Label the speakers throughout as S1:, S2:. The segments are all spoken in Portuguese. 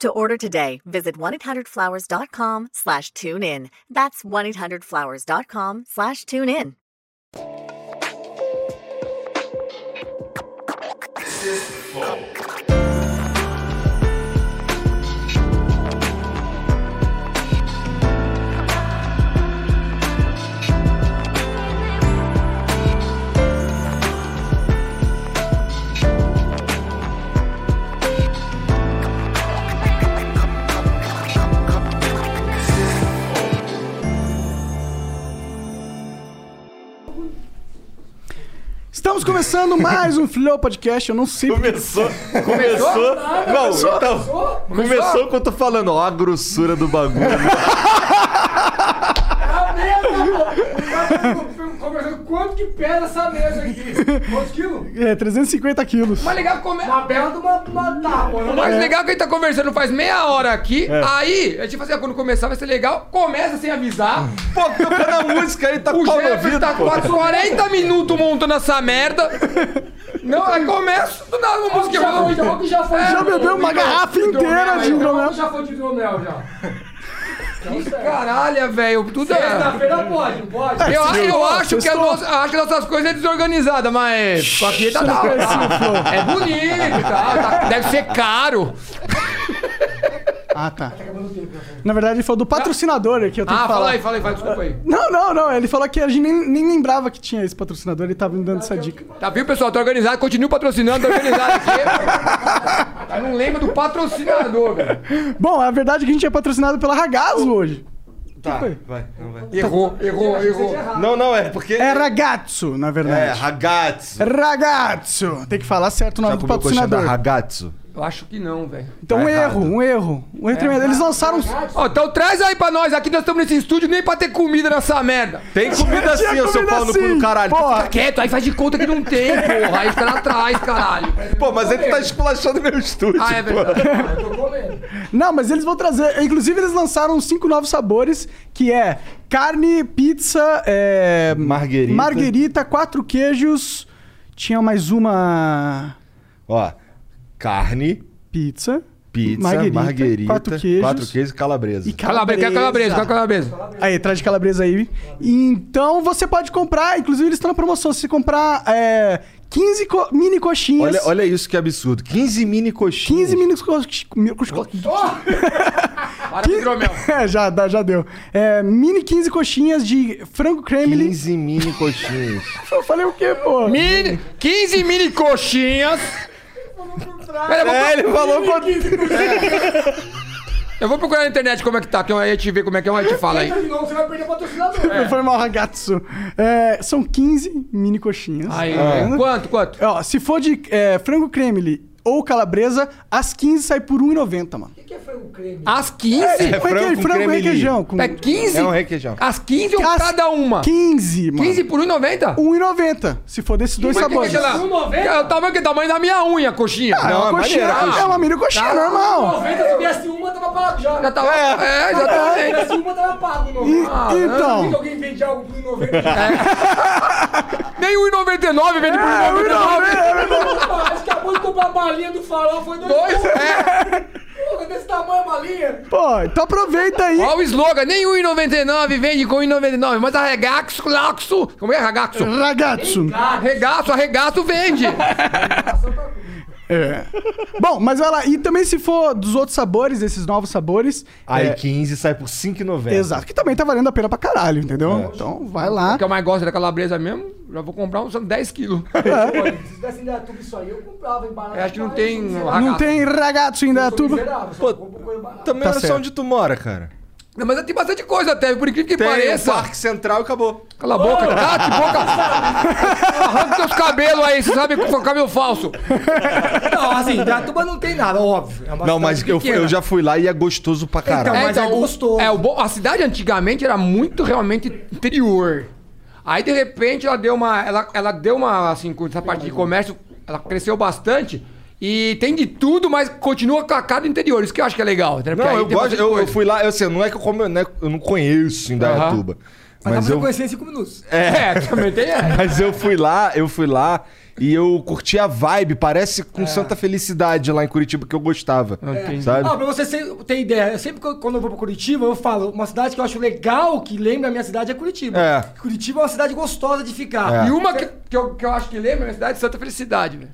S1: To order today, visit 1-800-Flowers.com slash tune in. That's 1-800-Flowers.com slash tune in.
S2: Estamos começando mais um Flow Podcast. Eu não sei.
S3: Começou, começou. Não, então, começou quando eu tô falando, ó, a grossura do bagulho.
S2: É.
S4: A mesa, pô! Conversando quanto que pesa essa mesa aqui? Quantos quilos?
S2: É, 350 quilos.
S4: Mais legal comer. Uma bela de uma, uma tábua. O mais legal é que a gente tá conversando faz meia hora aqui.
S2: É.
S4: Aí, a gente fala assim, ah, quando começar vai ser legal. Começa sem avisar.
S3: Pô, tocando a música, ele tá com
S4: O
S3: o pau no
S4: Jefferson
S3: ouvido,
S4: tá
S3: pô.
S4: quase 40 minutos montando essa merda. Não, aí começa do nada uma música. É, Já, já, já, foi
S2: Já bebeu uma
S5: Então,
S2: garrafa inteira né? de um hidromel.
S4: já foi de hidromel já. Que caralho, velho. Tudo é.
S5: Feira pode, não pode?
S4: Eu, acho- eu
S2: Sextou,
S4: acho, que é a
S2: sextou.
S4: nossa, acho que nossas coisas é desorganizada, mas. Aqui tá da hora. É bonito, tá, tá- Deve ser caro.
S2: Ah, tá. Na verdade, ele falou do patrocinador aqui. Eu tenho
S4: Ah,
S2: que falar.
S4: fala aí, fala aí, fala, desculpa aí.
S2: Não, não, não. Ele falou que a gente nem, nem lembrava que tinha esse patrocinador. Ele tava me dando essa dica.
S4: Tá, viu, pessoal? Tá organizado, continua patrocinando, tá organizado aqui. Eu não lembro do patrocinador, velho.
S2: Bom, a verdade é que a gente é patrocinado pela Ragazzo hoje.
S3: Tá, vai, não vai.
S4: Oh, Errou, errou, errou.
S3: Não, não, é porque.
S2: É Ragazzo, na
S3: É,
S2: verdade.
S3: ragazzo.
S2: Ragazzo. Tem que falar certo o nome
S3: Sabe
S2: do
S3: como eu gosto de chamar
S2: patrocinador.
S3: ragazzo?
S4: Eu acho que não, velho.
S2: Então,
S3: Tá
S2: um
S3: errado.
S2: erro, um erro.
S4: É
S2: Um erro tremendo. Eles lançaram.
S4: Ó, então traz aí pra nós. Aqui nós estamos nesse estúdio nem pra ter comida nessa merda.
S3: Tem comida assim,
S2: Tinha
S3: ô seu
S2: comida
S3: pau no cu
S2: assim,
S3: do caralho.
S2: Porra.
S4: Tá quieto, aí faz de conta que não tem, porra. Aí fica lá atrás, caralho.
S3: Pô, mas ele tá esculachando meu estúdio.
S4: Ah, é
S3: pô.
S4: verdade.
S2: Não, mas eles vão trazer. Inclusive, eles lançaram cinco novos sabores, que é carne, pizza, é,
S3: Marguerita.
S2: marguerita, quatro queijos. Tinha mais uma
S3: Ó, carne,
S2: pizza.
S3: pizza, marguerita,
S2: Marguerita, quatro queijos.
S3: quatro queijos e calabresa.
S2: E
S4: Calabresa, quer calabresa, quer calabresa.
S2: Aí, traz de calabresa aí. Então você pode comprar, inclusive eles estão na promoção. Se você comprar é, 15 co- mini coxinhas.
S3: Olha, olha isso que absurdo. 15 mini coxinhas.
S2: 15 mini coxinhas.
S4: Para pro hidromel.
S2: É, já, dá- já deu. É, mini 15 coxinhas de frango creme.
S3: 15 mini coxinhas.
S2: Eu falei o quê, pô?
S4: Mini, 15 mini coxinhas. Pera, eu, vou,
S3: É, ele falou com
S4: eu vou procurar na internet como é que tá, que aí a gente vê como é que é, a gente fala aí.
S5: De novo, você vai perder patrocinador.
S2: Foi mal, ragazzo. É, são 15 mini coxinhas.
S4: Aí,
S2: Tá
S3: Ah.
S2: vendo?
S4: quanto, quanto?
S2: Ó, se for de é, frango creme ou calabresa, as 15 sai por 1,90, mano.
S5: O que é frango creme?
S4: As 15?
S3: É
S2: Foi
S3: frango
S2: aquele
S3: com
S2: frango
S3: creme
S2: requeijão. Com...
S4: É 15?
S3: É um requeijão.
S4: As 15 ou
S2: As
S4: cada uma?
S2: 15, mano.
S4: 15 por 1,90?
S2: 1,90. Se for desses dois
S4: Mas que que é
S2: sabores.
S4: aquela-
S5: 1,90?
S4: que é o tamanho, que é o tamanho da minha unha, coxinha.
S2: É
S3: Não,
S2: uma
S3: é
S2: coxinha.
S3: maneiro,
S2: É uma mini coxinha normal.
S5: 90, tá, se viesse uma, tava pago já.
S4: Já tava... É, já
S5: Se
S4: tava...
S5: viesse uma, tava pago.
S2: E-
S5: Não. Por que
S2: então.
S5: alguém vende algo por 90?
S4: Nem 1,99
S2: É,
S4: vende por 1,99.
S5: Mas acabou de comprar a balinha do farol, foi dois. um.
S4: Dois, é.
S5: Porra, desse tamanho a balinha.
S2: Pô, então aproveita aí.
S4: Olha o slogan, nem 1,99 vende com 1,99, mas arregaxo, laxo... Como é arregaxo?
S2: Ragazzo.
S4: Arregaço, arregaço, vende.
S2: É. Bom, mas vai lá. E também se for dos outros sabores, esses novos sabores.
S3: Aí
S2: é,
S3: 15 sai por 5,90.
S2: Exato, que também tá valendo a pena pra caralho, entendeu?
S3: É.
S2: Então vai lá.
S4: O que eu mais gosto da calabresa mesmo, já vou comprar uns 10 quilos.
S2: É.
S5: Olha, se tivesse ainda tudo isso aí, eu comprava em barato.
S4: Eu acho que não tem
S5: Eu
S4: ragazzo. é
S2: Não tem ragazzo ainda,
S5: sou
S2: tudo.
S5: miserável, só compro coisa barata.
S3: Também olha só
S2: Tá certo.
S3: Tá onde tu mora, cara.
S4: Não, mas tem bastante coisa até, por incrível que
S3: Tem
S4: pareça.
S3: o Parque Central e acabou.
S4: Cala a boca, cala a boca. Arranca teus cabelos aí, você sabe que foi cabelo falso.
S5: Não, assim, Datuba não tem nada, óbvio. É uma
S3: Não, mas
S5: cidade
S3: eu,
S5: pequena.
S3: eu já fui lá e é gostoso pra caralho.
S5: Então, mas é
S4: o-
S5: gostoso.
S4: É, o bo- a cidade antigamente era muito realmente interior. Aí, de repente, ela deu uma. Ela, ela deu uma, assim, com essa parte de comércio, ela cresceu bastante. E tem de tudo, mas continua com a cara do interior. Isso que eu acho que é legal. entendeu? Porque
S3: Não,
S4: aí
S3: eu
S4: tem
S3: gosto.
S4: bastante
S3: Eu, eu
S4: coisa.
S3: fui lá, eu, assim, não é que eu, como, né, eu não conheço Indaiatuba.
S5: Mas, dá
S3: Mas
S5: pra eu...
S3: eu,
S5: conhecer em cinco minutos.
S4: É, também tem essa.
S3: mas eu fui lá, eu fui lá e eu curti a vibe, parece
S5: É.
S3: com Santa Felicidade lá em Curitiba que eu gostava. É. Sabe?
S5: Ah, pra você ser- ter ideia, eu sempre que eu- quando eu vou pra Curitiba, eu falo, uma cidade que eu acho legal, que lembra a minha cidade, é Curitiba.
S3: É.
S5: Curitiba é uma cidade gostosa de ficar.
S4: E uma que, que, eu, que eu acho que lembra é a cidade né? de Santa Felicidade, velho.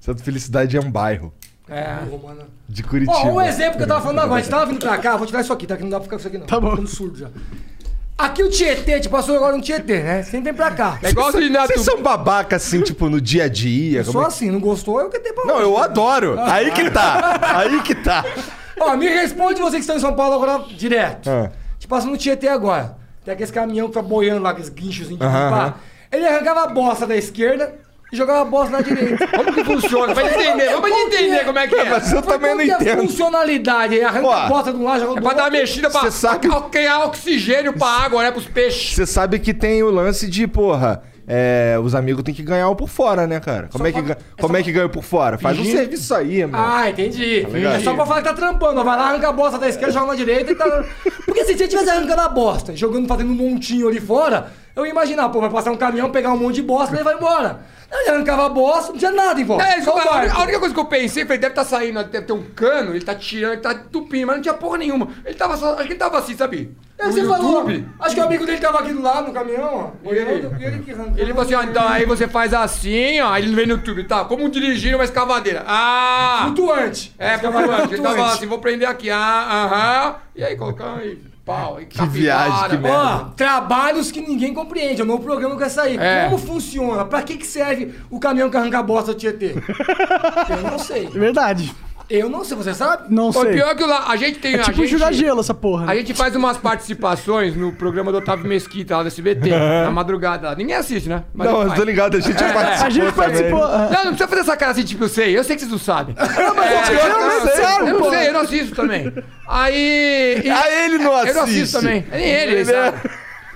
S3: Santa Felicidade é um bairro
S5: É. Romana.
S3: de Curitiba.
S5: Ó, um exemplo que eu tava falando agora. A gente tava vindo pra cá, vou tirar isso aqui, tá? Que não dá pra ficar com isso aqui, não. Tá bom. ficando surdo já. Aqui o Tietê, te passou agora um Tietê, né? Sempre vem pra cá.
S4: É igual de Natu...
S3: Vocês são babaca assim, tipo, no dia a dia?
S5: Só
S3: como é que-
S5: assim, não gostou, eu que tenho pra
S3: Não,
S5: hoje.
S3: eu adoro. Aí que tá. Aí que tá.
S5: Ó, me responde você que está em São Paulo agora direto.
S3: Ah.
S5: Te passando no Tietê agora. Tem aqueles caminhão que tá boiando lá, aqueles guinchos de
S3: Aham, aham.
S5: limpar. Ele arrancava a bosta da esquerda e jogava a bosta na direita.
S4: Como que funciona? Vai entender, vamos entender como é que é.
S3: Mas eu também não
S5: Qual que é a
S3: entendo.
S5: funcionalidade? Ele arranca
S3: Ó,
S5: a bosta de um lado, joga
S4: É
S5: do
S4: pra dar uma
S5: outro.
S4: mexida pra
S3: Cê sabe-
S4: pra criar oxigênio pra água, né? Pros peixes.
S3: Você sabe que tem o lance de, porra, é, os amigos têm que ganhar um por fora, né, cara? Como, é que,
S5: pra-
S3: ga- como é que ganha por fora? Faz um
S5: Fingindo.
S3: serviço aí, mano.
S5: Ah, entendi.
S3: ligado?
S5: é só pra falar que tá trampando. ó. Vai lá, arranca a bosta da esquerda, joga na direita e tá. Porque se você estivesse arrancando a bosta, jogando, fazendo um montinho ali fora, eu ia imaginar, pô, vai passar um caminhão, pegar um monte de bosta e levar embora. Aí Ele arrancava a bosta, não tinha nada em volta.
S4: É, isso,
S5: só o
S4: a, única-
S5: barco.
S4: a única coisa que eu pensei, falei, deve tá saindo, deve ter um cano, ele tá tirando, ele tá entupindo, mas não tinha porra nenhuma. Ele tava só, acho que ele tava assim, sabe?
S5: É o que
S4: No
S5: você falou.
S4: YouTube.
S5: Acho que o amigo dele tava aqui do lado no caminhão, ó.
S4: E ele?
S5: olhando, e ele que arrancou.
S4: Ele falou assim, ó, então aí você faz assim, ó, aí ele vem no YouTube, tá? Como dirigir uma escavadeira? Ah!
S5: Flutuante.
S4: É,
S5: Esse cavalo
S4: flutuante. Ele tava
S5: flutuante.
S4: assim, vou prender aqui, ah, aham. E aí, colocando aí, pau, aí,
S3: Que viagem,
S4: capivara.
S3: que merda.
S5: Ó, trabalhos que ninguém compreende. É o meu programa com essa aí.
S4: É.
S5: Como funciona? Pra que, que serve o caminhão que arranca a bosta do Tietê? eu não sei.
S2: Verdade.
S5: Eu não sei, você sabe?
S2: Não
S4: O
S2: sei.
S4: pior é que lá, a gente tem...
S2: É
S4: a
S2: tipo
S4: gente-
S2: jogar gelo essa porra. né?
S4: A gente faz umas participações no programa do Otávio Mesquita lá do SBT, na madrugada. lá. Ninguém assiste, né? Mas
S3: É. não,
S4: ele
S3: eu
S4: faz. É.
S3: tô ligado, a gente participou.
S2: A gente
S3: também.
S2: participou. ah,
S4: Não, não precisa fazer essa cara assim, tipo, eu sei. Eu sei que vocês não sabem.
S3: Ah,
S4: Não, mas
S2: eu não sei,
S4: Eu não
S2: pô.
S4: sei, eu não assisto também. Aí... e-
S3: Ah, ele não
S4: Eu não assisto
S3: assiste. é-
S4: também. Nem ele, ele sabe.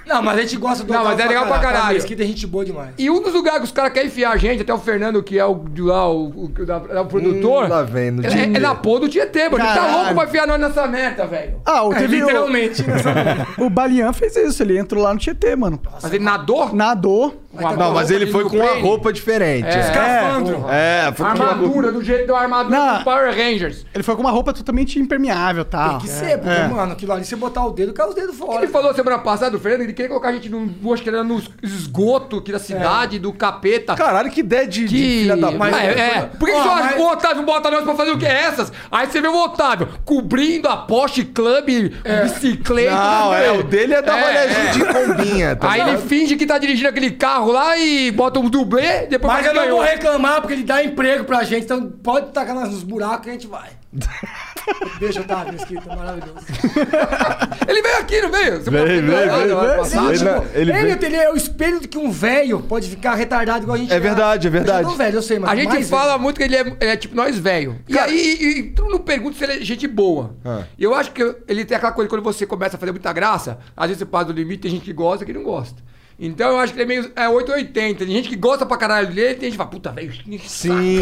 S5: Não, mas a gente gosta do
S4: Não, mas é legal pra caralho.
S5: Mesquita é gente boa demais.
S4: E um dos lugares que os caras querem enfiar a gente, até o Fernando, que é o, de lá, o, o, o da- da- o produtor.
S3: Hum, lá vem, no
S4: é, é
S3: Tinder.
S4: na porra do Tietê, mano. Ele tá
S2: Caralho.
S4: louco pra enfiar nós nessa merda, velho. É,
S2: Ah, o, teve o-
S5: Literalmente. nessa-
S2: o Balian fez isso. Ele entrou lá no Tietê, mano.
S4: Mas ele nadou?
S2: Nadou.
S4: Com a
S3: Não, mas ele foi com uma
S4: Ukraine.
S3: roupa diferente.
S5: Escafandro.
S3: É, foi com uma roupa.
S4: Armadura, do jeito da armadura
S2: Não.
S4: do Power Rangers.
S2: Ele foi com uma roupa totalmente impermeável, tá?
S5: Tem que ser, porque, mano, aquilo ali, você botar o dedo, cai os dedos fora.
S4: Ele falou semana passada, o Fernando, ele queria colocar a gente num, acho que era no esgoto aqui da
S5: É.
S4: cidade, do capeta.
S3: Caralho, que ideia de, de
S4: Que...
S3: filha da
S4: Mas,
S3: mãe.
S4: é, é. Por que que
S5: Ó,
S4: você acha
S5: mas-
S4: que o Otávio bota nós pra fazer o que? Essas? Aí você vê o Otávio cobrindo a Porsche Club,
S5: É.
S4: bicicleta.
S3: Não, é, o dele é da
S4: É,
S3: rolezinha
S4: é.
S3: de combinha. Tá
S4: Aí ele
S3: ligado?
S4: finge que tá dirigindo aquele carro lá e bota um dublê, depois
S5: Mas
S4: faz
S5: eu
S3: é
S5: não
S4: ganhou.
S5: vou reclamar, porque ele dá emprego pra gente, então pode tacar nós nos buracos que a gente vai. Deixa eu dar Mesquita, maravilhoso.
S4: Ele veio aqui, não veio? Você
S3: Veio, veio, veio,
S5: Ele,
S3: veio. Ele não- ele
S5: ele,
S3: vem-
S5: ele é o espelho de que um velho pode ficar retardado igual a gente.
S3: É verdade, é verdade.
S5: Eu já tô velho, eu sei, mas
S4: A gente
S5: mais
S4: fala
S5: velho.
S4: muito que ele é, ele é tipo nós velho. E aí, e, e todo mundo pergunta se ele é gente boa.
S3: Ah.
S4: E Eu acho que ele tem aquela coisa, quando você começa a fazer muita graça, às vezes você passa do limite, tem gente que gosta e que não gosta. Então eu acho que ele é meio é 880. Tem gente que gosta pra caralho dele, tem gente que fala, puta, velho, que saco.
S3: Sim.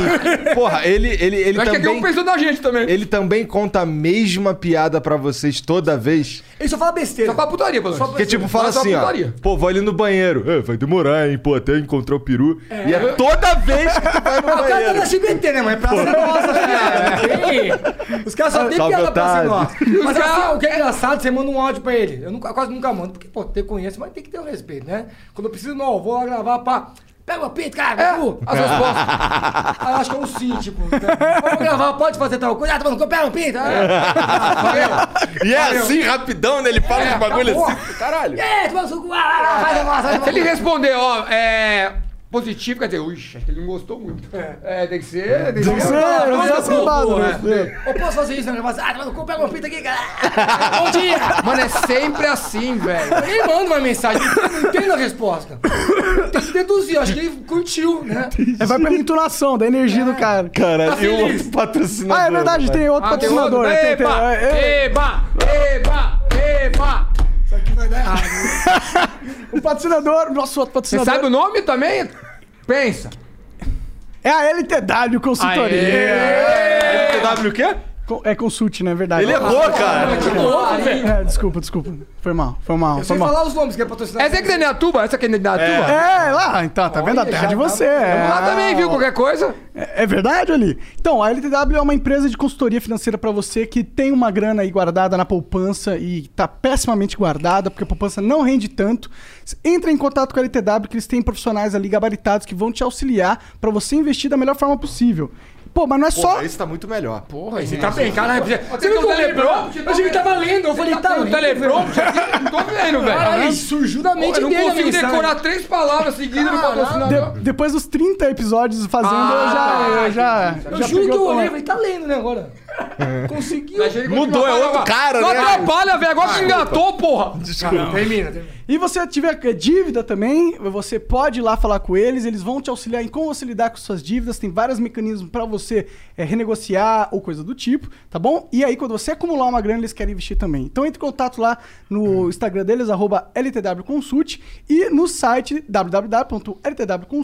S3: Porra, ele, ele, ele
S4: Eu acho que aqui é um
S3: também...
S4: pensou da gente também. Ele
S3: Ele também conta a mesma piada pra vocês toda vez.
S5: Ele só fala besteira.
S4: só fala putaria, pelo menos.
S3: Porque, tipo, fala
S4: Só
S3: assim, ó.
S4: putaria.
S3: Pô, vou ali no banheiro. É, vai demorar, hein? Pô, até eu encontrar o peru. E é toda vez que tu vai no
S5: Ah, o cara tá na
S3: banheiro.
S5: SBT, né, mas é praça nossa, cara. Os caras só tem
S3: Salve,
S5: piada pra ser
S3: otário.
S5: nossa.
S4: Os
S5: Mas
S4: caras-
S5: assim, o que é engraçado, você manda um áudio pra ele. Eu nunca- quase nunca mando, porque, pô, eu conheço, mas tem que ter um respeito, né? Quando eu preciso, não, eu vou lá gravar, pá. Pega o apito, cara, é. as respostas. Aí eu acho que é um sim, tipo. né? Vamos gravar, pode fazer tal coisa. Ah, tá falando, pega o apito.
S4: É.
S5: Ah, valeu.
S3: E é assim, rapidão, né? Ele fala
S4: É.
S3: uns bagulho assim. Caralho.
S5: É, tu maluco, ah, ah, ah, faz negócio, faz
S4: Se ele
S5: negócio.
S4: responder, ó, é. Positivo, quer dizer, ui, acho que ele não gostou muito. É, tem que ser. Tem que
S2: Você,
S4: ser.
S2: eu já sentado,
S5: boa,
S2: né?
S5: Eu posso fazer isso, né? Mas, Ah, tu maluco, pega o apito aqui, cara. Bom dia.
S4: Mano, é sempre assim, velho.
S5: Ele manda uma mensagem, não tem a resposta. Tem que deduzir, acho que ele curtiu, né?
S2: É, vai pela entonação, da energia
S4: É.
S2: do cara.
S3: Caralho, e o
S5: feliz.
S3: outro patrocinador.
S2: Ah, é verdade,
S3: né?
S2: tem é, outro
S4: Ah, Tá tem
S2: patrocinador.
S4: outro?
S2: tem- tem-
S4: Eba,
S2: é- é-
S4: eba, eba, eba,
S2: O patrocinador, nosso outro
S4: Você
S2: patrocinador.
S4: sabe o nome também? Pensa.
S2: É a LTW Consultoria.
S3: PW o quê?
S2: Co- É consult, né? É verdade.
S3: Ele errou, cara.
S2: É, desculpa, desculpa. Foi mal, foi mal,
S5: Eu
S2: foi
S5: sei
S2: mal.
S5: falar os nomes que é patrocinado.
S4: Essa é Candidatuba? Essa é Candidatuba?
S2: É, lá, então, tá vendo a terra
S5: já
S2: de
S5: tá-
S2: você. é.
S4: Ela também viu qualquer coisa.
S2: É é verdade, Ali? Então, a LTW é uma empresa de consultoria financeira pra você que tem uma grana aí guardada na poupança e tá pessimamente guardada, porque a poupança não rende tanto. Entra em contato com a LTW, que eles têm profissionais ali gabaritados que vão te auxiliar pra você investir da melhor forma possível. Pô, mas não é só.
S3: Pô, esse tá muito melhor.
S4: Porra, você tá bem, cara. Você viu
S5: que
S4: que
S5: eu
S4: o
S5: tava
S4: teleprompter?
S5: Eu achei que ele tava lendo. Eu falei, tá
S4: O teleprompter? aqui? Não tô vendo,
S2: tá
S4: velho.
S5: Caralho, surgiu da mente
S4: Eu não
S5: dele a
S4: consigo
S5: mensagem.
S4: decorar três palavras seguidas no
S5: Caralho.
S4: patrocinador. Ah,
S2: de- depois dos 30 episódios fazendo, eu já. Eu já,
S5: Ah, tá. Eu
S2: já
S5: juro que
S2: peguei
S5: eu
S2: o tom.
S5: olhei, eu falei, tá lendo, né, agora?
S4: É.
S5: Conseguiu. Ah,
S3: Mudou, é outro cara,
S4: Não
S3: né? então.
S4: atrapalha, velho. Agora que engatou, porra.
S5: Termina, termina.
S2: E você tiver eh, dívida também, você pode ir lá falar com eles, eles vão te auxiliar em como você lidar com suas dívidas, tem vários mecanismos pra você eh, renegociar ou coisa do tipo, tá bom? E aí, quando você acumular uma grana, eles querem investir também. Então entre em contato lá no Instagram deles, arroba LTWconsult, e no site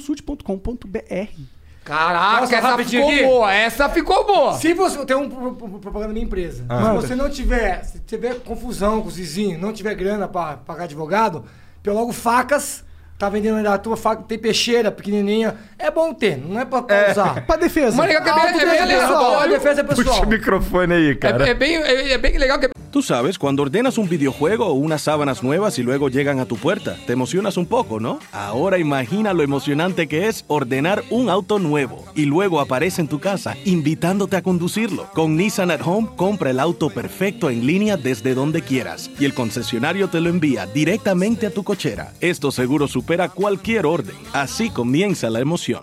S2: www.ltwconsult.com.br.
S4: Caraca,
S5: Nossa,
S4: essa
S5: rapidinho
S4: ficou
S5: aqui.
S4: boa. Essa ficou boa. Ah.
S5: Se você. Tem um pro- pro- propaganda da minha empresa. Se você não tiver. Se tiver confusão com os vizinhos, não tiver grana pra pagar advogado, eu logo facas. Tá vendendo ainda a tua faca, tem peixeira pequenininha. É bom ter, não é pra, pra usar.
S2: Pra defesa.
S4: Mas legal que é bem- é bem
S5: pessoal,
S4: aleatório.
S5: defesa pessoal.
S3: Puxa o microfone aí, cara.
S4: É, é bem, é, é bem legal que é
S6: Tú sabes, cuando ordenas un videojuego o unas sábanas nuevas y luego llegan a tu puerta, te emocionas un poco, ¿no? Ahora imagina lo emocionante que es ordenar un auto nuevo y luego aparece en tu casa invitándote a conducirlo. Con Nissan at Home compra el auto perfecto en línea desde donde quieras y el concesionario te lo envía directamente a tu cochera. Esto seguro supera cualquier orden. Así comienza la emoción.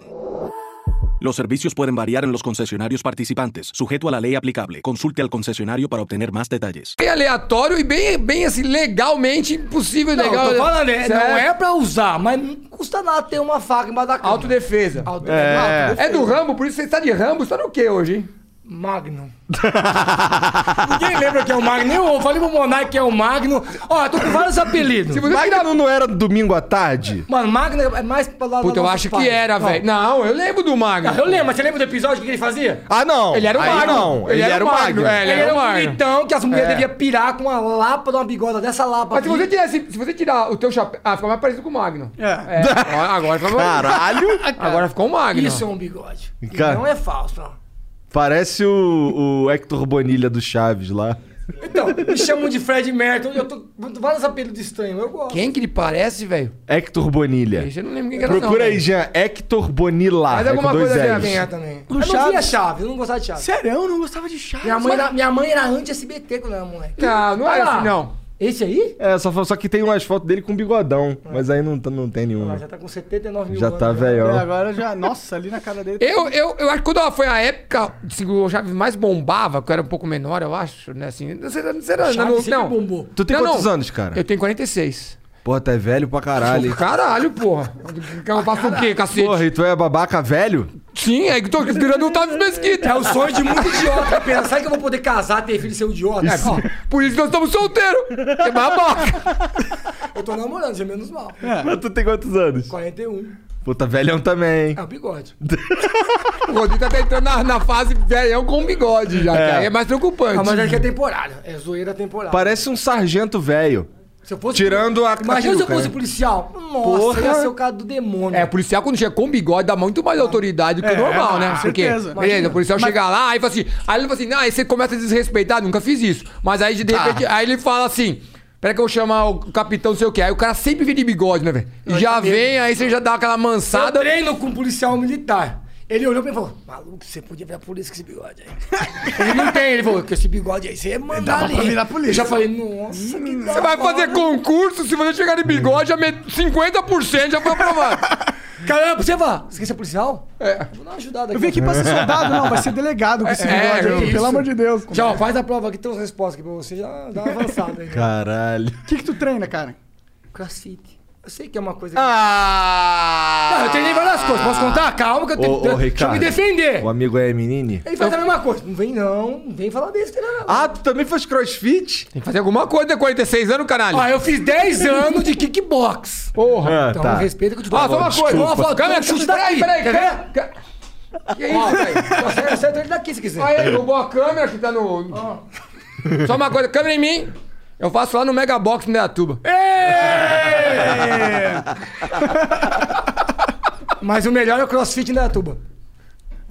S6: Los servicios pueden variar en los concesionarios participantes, sujeto a la ley aplicable. Consulte al concesionario para obtener más detalles.
S4: bem aleatório e bem, bem assim, legalmente impossível.
S5: Não,
S4: legal.
S5: eu tô falando, é,
S4: Cê
S5: não é pra usar, mas não custa nada ter uma faca embaixo da cama.
S4: Autodefesa.
S5: Auto-
S3: É.
S4: É do Rambo, por isso você tá de Rambo, você tá no quê hoje, hein?
S5: Magnum. Ninguém lembra que é o Magnum. nem Eu falei pro Monark que é o Magnum. Ó, eu tô com vários apelidos.
S4: você tá
S3: Magno não era domingo à tarde?
S5: Mano, Magnum é mais pra lá
S4: Puta, eu acho que era, velho. Não, eu lembro do Magno.
S5: Ah, Eu lembro, mas você lembra do episódio que ele fazia?
S3: Ah, não.
S4: Ele era o
S3: Aí
S4: Magno.
S3: Não, ele, era o É. Magno.
S4: É, ele
S5: Ele
S4: era
S5: era
S4: o
S5: um
S4: Magno.
S5: bonitão que as mulheres deviam pirar com a lapa de uma bigorna dessa lapa.
S4: Mas se
S5: aqui.
S4: você, tirar, se, se você tirar o teu chapéu... Ah, ficou mais parecido com o Magno.
S2: É.
S4: agora, agora ficou...
S3: Caralho.
S4: Agora ficou o Magno.
S5: Isso é um bigode.
S3: Cara.
S5: Não é falso, não.
S3: Parece o, o Hector Bonilha do Chaves lá.
S5: Então, me chamam de Fred Merton. Eu tô com vários apelidos estranhos. Eu gosto.
S4: Quem que ele parece, velho?
S3: Hector Bonilha.
S4: Esse Eu não lembro quem que era
S3: Procura
S4: não,
S3: aí, Jean. Hector Bonilha.
S4: Faz
S3: é com
S4: alguma
S3: dois
S4: coisa, Jean,
S3: Ls.
S4: vem,
S5: É, também.
S2: No
S5: eu não via
S2: Chaves.
S5: chave, eu não gostava de chave.
S2: Sério, eu não gostava de chá.
S5: Minha mãe, era, minha mãe era anti-SBT quando eu era moleque.
S4: Não, não é
S5: Olha lá.
S4: assim, não.
S5: Esse aí?
S3: É, só, só que tem umas fotos dele com bigodão. Mas aí não, tá- não tem nenhuma.
S5: Ah, É. já tá com 79 mil
S3: Já
S5: anos,
S3: tá
S5: né?
S2: É,
S3: velhão.
S2: agora já. Nossa, ali na cara dele.
S4: Eu, eu, eu acho que quando foi a época assim, que o Chaves mais bombava, que eu era um pouco menor, eu acho, né? Assim, não sei, não sei, não,
S5: Chaves
S4: não,
S5: sempre
S4: não.
S5: bombou.
S3: Tu tem
S4: Não,
S3: quantos
S4: não.
S3: anos, cara?
S4: Eu tenho 46.
S3: Porra, tu é velho pra caralho. hein?
S4: Caralho, porra. Eu faço o quê, cacete?
S3: Porra, e tu é babaca velho?
S4: Sim, é que tô virando o Otávio Mesquita.
S5: É o sonho de muito idiota. Pensar que eu vou poder casar, ter filho e ser um idiota. Ó,
S4: Por isso que nós estamos solteiros. É babaca.
S5: eu tô namorando, já é um. menos mal.
S3: Mas tu tem quantos anos?
S5: 41.
S3: Puta, velhão também, hein?
S5: É o bigode.
S4: O Rodrigo tá entrando na, na fase velhão com bigode já,
S3: É.
S4: cara. É mais preocupante.
S5: Ah, mas é que é temporário. É zoeira temporária.
S3: Parece um sargento velho.
S5: Se eu fosse
S3: Tirando a-
S5: Imagina se eu
S3: peruca,
S5: fosse
S3: né?
S5: policial. Nossa,
S3: Porra.
S5: ia ser o cara do demônio.
S4: É, policial quando chega com bigode dá muito mais autoridade que o normal, né?
S2: É, com
S4: Porque,
S2: certeza.
S4: beleza, o policial chega lá, aí fala assim, aí ele fala assim, não, aí você começa a desrespeitar, nunca fiz isso. Mas aí de
S2: Tá.
S4: repente, aí ele fala assim, pera que eu vou chamar o capitão, não sei o que. Aí o cara sempre vem de bigode, né, velho? E já vem, aí você já dá aquela
S5: tá eu
S4: mansada.
S5: treino com um policial militar. Ele olhou pra mim e falou: Maluco, você podia virar polícia com esse bigode aí. ele não tem, ele falou: Com esse bigode aí, você é mandar ali.
S2: virar polícia.
S5: Eu já falei: Nossa, que
S4: Hum. Você vai fazer concurso, se você chegar de bigode, já met... 50% já foi aprovado.
S5: Caramba, você vai. Você quer ser policial? É. Vou dar uma ajudada
S2: Eu vim aqui pra ser soldado, não, vai ser delegado com esse
S4: É,
S2: bigode
S4: é
S2: aí,
S4: isso.
S2: pelo amor de Deus. O
S5: Já, ó, faz a prova aqui, tem umas respostas aqui pra você, já dá uma avançada aí.
S3: Caralho.
S2: que, que tu treina, cara?
S5: Crossfit. Eu sei que é uma coisa.
S4: Ah!
S5: Não, eu treinei várias coisas. Posso contar? Calma que eu
S3: Ô,
S5: tenho
S3: ô,
S5: Deixa eu
S3: Ricardo.
S5: me defender.
S3: O amigo é menine?
S5: Ele faz a mesma coisa. Não vem, não. Não vem falar desse, não.
S3: Ah, tu também faz crossfit?
S5: Ah,
S4: Tem que fazer alguma coisa, né? 46 anos, caralho.
S5: Ó, eu fiz 10 anos de kickbox.
S4: Porra.
S3: Ah,
S5: Então,
S3: tá.
S5: respeita que eu te dou.
S4: Ah, só una
S5: Te dou
S4: coisa.
S5: uma foto.
S4: Câmera,
S5: Deixa eu te
S4: chuta
S5: dar
S4: aqui,
S5: aqui,
S4: peraí.
S5: quer ver?
S4: câmera, ca- Que isso, velho?
S5: Você acerta ele daqui se quiser. Ah.
S4: Aí, roubou a câmera que tá no. Só uma coisa, câmera em mim. Eu faço lá no Mega Box no Neatuba.
S5: Mas o melhor é o crossfit da tuba.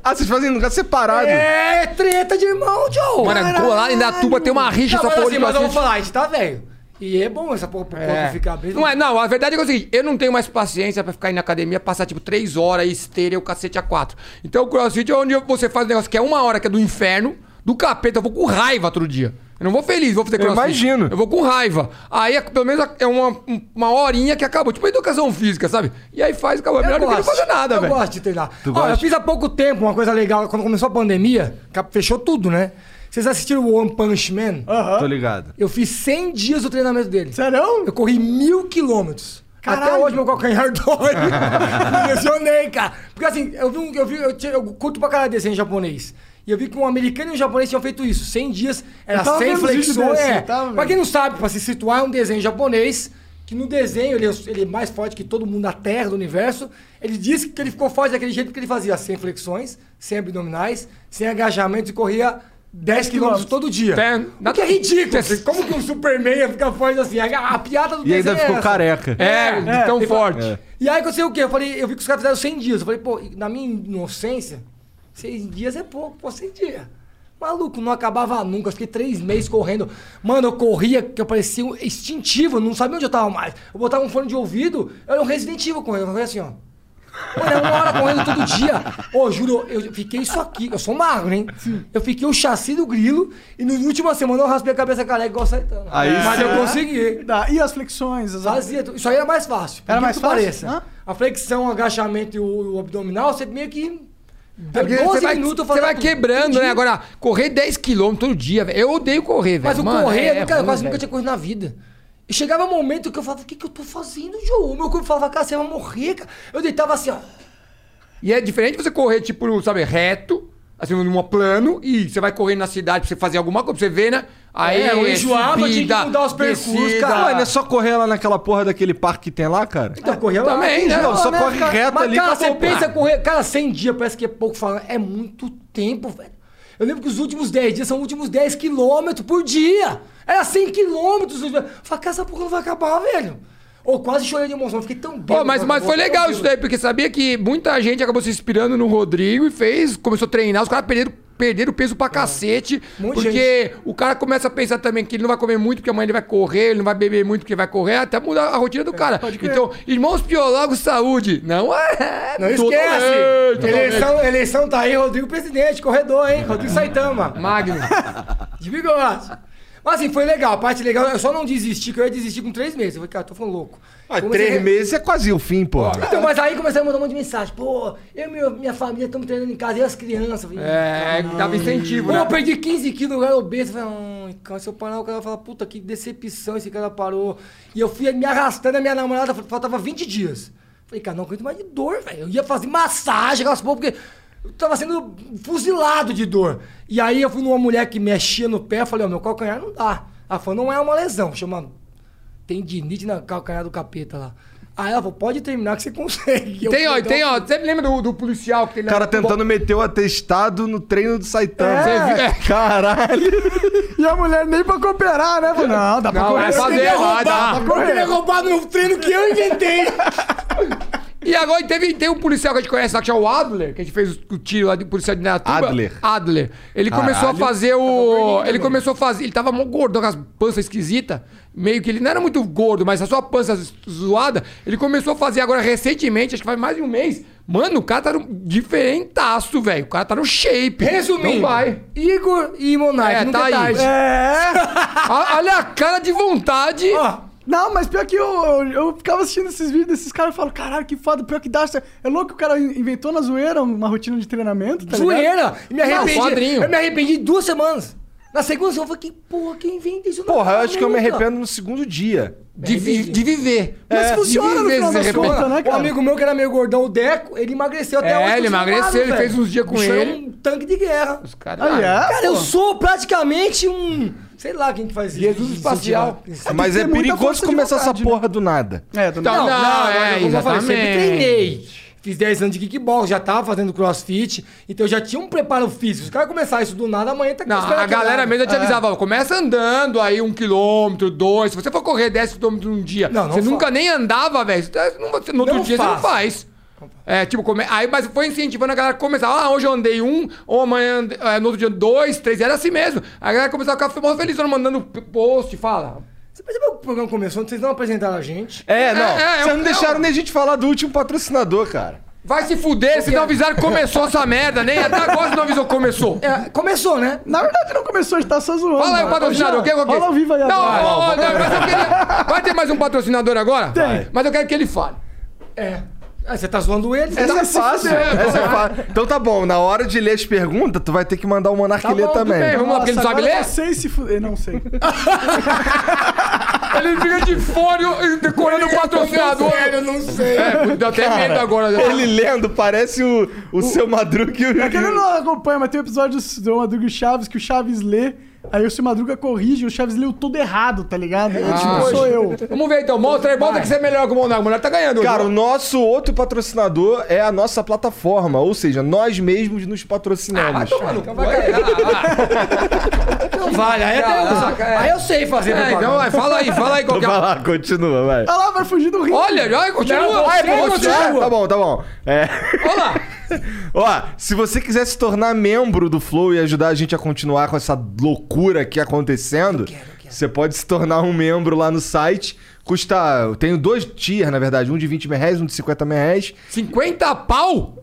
S3: Ah, vocês fazem em lugar separado.
S5: É treta de irmão, Joe.
S4: Mano, é
S5: Caralho.
S4: lá em Datuba tem uma rixa,
S5: Não,
S4: essa
S5: mas
S4: porra
S5: assim,
S4: de
S5: mas eu vou
S4: crossfit.
S5: falar, a gente tá velho. E é bom essa porra pro corpo ficar bem.
S4: Não é, não, a verdade é que é o seguinte, eu não tenho mais paciência pra ficar indo na academia, passar tipo três horas, esteira e o cacete a quatro. Então o crossfit é onde você faz um negócio que é uma hora, que é do inferno, do capeta, eu vou com raiva outro dia. Eu não vou feliz, vou fazer crossfit.
S3: imagino.
S4: Eu vou com raiva. Aí é- pelo menos é uma, uma horinha que acabou, tipo educação física, sabe? E aí faz, acabou. É melhor do que não fazer nada,
S5: eu
S4: velho.
S5: gosto de treinar. Ó,
S3: gosta?
S5: eu fiz há pouco tempo uma coisa legal, quando começou a pandemia, que fechou tudo, né? Vocês assistiram o One Punch Man?
S3: Tô ligado.
S5: Eu fiz 100 dias do treinamento dele.
S2: Sério?
S5: Eu corri mil quilômetros. Até hoje meu calcanhar dói. Me lesionei, cara. Porque assim, eu vi um. Eu, vi, eu, tinha- eu curto pra caralho desenho japonês. E eu vi que um americano e um japonês tinham feito isso. 100 dias, era
S2: Eu tava
S5: 100
S2: vendo os vídeos
S5: flexões.
S2: desse,
S5: É.
S2: eu tava
S5: Pra quem
S2: vendo.
S5: não sabe, pra se situar, é um desenho japonês. Que no desenho ele é, ele é mais forte que todo mundo na Terra, do universo. Ele disse que ele ficou forte daquele jeito porque ele fazia 100 flexões, 100 abdominais, 100 agachamentos e corria 10 quilômetros todo dia.
S4: Ten-
S5: O que é ridículo. assim, Como que um Superman ia ficar forte assim? A, a piada do
S3: E
S5: desenho
S3: ainda
S5: é essa.
S3: ficou
S5: tipo,
S3: careca.
S4: É, de tão forte.
S5: E aí aconteceu o quê? Eu falei, eu vi que os caras fizeram 100 dias. Eu falei, pô, e na minha inocência, 100 dias é pouco, pô, 100 dias. Maluco, não acabava nunca. Eu fiquei três meses correndo. Mano, eu corria que eu parecia um extintivo, eu não sabia onde eu tava mais. Eu botava um fone de ouvido, eu era um Resident Evil correndo. Eu corria assim, ó. Mano, era uma hora correndo todo dia. Ô, juro, eu eu fiquei isso aqui. Eu sou magro, hein? Eu fiquei o chassi do grilo e na última semana eu raspei a cabeça careca igual o Saitama.
S3: Aí
S5: Mas
S3: sim.
S5: eu consegui.
S2: Dá. E as flexões? As...
S5: Fazia. tu- Isso aí era mais fácil. por
S2: Era
S5: que
S2: mais
S5: que
S2: fácil?
S5: pareça.
S2: Hã?
S5: A flexão, o agachamento e o, o abdominal, você meio que.
S4: É porque
S5: Doze
S4: você vai,
S5: minutos
S4: você
S5: fazendo
S4: vai
S5: tudo.
S4: quebrando,
S5: Entendi.
S4: né? Agora, correr 10km todo dia, velho. Eu odeio correr, velho.
S5: Mas o
S4: Mano,
S5: correr,
S4: é- é
S5: cara, eu
S4: ruim,
S5: quase nunca
S4: velho.
S5: tinha corrido na vida. E chegava um momento que eu falava, o que, que eu tô fazendo, João? Meu corpo falava, cara, você vai morrer, cara. Eu deitava assim, ó.
S4: E é diferente você correr, tipo, sabe, reto, assim, num plano, e você vai correndo na cidade pra você fazer alguma coisa, pra você ver, né? Aí
S5: É, eu enjoava, tinha que mudar os percursos, cara.
S3: Mano, é só correr lá naquela porra daquele parque que tem lá, cara?
S5: Então, corria lá.
S4: também, né?
S3: Não, só corre
S5: cara?
S3: reto
S5: Mas,
S3: ali
S5: Cara,
S3: pra
S5: você
S3: voltar.
S5: pensa correr. Cara, 100 dias parece que é pouco falando. É muito tempo, velho. Eu lembro que os últimos 10 dias são os últimos 10 quilômetros por dia. Era 100 quilômetros. os últimos- Eu Falei, cara, essa porra não vai acabar, velho. Ou quase chorei de emoção. eu Fiquei tão bem.
S4: Pô, mas, mas foi legal isso daí, porque sabia que muita gente acabou se inspirando no Rodrigo e fez, começou a treinar, os caras perderam, perderam peso
S5: É.
S4: pra cacete.
S5: Muita
S4: porque o cara começa a pensar também que ele não vai comer muito porque amanhã ele vai correr, ele não vai beber muito porque vai correr, até mudar a rotina do
S5: É,
S4: cara. Então, irmãos biólogos, saúde. Não é.
S5: Não
S4: Totalmente,
S5: esquece.
S4: totalmente.
S5: Eleição, eleição tá aí, Rodrigo Presidente, corredor, hein? Rodrigo Saitama.
S4: Magno.
S5: De bigode. Mas assim, foi legal. A parte legal, eu só não desisti, que eu ia desistir com três meses. Eu falei, cara, tô falando louco.
S3: Ah,
S5: Comecei
S3: três
S5: a re-
S3: meses é quase o fim, porra.
S5: Então, mas aí começaram a mandar um monte de mensagem. Pô, eu e minha, minha família estamos treinando em casa, e as crianças. Eu Falei,
S4: É, dava incentivo,
S5: Pô, eu
S4: né?
S5: perdi 15 quilos, eu era obeso. Eu Falei, "Hum, ai, cara, se eu parar, é o cara vai falar, puta, que decepção, esse cara parou. E eu fui me arrastando, a minha namorada fal- faltava 20 dias. Falei, cara, não aguento mais de dor, velho. Eu ia fazer massagem, aquelas porra, porque eu tava sendo fuzilado de dor. E aí eu fui numa mulher que mexia no pé, eu falei, ó, meu calcanhar não dá. Ela falou, não é uma lesão, chama tendinite na calcanhar do capeta lá. Aí ela falou, pode terminar que você consegue. Eu
S4: Tem, ó,
S5: falei,
S4: tem,
S5: "Não,
S4: ó. Você lembra do, do policial
S5: né,
S4: que tem
S3: O cara tentando meter o atestado no treino do Saitama.
S4: É.
S3: Caralho.
S2: E a mulher nem pra cooperar, né? Falou, Não, dá pra
S4: Não,
S2: cooperar.
S4: é
S5: Eu queria
S4: fazer, vai
S5: roubar,
S4: dar.
S5: eu queria roubar no treino que eu inventei.
S4: E agora teve, tem um policial que a gente conhece lá, que é o Adler, que a gente fez o tiro lá de policial de Neatuba.
S3: Adler.
S4: Adler. Ele começou a
S3: Caralho.
S4: fazer o...
S5: é.
S4: Ele começou a fazer... Ele tava mó gordão, com as panças esquisitas. Meio que ele não era muito gordo, mas a sua pança zoada. Ele começou a fazer agora recentemente, acho que faz mais de um mês. Mano, o cara tá no diferentaço, velho. O cara tá no shape.
S5: Resumindo,
S4: Não vai.
S5: Igor e Monark,
S4: É,
S5: nunca
S4: tá
S5: é
S4: aí.
S5: tarde.
S2: É.
S4: A- Olha a cara de vontade.
S5: Ó,
S2: Não, mas pior que eu, eu, eu ficava assistindo esses vídeos desses caras e falo, caralho, que foda, pior que dá. certo." É louco que o cara in- inventou na zoeira uma rotina de treinamento, tá ligado?
S5: zoeira. E me
S4: Não,
S5: arrependi.
S4: quadrinho.
S5: eu me arrependi em duas semanas. Na segunda sessão, eu falei, que porra, quem inventa isso?
S3: Porra, eu acho que eu me
S5: nunca.
S3: arrependo no segundo dia. É.
S4: De, vi- de viver.
S2: Mas
S4: É. De
S2: funciona no
S4: viver
S2: final
S4: esse
S2: das
S4: arrependimento.
S2: contas, né,
S5: Um
S2: cara?
S5: amigo meu que era meio gordão, o Deco, ele emagreceu até
S4: É,
S5: hoje.
S4: ele
S5: tô zoado,
S4: emagreceu, ele
S5: velho.
S4: fez uns dias com
S5: O bicho era
S4: ele.
S5: um tanque de guerra.
S4: Os caras.
S2: Ah, yeah,
S5: Cara, eu
S2: pô.
S5: sou praticamente um. Sei lá quem que faz isso.
S4: Jesus espacial.
S3: Mas
S2: que
S3: é
S2: ter muita
S3: perigoso
S2: força de
S3: começar essa
S2: vontade, né?
S3: porra do nada.
S2: É, do
S4: Então,
S5: Não,
S2: nada.
S5: não,
S4: Não,
S5: é,
S4: é,
S5: como eu falei, sempre
S4: exatamente.
S5: treinei. Fiz 10 anos de kickbox, já tava fazendo crossfit, então eu já tinha um preparo físico. Se o cara começar isso do nada, amanhã tá
S4: Não, a galera mesmo já
S5: É.
S4: te avisava, ó, começa andando aí um quilômetro, dois. Se você for correr 10 quilômetros num dia,
S5: Não, não
S4: você
S5: fa-
S4: nunca nem andava, velho. você- No outro
S5: Não
S4: dia você não
S5: faço.
S4: faz. É, tipo, come... aí, mas foi incentivando a galera a começar. Ah, hoje eu andei um, ou amanhã, ande- é, no outro dia dois, três, era assim mesmo. A galera começava a ficar mó feliz, mandando p- post, fala.
S5: Você percebeu que o programa começou, vocês não apresentaram a gente?
S3: É, não.
S4: é, é,
S3: Vocês
S4: eu-
S3: não deixaram
S4: eu-
S3: nem a gente falar do último patrocinador, cara.
S4: Vai se fuder, se não avisaram que começou essa merda, nem até agora você não avisou que começou.
S5: É, começou, né?
S2: Na verdade, não começou, a gente tá só zoando.
S4: Fala aí o
S2: mano.
S4: patrocinador, quem é que
S2: Fala ao vivo aí
S4: Não,
S2: agora.
S4: não, não, mas eu queria... Vai ter mais um patrocinador agora?
S2: Tem.
S4: Mas eu quero que ele fale.
S5: É. Ah, você tá zoando ele?
S3: Essa é fácil. Essa é fácil. Então tá bom, na hora de ler as perguntas, tu vai ter que mandar o Monark
S4: Tá
S3: ler
S4: bom, tudo
S3: também.
S4: bem, Vamos lá, porque ele não sabe
S2: agora
S4: ler?
S2: Eu sei se fuder. Não sei.
S4: Ele fica de fone e decorando o patrocinador.
S5: eu não sei.
S4: É, deu até medo agora.
S3: Ele lendo, parece o, o, seu Madruga e o...
S2: É que ele não acompanha, mas tem um episódio do Madruga e Chaves que o Chaves lê, aí o seu Madruga corrige, o Chaves leu tudo errado, tá ligado? É tipo, sou eu.
S4: Vamos ver então, mostra aí, bota que você é melhor que o Monarca. O Monarca tá ganhando. hoje.
S3: Cara, o nosso outro patrocinador é a nossa plataforma, ou seja, nós mesmos nos
S4: Ah,
S3: patrocinamos.
S5: Então vai Não vale, aí até eu
S4: Caraca, é.
S5: Aí eu sei fazer
S4: É, então vai, fala aí, fala aí qual que
S3: Vai
S4: é.
S3: lá, continua, vai.
S2: Olha lá, vai fugir do rio.
S4: Olha, já continua.
S5: Não, você
S4: Vai, pô,
S5: continua.
S4: você- é
S3: Ah, tá bom, tá bom. É.
S4: Olha lá.
S3: Ó, se você quiser se tornar membro do Flow e ajudar a gente a continuar com essa loucura aqui acontecendo, você pode se tornar um membro lá no site. Custa. Eu tenho dois tiers, na verdade. Um de 20 mil reais, um de 50 mil reais.
S4: 50 pau?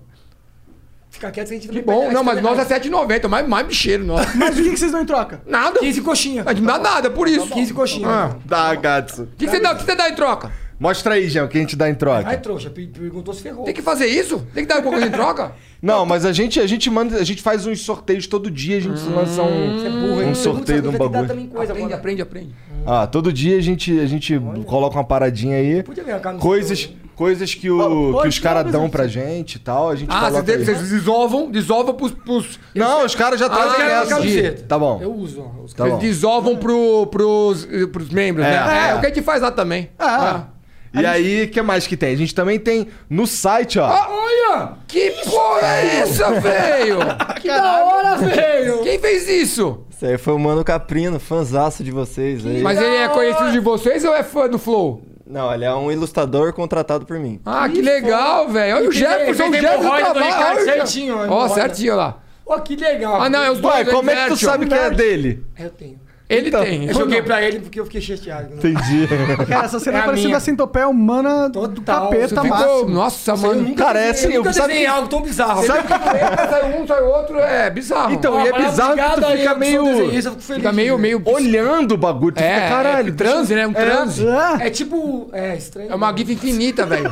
S5: Fica quieto que a gente
S4: Que bom, não, mas nós é 7,90, mais, mais bicheiro, nós.
S2: Mas o que que vocês dão em troca?
S4: Nada.
S5: 15 coxinha.
S4: Mas Não dá nada, é por isso.
S5: 15 coxinha.
S4: Ah.
S3: Dá, Tá, gato.
S4: O que, que você dá, o que você dá em troca?
S3: Mostra aí, Jean, o que a gente dá em
S5: Aí,
S3: troca.
S5: trouxa, pe- perguntou se ferrou.
S4: Tem que fazer isso? Tem que dar alguma coisa em troca?
S3: Não, mas a gente, a gente manda. A gente faz uns sorteios todo dia, a gente lança
S4: Hum. é
S3: um.
S5: é Burro, hein?
S3: Um sorteio de um
S5: Vai ter que dar
S3: bagulho.
S5: também coisa
S4: Aprende,
S5: agora.
S4: aprende, aprende.
S3: Ah, todo dia a gente, a gente coloca uma paradinha aí.
S5: Podia arrancar no
S3: Coisas,
S5: sorteio,
S3: coisas que, o, que os caras dão pra gente e tal. A gente
S4: Ah, vocês,
S3: coloca aí.
S4: vocês desovam, desovam pros. pros
S3: Não, os caras já
S4: Ah,
S3: trazem
S4: eu
S3: essa.
S4: quero
S5: camiseta.
S3: Tá bom.
S5: Eu uso, ó. Os
S3: Tá bom.
S4: Eles desovam pro, pros, pros membros,
S3: É.
S4: né? É,
S3: É.
S4: o que a gente faz lá também.
S2: Ah,
S3: E aí, o que mais que tem? A gente também tem no site, ó.
S5: Olha!
S4: Que porra é essa, velho?
S5: Que da hora, velho!
S4: Quem fez isso?
S7: Isso aí foi o Mano Caprino, fanzaço de vocês aí.
S4: Mas ele é conhecido de vocês ou é fã do Flow?
S7: Não, ele é um ilustrador contratado por mim.
S4: Ah, que legal, velho. Olha o
S5: E
S4: Jefferson, o
S5: tem
S4: Jefferson
S5: hemorroida do Ricardo
S4: trabalha. olha.
S5: né, certinho, ó,
S4: Ó,
S5: hemorroida.
S4: certinho lá.
S5: Ó, que legal.
S4: Ah, não, é os dois.
S3: Ué,
S4: é
S3: como é que tu
S4: Inversion.
S3: sabe que é dele?
S5: Eu tenho.
S4: Ele
S3: Então,
S4: tem.
S5: Eu joguei pra ele porque eu fiquei chateado.
S3: Entendi.
S2: Cara, essa cena
S5: É a
S2: é parecida
S5: minha.
S2: a centopeia humana do
S5: Total. Você
S2: capeta
S4: Ficou-
S2: máximo.
S4: Nossa, mano.
S3: Cara, é assim,
S5: eu nunca
S3: eu- sabe
S5: desenhei
S3: que-
S5: algo tão bizarro.
S3: Sabe que
S4: Sai um, sai outro, é bizarro.
S3: Então, e é
S5: Mas
S3: bizarro que
S5: obrigado
S3: tu
S5: aí,
S3: fica
S4: um
S5: eu que sou desenhista, eu
S3: meio.
S5: fico feliz
S4: fica meio,
S5: de ver.
S4: meio...
S3: olhando o bagulho. Tu
S4: né? É,
S3: fica, caralho.
S4: é transe, né? Um transe.
S2: Ah,
S5: É tipo... É estranho.
S4: É uma gif infinita, velho.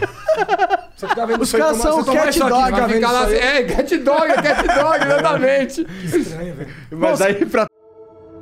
S5: Você fica vendo
S2: Os
S5: isso aí,
S2: caras
S5: toma-
S2: são
S5: você toma
S2: cat
S5: isso aqui,
S2: dog,
S5: fica
S4: Vai
S5: vendo
S4: ficar lá
S5: isso
S4: assim,
S5: aí.
S4: é, cat dog, é cat dog, exatamente.
S5: Estranho, velho.
S3: Mas aí pra.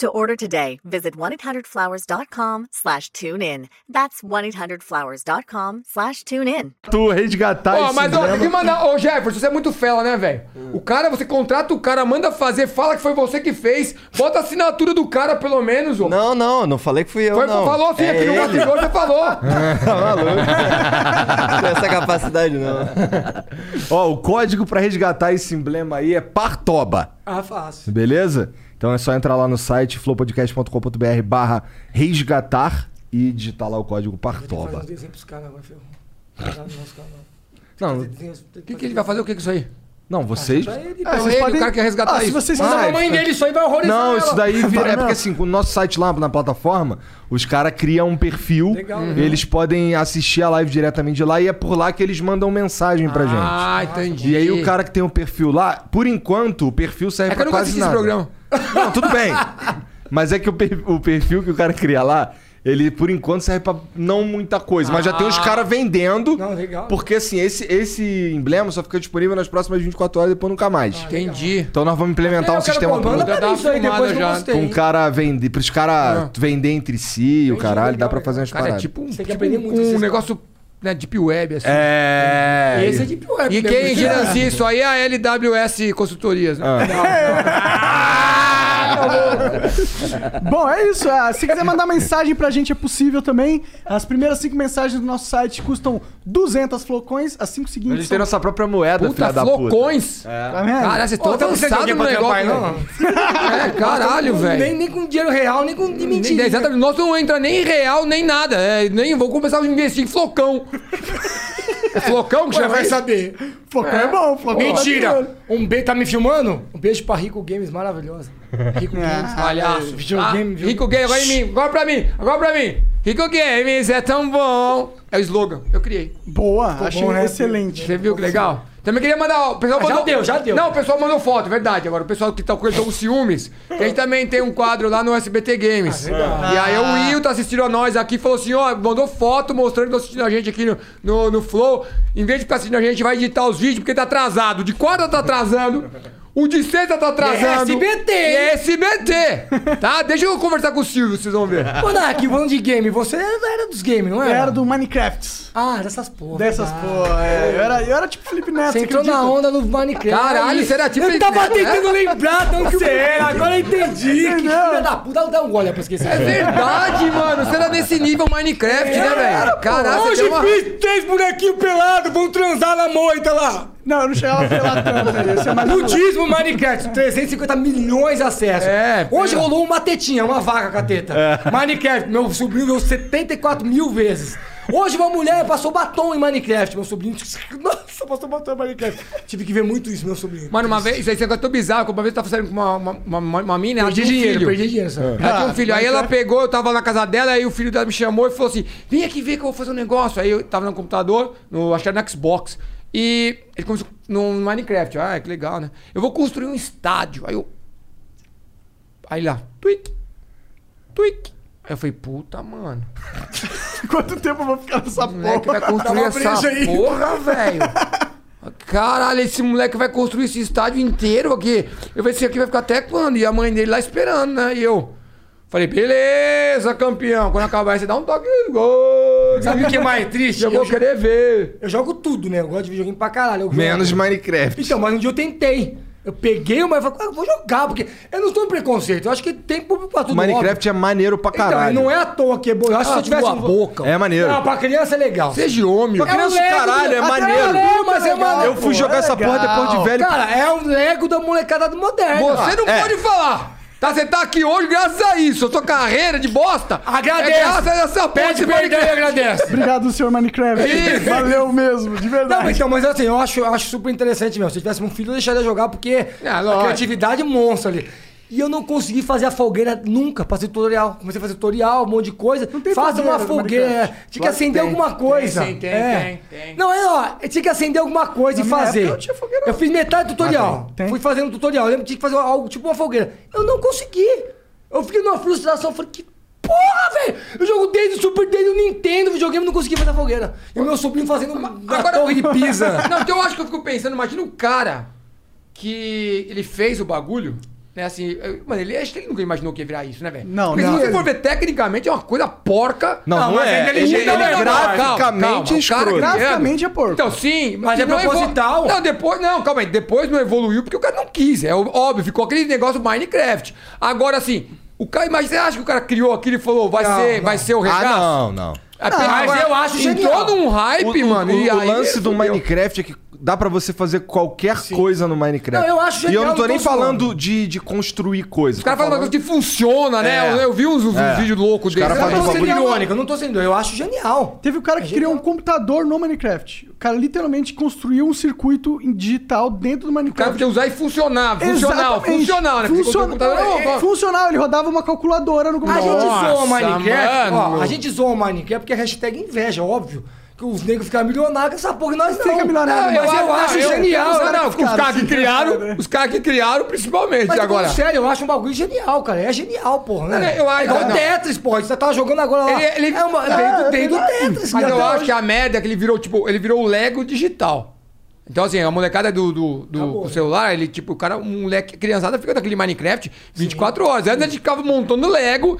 S1: To order today, visit 1-800-Flowers.com slash tune in. That's 1-800-Flowers.com slash tune in.
S3: Tu resgatar Tá
S4: Ó,
S3: esse
S4: mas ó, tem que
S3: lema.
S4: mandar. Ô, Jefferson, você é muito fela, né, velho?
S7: Hum.
S4: O cara, você contrata o cara, manda fazer, fala que foi você que fez, bota a assinatura do cara, pelo menos, ô.
S7: Não, não, não falei que fui eu,
S4: foi,
S7: não.
S4: falou assim,
S7: É
S4: aqui no
S7: ele.
S4: bastidor você falou.
S3: É.
S4: é
S7: Tá maluco? Não tem essa é capacidade, não.
S3: Ó, o código pra resgatar esse emblema aí é Partoba,
S5: Ah, fácil.
S3: beleza? Então é só entrar lá no site flowpodcast.com.br barra resgatar e digitar lá o código
S5: Vou fazer
S3: Partoba.
S5: uns desenhos pros caras, vai, filho. Não, não, não.
S3: Não,
S4: O que, que ele vai fazer? O que que é isso aí?
S3: não, vocês...
S4: Então
S2: vocês
S4: ele,
S2: podem-
S4: o cara quer resgatar
S2: Ah, se
S4: isso.
S2: vocês
S4: Mas
S2: quiserem-
S4: a mãe dele, isso aí vai horrorizar
S3: Não,
S4: ela.
S3: isso daí vira. É porque assim, com o nosso site lá na plataforma, os caras criam um perfil,
S5: Legal,
S4: Uhum.
S5: né?
S3: eles podem assistir a live diretamente de lá e é por lá que eles mandam mensagem pra gente.
S4: Ah, entendi.
S3: E aí o cara que tem o perfil lá, por enquanto, o perfil serve
S4: É que
S3: pra
S4: eu nunca
S3: quase
S4: assisti
S3: nada.
S4: esse programa.
S3: Não, tudo bem. Mas é que o, per- o perfil que o cara cria lá, ele por enquanto serve pra não muita coisa. Mas já tem
S4: Ah.
S3: os caras
S4: é
S3: vendendo.
S5: Não, legal.
S3: Porque assim, esse, esse emblema só fica disponível nas próximas 24 horas e depois nunca mais.
S5: Ah,
S4: Entendi.
S3: Então nós vamos implementar
S4: Eu
S3: um
S4: quero,
S3: sistema
S4: pô,
S3: pro-
S4: manda
S5: Manda
S4: pra
S5: pra
S4: dar
S5: mim isso aí
S4: filmada
S5: depois que eu
S4: já,
S5: gostei.
S3: com um
S5: hein? Ah.
S3: cara vender, pros caras vender entre si, o caralho, dá pra fazer umas
S4: Cara, é
S3: paradas.
S4: tipo um,
S5: Você quer
S4: tipo
S5: aprender
S4: um-
S5: muito com
S4: um
S5: esses
S4: negócio né, deep web, assim.
S3: É.
S5: Esse é de pior.
S4: E quem gerencia isso aí é a LWS Consultorias, né?
S7: Ah.
S8: Ah, tá
S2: Bom, é isso. Ah, se quiser mandar mensagem pra gente, é possível também. As primeiras cinco mensagens do nosso site custam 200 flocões. As cinco
S3: A
S2: seguintes
S3: gente tem nossa própria moeda,
S4: Puta,
S3: filha da puta.
S4: flocões.
S2: Tá vendo?
S4: Caralho, vocês estão
S5: Ô, então não sei
S4: avançados
S5: quem
S4: no
S5: é que
S4: negócio,
S5: vai trampar,
S4: velho. É, caralho,
S5: Nem,
S4: velho.
S5: nem com dinheiro real, nem com de
S4: Nem-
S5: mentira.
S4: Exatamente. Nós não entra nem real, nem nada. É, nem vou começar a investir em flocão. É flocão que já vai saber.
S2: Flocão é, bom, Flocão. tá tirando.
S4: é
S5: Mentira! Um beijo, tá me filmando? Um beijo pra Rico Games maravilhosa. Rico
S4: É.
S5: Games,
S4: Palhaço.
S5: É, Videogame,
S4: Ah,
S5: viu?
S4: Rico Game, agora em mim. Agora pra mim. Agora pra mim. Rico Games é tão bom. É o slogan. Eu criei.
S2: Boa, Ah, achei
S5: bom, né?
S2: excelente.
S4: Você viu que legal? Também queria mandar. O pessoal
S5: Ah, já
S4: mandou-
S5: deu, já deu.
S4: Não, o pessoal mandou foto, verdade. Agora, o pessoal que tá com ele com ciúmes. que A gente também tem um quadro lá no SBT
S5: Ah,
S4: Games. e aí o Will tá assistindo a nós aqui falou assim: ó, mandou foto mostrando que tá assistindo a gente aqui no, no, no Flow. Em vez de ficar assistindo a gente, vai editar os vídeos porque tá atrasado. O De quarta tá atrasando. O de sexta tá atrasando.
S5: E é SBT,
S4: E é
S5: hein?
S4: SBT! Tá? Deixa eu conversar com o Silvio, vocês vão ver.
S5: Ô, Nark, falando de game, você era dos games, não era?
S2: Era do Minecraft.
S5: Ah, dessas porra.
S2: Dessas,
S5: Ah.
S2: pô. é, eu, era, eu era tipo Felipe Neto.
S5: Você entrou
S2: acredita?
S5: na onda do Minecraft.
S4: Caralho, você era tipo-
S5: Eu tava
S4: né?
S5: tentando lembrar de onde você era, agora eu entendi.
S2: É,
S5: Que filha da puta, dá um gole pra esquecer.
S4: É verdade, mano. Você era nesse nível Minecraft, né, velho? Caralho, você
S5: Hoje
S4: tem uma...
S5: fiz três bonequinhos pelados, vão transar na moita lá.
S2: Não, eu não chegava a ver lá tanto. né? Esse é mais
S5: Nudismo Minecraft, 350 milhões de acessos.
S4: É,
S5: Hoje rolou uma tetinha, uma vaca com a teta. Minecraft, meu sobrinho deu 74 mil vezes. Hoje uma mulher passou batom em Minecraft, meu sobrinho. Nossa, passou batom em Minecraft. Tive que ver muito isso, meu sobrinho.
S4: Mano, uma vez, isso aí é tão bizarro, que uma vez eu tava saindo com uma, uma, uma, uma- uma mina, ela
S5: perdi
S4: tinha um
S5: dinheiro,
S4: filho.
S5: perdi dinheiro, sabe? Ah,
S4: Ela tinha um filho. Aí ela pegou, eu tava na casa dela, aí o filho dela me chamou e falou assim: vem aqui ver que eu vou fazer um negócio. Aí eu tava no computador, no, acho que era no Xbox. E ele começou no Minecraft. Ah, que legal, né? Eu vou construir um estádio. Aí eu. Aí lá, tweet, tweet. Aí eu falei, puta, mano.
S2: Quanto tempo eu vou ficar nessa
S4: O moleque vai
S2: porra?
S4: construir
S5: Dá uma brecha
S4: essa
S5: aí.
S4: porra, velho. Caralho, esse moleque vai construir esse estádio inteiro aqui. Eu falei, esse aqui vai ficar até quando? E a mãe dele lá esperando, né? E eu falei, beleza, campeão. Quando acabar, você dá um toque. Gol.
S5: Sabe o que é mais triste?
S4: Eu vou querer ver.
S5: Eu jogo tudo, né? Eu gosto de videogame pra caralho. eu
S3: Menos
S5: jogo.
S3: Minecraft.
S5: Então, mas um dia eu tentei. Eu peguei uma e falei, ah, eu vou jogar, porque eu não estou em preconceito. Eu acho que tem público pra
S4: um
S5: tudo.
S3: Minecraft é maneiro pra
S5: óbvio.
S3: caralho.
S5: Então, não é à toa que é bom. Eu acho que se eu tivesse. um-
S4: boca.
S3: É maneiro.
S5: Não, pra criança é legal.
S4: Seja homem.
S5: É um
S3: criança,
S5: Lego,
S3: caralho, é
S5: até
S3: maneiro.
S5: um Lego, mas é maneiro.
S3: Eu fui jogar essa porra depois de velho.
S5: Cara, é um Lego da molecada do moderno.
S4: Você não
S3: É.
S4: pode falar. Tá, você tá aqui hoje graças a isso. A sua carreira de bosta.
S5: Agradeço.
S4: É graças a essa porra
S5: Pede
S4: de
S5: perdão e
S4: Minecraft.
S5: agradece.
S2: Obrigado, senhor Minecraft.
S4: Isso.
S2: Valeu mesmo, de
S5: Não,
S2: verdade.
S5: mas então, mas assim, eu acho, eu acho super interessante mesmo. Se eu tivesse um filho, eu deixaria jogar, porque
S4: Ah,
S5: a
S4: lógico.
S5: criatividade é monstro ali. E eu não consegui fazer a fogueira nunca, passei tutorial. Comecei a fazer tutorial, um monte de coisa.
S2: tem
S5: Faz
S2: fogueira
S5: uma
S2: no
S5: fogueira. é. Tinha que acender alguma coisa.
S4: tem, tem,
S5: É.
S4: tem, tem.
S5: Não, é, ó, eu tinha que acender alguma coisa e
S2: minha
S5: fazer.
S2: época não tinha fogueira,
S5: eu fiz metade do tutorial.
S2: tem.
S5: Fui fazendo um tutorial. Eu lembro que tinha que fazer algo tipo uma fogueira. Eu não consegui. Eu fiquei numa frustração, eu falei, que porra, velho! Eu jogo desde o Super, desde o Nintendo, videogame, não consegui fazer a fogueira. E o meu sobrinho fazendo uma, uma
S4: Agora-
S5: torre de pisa.
S4: Não, então eu acho que eu fico pensando, imagina o cara que ele fez o bagulho Né, assim, eu- mano, ele acho que ele nunca imaginou que ia virar isso, né, velho?
S2: Não,
S4: Porque
S2: não.
S4: se você for ver tecnicamente, é uma coisa porca.
S3: Não, não
S4: mas
S3: é.
S4: ainda
S3: Ele-
S4: não,
S3: ele
S4: não, não, calma,
S3: graficamente
S4: calma, o cara
S3: escroto.
S4: criando-
S2: Graficamente é porco.
S4: Então, sim,
S5: Mas
S4: e
S5: é
S4: não evolu-
S5: proposital.
S4: Não, depois, não, calma aí. Depois não evoluiu porque o cara não quis. É óbvio, ficou aquele negócio Minecraft. Agora, assim, o cara, mas você acha que o cara criou aquilo e falou, vai,
S5: Não,
S4: ser,
S5: não.
S4: vai ser o regaço?
S3: Ah, não, não.
S4: É, porque
S5: mas eu acho
S4: Entrou
S5: genial.
S4: num um hype,
S3: o,
S4: mano.
S3: o-
S4: e
S3: o
S4: aí
S3: lance do
S4: fudeu.
S3: Minecraft é que dá pra você fazer qualquer coisa no Minecraft.
S5: Não, eu acho
S3: E eu
S5: genial,
S3: não tô
S5: não
S3: nem
S5: tô
S3: falando de, de construir coisas.
S4: Os caras falam uma coisa
S3: falando-
S4: que funciona, né?
S3: É.
S4: Eu, eu vi uns, uns
S3: É.
S4: vídeos loucos né?
S3: Os caras
S5: Eu
S3: fazem
S5: não
S3: um
S5: tô sendo
S3: bagulho-
S5: irônico, eu não tô sendo. Eu acho genial.
S2: Teve um cara que criou um computador no Minecraft. O cara literalmente construiu um circuito em digital dentro do
S4: O cara
S2: Minecraft.
S4: podia usar e funcionar. Funcional,
S2: Exatamente.
S4: funcional, né? Porque
S2: Funciona-
S4: quando o computador-
S2: é, funcional, ele rodava uma calculadora no
S5: A gente
S2: computador.
S5: zoa o
S4: Nossa,
S5: Minecraft.
S4: mano.
S5: Ó, a gente zoa o Minecraft porque é hashtag inveja, óbvio. Que os negros ficam milionários com essa porra e nós não.
S2: Fica milionário,
S5: Não, mas eu, acho genial.
S4: Não, não,
S5: cara.
S4: os caras que
S2: assim,
S4: criaram,
S2: cara.
S4: os caras que criaram principalmente
S5: Mas agora.
S4: agora.
S5: sério, eu acho um bagulho genial, cara. É genial, porra. Né?
S4: Não, eu acho-
S5: é igual
S4: não.
S5: Tetris, porra. Você tava tá jogando agora lá.
S4: Ele- ele-
S5: é uma,
S4: Ah,
S5: veio do, veio do
S2: verdade.
S5: Tetris,
S4: Mas
S5: cara.
S4: eu acho que a merda é que ele virou, tipo, ele virou o Lego digital. Então, assim, a molecada do, do, do-
S5: né?
S4: do celular, ele, tipo, o cara, um moleque, criançada fica naquele Minecraft 24 horas. Antes a gente ficava montando Lego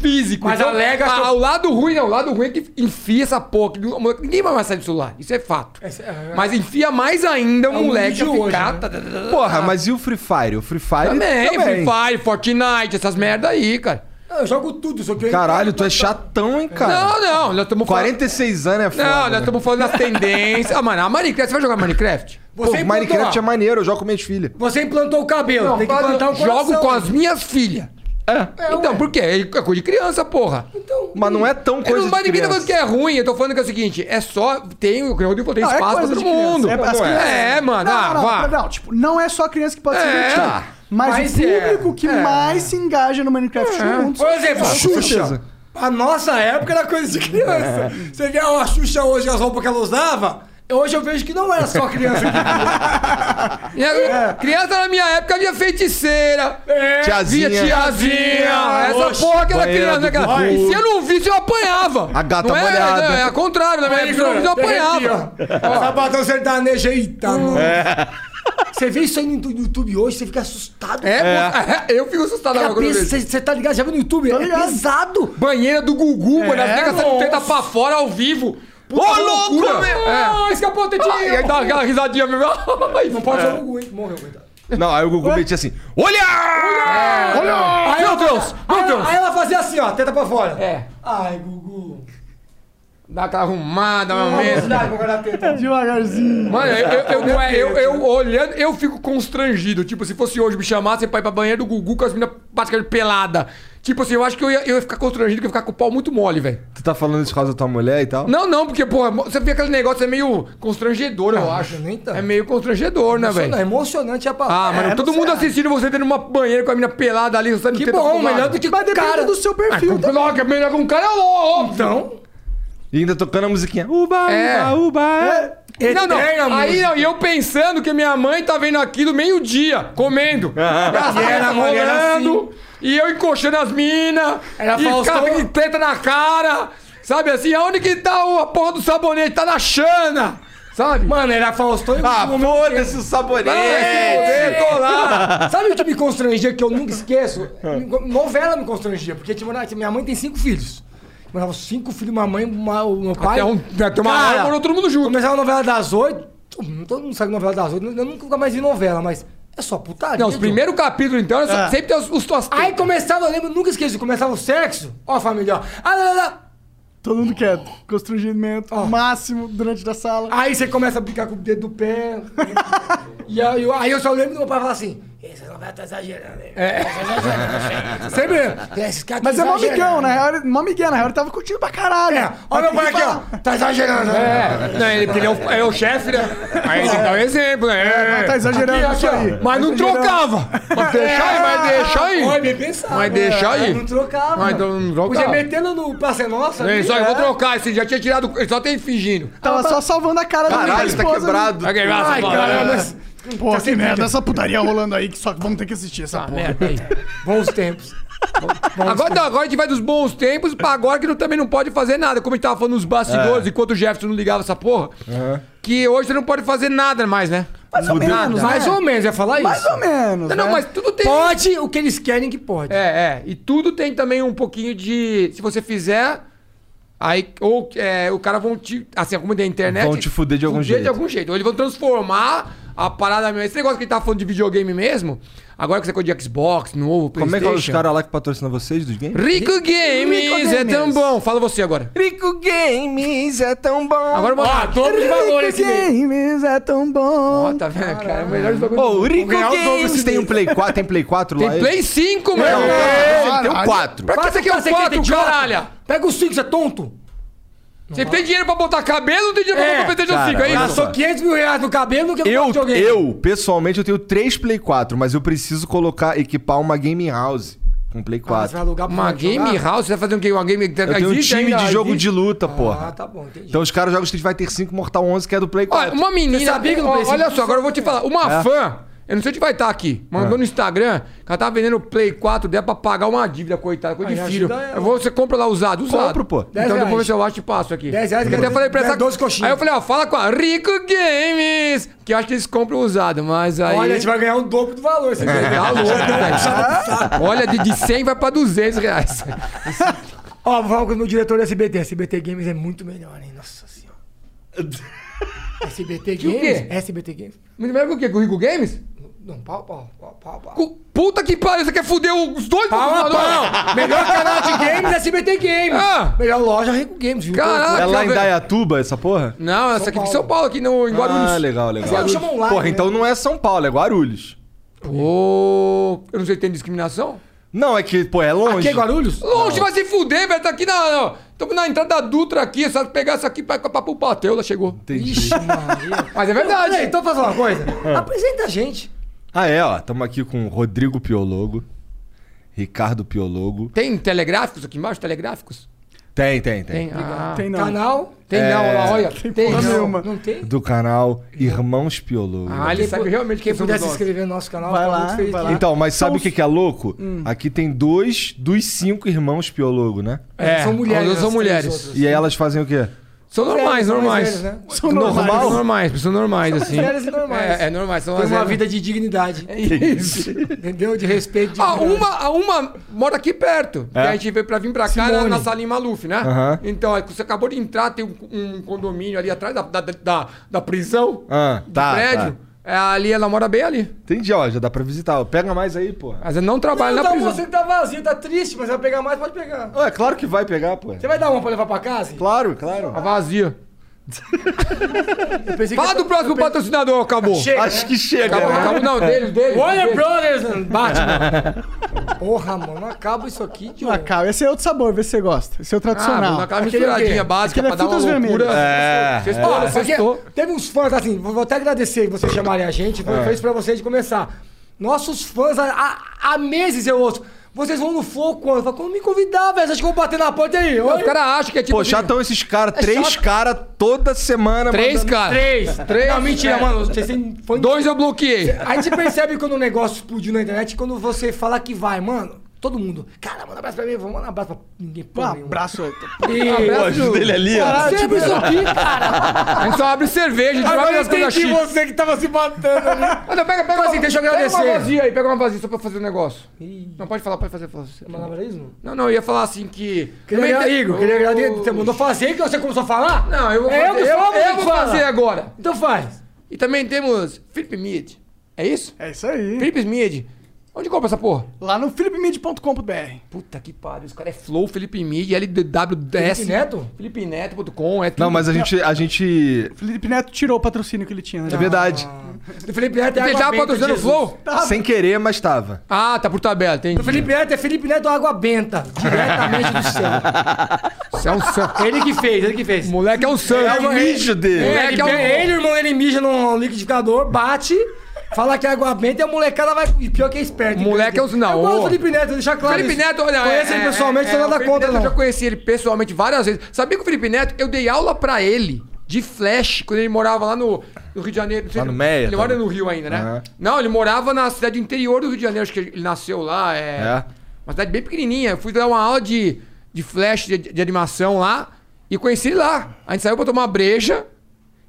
S4: físico. Então,
S5: Mas a Lego é
S4: a,
S5: achou-
S4: O lado ruim, não. O lado ruim é que enfia essa porra. que o moleque- ninguém vai mais sair do celular. Isso é fato.
S5: Esse- é-
S4: Mas enfia mais ainda o
S5: um
S4: moleque a
S5: vídeo hoje,
S4: ficar...
S5: né?
S4: tá, tá, tá, tá,
S3: Porra,
S4: tá.
S3: Ah, mas e o Free Fire? O Free Fire
S4: Também,
S3: também.
S4: Free Fire, Fortnite, essas merda aí, cara.
S5: Eu jogo tudo, só que eu- tá.
S3: Caralho, tu é chatão, hein, cara?
S4: Não, não, nós estamos falando.
S3: 46 anos é foda.
S4: Não,
S3: né?
S4: nós estamos falando das tendências. Ah, mano, a Minecraft, você vai jogar Minecraft?
S3: Pô,
S5: Você
S3: Minecraft
S5: implantou,
S3: é maneiro, eu jogo com minhas filhas.
S5: Você implantou o cabelo, tem que
S4: Fala,
S5: implantar o coração. né?
S4: Jogo com as minhas filhas. então,
S5: ué.
S4: por quê? É coisa de criança, porra.
S5: Então,
S3: Mas não é tão
S4: Eu
S3: coisa
S4: não, mas
S3: de
S4: ninguém tá
S3: criança.
S4: falando que é ruim, eu tô falando que é o seguinte, é só, tem, o que o Rodrigo falou, tem
S2: Não, é
S4: espaço pra
S2: coisa
S4: todo
S2: de criança,
S4: mundo.
S2: é pra-
S4: É,
S2: as crianças-
S4: mano,
S2: não,
S4: ah,
S2: não,
S4: vá.
S2: não, tipo, não é só criança que pode ser
S4: É.
S2: divertida. Mas,
S5: Mas
S2: o
S5: é.
S2: público que
S5: É.
S2: mais se engaja no Minecraft é. mundo
S5: Por exemplo,
S4: Ah,
S5: a Xuxa.
S3: certeza.
S5: A nossa época era coisa de
S4: É.
S5: criança. Você vê ó, a Xuxa hoje, as roupas que ela usava, hoje eu vejo que não era só criança.
S4: Minha-
S5: É.
S4: Criança na minha época via feiticeira,
S3: Tiazinha.
S4: via tiazinha, essa
S5: Oxe,
S4: porra que era
S3: banheira
S4: criança.
S3: do
S4: né, cara?
S3: Gugu.
S4: Se eu não visse, eu apanhava.
S3: A gata
S5: né,
S4: não é,
S3: molhada.
S4: não, é ao contrário, na minha época, se eu não visse, eu apanhava.
S5: ó. Sapatão sertanejo, tá
S4: É.
S5: eita, mano. Você vê isso aí no YouTube hoje, você fica assustado.
S4: É, é, eu fico assustado agora quando eu vejo.
S5: Você você tá ligado? Já viu no YouTube? é
S2: ligado.
S5: pesado.
S4: Banheira do Gugu, mano. As negas né? saindo
S5: É, nossa.
S4: teta pra fora ao vivo. Ô,
S3: louco, meu!
S5: Ah,
S4: É. Escapou, tetinho! E aí dá aquela risadinha mesmo. É. Não
S5: Pode um-
S4: pode
S5: jogar o Gugu, hein? Morreu, coitado.
S3: É. Não, aí o Gugu metia assim: Olha!
S4: Olha! Meu Deus! Meu
S5: Aí
S4: Deus!
S5: ela, aí ela Ah, fazia assim, ó, tenta pra fora.
S4: É.
S5: Ai, Gugu.
S4: Dá aquela arrumada, meu mesmo.
S5: Velocidade pra guardar a teta.
S2: Devagarzinho.
S4: Mano, eu, eu, é eu, eu- eu olhando, eu fico constrangido. Tipo, se fosse hoje me chamasse pra ir pra banheira do Gugu com as meninas praticamente pelada. Tipo assim, eu acho que eu ia, eu ia ficar constrangido, que eu ia ficar com o pau muito mole, velho.
S3: Tu tá falando isso por causa da tua mulher e tal?
S4: Não, não, porque, porra, você vê aquele negócio, é meio constrangedor, eu
S5: Ah,
S4: acho.
S5: nem tanto.
S4: É meio constrangedor, né, velho?
S5: Emocionante, é emocionante a palavra.
S4: Ah, mano,
S5: É,
S4: todo
S5: não
S4: mundo
S5: sei.
S4: assistindo você tendo uma banheira com a mina pelada ali, você
S5: Que bom, melhor do que
S2: Mas depende
S5: cara
S2: do seu
S4: Ah, com,
S2: perfil. também.
S4: logo, é melhor que um cara louco.
S5: Então,
S3: E ainda tocando a musiquinha. Uba,
S4: É.
S3: uba, uba.
S4: Não, não.
S5: É Eterna
S4: Aí
S5: música.
S4: não, e eu pensando que minha mãe tá vendo aquilo meio-dia, comendo. As
S5: Ah, E era,
S4: tetas
S5: mano, era assim.
S4: rolando, E eu encoxando as minas.
S5: Era
S4: e
S5: Faustão.
S4: cara com teta na cara. Sabe assim, aonde que tá o- a porra do sabonete? Tá na chana. Sabe?
S5: mano, era Faustão e
S3: Ah,
S5: Gugu.
S3: foda-se o sabonete!
S4: Ah, esse poder, tô lá.
S5: Sabe o que me constrangia, que eu nunca esqueço? Me- Novela me constrangia, porque tipo, na- minha mãe tem cinco filhos. Morava cinco filhos, uma mãe, uma, o meu pai.
S4: Até um- até uma hora morou todo mundo junto.
S5: Começava a novela das oito, todo mundo sabe novela das oito, eu nunca mais vi novela, mas é só putaria.
S4: Não, os
S5: tio.
S4: primeiros capítulos, então, é só-
S5: Ah.
S4: sempre tem os, os tuas tetas.
S5: Aí começava, eu lembro, nunca esqueço, começava o sexo, ó família, ó. Ah, lá, lá, lá.
S2: Todo mundo quieto. Constrangimento máximo durante da sala.
S5: Aí você começa a brincar com o dedo do pé. e aí eu, aí eu só lembro do meu pai falar assim: esse novela tá exagerando, hein? É. Tá exagerando. Sempre. "É, Esse cara tá
S2: Mas é mó
S5: exagerando."
S2: amigão, na real. ele- Mó amiguinha, na real, ele tava curtindo pra caralho.
S5: É, olha meu pai aqui, ó. Tá exagerando, né?
S4: É, não, ele, porque ele é o, é o chefe, né? Aí tem que dar um exemplo, né? É,
S2: Tá exagerando
S4: Aqui,
S2: isso
S4: ó,
S2: aí. É.
S4: Mas não trocava. Mas deixa aí, mas deixa
S5: Olha,
S4: aí.
S5: bem pensado.
S4: Mas deixa
S5: É,
S4: aí.
S5: Não trocava.
S4: Mas não- não trocava.
S5: Podia metendo no passe nossa.
S4: Ele
S5: ali. né?
S4: só eu vou trocar, esse já tinha tirado. Ele só tem fingindo.
S2: Tava só salvando a cara da
S3: Caralho, tá quebrado.
S4: Vai quebrar
S5: Ai,
S4: essa
S5: cara,
S4: bola.
S5: mas.
S2: Pô,
S5: Tá
S2: que
S5: sem
S2: merda,
S5: vida.
S2: essa putaria rolando aí que só vamos ter que assistir essa
S4: Ah,
S2: porra.
S4: merda, aí.
S5: Bons tempos.
S4: Agora, não, agora a gente vai dos bons tempos pra agora que não- também não pode fazer nada. Como a gente tava
S2: É.
S4: falando nos bastidores, enquanto o Jefferson não ligava essa porra. Que hoje você não pode fazer nada mais, né?
S2: Mais ou
S3: Fudeu.
S2: menos,
S5: Mais
S2: né?
S5: ou menos, ia falar isso.
S2: Mais ou menos.
S4: Não, não,
S2: né?
S4: mas tudo tem. um-
S5: Pode o que eles querem que pode.
S4: É, é. E tudo tem também um pouquinho de. Se você fizer. Aí, ou é, o cara vão te. Assim, como tem internet.
S3: Vão te fuder de algum
S4: De
S3: jeito.
S4: algum jeito. Ou eles vão transformar a parada mesmo. Esse negócio que ele tá falando de videogame mesmo. Agora que você coisa de Xbox, novo,
S3: Como é que é os
S4: PlayStation.
S3: caras lá que patrocinam vocês dos games?
S4: Rico Games, é tão
S2: Games.
S4: bom. Fala você agora.
S3: Rico Games é tão bom.
S4: Agora manda. Ah,
S5: dobro de valor esse mês.
S2: Games é tão bom.
S4: Tá vendo,
S2: é
S4: cara? O melhor jogo do
S3: Ô, o Rico
S4: Ganhar o dobro
S3: Games
S4: esse
S3: tem um
S4: mês.
S3: Play 4, tem Play 4 lá?
S4: Tem Play 5,
S5: É,
S4: meu. um
S3: Não, não, não, tem um o 4.
S4: Pra que você quer o 4, caralho?
S5: Pega o 5, você é tonto.
S4: Você tem dinheiro pra botar cabelo ou tem dinheiro pra
S5: É,
S4: botar PlayStation
S3: cara,
S4: 5? É
S3: olha
S4: isso?
S3: só.
S5: Gastou 500 mil reais no cabelo do que no
S3: Eu,
S5: videogame.
S3: eu, pessoalmente, eu tenho 3 Play 4, mas eu preciso colocar, equipar uma Game House com Play
S5: Ah, você
S3: 4.
S5: vai alugar pra
S4: Uma
S5: jogar?
S4: game house? Você vai fazer um quê? Uma game...
S3: eu tenho um time de jogo de luta,
S5: Ah,
S3: porra.
S5: tá bom, entendi.
S3: Então os caras jogam Street Fighter 5 Mortal 11, que é do Play
S4: Olha,
S3: 4.
S4: uma menina...
S5: Você sabia que no
S4: Ó,
S5: Play cinco
S4: Olha só, agora eu vou te falar. Uma
S3: É.
S4: fã, eu não sei onde vai estar aqui, mandou no Instagram que ela tava vendendo o Play 4 dela pra pagar uma dívida, coitada, coisa
S5: Aí,
S4: de
S5: ajuda
S4: filho.
S5: ela.
S4: Eu vou, você compra lá usado, usado.
S3: Compro, pô.
S4: Então depois
S5: é. reais.
S4: eu acho e passo aqui.
S5: 10 reais,
S4: eu até
S5: dez-
S4: falei pra
S5: dez,
S4: essa...
S5: doze coxinhas.
S4: Aí eu falei, ó, fala com a Rico Games, que eu acho que eles compram usado, mas aí...
S5: Olha, a gente vai ganhar um dobro do valor. Você tá
S4: Você Tá louco, velho. Olha, de, de 100 vai pra 200 reais.
S5: Ó, vou falar com o meu diretor do SBT. SBT Games é muito melhor, hein? Nossa senhora. SBT
S4: Que o
S5: Games?
S4: quê?
S5: SBT Games.
S4: Mas lembra o quê? Com o Rico Games?
S5: Não, pau, pau, pau, pau, pau.
S4: Com- Puta que pariu, você quer foder os dois
S5: Pau a
S4: computadores?
S5: pau. Melhor canal de games é SBT Games.
S4: Ah.
S5: Melhor loja Rico Games. viu?
S4: Caraca.
S3: É lá em
S4: Tá vendo?
S3: Dayatuba essa porra?
S4: Não, essa aqui é de
S5: Paulo.
S4: São Paulo, aqui no, em Guarulhos.
S3: Ah, legal, legal.
S5: Mas eles chamam online,
S3: porra,
S5: né?
S3: então não é São Paulo, é Guarulhos.
S4: Pô, eu não sei, tem discriminação?
S3: Não, é que, pô, é longe.
S5: Aqui é Guarulhos?
S4: Longe, vai se fuder, velho. Tá aqui na. na- Estamos na entrada da Dutra aqui, é só pegar isso aqui pra, pra, pra bateu, ela chegou.
S3: Entendi.
S5: Maria.
S4: Mas é verdade.
S5: Peraí, então faz uma coisa. Apresenta a gente.
S3: Ah, é, ó. Tamo aqui com Rodrigo Piologo, Ricardo Piologo.
S4: Tem telegráficos aqui embaixo? Telegráficos?
S3: Tem, tem, tem.
S4: Tem. Ah,
S2: Tem não.
S5: Canal. É.
S4: tem não, olha lá, olha. Tem,
S2: porra
S4: não.
S2: nenhuma.
S5: Não tem?
S3: Do canal Irmãos Piologo.
S4: Ah, ele sabe realmente
S5: Quem
S4: que
S5: puder se inscrever no nosso canal,
S2: Vai
S5: eu tô
S2: lá,
S5: muito feliz.
S4: Tá
S2: vai lá.
S3: Então, mas
S2: São
S3: sabe o
S2: os-
S3: que, que é louco?
S4: Hum.
S3: Aqui tem dois dos cinco irmãos Piologo, né?
S4: É,
S5: São mulheres.
S4: elas são
S5: as três
S4: mulheres.
S5: outras.
S3: E aí elas fazem o quê?
S4: São
S5: Mulheres,
S4: normais,
S5: são
S4: normais.
S5: mais velhas, né?
S2: São
S3: Normal?
S4: São normais, pessoas normais, assim.
S5: mulheres normais.
S4: É, é normais. São
S5: Tem
S4: as-
S5: uma vida de dignidade.
S4: Isso.
S5: É Entendeu? De respeito. De
S4: Ah,
S5: dignidade.
S4: uma, a uma mora aqui perto. Que
S3: Uhum. É.
S4: a gente veio pra vir pra cá na,
S5: Simone.
S4: na salinha Maluf, né?
S3: Aham.
S4: Então, aí você acabou de entrar, tem um, um condomínio ali atrás da, da, da, da prisão
S3: Ah,
S4: do
S3: tá,
S4: prédio.
S3: tá.
S4: É, ali ela mora bem ali.
S3: Entendi, ó, já dá pra visitar. ó. Pega mais aí, porra.
S4: Mas ela não trabalha
S5: Não,
S4: na
S5: tá,
S4: prisão.
S5: você que tá vazio, tá triste, mas vai pegar mais, pode pegar.
S3: Ah, é claro que vai pegar, porra.
S5: Você vai dar uma pra levar pra casa?
S3: Claro, claro.
S4: Tá vazia.
S5: Eu pensei
S4: Fala do próximo patrocinador, acabou.
S5: Chega,
S3: Acho que chega,
S4: Acabou,
S3: né?
S4: acabou. Não, dele, dele.
S5: Warner
S4: dele.
S5: Brothers, Batman. Porra, mano, não acaba isso aqui, tio.
S2: Não, acaba. Esse é outro sabor, vê se você gosta. Esse é o
S4: Ah,
S2: tradicional.
S5: Aquele é
S4: aquela
S5: o quê?
S4: misturadinha básica
S2: Aquele é
S4: pra dar uma
S2: frutas
S4: loucura.
S2: vermelhas.
S3: É,
S4: Vocês
S3: é.
S4: falaram,
S5: Porque
S4: sextou.
S5: teve uns fãs, assim, vou vou até agradecer vocês chamarem a gente, foi
S3: É.
S5: foi isso pra vocês de começar. Nossos fãs, há- há, há meses eu ouço, vocês vão no Flow quando? Eu falo, Quando me convidar, velho, vocês vão bater na porta aí.
S4: Não,
S5: Oi? É
S4: Os caras acham que é tipo.
S3: Pô,
S4: assim,
S3: chatão esses caras. Três
S5: chato.
S3: caras toda semana.
S4: Três caras.
S5: Três, três. Não, mentira, mano, vocês têm fã de-
S4: Dois eu bloqueei.
S5: A gente percebe quando o negócio explodiu na internet, quando você fala que vai, mano, todo mundo, cara, manda um abraço pra mim, vamos mandar um abraço pra ninguém.
S2: Um
S4: Ah,
S5: porra nenhuma.
S2: abraço. tipo
S5: E-
S3: Ajuda dele ali, ó.
S5: Caralho,
S4: tipo
S5: Sempre
S2: é
S5: isso aqui, cara.
S4: A gente só abre cerveja, a gente não abre
S5: Agora eu
S4: as coisas
S5: entendi
S4: chiques.
S5: você que tava se matando ali.
S4: Olha, pega, pega,
S5: Então, assim,
S4: uma-
S5: deixa eu
S4: Pega
S5: agradecer.
S4: uma vazia aí, pega uma vazia só pra fazer um negócio. Não, pode falar, pode fazer. Fala, você-
S5: Malabarismo?
S4: Não, não, eu ia falar assim que.
S5: Queria,
S4: Também tem-
S5: Igor, queria agradecer. Você mandou fazer que você começou a falar?
S4: Não, eu vou
S5: É
S4: fazer.
S5: que
S4: eu,
S5: falo,
S4: eu
S5: você
S4: vou
S5: fala.
S4: fazer agora.
S5: Então faz.
S4: E também temos Felipe Mid. É isso?
S2: É isso aí.
S4: Felipe Mid. Onde compra essa porra?
S2: Lá no philipmid.com.br.
S4: Puta que pariu, esse cara é Flow, Felipe Mid, LWDS.
S5: Felipe Neto?
S4: FelipeNeto.com, é tudo.
S3: Não, mas a gente, a gente.
S2: Felipe Neto tirou o patrocínio que ele tinha, né?
S3: É verdade.
S5: O Felipe Neto é
S4: Ele
S5: água
S4: tava
S5: benta.
S4: patrocinando o
S5: Jesus.
S4: Flow?
S3: Sem querer, mas tava.
S4: Ah, tá por tabela, tem.
S5: O Felipe Neto é Felipe Neto Água Benta, diretamente do céu.
S4: é um santo.
S5: Ele que fez, ele que fez.
S4: O moleque é um santo.
S3: É o mijo dele.
S5: É,
S4: Moleque
S5: ele,
S4: é um-
S5: pega- ele, irmão, ele mija no liquidificador, bate, fala que é água benta e a molecada vai. E pior que é esperto. hein,
S4: Moleque
S5: cara?
S4: é um- não,
S5: Eu gosto
S4: ô.
S5: do Felipe Neto, deixa claro.
S4: Felipe
S5: isso.
S4: Neto, olha.
S5: Conheço ele pessoalmente, não
S4: é,
S5: sou
S4: o
S5: nada
S4: Felipe
S5: contra,
S4: Neto,
S5: não.
S4: Eu já conheci ele pessoalmente várias vezes. Sabia que o Felipe Neto, eu dei aula pra ele de flash quando ele morava lá no, no Rio de Janeiro. não sei
S3: Lá
S4: se-
S3: no Meia,
S4: Ele
S3: tá?
S4: mora no Rio ainda, né?
S3: Aham.
S4: Não, ele morava na cidade do interior do Rio de Janeiro, acho que ele nasceu lá. É.
S3: É.
S4: Uma cidade bem pequenininha. Eu fui dar uma aula de, de flash, de, de animação lá. E conheci ele lá. A gente saiu pra tomar breja.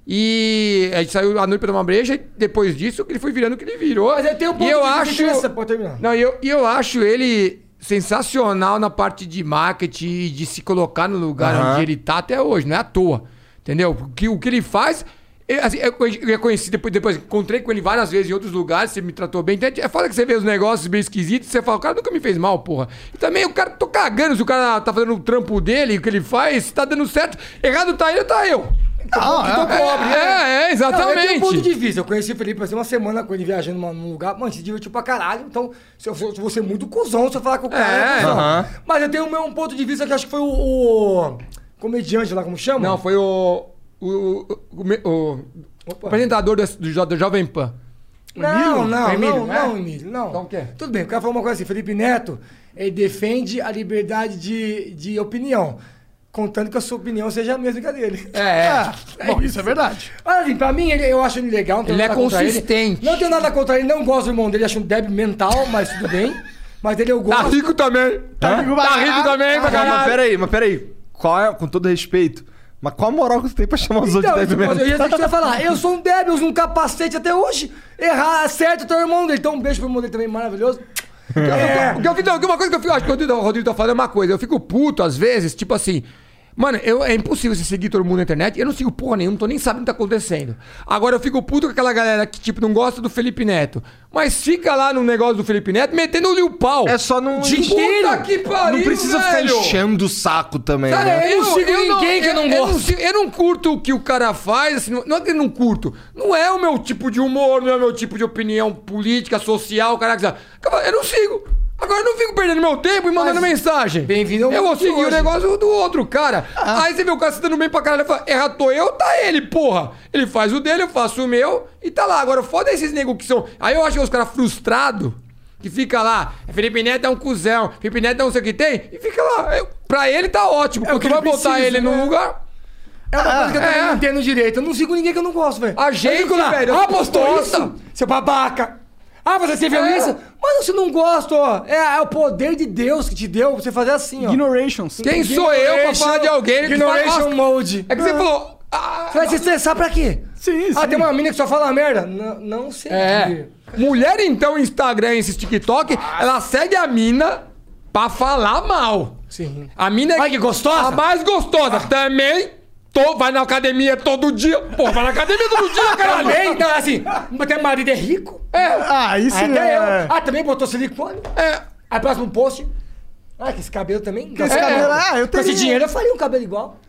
S4: E a gente saiu à noite pra tomar breja e depois disso ele foi virando o que ele virou.
S5: Mas aí tem um ponto
S4: e eu
S5: de
S4: acho...
S5: diferença, pode terminar.
S4: Não, e eu, e eu acho ele sensacional na parte de marketing e de se colocar no lugar onde ele tá até hoje, não é à toa. Entendeu? O que, o que ele faz. Eu, assim, eu conhe- eu reconheci depois, depois, encontrei com ele várias vezes em outros lugares, você me tratou bem. Então, é foda que você vê os negócios bem esquisitos, você fala, o cara nunca me fez mal, porra. E também o cara, tô cagando se o cara tá fazendo o trampo dele, o que ele faz, se tá dando certo. Errado tá ele, tá eu.
S5: Não, então, pobre, né?
S4: É, é,
S5: Não, eu tenho um ponto de
S4: exatamente.
S5: vista. Eu conheci o Felipe assim, uma semana com ele viajando numa- num lugar. Mano, se divertiu pra caralho. Então, se eu, for- se eu vou ser muito cuzão se eu falar com o cara.
S4: É,
S5: É, cuzão.
S3: aham.
S5: Mas eu tenho um, um ponto de vista que acho que foi o, o comediante lá, como chama?
S4: Não, foi o. O, o- o me- o
S5: Opa.
S4: apresentador do, do, Jo- do Jovem Pan.
S5: Não, não,
S4: Emílio,
S5: não,
S4: né?
S5: não, Emílio, não.
S4: Então o quê?
S5: Tudo bem, o cara falou uma coisa assim, Felipe Neto, ele defende a liberdade de, de opinião, contando que a sua opinião seja a mesma que a dele. Ah,
S4: É, é.
S2: Bom, isso é verdade.
S5: Olha, assim, pra mim, ele- eu acho ele legal. Não tenho
S4: Ele é
S5: nada contra
S4: consistente.
S5: Não tenho nada contra ele, não gosto do irmão dele, acho um débil mental, mas tudo bem. Mas ele eu gosto.
S4: também. Tá rico,
S2: Tá rico
S4: também,
S3: Mas
S4: pra caralho.
S3: peraí, mas peraí. Qual é, com todo respeito, mas qual a moral que tu tem pra chamar os
S5: Então,
S3: outros
S5: mas
S3: de
S5: eu
S3: mesmo?
S5: ia dizer que você ia falar, eu sou um débil, uso um capacete até hoje. Errar, acerto, teu irmão dele. Então, um beijo pro irmão dele também, maravilhoso. É.
S4: O que eu- então, uma coisa que eu fico, acho que o Rodrigo, o Rodrigo tá falando é uma coisa. Eu fico puto, às vezes, tipo assim. Mano, eu, é impossível você seguir todo mundo na internet. Eu não sigo porra nenhuma, não tô nem sabendo o que tá acontecendo. Agora eu fico puto com aquela galera que, tipo, não gosta do Felipe Neto. Mas fica lá no negócio do Felipe Neto metendo-lhe o pau.
S3: É só não
S4: De puta que pariu,
S3: Não precisa
S4: velho.
S3: ficar enchendo o saco também,
S4: Cara,
S3: né?
S5: eu não sigo ninguém que eu não gosto.
S4: sigo- Eu não, curto o que o cara faz, assim, não não é que eu não curto. Não é o meu tipo de humor, não é o meu tipo de opinião política, social, caraca. sabe? Eu não sigo. Agora eu não fico perdendo meu tempo e mandando
S5: Mas,
S4: mensagem.
S5: bem-vindo ao
S4: Eu vou
S5: mundo de
S4: seguir o
S5: hoje. Ah.
S4: negócio do outro cara. Aí você vê o cara se dando bem pra caralho e fala: erra tô eu, tá ele, porra. Ele faz o dele, eu faço o meu e tá lá. Agora foda esses negros que são. Aí eu acho que os caras frustrados. Que fica lá, Felipe Neto é um cuzão, Felipe Neto é um sei o que tem, e fica lá. Eu- pra ele tá ótimo, porque
S5: É que
S4: tu vai
S5: ele
S4: botar
S5: precisa,
S4: ele num
S5: né?
S4: lugar.
S5: É uma coisa que eu também
S4: é.
S5: não entendo direito. Eu não sigo ninguém que eu não gosto, velho.
S4: A gente,
S5: Eu fico lá,
S4: velho, eu
S5: Ah, postou
S4: gosto.
S5: isso? Seu babaca. Ah, você se viu
S4: É.
S5: isso? Mano, se não gosto, ó. É, é o poder de Deus que te deu pra você fazer assim, ó.
S2: Ignorations.
S4: Quem sou eu pra falar de alguém? que fala,
S5: Ignoration
S4: "Nossa,
S5: mode.
S4: É que você falou. ah,
S5: Você vai se estressar pra quê?
S2: Sim,
S5: Ah,
S2: sim.
S5: tem uma mina que só fala merda? Não, não sei.
S4: É. Mulher, então, Instagram, esses TikTok, ela segue a mina pra falar mal.
S5: Sim.
S4: A mina é
S5: Ai, que gostosa. Ah.
S4: A mais gostosa. Também. Tô, vai na academia todo dia. Pô, vai na academia todo dia, caralho.
S5: Também, não, assim, até marido é rico.
S2: Ah, isso
S5: Até
S2: é...
S5: eu. Ah, também botou silicone.
S4: É.
S5: Aí, próximo post. Ah, que esse cabelo também. Que
S2: Esse cabelo, ah, eu
S5: Com esse
S2: tenho... É.
S5: dinheiro eu faria um cabelo igual.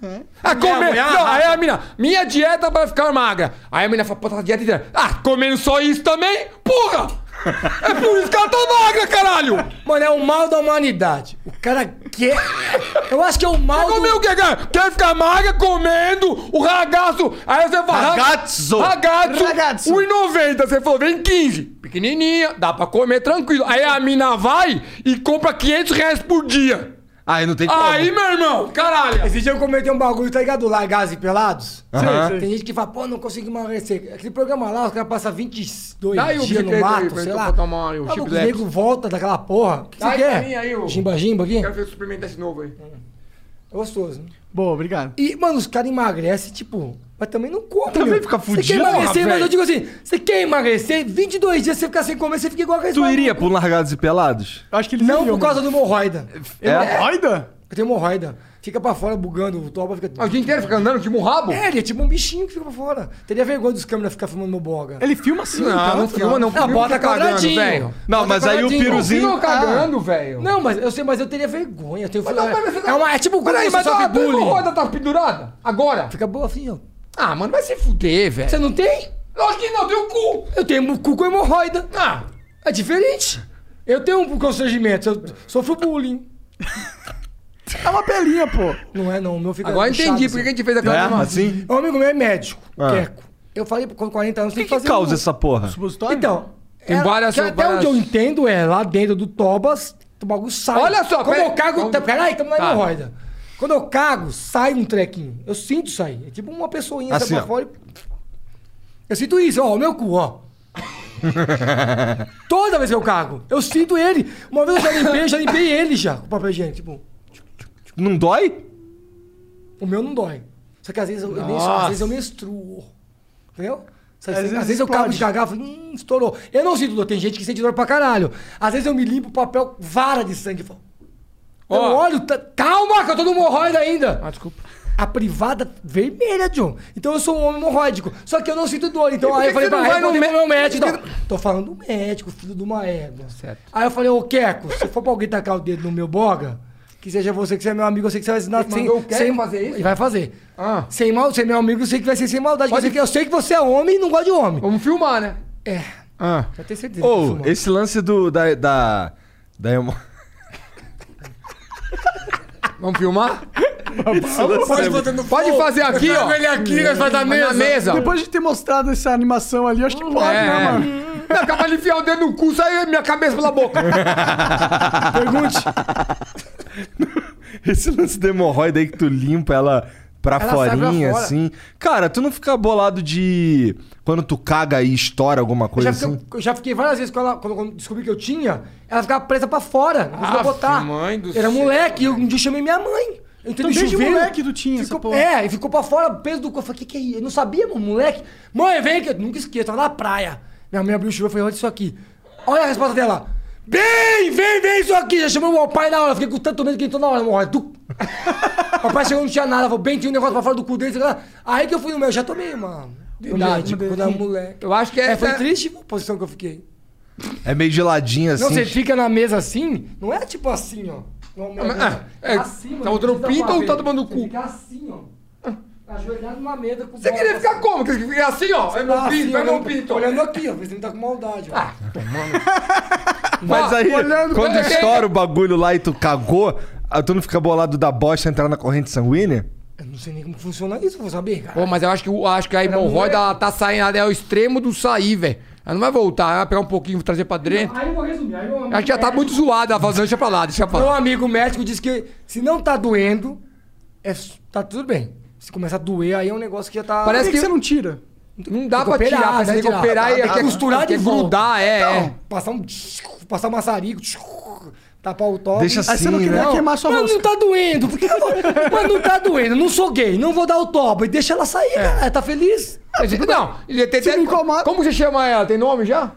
S4: Ah, comer.
S5: mulher
S4: Não,
S5: arrasa.
S4: aí a mina, minha dieta pra ficar magra. Aí a mina fala, pô, tá dieta inteira. Ah, comendo só isso também? Porra! É por isso que ela tá magra, caralho!
S5: Mano, é o mal da humanidade. O cara quer. Eu acho que é o mal do.
S4: Comeu o que, cara? Quer ficar magra comendo o ragazzo. Aí você fala...
S3: Ragazzo.
S4: Ragazzo.
S2: Ragazzo.
S4: 1,90. Você falou, vem 15. Pequenininha, dá pra comer tranquilo. Aí a mina vai e compra 500 reais por dia.
S3: Aí não tem
S4: Aí, meu irmão, caralho.
S5: Esse dia eu comentei um bagulho, tá ligado? Largados e pelados.
S3: Aham.
S5: Tem gente que fala, pô, não consegui emagrecer. Aquele programa lá, os caras passam 22
S4: Dá aí o
S5: dias
S4: videoclipe
S5: no
S4: aí
S5: mato,
S4: pra
S5: sei
S4: eu
S5: lá.
S4: tomar o
S5: Tá bom,
S4: chip
S5: o
S4: Lex.
S5: nego volta daquela porra. O que
S4: Dá
S5: você
S4: aí pra mim
S5: quer?
S4: aí o-
S5: Jimba Jimba aqui?
S4: Quero ver você experimentar esse novo aí.
S5: Gostoso, né?
S2: Boa, obrigado.
S5: E, mano, os caras emagrecem, tipo, mas também não come. Também
S3: fica
S5: Você quer
S3: fudido,
S5: emagrecer,
S3: porra,
S5: mas eu digo assim: você quer emagrecer, 22 dias você ficar sem comer, você fica igual aqueles
S3: Tu iria
S5: malucos.
S3: por largados e pelados?
S2: Eu acho que eles
S5: Não
S2: iriam,
S5: por causa do hemorroida. É.
S2: mano. Hemorroida?
S5: Eu tenho hemorroida. Fica pra fora bugando, o toba fica.
S4: Ah, O dia inteiro fica andando de murrabo?
S5: É, ele é tipo um bichinho que fica pra fora. Teria vergonha dos câmeras ficar filmando meu boga.
S2: Ele filma assim,
S4: Não, não filma, então, não.
S5: Não, bota quadradinho.
S3: Não, mas aí o piruzinho.
S2: Ah.
S4: Fica cagando, velho.
S5: Não, mas eu sei, mas eu teria vergonha. Eu tenho
S4: não, mas você tá-
S5: é, uma, é tipo bullying,
S4: Peraí,
S5: você
S4: mas
S5: sofre
S4: a
S5: bullying.
S4: roda tá pendurada? Agora?
S5: Fica boa, assim, filho.
S4: Ah, mano, vai se fuder, velho.
S5: Você não tem?
S4: Lógico que não, tem o cu.
S5: Eu tenho um cu com hemorroida.
S4: Ah,
S5: É diferente. Eu tenho um constrangimento, eu sofro bullying.
S2: É uma pelinha, pô.
S5: Não é não, o meu fica
S4: agora eu entendi por que a
S5: porque...
S4: gente fez
S3: É,
S4: aquela animação.
S3: assim?
S5: Um amigo meu é médico,
S3: Ah.
S5: queco. Eu falei, com 40 anos,
S3: O que,
S5: tem que
S3: que
S5: fazer...
S3: causa
S5: um-
S3: essa porra?
S2: Supositório?
S5: Então,
S4: É. Tem
S5: é-
S4: várias-
S5: que até
S4: várias-
S5: onde eu entendo é, lá dentro do Tobas, o bagulho sai.
S4: Olha só,
S5: Quando
S4: pera-
S5: eu cago...
S4: Vamos-
S5: Peraí, tamo na
S4: Tá.
S5: hemorroida. Quando eu cago, sai um trequinho. Eu sinto sair. É tipo uma pessoinha,
S3: Assim,
S5: sai pra
S3: ó.
S5: fora e... Eu sinto isso, ó, o meu cu, ó. Toda vez que eu cago, eu sinto ele. Uma vez eu já limpei, eu já limpei ele já, com papel higiênico, tipo...
S3: Não dói?
S5: O meu não dói. Só que às vezes eu, eu menstruo, às vezes eu menstruo. Entendeu? Às,
S2: Às
S5: vezes,
S2: vezes
S5: às vezes eu cabo de
S2: explode.
S5: cagado, falo, hum, estourou. Eu não sinto dor, tem gente que sente dor pra caralho. Às vezes eu me limpo o papel, vara de sangue. Eu falo, eu
S4: Ó.
S5: olho, tá- calma, que eu tô no hemorroida ainda.
S4: Ah, desculpa.
S5: A privada vermelha, John. Então eu sou um homem hemorroidico. Só que eu não sinto dor. Então
S4: E por
S5: aí
S4: que
S5: eu falei
S4: que você
S5: pra ela,
S4: não vai no
S5: no
S4: mé-
S5: meu médico.
S4: Por
S5: Não. Tô falando do médico, filho de uma égua.
S4: Certo.
S5: Aí eu falei, ô Keco, se for pra alguém tacar o dedo no meu boga, que seja você que você é meu amigo, eu sei que você vai ensinar
S4: Ele mandou o Keco fazer isso?
S5: E vai fazer.
S4: Ah.
S5: Sem mal, ser meu amigo, eu sei que vai ser sem maldade.
S4: Pode-
S5: Eu, sei que, eu sei que você é homem e não gosta de homem.
S4: Vamos filmar, né?
S5: É,
S4: Ah.
S5: já tenho certeza. que eu
S3: Ou,
S5: sou mal.
S3: esse lance do. da. da. da hemo-
S4: Vamos filmar?
S5: Pode botar no
S4: Pode
S5: fogo.
S4: fazer aqui,
S5: Joga
S4: ó.
S5: Ele aqui, nós faz a mesa.
S4: Na mesa.
S2: Depois de ter mostrado essa animação ali, eu acho que pode,
S4: é.
S2: né, mano?
S4: Não, Acaba de enfiar o dedo no cu, sai minha cabeça pela boca.
S2: Pergunte.
S3: Esse lance da hemorroida aí que tu limpa ela pra
S5: Ela sai pra
S3: forinha,
S5: fora.
S3: assim. Cara, tu não fica bolado de. Quando tu caga e estoura alguma
S5: Eu
S3: coisa
S5: já,
S3: assim?
S5: fiquei, eu já fiquei várias vezes com ela, quando, quando descobri que eu tinha, ela ficava presa pra fora, não conseguia
S4: Aff,
S5: botar.
S4: mãe do
S5: Era
S4: céu.
S5: moleque, e um dia eu chamei minha mãe. Eu entrei
S2: Então,
S5: no
S2: desde
S5: chuveiro,
S2: moleque tu tinha essa
S5: ficou,
S2: porra.
S5: É, e ficou pra fora, o peso do corpo. Eu falei, o que, que é isso? Eu não sabia, mano, moleque. Mãe, vem que eu nunca esqueço, tava na praia. Minha mãe abriu o chuveiro e falei, olha isso aqui. Olha a resposta dela. Vem, vem, vem isso aqui. Já chamou meu pai na hora, fiquei com tanto medo que entrou na hora, meu olha, tu. meu pai chegou, não tinha nada, falou, bem, tinha um negócio pra fora do cu dele. sei lá. Aí que eu fui no meu, já tomei, mano.
S2: um
S5: Idade,
S2: dedinho.
S5: quando era moleque.
S4: Eu acho que é.
S5: É, foi triste a posição que eu fiquei.
S3: É meio geladinha assim.
S5: Não, você fica na mesa assim, não é tipo assim, ó. Não, não,
S4: mas-
S5: não.
S4: é, tá
S5: mano,
S4: botando
S5: não precisa
S4: pinto ou
S5: fazer.
S4: tá tomando
S5: Você
S4: cu?
S5: Fica assim, ó. Ajoelhado numa mesa com
S4: Você queria ficar como? Quer ficar assim, ó? Vai meu pinto, vai meu pinto.
S5: Tá Olhando aqui, ó. Você não tá com maldade, ó.
S3: Mas
S4: Ó,
S3: aí,
S4: Ah, olhando-
S3: quando
S4: Peraí.
S3: estoura o bagulho lá e tu cagou, aí tu não fica bolado da bosta entrar na corrente sanguínea?
S5: Eu não sei nem como funciona isso, eu vou saber, cara.
S4: Pô, mas eu acho que, o- acho que a hemorroida ela tá saindo, é o extremo do sair, velho. Ela não vai voltar, ela vai pegar um pouquinho, trazer pra dentro.
S5: Aí eu vou resumir. Aí eu É,
S4: Acho que já tá muito zoada, ela fala, "Não, deixa pra lá, deixa pra
S5: Meu
S4: lá.
S5: amigo médico disse que se não tá doendo, é, tá tudo bem. Se começar a doer, aí é um negócio que já tá.
S2: Por que,
S4: Parece
S2: que
S4: que-
S2: você não tira?
S4: Não
S5: Tem
S4: dá
S5: que
S4: pra
S5: operar,
S4: tirar, pra você
S5: né,
S4: tem que
S5: tirar.
S4: operar e
S5: Tem que
S4: quer-
S5: costurar de
S4: quer
S5: volta.
S4: grudar, é. é.
S5: Passar um. Passar um maçarico. Tapar o toque.
S3: Deixa
S2: Aí você não
S3: Sim,
S2: queria
S3: né?
S2: queimar sua
S5: Mas
S2: mão.
S5: não tá doendo, porque eu vou- mas não tá doendo, não sou gay, não vou dar o toba e deixa ela sair, cara, tá feliz?
S4: Não, ele tem,
S2: Se
S4: tem-
S2: me incomoda-
S4: Como você chama ela? Tem nome já?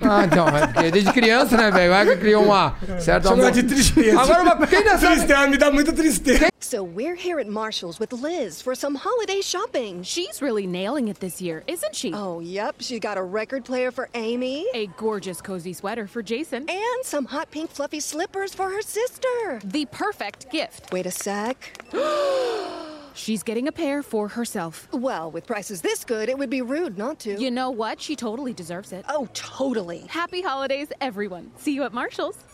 S4: Ah, então, é porque desde criança, né, velho? Vai que criou uma.
S5: É.
S4: Certo, amor.
S5: tristeza.
S4: Agora, mas quem nessa.
S5: me dá muita tristeza.
S8: So we're here at Marshall's with Liz for some holiday shopping.
S9: She's really nailing it this year, isn't she?
S8: Oh, yep, she's got a record player for Amy
S9: A gorgeous cozy sweater for Jason.
S8: and some hot pink fluffy slippers for her sister.
S9: the perfect gift.
S8: Wait a sec.
S9: She's getting a pair for herself.
S8: Well, with prices this good, it would be rude not to.
S9: You know what? She totally deserves it.
S8: oh, totally.
S9: Happy holidays, everyone. See you at Marshall's.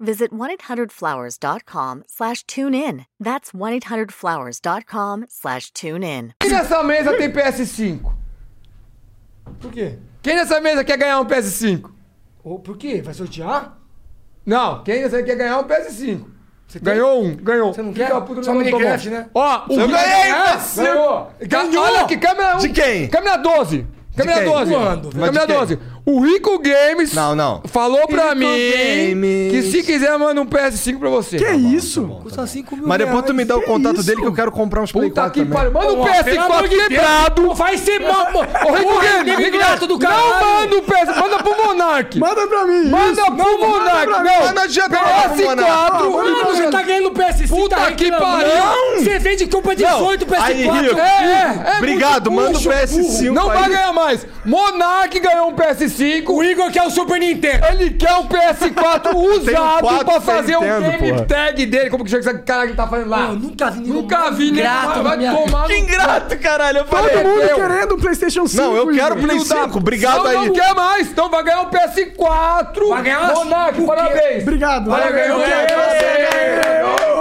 S1: visit 1-800-Flowers.com slash tune in. That's 1-800-Flowers.com slash tune in.
S4: Quem nessa mesa tem PS5?
S5: Por quê?
S4: Quem nessa mesa quer ganhar um PS5?
S5: Ô, por quê? Vai sortear?
S4: Não, quem nessa quer ganhar um PS5?
S5: Você tem-
S4: Ganhou um, ganhou.
S5: Você não quer?
S4: Filho da puta,
S5: Só
S4: não tomou.
S5: Minecraft, né?
S4: Ó, o
S3: Eu
S4: Guilherme-
S3: ganhei,
S4: Ah,
S3: você-
S4: Ganhou!
S5: Ganhou!
S4: Olha aqui, câmera 1.
S3: De quem?
S4: Câmera 12. Câmera
S3: quem?
S4: 12.
S5: Quando?
S3: Mas de
S4: Câmera
S3: quem?
S4: 12. O Rico Games
S3: Não, não.
S4: falou pra
S3: Rico
S4: mim
S3: Games.
S4: que se quiser manda um PS5 pra você. tá
S2: Que isso?
S5: Custa 5 mil
S3: Mas depois tu me dá o
S2: que
S3: contato
S2: isso?
S3: dele que eu quero comprar uns Play
S4: Puta
S3: 4
S4: que
S3: também.
S4: pariu. Manda um
S5: Ó, pelo amor
S4: PS4
S5: de Deus.
S4: quebrado.
S5: Vai ser mal, mano.
S4: Ô, Rico
S5: Porra,
S4: Games, Rico Games,
S5: ingrato do
S4: Não
S5: caralho.
S4: manda um PS, manda pro Monark.
S2: Manda pra mim.
S4: Manda
S2: isso.
S4: pro Monark,
S2: pra mim.
S4: não.
S3: Mas não adianta mandar pro
S4: PS4.
S3: Monark.
S5: Mano, você tá ganhando PS5.
S4: Puta
S5: tá
S4: que
S5: reclamando.
S4: pariu.
S5: Você vende compra
S3: Não,
S5: 18
S3: aí,
S5: PS4.
S3: Rico.
S5: É, é.
S3: Obrigado,
S4: muito
S3: manda o
S4: puxo,
S3: PS5.
S4: Não
S3: aí.
S4: vai ganhar mais. Monark ganhou um
S5: O
S4: PS5.
S5: Igor quer o Super Nintendo.
S4: Ele quer um PS4 usado
S3: quatro
S4: pra
S3: sem
S4: fazer um
S3: Nintendo,
S4: game
S3: porra.
S4: tag dele. Como que chega esse cara que tá fazendo lá?
S5: Eu nunca vi ninguém
S4: Nunca
S5: mais
S4: vi nem
S5: grato
S4: vai-
S5: na
S4: Vai
S5: minha vida.
S4: tomar
S3: Que
S4: no...
S3: ingrato, caralho. Eu falei.
S2: Todo mundo
S4: Meu.
S2: querendo um PlayStation 5.
S3: Não, eu quero
S2: Igor.
S3: Play
S4: Filho da-
S3: 5, obrigado
S4: Não,
S3: aí.
S4: Não quer mais, então vai ganhar um PS4.
S5: Vai ganhar uma-
S4: Monark,
S5: Por quê?
S4: parabéns.
S2: Obrigado.
S4: Vai ganhar
S2: Eu
S4: um
S2: quero
S4: PS4.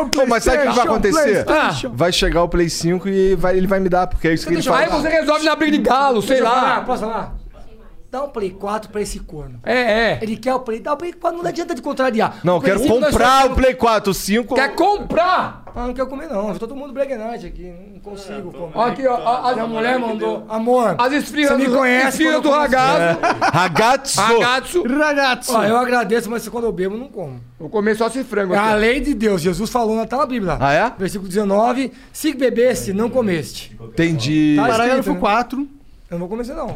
S2: você.
S3: Pô, mas sabe o que vai acontecer?
S2: PlayStation.
S3: Vai chegar o Play 5 e vai- ele vai me dar, porque é isso que ele
S5: deixa eu-
S4: Aí
S3: fala.
S4: você resolve na briga de galo, sei
S5: Posso falar?
S4: lá.
S5: Posso falar? Dá um Play 4 pra esse corno.
S4: É, é.
S5: Ele quer o Play. Dá o Play 4, não adianta de contrariar.
S3: Não,
S5: O
S3: eu
S5: Play
S3: quero
S5: 5 nós só
S3: comprar o
S5: temos-
S3: Play 4, o 5.
S5: Quer
S4: comprar?
S5: Ah, não quero comer, não. Todo mundo Black Knight aqui. Não consigo comer.
S4: Ó, aqui, ó, ó, as-
S5: Minha mulher mandou. Amor,
S4: As esfirras
S5: você me
S4: do-
S5: conhece.
S4: esfirra
S5: quando
S4: do
S5: eu começo-
S4: ragazzo.
S3: Ragazzo.
S4: Ragazzo.
S2: Ragazzo.
S5: Ó, eu agradeço, mas quando eu bebo, eu não como.
S4: Vou comer só esse frango
S5: É
S4: aqui.
S5: a lei de Deus. Jesus falou na tá na Bíblia.
S3: Ah, é?
S5: Versículo 19. Se bebesse, não comeste.
S3: Entendi.
S5: Tá
S2: Parágrafo
S5: escrito, né?
S2: 4
S5: Eu não vou começar, não.
S2: da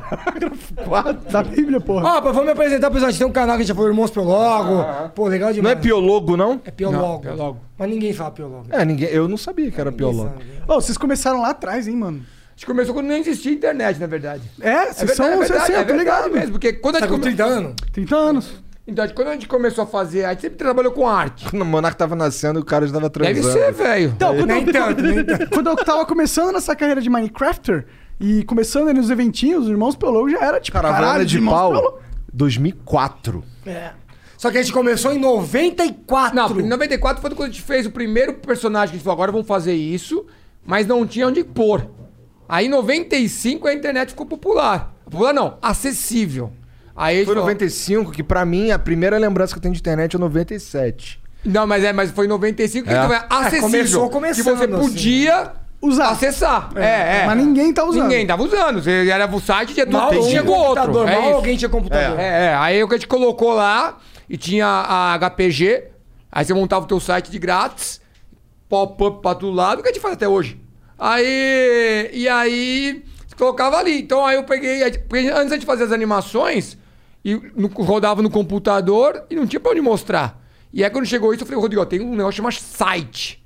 S2: Ah, tá Bíblia, porra.
S5: Ó, vamos me apresentar, pessoal. A gente tem um canal que a gente já falou Irmãos Prologo.
S4: Ah.
S5: Pô, legal
S3: Não é
S5: demais.
S3: piologo, não?
S5: é piologo.
S4: piologo.
S5: Mas ninguém fala né? piologo.
S3: É, ninguém, eu não sabia que era piologo.
S2: Ô, vocês começaram lá atrás, hein, mano?
S4: A gente começou quando nem existia internet, na verdade.
S2: É, vocês são.
S4: é
S2: Vocês
S4: é
S2: são, tá
S4: verdade
S2: ligado?
S4: mesmo, porque quando a
S5: Tá
S4: gente
S5: com
S4: come...
S5: 30 anos?
S2: 30 anos.
S4: Então, quando a gente começou a fazer, a gente sempre trabalhou com arte.
S3: O monarca tava nascendo e o cara já tava
S4: Deve
S3: transando.
S4: ser, velho.
S2: Então, quando,
S5: Nem
S2: eu,
S5: tanto, nem tanto.
S2: quando eu tava começando nessa carreira de Minecrafter e começando ali nos eventinhos, os irmãos Pelou já era tipo.
S3: Caravana
S2: caralho,
S3: de
S2: Irmãos
S3: pau.
S2: Pelô.
S3: 2004.
S5: É. Só que a gente começou em 94.
S4: Não, em 94 foi quando a gente fez o primeiro personagem que a gente falou, agora vamos fazer isso, mas não tinha onde pôr. Aí em 95 a internet ficou popular. Popular não, acessível. Aí a gente
S3: Foi
S4: falou-
S3: 95, que pra mim a primeira lembrança que eu tenho de internet é 97.
S4: Não, mas é, mas foi em 95 que
S3: É.
S4: então é acessível.
S5: começou começando, assim.
S4: Que você podia
S2: Usar.
S4: acessar. É, é.
S2: Mas ninguém tá usando.
S4: Ninguém tava usando. Você era o site, tinha tudo,
S5: Mal
S4: tinha
S5: tinha
S4: chegou outro.
S5: computador,
S4: É
S5: mal
S4: isso.
S5: alguém tinha computador.
S4: É, é. Aí o que a gente colocou lá e tinha a HPG, aí você montava o teu site de grátis, pop-up pra todo lado, o que a gente faz até hoje. Aí. E aí você colocava ali. Então aí eu peguei. a gente- Porque antes de fazer as animações, e no- rodava no computador e não tinha pra onde mostrar. E aí quando chegou isso, eu falei, Rodrigo, ó, tem um negócio que chama site.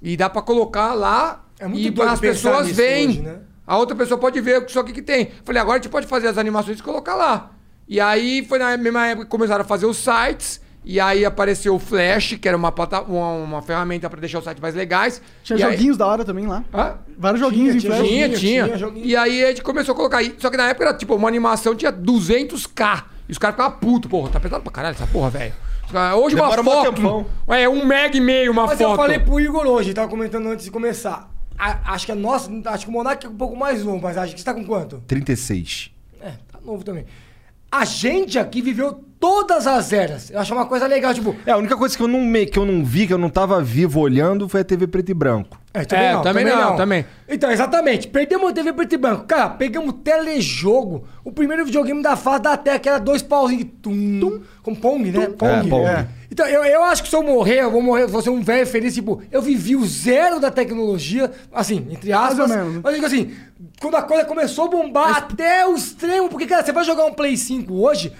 S4: E dá pra colocar lá
S5: É muito
S4: e
S5: doido
S4: as
S5: pensar
S4: pessoas
S5: nisso
S4: veem.
S5: hoje, né?
S4: A outra pessoa pode ver só o que, que tem. Falei, agora a gente pode fazer as animações e colocar lá. E aí foi na mesma época que começaram a fazer os sites. E aí apareceu o Flash, que era uma, plata- uma, uma ferramenta pra deixar os sites mais legais.
S2: Tinha
S4: E aí-
S2: joguinhos da hora também lá.
S4: Hã?
S2: Vários joguinhos
S5: tinha
S2: em flash.
S4: Tinha,
S5: Joguinho,
S4: tinha.
S5: tinha joguinho.
S4: E aí a gente começou a colocar. aí. Só que na época era tipo uma animação tinha 200k. E os caras ficavam putos. Porra, tá pesado pra caralho essa porra, velho. Os caras, Hoje
S3: Demora
S4: uma
S3: um mó
S4: foto.
S3: tempão.
S4: É, um mega e meio uma
S5: Mas
S4: foto.
S5: eu falei pro Igor hoje, tava comentando antes de começar. A- acho que a nossa, acho que o Monark é um pouco mais novo, mas acho que você tá com quanto?
S3: 36.
S5: É, tá novo também. A gente aqui viveu todas as eras. Eu acho uma coisa legal, tipo.
S3: É, a única coisa que eu não, me, que eu não vi, que eu não tava vivo olhando, foi a TV preto e branco.
S5: É,
S4: É, também não, também.
S5: Então, exatamente. Perdemos a TV preto e branco. Cara, pegamos o telejogo. O primeiro videogame da fase da Terra, que era dois pauzinhos. Tum, Com Pong, né? Pong.
S3: Pong.
S5: É. Então, eu, eu acho que se eu morrer, eu vou morrer, eu vou ser um velho feliz. Tipo, eu vivi o zero da tecnologia, assim, entre aspas.
S2: ou menos.
S5: Mas eu digo assim, quando a coisa começou a bombar até o extremo. Porque, cara, você vai jogar um Play 5 hoje,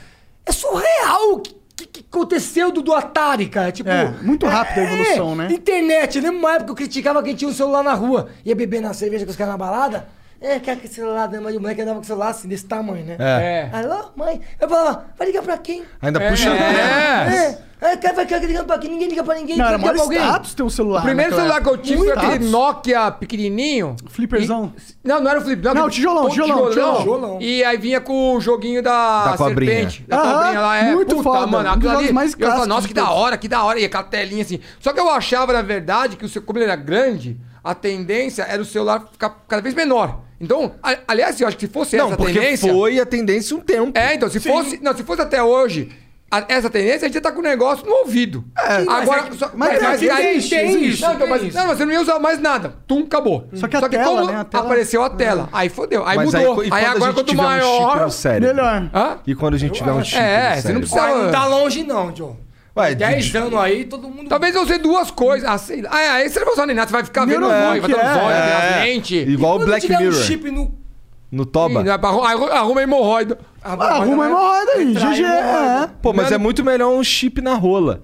S5: é surreal o que, que- que aconteceu do, do Atari, cara. Tipo, é,
S2: É, muito rápido a evolução, né?
S5: Internet, eu lembro uma época que eu criticava quem tinha um celular na rua. Ia beber na cerveja com os caras na balada. É, quer que celular, né? Mas o moleque andava com o celular assim, desse tamanho, né?
S4: É.
S5: Alô, mãe? Eu falava, vai ligar pra quem?
S3: Ainda puxa. né?
S5: É. É, quer, vai, quer ligar pra quem? Ninguém liga pra ninguém.
S2: Não,
S5: quer
S2: era
S5: ligar
S2: maior
S5: pra alguém.
S2: status ter um celular.
S4: O primeiro
S2: naquela
S4: celular que eu tive foi
S2: Muito
S4: aquele
S2: status.
S4: Nokia pequenininho.
S2: Fliperzão.
S4: E- não, não era o flip.
S2: Não,
S4: aquele-
S2: tijolão,
S4: pô,
S2: tijolão,
S5: tijolão.
S4: E aí vinha com o joguinho da,
S3: Da cobrinha.
S4: serpente. Da
S2: Aham,
S4: cobrinha lá. É,
S2: muito foda,
S4: mano.
S2: um dos
S4: Aquilo
S2: jogos
S4: ali.
S2: mais
S4: eu falava,
S2: clássicos
S4: nossa,
S2: de
S4: que da
S2: todos."
S4: hora, que da hora. E aquela telinha assim. Só que eu achava, na verdade, que o seu, como ele era grande, a tendência era o celular ficar cada vez menor. Então, a- aliás, eu acho que se fosse
S3: Não,
S4: essa
S3: porque
S4: tendência...
S3: foi a tendência um tempo.
S4: É, então, se fosse. Não, se fosse até hoje. a- essa tendência, a gente ia tá com o negócio no ouvido. É, agora.
S5: mas é-
S4: só-
S2: mas tem-
S4: aí-
S2: tem isso, existe,
S4: Não, então,
S5: tem
S4: mas,
S5: isso.
S4: não, mas você não ia usar mais nada. Tum, acabou.
S2: Só que a tela, né, a tela- É.
S4: apareceu a tela. Aí fodeu. Aí
S3: Mas
S4: mudou.
S3: co-
S4: Aí,
S3: e quando a
S4: agora,
S3: gente
S4: quanto
S3: tiver um chip
S4: maior.
S3: no cérebro?
S2: Melhor.
S4: Hã?
S3: E quando a gente tiver um chip
S4: é,
S3: no
S4: você não
S3: cérebro?
S4: precisa-
S5: Ué, não tá longe não, John.
S3: Ué,
S5: Tem 10
S3: de-
S5: anos aí, todo mundo...
S4: Talvez eu use duas coisas. Ah, sei lá. Ah, é, aí você não vai usar nem nada. Você vai ficar vendo o
S2: Neurolink,
S4: zóio, vai dar um
S2: é,
S4: zóio,
S3: é.
S4: as lentes.
S3: Igual o
S5: Quando
S3: Black
S5: tiver
S3: Mirror.
S5: um chip no...
S3: No toba.
S4: Ih, arru- arru- Arruma hemorroida. né?
S2: Ah, arruma a hemorroida aí,
S5: Entrar
S2: GG.
S5: hemorroida.
S2: é.
S3: Pô, mas é muito melhor um chip na rola.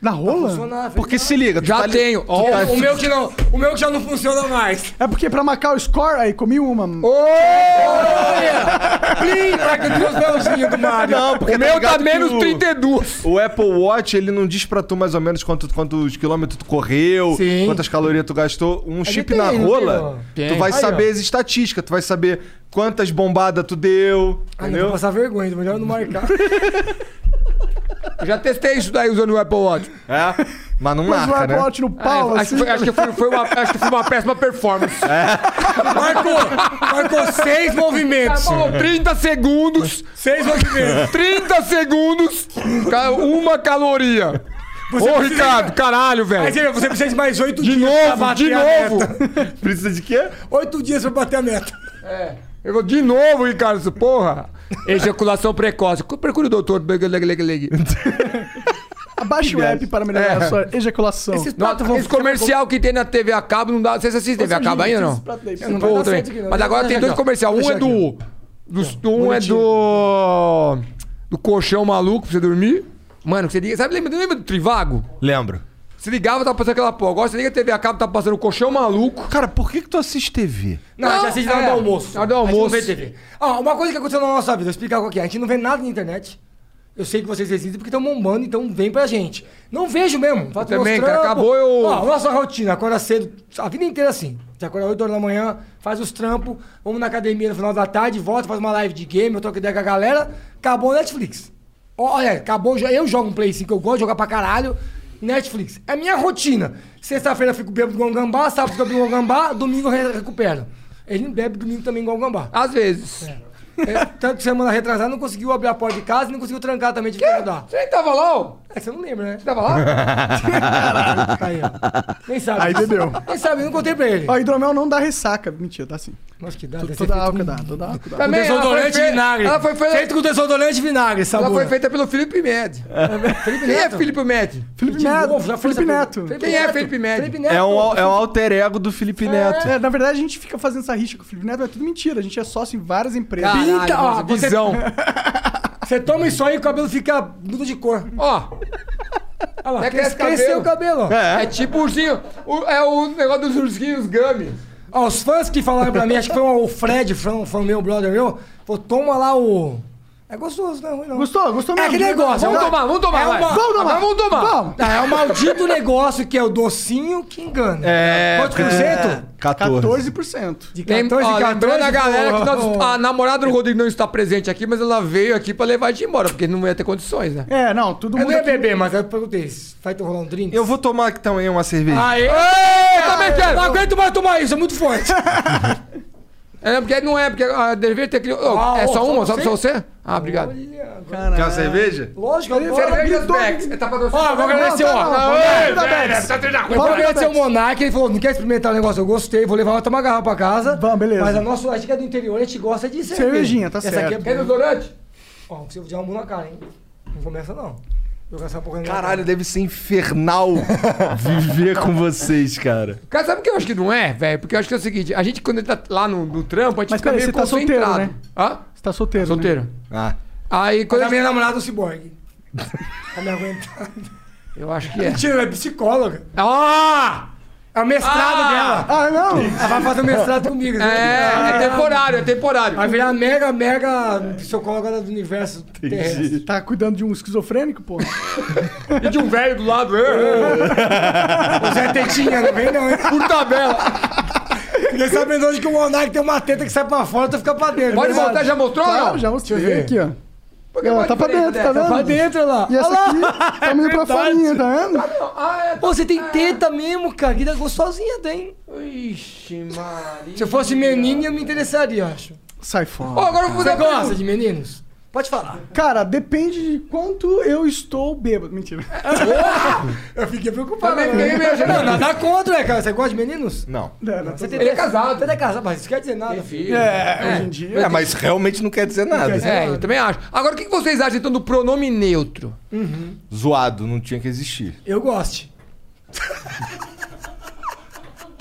S2: Na rola?
S5: Funcionava,
S3: Porque se liga, tu
S4: Tá Já
S3: tá ali-
S4: tenho. Ó,
S5: Ó, o meu que não, o meu que já não funciona mais.
S2: É porque pra marcar o score, aí comi uma.
S5: Plim, marca duas mãozinhas do Mario.
S3: Não, porque
S4: o meu
S3: ligado
S4: tá
S3: que
S4: menos
S3: o-
S4: 32.
S3: O Apple Watch, ele não diz pra tu mais ou menos quanto, quantos quilômetros tu correu,
S5: Sim.
S3: quantas calorias tu gastou. Um chip
S5: tem,
S3: na
S5: não tem,
S3: rola,
S4: não.
S3: tu
S4: Tem.
S3: vai
S4: Aí,
S3: saber as estatísticas, tu vai saber quantas bombadas tu deu,
S5: Ah, não, vou
S3: entendeu?
S5: passar vergonha, melhor eu não marcar.
S4: Eu já testei isso daí usando o Apple Watch. Ah,
S3: É? Mas não
S2: Mas o
S3: marca, né?
S2: Apple Watch no pau,
S4: acho, que foi, acho
S2: assim.
S4: que foi- foi uma, acho que foi uma péssima performance.
S3: É.
S5: Marcou, marcou seis movimentos.
S4: Acabou 30 Tá segundos.
S5: Seis movimentos.
S4: 30 segundos, ca- uma caloria. Ô,
S5: precisa-
S4: Ricardo, caralho,
S5: Aí você,
S4: velho.
S5: você precisa de mais oito
S4: De
S5: dias pra
S4: novo,
S5: bater
S4: de
S5: a meta.
S4: novo.
S3: Precisa de quê?
S5: Oito dias pra bater a meta.
S4: É. Eu vou de novo, Ricardo, isso, porra. Ejaculação precoce. Procure o doutor. Leg, leg, leg, leg.
S5: Então,
S2: Abaixa o app para
S4: É.
S2: melhorar a sua ejaculação.
S5: Esses
S4: Não,
S5: pratos vão
S4: esse comercial que tem na TV a cabo, não dá. Vocês assistem TV a cabo ainda ou não?
S5: não
S4: Pô,
S5: vai dar
S4: também.
S5: certo aqui, não.
S4: Mas agora
S5: Deixa
S4: tem dois
S5: aqui, ó.
S4: comerciais. Um
S5: Deixa
S4: é do. dos- um é do. Do colchão maluco pra você dormir. Mano, que você liga. Sabe, lembra, lembra do Trivago?
S3: Lembro.
S4: Se ligava, tava passando aquela porra. Agora você liga a TV a cabo, tá passando o colchão maluco.
S3: Cara, por que, que tu assiste TV?
S5: Não,
S4: Não,
S5: já assiste na hora
S4: é,
S5: do almoço.
S4: na hora do
S5: A gente
S4: almoço.
S5: não vê TV. Ah, uma coisa que aconteceu na nossa vida, vou explicar qual que é. A gente não vê nada na internet. Eu sei que vocês existem porque estão bombando, então vem pra gente. Não vejo mesmo. Fato
S4: Eu também,
S5: meus
S4: cara,
S5: trampos.
S4: acabou eu-
S5: Ó, nossa rotina, acorda cedo, a vida inteira assim. Você acorda 8 horas da manhã, faz os trampos, vamos na academia no final da tarde, volta, faz uma live de game, eu troco ideia com a galera, acabou o Netflix. Olha, acabou, já- eu jogo um Play 5, eu gosto de jogar pra caralho. Netflix. É minha rotina. Sexta-feira eu fico bêbado igual um gambá, sábado eu fico bêbado igual um gambá, domingo eu re- recupero. Ele bebe domingo também igual um gambá.
S4: Às vezes.
S5: É, tanto semana retrasada não conseguiu abrir a porta de casa e não conseguiu trancar também de ajudar.
S4: Você nem tava lá, ô?
S5: É que você não lembra, né?
S4: Tava lá?
S5: Aí, ó. Nem sabe.
S2: Aí bebeu.
S5: Nem sabe, eu não contei pra ele.
S2: Ó, hidromel não dá ressaca. Mentira, tá sim.
S5: Nossa, que dá.
S2: Toda,
S5: deve
S2: toda
S5: ser feito
S2: álcool
S5: com- ah,
S2: dá, toda álcool dá.
S4: Também, ela foi
S5: Desodorante e
S4: fe-
S5: vinagre.
S4: Ela foi, fe-
S5: ah, Feito com desodorante e vinagre, sabor.
S4: ela foi feita pelo Felipe Medi.
S5: Felipe
S4: Quem é
S5: Neto.
S4: Felipe Medi?
S2: Felipe
S5: De
S2: Neto.
S5: novo, já foi
S2: Felipe
S5: essa
S2: Neto.
S5: pergunta.
S4: Quem é Felipe Medi?
S5: Felipe Neto.
S3: É um, é um alter ego do Felipe Neto.
S2: É, na verdade, a gente fica fazendo essa rixa com o Felipe Neto, é tudo mentira. A gente é sócio em várias empresas.
S4: Caralho,
S5: Pinta, Então, ó,
S4: nossa,
S5: você-
S4: visão.
S5: Você toma isso aí e o cabelo fica muda de cor.
S4: Ó,
S5: Olha lá,
S4: Até cresce
S5: cresceu o cabelo. ó.
S4: é tipo o ursinho. o- é o negócio dos ursinhos Gummy.
S5: Ó, os fãs que falaram pra mim, acho que foi o Fred, fã, fã meu, brother meu, falou, toma lá o... É gostoso, não é ruim não.
S2: Gostou? Gostou
S5: É
S2: mesmo? né?
S5: que negócio.
S4: Vamos
S5: é uma-
S4: tomar, vamos tomar,
S5: é
S4: vai.
S5: uma-
S2: Vamos tomar.
S4: Agora vamos tomar.
S2: Vamos.
S5: Ah, é o maldito negócio que é o docinho que engana.
S3: É,
S5: Quanto por cento?
S3: 14.
S2: 14%.
S5: De
S4: Lem-
S5: 14,
S4: ó,
S5: 14,
S4: lembrando a galera que nós-
S5: porra.
S4: a namorada do Rodrigo não está presente aqui, mas ela veio aqui pra levar a gente embora, porque não ia ter condições, né?
S2: É, não, todo
S5: Eu
S2: mundo.
S5: não ia
S2: aqui-
S5: beber, mas eu perguntei, vai ter rolar um drink?
S3: Eu vou tomar aqui também uma cerveja.
S5: Aê!
S4: Eu também
S5: Eu
S4: quero!
S5: não aguento mais tomar isso, é muito forte.
S4: É, não, porque não é, porque ah, deveria ter aquele. Ô,
S5: Ah,
S4: é
S5: ô,
S4: só
S5: só
S4: uma? Só
S5: você?
S4: pra você? Ah, obrigado.
S3: Quer uma cerveja?
S5: Lógico, eu
S4: Cervejas Bex, é
S5: Ó,
S4: patrocinado.
S5: vou agradecer,
S2: Não, tá
S5: ó.
S2: bom,
S5: Não,
S2: vamos lá,
S5: ei,
S2: tá bem.
S5: Vou
S2: Vamos
S5: agradecer o
S2: agradecer.
S5: Monark, ele falou, não quer experimentar o negócio, eu gostei, vou levar ela tomar uma garrafa pra casa.
S2: Vamos, beleza.
S5: Mas a nossa, a gente que é do interior, a gente gosta de cerveja.
S2: Cervejinha, tá
S5: Essa
S2: certo.
S5: aqui
S4: Quer
S5: é boa.
S4: desodorante?
S5: Ó, se eu der um murro na cara, hein. Não começa não. Jogar essa porra um na minha
S3: Caralho, deve ser infernal viver com vocês, cara.
S4: Cara, sabe o que eu acho que não é, velho? Porque eu acho que é o seguinte, a gente quando tá lá no, no trampo, a gente
S2: Mas
S4: fica
S2: peraí,
S4: meio
S2: você tá solteiro,
S4: concentrado.
S2: né?
S4: Hã?
S2: Você tá solteiro. né?
S4: Solteiro.
S3: Ah.
S4: Aí quando
S5: Mas
S4: a
S5: a minha namorada é um ciborgue. Tá me aguentando.
S4: Eu acho que é.
S5: Mentira, ela é psicóloga.
S4: Ah!
S5: É o mestrado
S4: Ah!
S5: dela.
S2: Ah, não!
S5: Ela vai fazer o mestrado comigo. né? Ah.
S4: É, é temporário, é temporário.
S5: Vai virar mega, mega psicóloga do universo terrestre.
S2: Tá cuidando de um esquizofrênico, pô?
S4: E de um velho do lado, é, é,
S5: O É. Zé Tetinha, não vem não, hein?
S4: por tabela.
S5: Fiquei sabendo hoje que o Monark tem uma teta que sai pra fora e fica pra dentro.
S4: Pode
S5: Verdade.
S4: voltar, já mostrou ou
S2: Claro,
S4: não?
S2: já mostrei ver aqui, ó.
S4: Porque
S2: Ela
S4: qual a
S2: tá pra
S4: diferença
S2: dentro, tá
S4: dessa?
S5: né? Pra
S2: vendo?
S5: dentro, olha lá. É
S2: E essa aqui tá meio pra farinha, tá vendo?
S4: Ah, é.
S5: Pô, você tem teta mesmo, cara. Que dá gostosinha, tem.
S4: Ixi, Maria.
S5: Se eu fosse menino, eu me interessaria, eu acho.
S2: Sai
S4: Pô,
S2: fora.
S4: agora eu vou
S5: Você
S4: fazer uma pergunta.
S5: gosta de meninos? Pode falar.
S2: Cara, depende de quanto eu estou bêbado. Mentira.
S5: É Eu fiquei preocupado. né?
S4: Também fiquei meio achando-
S5: Não, nada contra, né, cara. Você gosta de meninos?
S3: Não.
S2: Não, não,
S5: Você tem
S4: Ele é
S5: teta-
S4: casado.
S5: Você é casado, mas isso quer dizer nada, filho.
S4: Filho.
S2: É, hoje em dia.
S3: É, mas realmente não quer dizer nada.
S4: É, eu também acho. Agora, o que que vocês acham então do pronome neutro?
S3: Zoado, não tinha que existir.
S5: Eu gosto.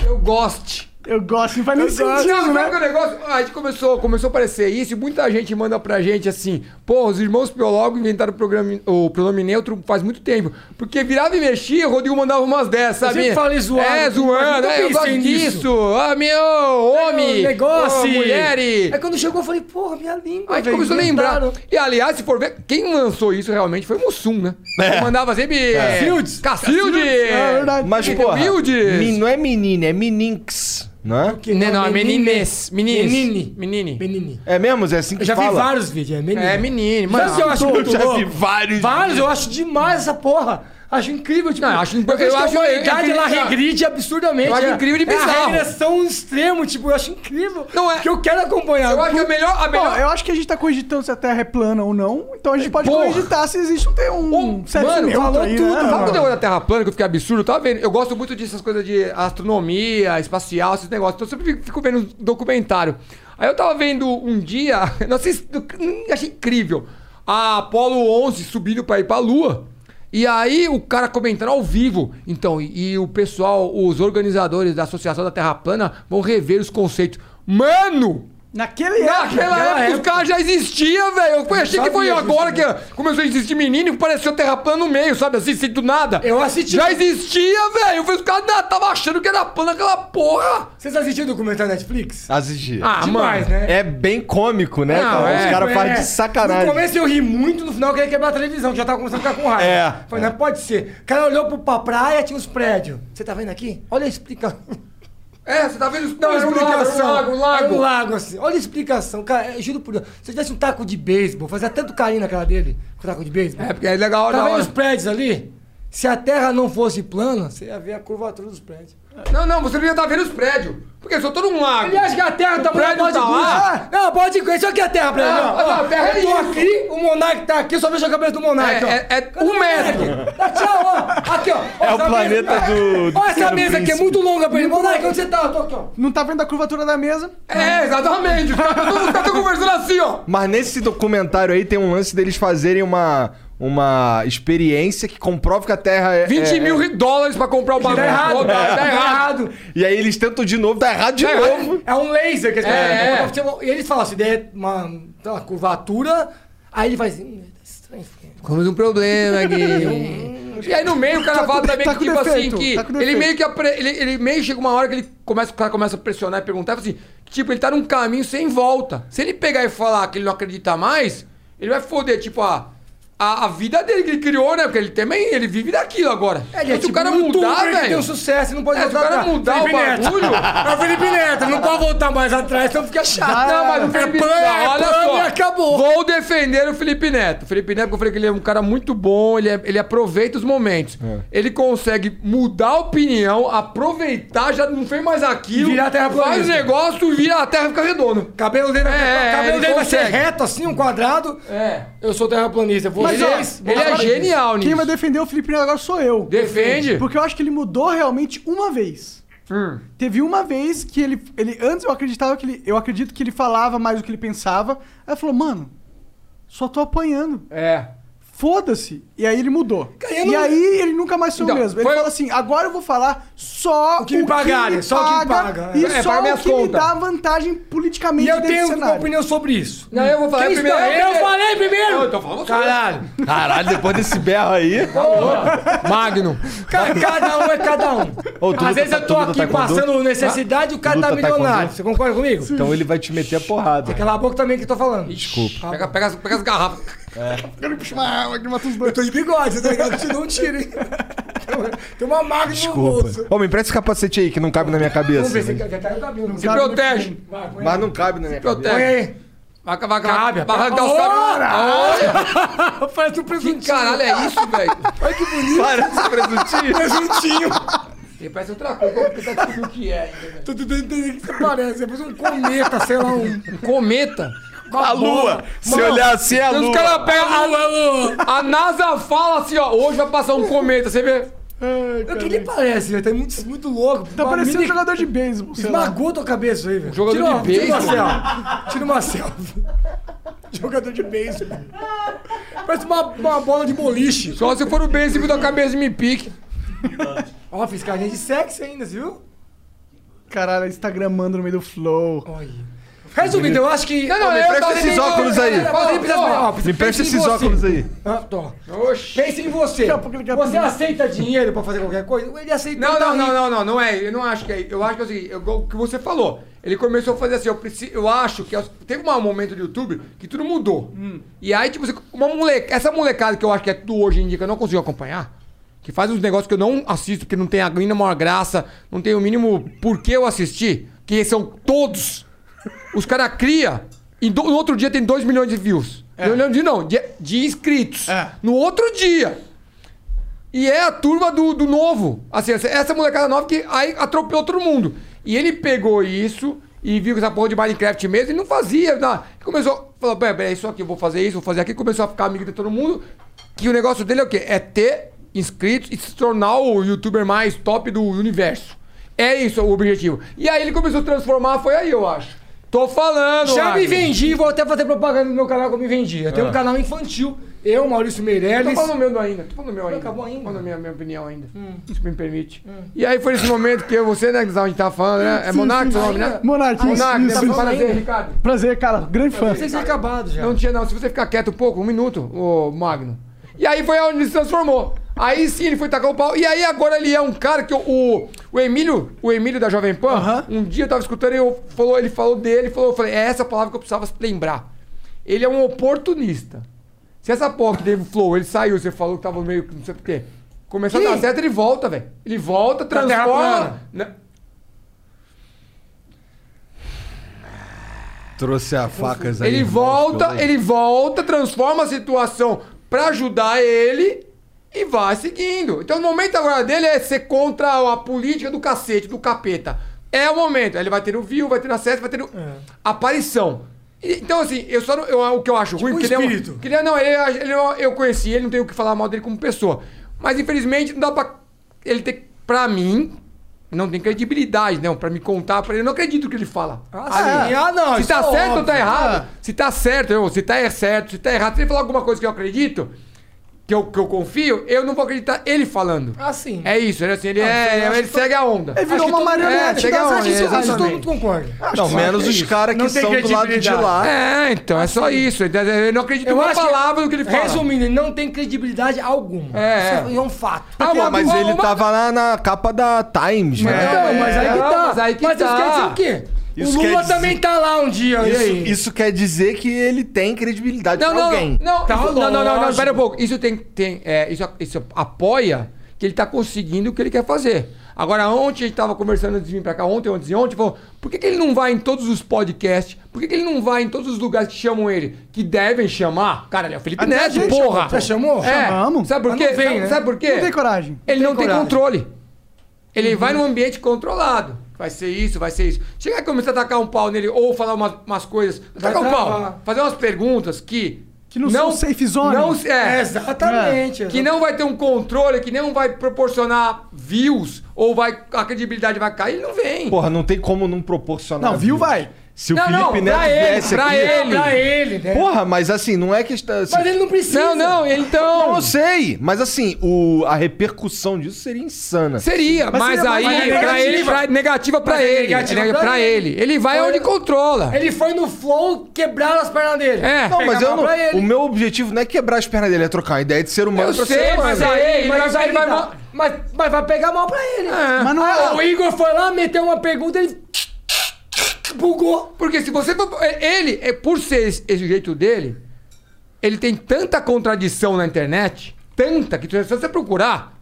S4: Eu goste.
S2: Eu gosto, não faz nem sentido,
S4: Não, sabe
S2: né?
S4: qual é o negócio? A gente começou, começou a aparecer isso e muita gente manda pra gente assim: pô, os irmãos biólogos inventaram o, programa, o pronome neutro faz muito tempo. Porque virava e mexia, o Rodrigo mandava umas dessas, sabe?
S5: sempre falo em zoado,
S4: É,
S5: mas
S4: zoando,
S5: nunca
S4: é, eu gosto
S5: pensei nisso.
S4: disso. Ah, meu, homem,
S5: Ô, É um negócio.
S4: ô, mulher.
S5: Aí quando chegou, eu falei, porra, minha língua. é
S4: A gente
S5: velho,
S4: começou a lembrar.
S5: inventaram.
S4: E aliás, se for ver, quem lançou isso realmente foi o Mussum, né? Ele mandava sempre. É.
S5: Cacildes.
S4: Cacilde!
S2: É verdade.
S3: Mas, porra,
S4: Humildes.
S3: men- não é menina, é meninx. Não é?
S4: Não, não, é meninês. Meninês.
S5: um Menine.
S4: Menine.
S5: Menine.
S3: É mesmo? É assim que
S5: Eu já
S3: fala?
S5: vi vários vídeos, é menine.
S4: É menine, mano.
S5: Sabe o que eu acho
S4: Ah, Eu
S5: muito
S4: já vi
S5: louco?
S3: vários
S5: Vários, eu acho demais essa porra. Acho incrível, tipo...
S4: Não, eu acho-
S5: vejo
S4: eu
S5: que
S4: acho-
S5: A humanidade,
S4: eu-
S5: ela regride absurdamente.
S4: Eu acho
S5: é-
S4: incrível
S5: É
S4: e
S5: a
S4: bizarro.
S5: regressão extremo, tipo, eu acho incrível.
S4: Não é-
S5: Que eu quero acompanhar.
S4: Eu acho que é a melhor. A
S2: Bom,
S4: melhor...
S2: eu acho que a gente tá cogitando se a Terra é plana ou não, então a gente pode
S4: Porra.
S2: cogitar se existe um, tem um, um certo
S4: Mano,
S2: neutro
S4: falou
S2: aí,
S4: tudo.
S2: né,
S4: Sabe
S2: mano?
S4: quando eu olho a Terra plana, que eu fiquei absurdo? Eu tava vendo. Eu gosto muito dessas coisas de astronomia, espacial, esses negócios. Então eu sempre fico- fico vendo documentário. Aí eu tava vendo um dia. Não sei se, hum, achei incrível. A Apollo 11 subindo pra ir pra Lua. E aí o cara comentando ao vivo. Então, e, e o pessoal, os organizadores da Associação da Terra Plana vão rever os conceitos. Mano!
S2: Naquele
S4: Naquela época, os caras já existiam, velho. Eu achei que foi
S5: sabia
S4: agora que começou a existir menino que pareceu terra plana no meio, sabe? Assim, sem do nada.
S5: Eu assisti-
S4: Já existia, velho. Eu falei, Os caras não, tava achando que era plana aquela porra.
S5: Vocês assistiram o documentário Netflix?
S3: Assistir.
S4: Ah,
S5: Demais,
S4: mano.
S5: né?
S3: É bem cômico, né,
S4: Não,
S3: cara?
S4: é,
S3: Os caras fazem de
S5: No
S3: sacanagem.
S5: começo eu ri muito, no final eu queria quebrar a televisão, que já tava começando a ficar com raiva.
S3: É.
S5: Falei, não pode ser. O cara olhou pro- pra praia, tinha uns prédios. Você tá vendo aqui? Olha a explicação.
S4: É, você tá vendo?
S5: Não, era um
S4: explicação.
S5: lago,
S4: Lago, lago,
S5: Era um lago, assim. Olha a explicação, cara. eu juro por Deus. Se eu tivesse um taco de beisebol, fazia tanto carinho na cara dele, com o taco de beisebol.
S4: É, porque é legal,
S5: Tá
S4: da
S5: vendo
S4: hora.
S5: os prédios ali? Se a terra não fosse plana, você ia ver a curvatura dos prédios.
S4: Não, não, você não ia estar vendo os prédios. Porque se eu tô num um lago.
S5: Ele acha que a terra tá
S4: O prédio
S5: bola de
S4: tá
S5: gude.
S4: lá.
S5: Não, bola de gude. Isso aqui é a terra pra ele.
S4: Não,
S5: ó.
S4: não, a terra é
S5: eu tô
S4: isso.
S5: aqui, o Monark tá aqui, eu só vejo a cabeça do Monark.
S4: É,
S5: ó.
S4: é- é
S5: Cadê
S4: um
S5: o Monark?
S4: metro.
S5: Tá, tchau, ó. Aqui, ó. Ó,
S3: É o
S5: essa
S3: planeta
S5: mesa-
S3: do- do
S5: Ó, essa
S3: Pequeno
S5: mesa aqui é
S3: Príncipe.
S5: muito longa pra ele. Monark, onde você tá? Eu tô aqui, ó.
S2: Não tá vendo a curvatura da mesa?
S4: É, exatamente. Os caras estão conversando assim, ó.
S3: Mas nesse documentário aí tem um lance deles fazerem uma, uma experiência que comprova que a Terra é.
S4: 20
S3: é-
S4: mil dólares pra comprar o bagulho.
S5: Tá errado.
S4: Tá,
S5: Tá
S4: errado.
S5: errado.
S3: E aí eles tentam de novo, tá errado de
S4: Tá errado.
S3: novo.
S5: É um laser que eles
S4: É, é.
S5: Tipo, E eles falam assim, der uma, sei lá, curvatura, aí ele faz... Hum, tá estranho. isso aqui."
S4: Temos um problema aqui. E aí no meio o cara fala também
S2: tá
S4: que,
S2: com
S4: tipo
S2: defeito,
S4: assim, que
S2: tá com
S4: ele
S2: defeito.
S4: meio que apre- ele, ele meio chega uma hora que ele começa, o cara começa a pressionar e perguntar, fala assim, tipo, ele tá num caminho sem volta. Se ele pegar e falar que ele não acredita mais, ele vai foder, tipo, a, a, a vida dele que ele criou, né? Porque ele também, ele vive daquilo agora.
S5: Ele é
S4: se
S5: tipo
S4: o cara
S5: um
S4: mudar,
S5: youtuber que tem
S4: velho...
S5: um sucesso, não pode
S4: É, se o
S5: voltar
S4: cara
S5: atrás.
S4: mudar o
S5: Felipe Neto.
S4: bagulho...
S5: É o Felipe Neto, não pode voltar mais atrás, senão fica chato.
S4: Tá, Não, mas o
S5: É
S4: Felipe
S5: pan, é
S4: olha
S5: pan
S4: só,
S5: e acabou.
S4: Vou defender o Felipe Neto. O Felipe Neto, porque eu falei que ele é um cara muito bom, ele, é- ele aproveita os momentos.
S5: É.
S4: Ele consegue mudar a opinião, aproveitar, já não fez mais aquilo.
S5: Virar terraplanista.
S4: Faz o negócio, vira a terra e fica redondo.
S5: Cabelo dele, vai,
S4: É,
S5: cabelo
S4: ele
S5: dele vai ser
S4: consegue.
S5: reto assim, um quadrado.
S4: É.
S5: Eu sou terraplanista,
S4: Mas, ó,
S5: vocês...
S4: ele é
S5: vocês-
S4: genial nisso.
S2: Quem vai defender é o Felipe Neto agora sou eu.
S4: Defende.
S2: Porque eu acho que ele mudou realmente uma vez.
S4: Hum.
S2: Teve uma vez que ele, ele. Antes eu acreditava que ele. Eu acredito que ele falava mais do que ele pensava. Aí ele falou, mano, só tô apanhando.
S4: É.
S2: Foda-se. E aí ele mudou.
S5: Cara, eu
S2: e
S5: não-
S2: aí ele nunca mais foi o
S4: Então,
S2: mesmo. Ele
S4: foi-
S2: fala assim: agora eu vou falar só
S5: O que me pagarem, só o que me paga,
S2: E
S5: é.
S4: É,
S2: só
S4: paga
S2: o
S4: minhas
S2: que me
S4: contas.
S2: dá vantagem
S5: E
S2: politicamente
S5: eu
S2: dentro do
S5: tenho uma
S2: cenário.
S5: opinião sobre isso.
S4: Não, eu vou falar
S5: Quem
S4: primeiro.
S5: está- Eu falei primeiro!
S4: Eu tô falando você.
S5: Caralho!
S3: Caralho, depois desse berro aí.
S4: Magno.
S5: Ca- Cada um é cada um.
S3: Ô, tu
S5: Às
S4: tá-
S3: luta-
S5: vezes eu
S3: tu
S5: tô
S3: luta
S5: aqui
S3: taekwondo?
S5: passando necessidade e o cara
S3: luta
S5: tá milionário.
S3: taekwondo?
S5: Você concorda comigo?
S3: Então ele vai te meter a porrada.
S5: Cala a boca também que eu tô falando.
S3: Desculpa.
S4: Pega, pega as, pega as garrafas.
S5: Eu tô de bigode, você tá ligado? Eu te dou um tiro, hein? Tem uma marca no
S3: Desculpa.
S5: bolso.
S3: Ô, me empresta esse capacete aí que não cabe na minha
S5: Vamos ver
S3: cabeça.
S5: se já tá no cabelo.
S4: Se protege.
S5: Vai, põe aí.
S3: Mas não cabe na minha cabeça.
S5: Põe
S4: Protege.
S5: aí.
S4: Vai, vai, vai.
S5: Cabe,
S4: vai arrancar o
S5: Ora!
S4: saco. Olha,
S5: Parece um
S4: Que
S5: presuntinho.
S4: caralho é isso, velho?
S5: Olha que bonito.
S3: Parece um presuntinho.
S5: Presuntinho.
S4: um Ele parece outra coisa. Como que tá descobrindo o que é ainda, velho?
S5: Tô tentando entender o que você parece. É parece um cometa, sei lá, um...
S4: Cometa.
S3: A lua. Se
S5: Mano,
S3: olhar assim, é a
S4: Os
S3: lua.
S4: caras pegam. A, a NASA fala assim, ó. Hoje vai passar um cometa, você vê.
S5: O que ele parece? velho? Tá muito, muito louco.
S2: Tá
S5: Uma
S2: parecendo um
S5: mini-
S2: jogador de beisebol. sei lá.
S5: Esmagou tua cabeça aí, velho.
S4: Um jogador
S5: Tira uma-
S4: de beisebol.
S5: Tira uma selfie. Tira uma selfie. jogador de beisebol. Parece uma, uma bola de boliche.
S4: Só se for o beisebol da cabeça de me pique.
S5: Ó, fiz carinha de sexo ainda, você viu?
S2: Caralho, Instagramando no meio do flow.
S5: Olha. Resumindo, eu acho que... Não,
S3: me presta esses óculos aí. Me empresta esses óculos aí.
S5: Ah, tô.
S4: Oxi.
S5: Pense em você.
S2: Daqui a pouco ele quer
S5: Você
S2: pedir.
S5: aceita dinheiro pra fazer qualquer coisa? Ele aceita.
S4: Não,
S5: tá
S4: não, não,
S5: rico.
S4: não, não, não é. Eu não acho que é. Eu acho que é o seguinte, eu- o que você falou. Ele começou a fazer assim, eu preciso. Eu acho que. é o- Teve uma- um momento do YouTube que tudo
S5: Hum.
S4: mudou. E aí, tipo, você- uma moleca. Essa molecada que eu acho que é tudo hoje em dia que eu não consigo acompanhar. que que faz uns negócios que eu não assisto, que não tem a mínima graça, não tem o mínimo porquê eu assistir, que são todos. Os caras criam, e do- no outro dia tem 2 milhões de views.
S5: É.
S4: Não milhões de não, de, de inscritos. No outro dia. E é a turma do, do novo. Assim, essa, essa molecada nova que aí atropelou todo mundo. E ele pegou isso e viu que essa porra de Minecraft mesmo e não fazia. Não. Começou, falou, peraí, peraí, isso aqui, eu vou fazer isso, vou fazer aquilo. Começou a ficar amigo de todo mundo. Que o negócio dele é o quê? É ter inscritos e se tornar o youtuber mais top do universo. É isso o objetivo. E aí ele começou a transformar, foi aí, eu acho. Tô falando,
S5: Já me
S4: Agnes.
S5: vendi, vou até fazer propaganda no meu canal que eu me vendi. Eu tenho
S4: Ah.
S5: um canal infantil, eu, Maurício Meirelles.
S4: Tô falando meu ainda, tô falando meu ainda. Acabou ainda. Tô falando minha, minha opinião ainda,
S5: Hum.
S4: se me permite. E aí foi nesse momento que eu, você, né, Guizão, a gente tava falando, né? É
S2: Sim,
S4: Monark
S2: sim,
S4: seu nome,
S2: sim.
S4: né?
S2: Monark, isso,
S4: Monark, né?
S2: isso, isso.
S4: Prazer, Ricardo.
S2: Prazer, cara. Grande fã.
S5: acabado já.
S4: Não tinha, não. Se você ficar quieto um pouco, um minuto, ô Magno. E aí foi onde ele se transformou. Aí sim ele foi tacar o pau. E aí agora ele é um cara que o, o, o Emílio, o Emílio da Jovem Pan, um dia eu tava escutando e eu falou, ele falou dele, falou, eu falei, é essa palavra que eu precisava lembrar. Ele é um oportunista. Se essa porra que teve o flow, ele saiu, você falou que tava meio que não sei o quê. Começou a dar
S5: Sim.
S4: certo, ele volta, velho. Ele volta,
S5: Pra terra
S4: transforma.
S5: plana.
S4: Né?
S3: Trouxe a facas aí. é
S4: Ele volta, ele volta, transforma a situação pra ajudar ele e vai seguindo. Então o momento agora dele é ser contra a política do cacete, do capeta. É o momento. Aí Ele vai ter o view, vai ter o acesso, vai ter o...
S5: É.
S4: aparição. E- Então, assim, eu só não- eu- o que eu acho ruim,
S5: um
S4: porque ele é
S5: espírito.
S4: que ele é- não, ele, é- ele é uma- eu conheci ele, não tenho o que falar mal dele como pessoa. Mas infelizmente não dá pra. Ele ter. Pra mim, não tem credibilidade, não. Pra me contar, pra ele, eu não acredito no que ele fala.
S5: Ah, sim. Ah, não,
S4: Se
S5: isso
S4: tá
S5: é
S4: certo ou
S5: óbvio.
S4: tá
S5: Ah.
S4: errado? Se tá certo, eu, se tá certo, se tá errado, se ele falar alguma coisa que eu acredito, que eu, que eu confio, eu não vou acreditar ele falando.
S5: Assim.
S4: É isso, ele, assim, ele,
S5: Ah,
S4: é,
S5: então eu acho
S4: ele
S5: que to-
S4: segue a onda.
S2: Ele virou
S4: Acho que
S2: uma
S4: todo-
S2: marionete
S4: É, chega a
S2: das
S4: onda,
S2: artes
S5: Isso, isso assim, todo
S4: exatamente.
S5: mundo concorda.
S3: Não, menos os caras que
S5: Não tem
S3: são do lado de
S5: credibilidade. Assim.
S3: lá.
S4: É, então, é só isso. Ele- Eu não acredito em uma palavra do que ele fala.
S5: Resumindo, ele não tem credibilidade alguma.
S4: É.
S5: Isso é um fato.
S4: Ah,
S3: Pô, mas ele tá-
S4: uma-
S3: tava lá na capa da Times,
S5: Mas
S3: né?
S5: então, mas aí que
S4: Não,
S5: tá.
S4: mas aí que
S5: isso
S4: tá.
S5: quer dizer o quê?
S3: Isso
S5: o
S3: quer
S5: Lula
S3: dizer-
S5: também tá lá um dia. e aí?
S3: Isso, isso quer dizer que ele tem credibilidade
S4: Não,
S3: pra
S4: não,
S3: alguém.
S4: não,
S5: Tá
S4: isso- não, não, não, não,
S5: lógico.
S4: pera um pouco. Isso tem, tem, é, isso, isso apoia que ele tá conseguindo o que ele quer fazer. Agora, ontem a gente tava conversando antes de vir pra cá, ontem, ontem, ontem, falou, por que, que ele não vai em todos os podcasts? Por que, que ele não vai em todos os lugares que chamam ele? Que devem chamar? Cara, ele é o Felipe
S2: Até a
S4: Neto,
S2: gente
S4: porra!
S2: chamou. Você chamou?
S4: É,
S2: Chamamos.
S4: Sabe por
S2: Mas
S4: quê?
S2: não vem,
S4: sabe,
S2: né?
S4: sabe por quê?
S2: Não tem coragem. Uhum.
S4: Ele não tem,
S5: coragem.
S4: controle. Ele vai num ambiente controlado. Vai ser isso, vai ser isso. Chegar e começar a tacar um pau nele ou falar umas, umas coisas. Tacar um
S5: travar.
S4: pau. Fazer umas perguntas que.
S2: Que não são safe zone.
S4: Não, é,
S5: É, exatamente.
S4: que não vai ter um controle, que não vai proporcionar views ou vai, a credibilidade vai cair. Ele não vem.
S3: Porra, não tem como não proporcionar.
S2: Não, viu,
S3: views.
S2: vai.
S3: Se o
S4: Não, não,
S3: Felipe Neto
S4: pra ele,
S3: viesse
S4: pra
S3: aqui.
S4: ele.
S5: Pra ele, né?
S3: Porra, mas assim, não é questão. assim,
S5: Mas ele não precisa.
S4: não, não, então.
S3: Não, eu sei. Mas assim, o, a repercussão disso seria insana.
S4: Seria, mas,
S2: seria
S4: aí,
S5: mais
S4: pra
S5: negativa.
S4: ele, pra, negativa pra
S5: Mas é
S4: ele.
S5: negativa
S4: é neg-
S5: pra
S4: pra ele.
S5: ele.
S4: Ele vai
S5: Foi-
S4: onde controla.
S5: Ele foi no flow, quebraram as pernas dele.
S4: É.
S3: Não, mas eu
S5: Pegava
S3: não,
S5: pra ele.
S3: o meu objetivo não é quebrar as pernas dele, é trocar a ideia de ser humano
S4: Eu
S3: pra
S4: sei,
S3: ser humano.
S4: mas aí ele vai-
S5: mas, aí
S4: ele vai
S5: tá.
S4: mal-
S5: mas, mas vai pegar mal pra ele.
S4: É.
S2: Mas não é-
S5: Ah, o Igor foi lá, meteu uma pergunta, ele bugou.
S4: Porque se você for. Ele, é, por ser esse, esse jeito dele, ele tem tanta contradição na internet, tanta, que se você procurar,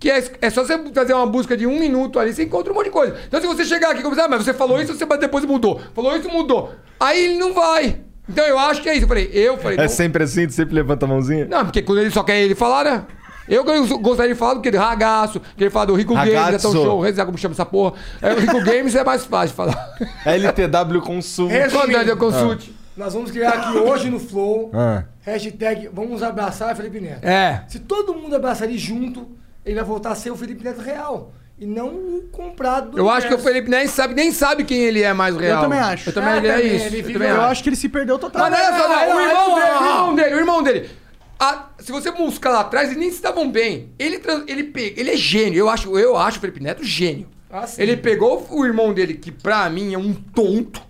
S4: que é, é só você fazer uma busca de um minuto ali, você encontra um monte de coisa. Então se você chegar aqui e começar, ah, mas você falou isso, você, mas depois mudou. Falou isso, mudou. Aí ele não vai. Então eu acho que é isso. Eu falei, eu falei.
S3: É
S4: não-
S3: sempre assim, tu sempre levanta a mãozinha?
S4: Não, porque quando ele só quer ele falar, né? Eu que eu gostaria de falar do que? Do ragaço, que ele fala do Rico Games, é tão
S3: Ragazzo.
S4: show, sei lá como chama essa porra. É, o Rico Games é mais fácil de falar.
S3: LTW Consumo.
S4: Quando eu consulte.
S5: Nós vamos criar aqui hoje no flow,
S3: Ah.
S5: hashtag vamos abraçar Felipe Neto.
S4: É.
S5: Se todo mundo abraçar ele junto, ele vai voltar a ser o Felipe Neto real. E não o comprado. do
S4: Eu acho que o
S5: universo.
S4: Felipe nem sabe, nem sabe quem ele é mais real.
S2: também acho.
S4: Eu também
S5: Ah,
S4: ele é
S5: também,
S4: isso.
S5: ele
S4: eu
S5: vive-
S4: também
S2: Eu
S4: acho.
S2: acho que ele se perdeu total.
S4: Mas olha só,
S5: Não, é
S2: é
S4: não,
S5: não,
S4: o irmão
S5: não,
S4: dele, o
S5: não.
S4: irmão dele, o irmão dele. Ah, se você buscar lá atrás, eles nem se estavam bem. Ele, trans- ele, pe- ele é gênio. Eu acho, eu acho o Felipe Neto gênio.
S5: Ah, sim.
S4: ele pegou o irmão dele, que pra mim é um tonto,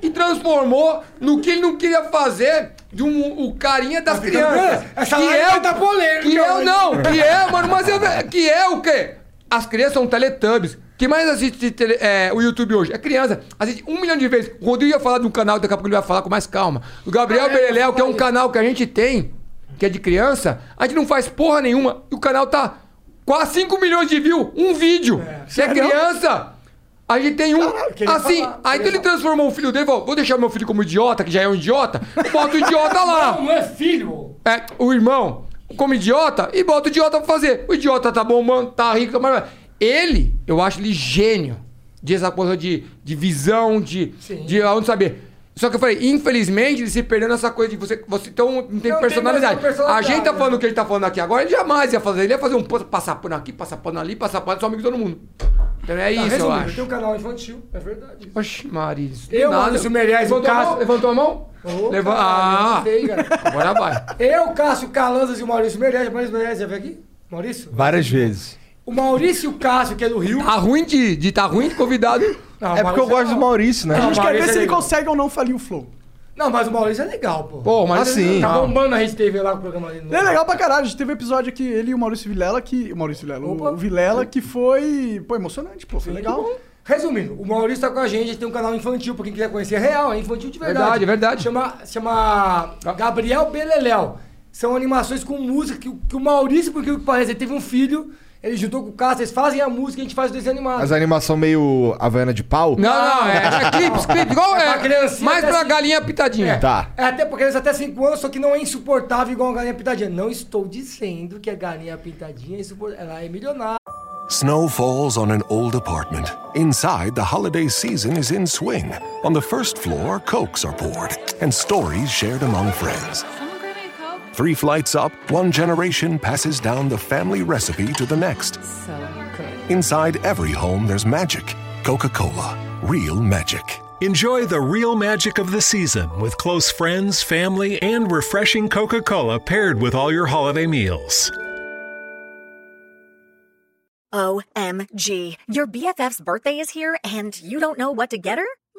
S4: e, e transformou no que ele não queria fazer de um, o carinha das
S5: ficando
S4: crianças. é
S5: grande. Essa live vai dar polêmica
S4: Que eu
S5: hoje.
S4: não, que é, mano, mas eu, que é o quê? As crianças são teletubbies. Quem mais assiste tele- é, o YouTube hoje? É criança. Assiste um milhão de vezes. O Rodrigo ia falar de um canal, daqui a pouco ele vai falar com mais calma. O Gabriel
S5: Ah, é,
S4: Beleléu, que é um
S5: isso.
S4: canal que a gente tem, que é de criança, a gente não faz porra nenhuma e o canal tá quase 5 milhões de views, um vídeo. Se é
S5: Sério?
S4: criança, a gente tem um.
S5: queria
S4: assim,
S5: falar,
S4: aí então ele transformou o filho dele e falou: vou deixar meu filho como idiota, que já é um idiota, bota o idiota lá.
S5: Não, não é filho.
S4: É, o irmão como idiota e bota o idiota pra fazer. O idiota tá bombando, tá rico, mas... Ele, eu acho ele gênio. De essa coisa de, de visão, de, de aonde saber. Só que eu falei, infelizmente, ele se perdeu nessa coisa de você, você então não tem
S5: Não tem
S4: personalidade.
S5: mais uma
S4: A gente tá
S5: personalidade,
S4: falando o que ele tá falando aqui agora, ele jamais ia fazer. Ele ia fazer um pano, passar pano aqui, passar pano ali, passar pano, só amigo de todo mundo. Então é
S5: Tá,
S4: isso, eu
S5: resumindo,
S4: acho.
S5: Tem um canal infantil, é verdade.
S4: Oxi, Maris.
S5: Eu, Maurício Meirelles,
S4: levantou, a
S5: Cássio-
S4: mão? levantou a mão?
S5: Ô,
S4: Leva-
S5: caralho,
S4: Ah.
S5: gostei, cara.
S4: Agora vai.
S5: Eu, Cássio Calanzas e o Maurício Meirelles. Maurício Meirelles já veio aqui? Maurício?
S3: Várias vezes.
S5: O Maurício Cássio, que é do Rio.
S4: Tá ruim de, de tá ruim de convidado.
S5: Não,
S3: É porque eu gosto do Maurício, né?
S2: A gente
S5: Não,
S2: quer ver
S5: Maurício
S2: se
S5: é
S2: ele
S5: legal.
S2: consegue ou não falir o flow.
S5: Não, mas o Maurício é legal, pô.
S4: Pô, mas
S3: Assim.
S5: Tá
S4: Não.
S5: bombando a Rede TV lá com o programa dele.
S2: Ele é legal pra caralho. A gente teve um episódio aqui, ele e o Maurício Vilela, que. O Maurício Vilela, o-
S5: Opa.
S2: o Vilela, que foi. Pô, emocionante, pô. Foi legal.
S5: Resumindo, o Maurício tá com a gente, ele tem um canal infantil, pra quem quiser conhecer, é real, é infantil de verdade.
S4: Verdade, verdade.
S5: Chama, chama Gabriel Beleléu. São animações com música, que, o- que o Maurício, por incrível que parece, ele teve um filho, ele juntou com o Cássio, eles fazem a música, a gente faz o desenho animado.
S3: As animações meio Havaiana de pau.
S4: Não, não, é, é clipes, clipes, igual
S5: Ah, É pra
S4: é.
S5: criancinha
S4: mais
S5: até
S4: pra
S5: cinco.
S4: galinha pitadinha.
S3: Tá.
S5: É até porque eles até 5 anos, só que não é insuportável igual a galinha pintadinha. Não estou dizendo que a galinha pintadinha é insuportável. Ela é milionária.
S10: Snow falls on an old apartment. Inside, the holiday season is in swing. On the first floor, cokes are poured and stories shared among friends. Three flights up, one generation passes down the family recipe to the next. Inside every home, there's magic. Coca Cola, real magic.
S11: Enjoy the real magic of the season with close friends, family, and refreshing Coca Cola paired with all your holiday meals.
S1: OMG. Your BFF's birthday is here and you don't know what to get her?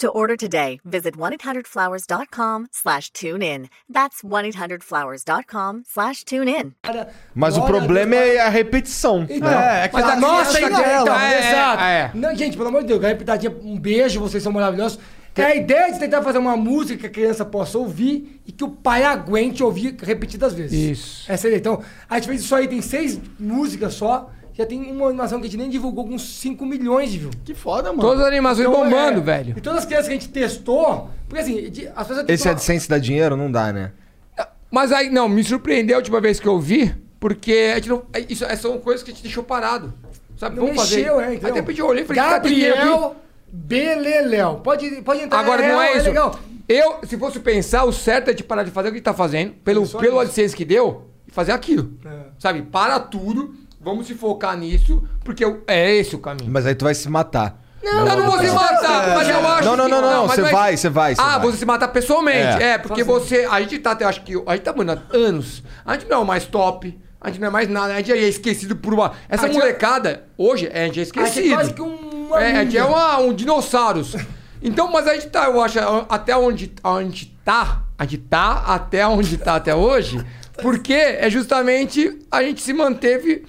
S1: To order today, visit 1-800-Flowers.com slash tune in. That's 1-800-Flowers.com slash tune in.
S3: Mas o
S5: Glória a
S3: problema
S5: Deus.
S3: é a repetição.
S5: Então,
S2: É, é que
S5: mas
S2: tá
S5: a nossa
S2: criança
S5: ideia,
S2: dela.
S5: então,
S4: É,
S5: exato.
S4: é, é.
S5: Não, gente, pelo amor de Deus, Galinha Pitadinha, um beijo, vocês são maravilhosos. É a ideia de tentar fazer uma música que a criança possa ouvir e que o pai aguente ouvir repetidas vezes.
S4: Isso.
S5: Essa é a ideia. Então, a gente fez isso aí, tem seis músicas só, já tem uma animação que a gente nem divulgou com 5 milhões de views.
S2: Que foda, mano.
S4: Todas as animações
S5: Então,
S4: bombando,
S5: é,
S4: velho.
S5: E todas as crianças que a gente testou, porque assim, de- as pessoas
S3: Esse
S5: testam-
S3: é AdSense dá dinheiro? Não dá, né?
S4: Mas aí, não, me surpreendeu a última vez que eu vi, porque a gente não. é, Isso é- são coisas que a gente deixou parado. Sabe,
S5: Não
S4: vamos fazer.
S5: mexeu, é,
S4: Aí
S5: entendeu?
S4: de repente eu olhei e falei, cara, tem dinheiro
S5: Gabriel
S4: aqui.
S5: Beleléu. Pode, pode entrar.
S4: Agora não
S5: real,
S4: é isso.
S5: legal.
S4: eu, se fosse pensar, o certo é de parar de fazer o que a gente tá fazendo, pelo,
S5: Só
S4: pelo
S5: isso.
S4: AdSense que deu, e fazer aquilo.
S5: É.
S4: Sabe, para tudo, vamos se focar nisso, porque eu- é esse o caminho.
S3: Mas aí tu vai se matar.
S4: Não, eu não vou se matar, mas eu acho
S3: Não, não,
S4: que-
S3: não, não, não,
S4: mas
S3: você
S4: não é-
S3: vai, você vai, você
S4: ah,
S3: vai.
S4: você se matar pessoalmente.
S3: É.
S4: É, porque você... A gente tá, até, acho que... A gente tá, mano, há anos. A gente não é o mais top. A gente não é mais nada. A gente é esquecido por uma... Essa
S5: A gente é-
S4: molecada, hoje, é, a gente é esquecido.
S5: é quase que uma
S4: É, a gente é
S5: múmia.
S4: uma, um dinossauros. Então, mas a gente tá, eu acho, até onde a gente tá, a gente tá até onde tá até hoje, porque é justamente a gente se manteve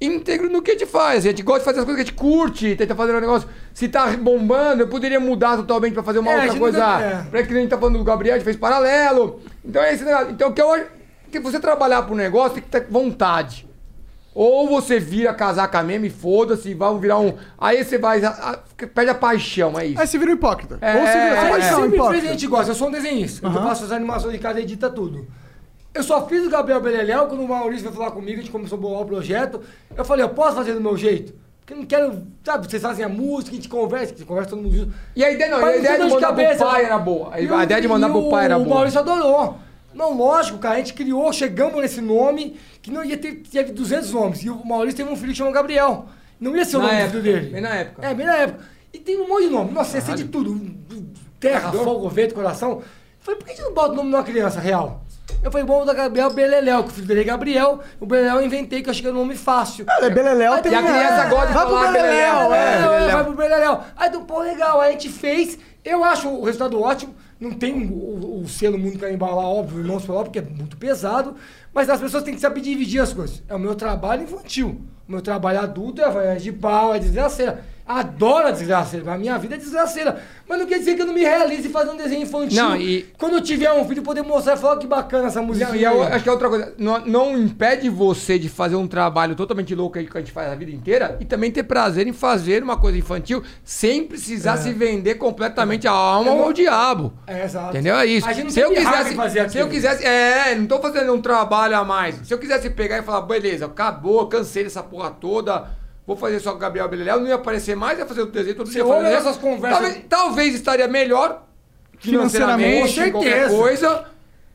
S4: íntegro no que a gente faz. A gente gosta de fazer as coisas que a gente curte, tenta fazer um negócio. Se tá bombando, eu poderia mudar totalmente pra fazer uma
S5: É, a
S4: outra
S5: gente
S4: coisa.
S5: nunca- é.
S4: Pra que a gente tá falando do Gabriel, a gente fez paralelo. Então é esse negócio. Então, o que eu acho. Que você trabalhar pro negócio tem que ter vontade. Ou você vira casaca mesmo e foda-se, e vai virar um. Aí você vai. a- a- fica- perde a paixão, é isso.
S2: Aí você vira um hipócrita.
S4: É,
S2: Ou você vira.
S4: é,
S2: Você pode
S5: Mas
S2: ser um
S5: sempre fez a
S2: hipócrita.
S5: gente gosta. Eu sou um desenhista. Eu faço as animações de casa e edita tudo. Eu só fiz o Gabriel Beleléu quando o Maurício veio falar comigo, a gente começou a bolar o projeto. Eu falei, eu posso fazer do meu jeito? Porque eu não quero, sabe, vocês fazem a música, a gente conversa, a gente conversa todo mundo junto.
S4: E a ideia não,
S5: Mas
S4: a ideia é
S5: tem
S4: de
S5: dor
S4: mandar pro pai era boa. A
S5: E o-
S4: ideia de mandar
S5: e
S4: pro pai era
S5: O
S4: boa.
S5: Maurício adorou. Não, lógico, cara, a gente criou, chegamos nesse nome, que não ia ter, teve 200 nomes. E o Maurício teve um filho que chama Gabriel. Não ia ser o
S4: Na
S5: nome do
S4: época,
S5: filho dele.
S4: bem na época.
S5: É, bem na época. E tem um monte de nome. Nossa, ia ser de tudo. Terra, fogo, vento, coração. Eu falei, por que a gente não bota o nome de uma criança real? Eu falei, bom, da Gabriel Beleléu, que o filho dele é Gabriel. O Beleléu eu inventei, que eu achei que era um nome fácil.
S2: É, Beleléu tem
S4: E a criança gosta de
S2: Vai pro
S4: falar
S2: Beleléu,
S4: Beleléu,
S5: É,
S2: é.
S5: vai pro Beleléu. Aí do pô, legal, aí a gente fez. Eu acho o resultado ótimo. Não tem o, o- o selo mundo carimbado lá, óbvio, irmãos lá, porque é muito pesado. Mas as pessoas têm que saber dividir as coisas. É o meu trabalho infantil. O meu trabalho adulto é vai de pau, é desgraceira. Adoro a desgraceira. A minha vida é desgraceira. Mas não quer dizer que eu não me realize fazendo um desenho infantil.
S4: Não, e-
S5: Quando eu tiver um filho, poder mostrar e falar "Ó, que bacana essa música.
S4: Não, e eu acho que é outra coisa. Não, não impede você de fazer um trabalho totalmente louco aí que a gente faz a vida inteira e também ter prazer em fazer uma coisa infantil sem precisar se vender completamente a alma
S5: É. Eu não-
S4: ao diabo.
S5: É, exato.
S4: Entendeu? É isso.
S5: A gente não
S4: Se
S5: tem
S4: eu
S5: pirraça
S4: quisesse.
S5: em fazer
S4: se eu
S5: aquilo.
S4: quisesse. É, não tô fazendo um trabalho a mais. Se eu quisesse pegar e falar, beleza, acabou, cansei dessa porra toda. Vou fazer só com o Gabriel Beleléu, não ia aparecer mais, ia fazer o desenho todo dia.
S5: ouve
S4: fazendo
S5: essas
S4: desenho.
S5: conversas-
S4: Talvez, talvez estaria melhor financeiramente,
S5: Com
S4: qualquer
S5: certeza.
S4: coisa.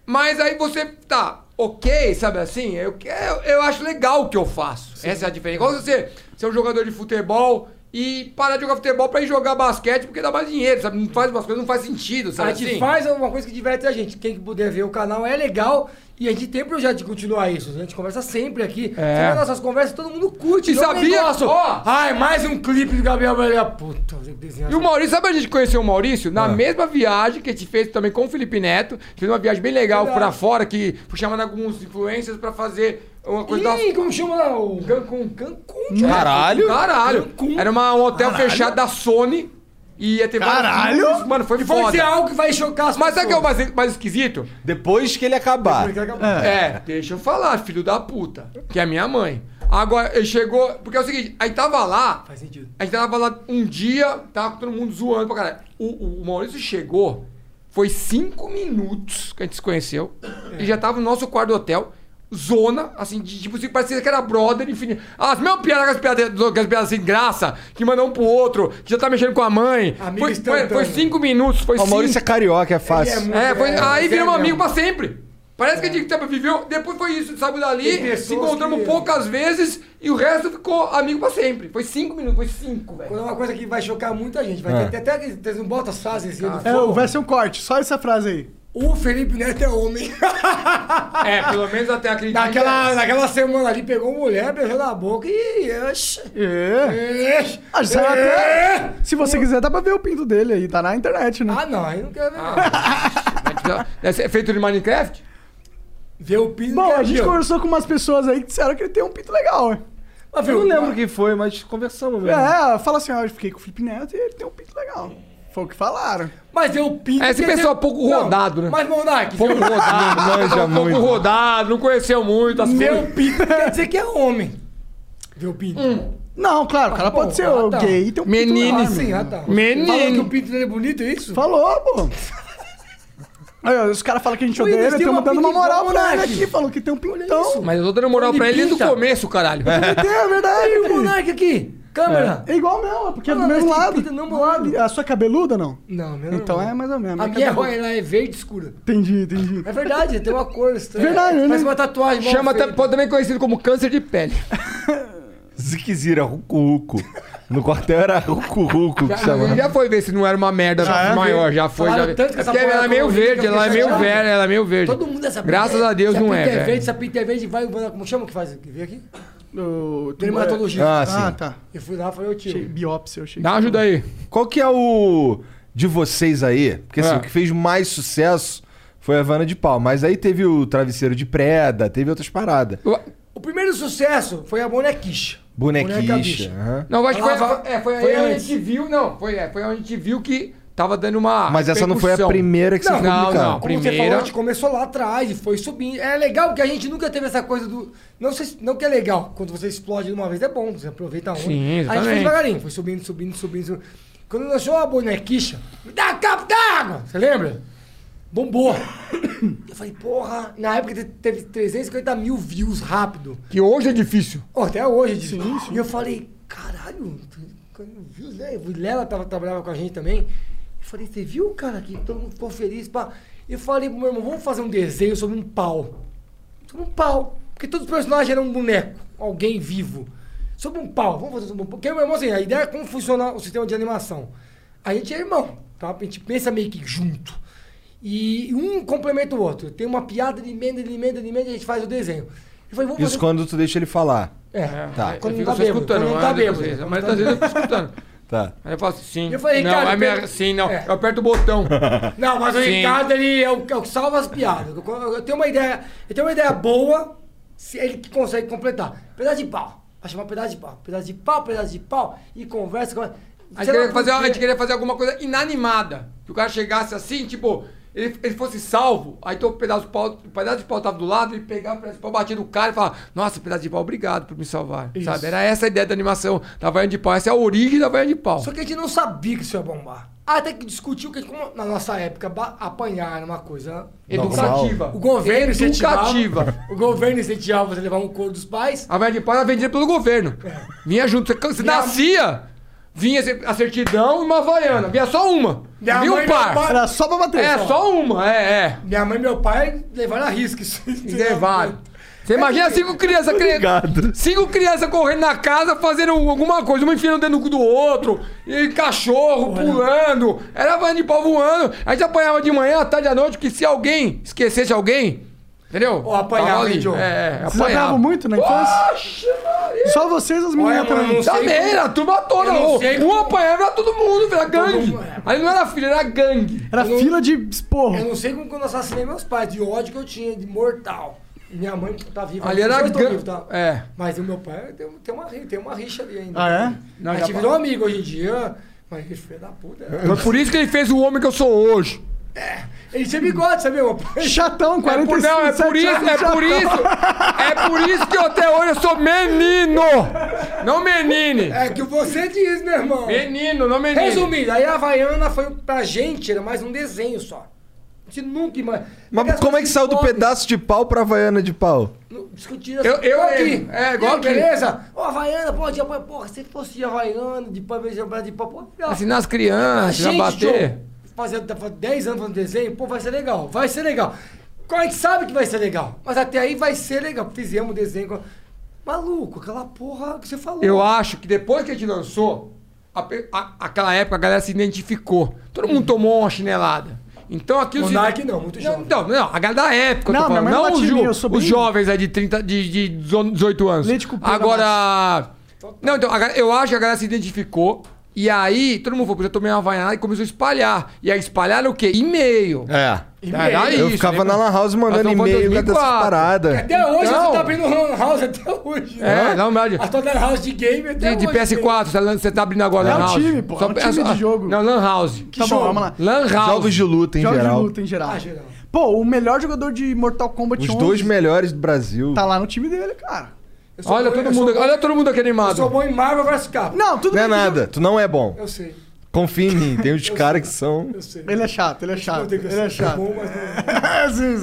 S4: Mas aí você tá, ok, sabe assim? Eu, que- eu, eu acho legal o que eu faço. Essa é a diferença. Igual você ser um jogador de futebol e parar de jogar futebol pra ir jogar basquete porque dá mais dinheiro, sabe? Não faz umas coisas, não faz sentido, sabe
S5: a gente
S4: assim?
S5: faz alguma coisa que diverte a gente. Quem puder ver o canal é legal e a gente tem projeto de continuar isso. A gente conversa sempre aqui.
S4: É.
S5: Você vai nas nossas conversas, todo mundo curte.
S4: E
S5: não é um
S4: sabia-
S5: negócio.
S4: ó.
S5: Ai, mais um clipe do Gabriel Beleléu. Puta, tem que desenhar.
S4: E o Maurício, sabe onde a gente conheceu o Maurício?
S5: Ah.
S4: Na mesma viagem que a gente fez também com o Felipe Neto. Fez uma viagem bem legal
S5: Verdade.
S4: pra fora, que foi chamando alguns influencers pra fazer uma coisa da
S5: Ih, como chama lá? O Cancun. Cancun. tio.
S4: Caralho! Caralho! Era uma- um hotel
S5: Caralho.
S4: fechado da Sony. E ia ter vários
S5: Caralho!
S4: filmes, Mano, foi
S5: E vai
S4: foda.
S5: ser algo que vai chocar as
S4: Mas sabe o que é o
S5: pessoas.
S4: mais, mais esquisito?
S3: Depois que ele acabar.
S4: É. deixa eu falar, filho da puta. Que é minha mãe. Agora, ele chegou... Porque é o seguinte, aí tava lá...
S5: Faz sentido.
S4: A gente tava lá um dia, tava todo mundo zoando pra caralho. O, o- o Maurício chegou, foi cinco minutos que a gente se conheceu. Ele já tava no nosso quarto do hotel, zona, assim, de, tipo, assim, parecia que era brother, enfim. As mesmas piadas, aquelas piadas, aquelas piadas assim, graça, que manda um pro outro, que já tá mexendo com a mãe.
S3: Amigo
S4: Foi, foi,
S3: instantâneo.
S4: foi cinco minutos, foi
S3: O Maurício é
S4: cinco.
S3: carioca, é fácil.
S4: É, foi, aí viramos
S3: amigo
S4: amigo pra sempre. Parece que a gente sempre viveu, depois foi isso, sabe
S5: Tem
S4: dali,
S5: pessoas
S4: se encontramos
S5: que-
S4: poucas vezes e o resto ficou amigo pra sempre. Foi cinco minutos, foi cinco, velho.
S5: Quando é uma coisa que vai chocar muita gente. Vai
S2: É.
S5: ter- ter até que eles não botam as frases assim. do
S2: É,
S5: fogo.
S2: vai ser um corte, só essa frase aí.
S5: O Felipe Neto é homem.
S4: É, pelo menos até acredito.
S5: Naquela, naquela semana ali, pegou um mulher, beijou na boca e. Oxi.
S2: É.
S5: Ixi.
S2: Ah, saiu até- Se você quiser, dá pra ver o pinto dele aí, tá na internet, né?
S5: É. Ah, não, aí não quero ver.
S4: É feito de Minecraft?
S5: Ver o pinto
S2: Bom,
S5: que é
S2: a gente
S5: meu.
S2: conversou com umas pessoas aí que disseram que ele tem um pinto legal, né?
S5: Eu não lembro
S3: quem foi, mas conversamos né?
S5: mesmo.
S2: É, fala assim, ó, eu fiquei com o Felipe Neto e ele tem um pinto legal. Foi o que falaram.
S5: Mas eu pinto.
S4: É, Esse
S5: quer
S4: pessoal
S5: dizer-
S4: pouco
S5: Não,
S4: rodado, né?
S5: Mas, Monark,
S4: Pouco
S5: seu-
S4: rodado,
S3: manja
S4: pouco
S3: muito.
S4: rodado, não conheceu muito. As
S5: Meu
S4: coisas.
S5: pinto quer dizer que é homem. Ver o pinto.
S4: Hum.
S2: Não, claro, o
S4: Ah,
S2: cara pode ser o
S4: tá.
S2: gay e tem um
S5: Menino.
S2: pinto
S5: Assim, ah, tá.
S2: legal. Menino.
S5: Falou que o pinto dele é bonito, é isso?
S2: Falou, pô. Aí, ó, os caras falam que a gente
S5: Oi,
S2: odeia
S5: eles
S2: ele,
S5: têm
S2: estamos
S5: uma
S2: dando uma
S5: pinta
S2: moral
S5: igual,
S2: pra ele
S5: moleque.
S2: aqui, falou que tem um pintão.
S4: Mas eu tô dando moral
S2: Ele
S4: pra ele desde o
S2: pinta.
S4: começo, caralho.
S2: É verdade.
S5: Tem o Monark aqui. Câmera.
S2: É igual mesmo, é porque é do
S5: Ah,
S2: mesmo
S5: mas tem
S2: lado.
S5: pinta não,
S2: Do lado. A sua é cabeluda, não?
S5: Não, meu
S2: Então
S5: irmão.
S2: é mais ou menos.
S5: A minha
S2: cabeluda.
S5: é, ela é verde escura.
S2: Entendi, entendi.
S5: É verdade, tem uma cor estranha.
S2: Verdade, né?
S5: Parece uma tatuagem. mal
S4: é Chama
S5: feita.
S4: tam- pode também conhecido como câncer de pele.
S3: Ziquezira, Rucu Rucu. No quartel era Rucu Rucu que né?
S4: Ele
S3: chamava.
S4: já foi ver se não era uma merda
S3: Já é?
S4: maior, já foi. Já...
S5: Falaram tanto que
S4: É
S5: essa
S4: porque
S5: porra
S4: ela é
S5: é
S4: meio
S5: colorida,
S4: verde,
S5: que eu
S4: ela é
S5: fiquei
S4: meio
S5: chateado.
S4: velha, ela é meio verde.
S5: Todo mundo essa
S4: Graças a Deus
S5: essa
S4: não é,
S5: pinta é
S4: velho.
S5: verde, essa pinta é verde, vai. Como chama que faz? Que vem aqui?
S2: O
S5: Dermatologista.
S3: Ah, sim. Ah,
S2: tá.
S5: Eu fui lá e falei, ô tio.
S2: Biópsia, eu achei.
S4: Dá uma ajuda aí.
S3: Qual que é o de vocês aí? Porque assim,
S4: É.
S3: o que fez mais sucesso foi a Havana de Pau. Mas aí teve o Travesseiro de Preda, teve outras paradas.
S5: O primeiro sucesso foi a bonequicha. Boneca
S3: Bonequicha.
S5: bicha.
S3: aham.
S4: Não, eu acho que foi,
S5: Ela
S4: foi, é,
S5: foi
S4: foi, aí onde a
S5: antes.
S4: gente viu, não, foi, é, foi onde a gente viu que tava dando uma.
S3: Mas essa não foi a
S4: repercussão.
S3: primeira que você
S4: ah, não,
S3: ficou
S4: Não,
S3: publicando.
S4: não, a
S5: Como você falou, tipo,
S4: primeira.
S5: a gente começou lá atrás e foi subindo. É legal que a gente nunca teve essa coisa do. Não, sei, se- não que é legal. Quando você explode de uma vez é bom, você aproveita a onda. a
S4: Sim,
S5: gente
S4: exatamente.
S5: foi devagarinho, foi subindo, subindo, subindo, subindo. Quando lançou a bonequicha, me dá um copo d'água! Você lembra? Bombou. Eu falei, porra, na época te- teve 350 mil views rápido.
S4: Que hoje é difícil.
S5: Ó, Até hoje, disso. E eu falei, caralho, tu- tu viu, né? O Vilela tava, trabalhava com a gente também. Eu falei, você viu, cara, que todo mundo ficou feliz. Pá. Eu falei pro meu irmão, vamos fazer um desenho sobre um pau. Sobre um pau. Porque todos os personagens eram um boneco, alguém vivo. Sobre um pau, vamos fazer sobre um pau. Porque meu irmão, assim, a ideia é como funciona o sistema de animação. A gente é irmão, tá? A gente pensa meio que junto. E um complementa o outro. Tem uma piada de emenda, de emenda, de emenda, a gente faz o desenho. Eu falei, vamos
S3: Isso
S5: fazer-
S3: quando tu deixa ele falar.
S5: É,
S3: Tá.
S5: quando
S4: eu
S5: não
S4: fico
S5: tá
S4: só
S5: bêbado.
S4: escutando,
S5: Quando não
S4: mas
S5: tá
S4: depois
S5: bêbado.
S4: é, mas às vezes eu fico escutando.
S3: Tá.
S4: Aí eu falo assim, sim.
S5: Eu falei,
S4: não,
S5: Ricardo,
S4: é minha-
S5: pera-
S4: Sim, não. Eu aperto o botão.
S5: Não, mas o
S4: Sim.
S5: Ricardo, ele é o, é o que salva as piadas. Eu, eu tenho uma ideia, eu tenho uma ideia boa, se ele que consegue completar. Pedaço de pau. Vai chamar pedaço de pau. Pedaço de pau, pedaço de pau. E conversa com
S4: A gente, queria fazer, a gente queria fazer alguma coisa inanimada. Que o cara chegasse assim, tipo, ele, ele fosse salvo, aí então, o pedaço de pau, o pedaço de pau tava do lado, ele pegava o pedaço de pau, batia no cara e falava, nossa, um pedaço de pau, obrigado por me salvar.
S5: Isso.
S4: Sabe? Era essa a ideia da animação da Vaiana de Pau. Essa é a origem da Vaiana de Pau.
S5: Só que a gente não sabia que isso ia bombar. Até que discutiu que, como na nossa época, ba- apanhar era uma coisa
S4: Educativa.
S5: O governo
S4: Educativa.
S5: incentivava. O governo incentivava você levar um couro dos pais.
S4: A Vaiana de Pau era vendida pelo governo. Vinha junto, você, você nascia, vinha a certidão e uma Havaiana. Vinha só uma.
S5: Minha
S4: vinha
S5: mãe
S4: um
S5: e meu
S4: par.
S5: pai- Era só pra bater,
S4: É,
S5: só.
S4: só uma, é, é.
S5: Minha mãe e meu pai levaram a risca. isso. é
S4: Levaram. Você imagina cinco crianças cre- cinco crianças correndo na casa fazendo alguma coisa, uma enfiando o dedo no cu do outro, e cachorro pulando, era van de pau voando. A gente apanhava de manhã, à tarde à noite, porque se alguém esquecesse alguém, entendeu? Ou
S5: apanhava, hein, Diogo?
S4: É, é,
S2: Vocês apanhavam
S4: apanhava.
S2: muito na infância? Só vocês as meninas também.
S4: Também, era a turma toda. ô. Um apanhava era todo mundo, era gangue. Aí não era filha, era gangue.
S2: Era fila de esporro.
S5: Eu não sei como que eu não assassinei meus pais, de ódio que eu tinha, de mortal. Minha mãe tá viva.
S4: Ali
S5: os
S4: era
S5: dois tão
S4: gan-
S5: vivos, tá?
S4: É.
S5: Mas o meu pai tem, tem uma, ri- tem uma rixa ali ainda.
S4: Ah, é? Não,
S5: Não, a
S4: já
S5: gente
S4: pa-
S5: virou amigo hoje em dia. Mas que filho da puta. é.
S4: Foi por isso que ele fez o homem que eu sou hoje.
S5: Ele tinha bigode, sabe? Meu?
S2: Chatão,
S4: É por,
S2: 45
S4: não, é por isso, é por isso, é por isso que eu até hoje eu sou menino, não menine.
S5: É que você diz, meu irmão.
S4: Menino, não menino.
S5: Resumindo, aí a Havaiana foi pra gente, era mais um desenho só. A gente nunca imagina.
S3: Mas como é que saiu do pedaço de pau pra Havaiana de pau?
S5: discutir
S4: Eu- eu
S5: aqui.
S4: mesmo. É, igual
S5: E aí,
S4: aqui.
S5: Beleza? Ô, Havaiana, pô, de apoio, porra, se fosse Havaiana, de pau, de pau, de pau, pô, legal.
S4: Assim, nas crianças,
S5: A gente,
S4: já bater.
S5: Joe, Fazer tá fazendo 10 anos fazendo desenho, pô, vai ser legal, vai ser legal. A gente sabe que vai ser legal, mas até aí vai ser legal. Fizemos desenho. com- Maluco, aquela porra que você falou.
S4: Eu acho que depois que a gente lançou, a pe- a- aquela época a galera se identificou. Todo mundo tomou uma chinelada. Então aqui os.
S5: Monark não, muito jovem.
S4: Então, não, a galera da época, eu tô
S5: Não, minha
S4: falando.
S5: mãe
S4: Não,
S5: não
S4: os,
S5: batia em
S4: jo-
S5: mim, eu sou
S4: os
S5: bem-
S4: jovens aí de 30, de, de 18 anos.
S5: Leite com pera
S4: Agora. Não, então, a galera- eu acho que a galera se identificou. E aí, todo mundo foi, eu tomei uma vaiana e começou a espalhar. E aí espalharam o quê? E-mail.
S3: É.
S4: Era
S3: eu
S4: isso,
S3: ficava
S4: né?
S3: na Lan House mandando
S4: Nós estamos
S3: e-mail
S4: falando
S3: dessas
S4: 2004.
S3: paradas.
S5: Até hoje
S4: Então-
S5: você tá abrindo lan house até hoje.
S4: É, não, verdade.
S5: A tua lan house de game até
S4: De, de
S5: hoje.
S4: PS4, você tá lan- você tá abrindo agora
S2: É
S4: Lan
S2: um
S4: House.
S2: time, pô, é um time de
S4: jogo. Não, Lan House.
S2: Que Tá bom, jogo? vamos lá.
S4: Lan House.
S3: Jogos de luta em
S2: Jogos
S3: geral.
S2: de luta em geral. Pô, o melhor jogador de Mortal Kombat
S3: Os
S2: 11
S3: dois melhores do Brasil.
S2: tá lá no time dele, cara.
S5: sou
S4: Olha
S5: bom-
S4: todo
S5: eu sou
S4: mundo,
S5: bom-
S4: olha todo mundo aqui animado.
S5: Eu sou bom em Marvel vs Capcom.
S2: Não, tudo
S3: não é
S2: bem.
S3: nada, tu não é bom.
S5: Eu sei.
S3: Confia em mim, tem uns caras que são.
S2: Ele é chato, ele é chato. Ele é chato.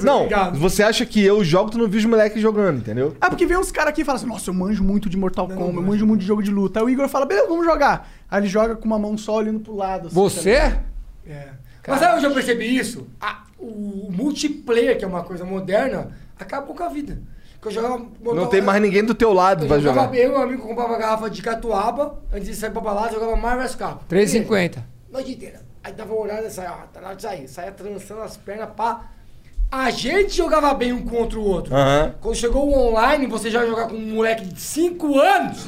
S3: Não, você acha que eu jogo, tu não viu os moleques jogando, entendeu?
S2: É porque vem uns caras aqui e fala assim: Nossa, eu manjo muito de Mortal Kombat, eu manjo muito de jogo de luta. Aí o Igor fala: Beleza, vamos jogar. Aí ele joga com uma mão só olhando pro lado. assim,
S4: Você?
S2: tá ligado?
S5: É. Mas sabe onde eu percebi isso? A- o multiplayer, que é uma coisa moderna, acabou com a vida. Que eu jogava
S3: Não tem mais ninguém do teu lado
S5: Eu
S3: pra
S5: jogava-
S3: jogar.
S5: Eu e um amigo comprava garrafa de catuaba, antes de sair pra balada, jogava Marvel vs Capcom.
S4: 3,50.
S5: Noite inteira. Aí dava uma olhada e saia, ó, tá na hora de sair. Saia trançando as pernas, pá. A gente jogava bem um contra o outro.
S3: Aham.
S5: Quando chegou o online, você já jogar com um moleque de 5 anos.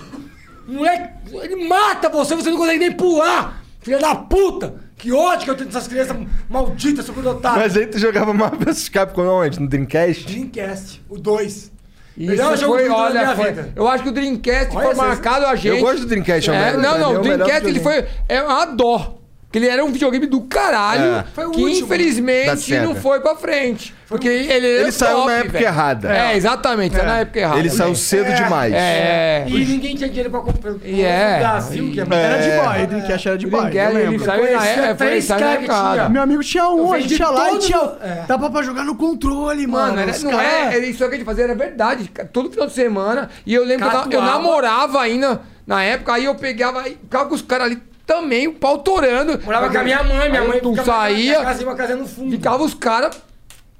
S5: Um Moleque, ele mata você, você não consegue nem pular. Filha da puta! Que ódio que eu tenho dessas crianças malditas, seu otário.
S3: Mas aí tu jogava Marvel vs Capcom onde? No Dreamcast?
S5: Dreamcast, o 2.
S4: Isso foi, olha, foi- eu acho que o Dreamcast
S5: Olha
S4: foi
S5: esse-
S4: marcado a gente.
S3: Eu gosto do Dreamcast, é o
S4: é,
S3: melhor-
S4: Não,
S3: pra mim
S4: não,
S3: é
S4: o
S3: o melhor
S4: Dreamcast ele foi
S3: videogame.
S4: é uma dó. Porque ele era um videogame do caralho,
S3: É. Foi o
S4: que
S3: último da
S4: infelizmente
S3: Sega.
S4: não foi pra frente. Porque ele era
S3: Ele saiu
S4: top,
S3: na época
S4: velho.
S3: errada.
S4: É, exatamente, saiu na época errada.
S3: Ele saiu
S4: também.
S2: É.
S3: cedo demais.
S4: É, é.
S5: E ninguém tinha dinheiro pra comprar.
S4: E é.
S5: No Brasil, que é,
S2: Era de boy, né? o Dreamcast era de
S4: O
S2: boy.
S4: Dreamcast,
S2: eu
S4: ele
S2: lembro.
S4: saiu na
S2: Eu conhecia
S4: é- foi-
S2: três
S4: saiu na
S2: caras que
S4: época.
S2: tinha. Meu amigo tinha
S4: Eu
S2: um, a gente
S4: vendi
S2: tinha lá e
S4: todos
S2: tinha.
S4: os- é.
S2: Dava pra jogar no controle, mano.
S4: Mano, era-
S2: Os
S4: não
S2: cara-
S4: é, era isso que a gente fazia era verdade. ca- Todo final de semana. E eu lembro que eu, na- eu
S5: Catuaba.
S4: namorava ainda na época, aí eu pegava, aí ficava com os caras ali também, o pau torando.
S5: Morava com a minha mãe, minha
S4: Aí
S5: mãe
S4: Tu
S5: ficava na minha
S4: saía,
S5: casa, uma casa no fundo.
S4: ficava os caras.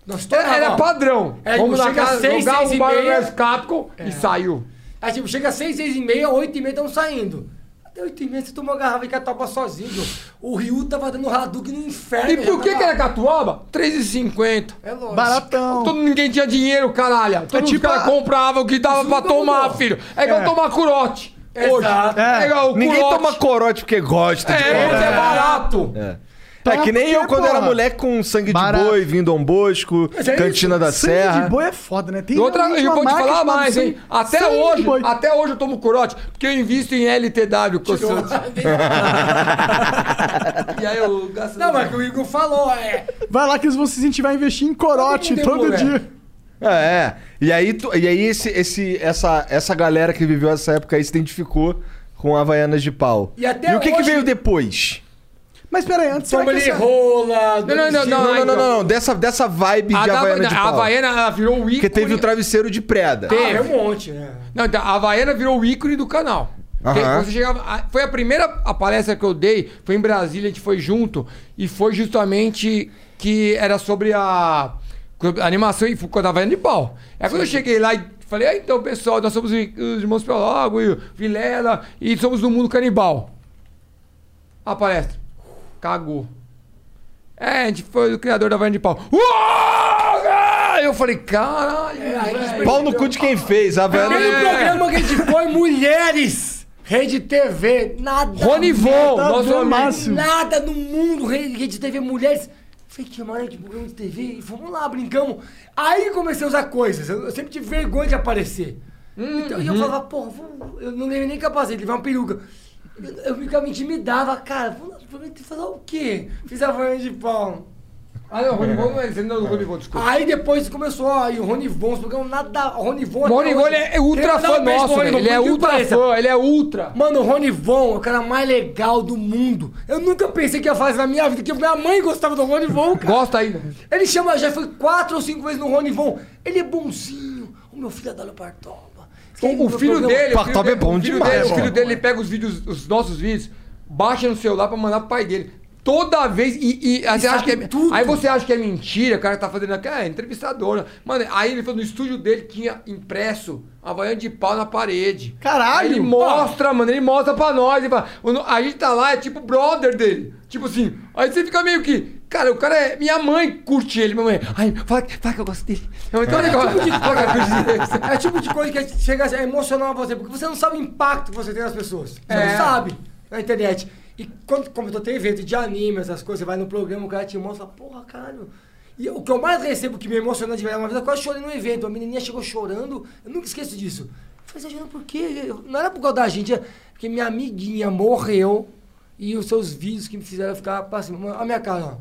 S5: Nós
S4: Era, Então, era
S5: torava, ó.
S4: padrão.
S5: Tá É,
S4: Vamos
S5: tipo,
S4: na
S5: chega
S4: casa,
S5: seis,
S4: jogar
S5: seis
S4: um
S5: e
S4: Mario
S5: meia. É.
S4: vs Capcom e saiu.
S5: Aí, tipo, chega às 6, 6 e meia, 8 e meia estão saindo. Até 8 e meia você tomou uma garrafa de catuaba sozinho. Joe. O Ryu tava dando Hadouken no inferno. né,
S4: E por
S5: já
S4: que,
S5: tava-
S4: que era catuaba? 3,50.
S5: É lógico.
S2: Baratão.
S4: Todo, ninguém tinha dinheiro, caralho. Todo
S2: É
S4: mundo
S2: tipo
S4: tipo, cara
S2: a-
S4: comprava o que dava pra tomar, filho. É igual
S2: É.
S4: tomar curote.
S3: Hoje.
S5: Exato.
S3: É.
S5: É igual o
S3: Ninguém
S5: culote.
S3: toma corote porque gosta de
S5: É,
S3: corote.
S5: porque é barato.
S3: É.
S5: Toma
S3: É que nem
S5: porque,
S3: eu quando era
S5: porra.
S3: moleque com sangue
S5: Barato.
S3: de boi, vindo Dom Bosco,
S5: Mas é isso,
S3: Cantina da
S2: sangue
S3: Serra.
S2: de boi é foda, né? Tem
S4: E outra,
S2: realmente
S4: eu
S2: uma
S4: vou te
S2: marca
S4: falar
S2: chamada
S4: mais, hein?
S2: sangue-
S4: Até
S2: sangue de
S4: hoje,
S2: boi.
S4: até hoje eu tomo corote, porque eu invisto em LTW. que eu sou- e aí eu gasto.
S5: Não, mas que o Igor falou, é.
S2: Vai lá que eles vão se incentivar a investir em corote
S5: Todo mundo tem
S2: todo
S4: um
S5: boi,
S2: dia.
S3: É, é. E aí, tu- e aí esse, esse, essa, essa galera que viveu essa época aí se identificou com Havaianas de pau.
S5: E até
S3: o que, que
S5: hoje-
S3: veio depois?
S2: Mas pera aí, antes será que
S5: Tombolinha
S2: essa-
S5: rola.
S4: Não, não, não, então.
S3: Não, não, não, não, não. Dessa, dessa vibe
S4: A
S3: de
S4: da-
S3: Havaiana de
S4: a
S3: pau.
S4: Havaiana, ela virou o ícone.
S3: Porque teve o travesseiro de preda.
S5: Ah, é um monte, né?
S4: Não, então, a Havaiana virou o ícone do canal. Porque
S3: Aham.
S4: você chegava- a- foi a primeira a palestra que eu dei, foi em Brasília, a gente foi junto, e foi justamente que era sobre a, a animação e ficou da Havaiana de pau. Aí quando eu cheguei lá e falei, ah, então, pessoal, nós somos i- os irmãos Pelogo e o Vilela, e somos do mundo canibal. A palestra. Cagou. É, a gente foi o criador da Havaiana de pau. Uau! Ah! Eu falei, caralho. velho."
S3: Pau no cu de quem fez, a é. Havaiana
S5: Aquele
S3: de
S5: um programa que a gente foi, mulheres. Rede TV, nada.
S4: Rony Von,
S5: Nada,
S4: nosso amigo.
S5: máximo. Nada no mundo, Rede Rede TV, mulheres. Falei, que hora de programa de TV. E vamos lá, brincamos. Aí comecei a usar coisas. Eu, eu sempre tive vergonha de aparecer.
S3: Hum,
S5: então,
S3: uhum.
S5: e eu falava, porra, vou- eu não levei nem capacete, levei uma peruca. Eu, eu ficava me intimidava, cara. Vou lá, vou fazer o quê? Fiz a voz de pau.
S4: Ah, não, Rony Von não é, você não é do Rony Von, desculpa.
S5: Aí depois começou, aí o Ronivon, os programas nada. O Ronivon. até
S4: Rony Von
S5: hoje-
S4: é ultra
S5: Queria mandar
S4: fã
S5: um beijo pro
S4: nosso,
S5: Rony
S4: velho.
S5: Von,
S4: Ele é
S5: por que
S4: ultra
S5: pareça.
S4: fã, ele é ultra.
S5: Mano, o Rony Von é o cara mais legal do mundo. Eu nunca pensei que ia fazer na minha vida, que minha mãe gostava do Rony Von, cara.
S4: Gosta ainda.
S5: Ele chama, já foi quatro ou cinco vezes no Rony Von. Ele é bonzinho. O meu filho adora o Partoba.
S4: O, o filho dele. o filho
S3: Partoba é
S4: dele-
S3: bom
S4: o filho
S3: demais,
S4: dele- o
S3: mano.
S4: filho dele ele pega os vídeos, os nossos vídeos, baixa no celular pra mandar pro pai dele. Toda vez, e, e aí, você acha que é, aí você acha que é mentira, o cara tá fazendo aqui, ah, é entrevistadora. Mano, aí ele falou, no estúdio dele tinha impresso a Havaiana de pau na parede.
S2: Caralho!
S4: Aí ele mostra, mano, ele mostra pra nós. Ele fala, "O no- a gente tá lá, é tipo brother dele. Tipo assim, aí você fica meio que. Cara, o cara é. Minha mãe curte ele, minha mãe. Ai, fala, que- fala que eu gosto dele. Minha mãe, então
S5: É
S4: ele
S5: tipo, de,
S4: fala que eu gosto dele.
S5: é tipo de coisa que chega a emocionar você, porque você não sabe o impacto que você tem nas pessoas. Você
S4: É.
S5: não sabe na internet. E quando, como eu tenho evento de anime, essas coisas, você vai no programa, o cara te mostra, porra, caralho. E o que eu mais recebo que me emociona de verdade, uma vez eu quase chorei num evento, uma menininha chegou chorando, eu nunca esqueço disso. Eu falei, você tá chorando por quê? Eu- Não era por causa da gente, é porque minha amiguinha morreu e os seus vídeos que me fizeram ficar pra cima. Olha a minha cara, ó.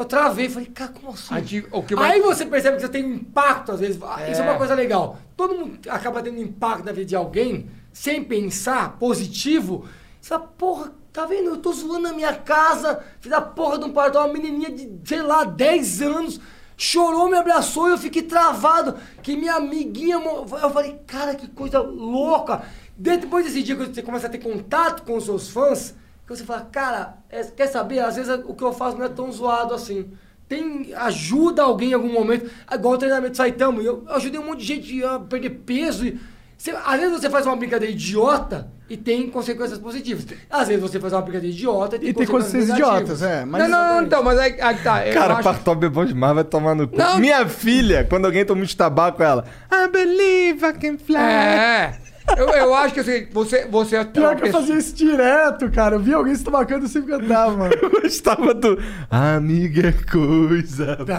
S5: Eu travei, falei, cara, como assim?
S4: A gente- o que mais-
S5: Aí você percebe que você tem um impacto, às vezes. Ah, Isso é
S4: É.
S5: uma coisa legal. Todo mundo acaba tendo um impacto na vida de alguém, sem pensar, positivo. Você fala, porra, tá vendo? Eu tô zoando a minha casa, fiz a porra de um parto, uma menininha de, sei lá, 10 anos, chorou, me abraçou e eu fiquei travado. Que minha amiguinha. mo- Eu falei, cara, que coisa louca. De- Depois desse dia que você começa a ter contato com os seus fãs, que você fala, cara, é- quer saber? Às vezes o que eu faço não é tão zoado assim. Tem, ajuda alguém em algum momento. Igual o treinamento de Saitama. Eu, eu ajudei um monte de gente a perder peso. E, você- às vezes você faz uma brincadeira idiota e tem consequências positivas. Às vezes você faz uma brincadeira idiota e tem,
S2: E tem coisas
S4: né?
S2: idiotas, é. Mas
S4: tá não, não, não, então, mas
S5: é
S4: aí, aí tá. eu
S3: Cara,
S4: acho-
S3: Partob é bom demais, vai tomar no cu.
S4: Não.
S3: Minha filha, quando alguém toma muito tabaco, ela. I believe I can fly.
S4: É. Eu, eu acho que assim, você, você é uma
S2: Pior que eu
S4: pessoa-
S2: fazia isso direto, cara. Eu vi alguém se tabacando e eu sempre cantava, mano.
S3: Eu gostava do. Amiga é coisa.
S2: Tá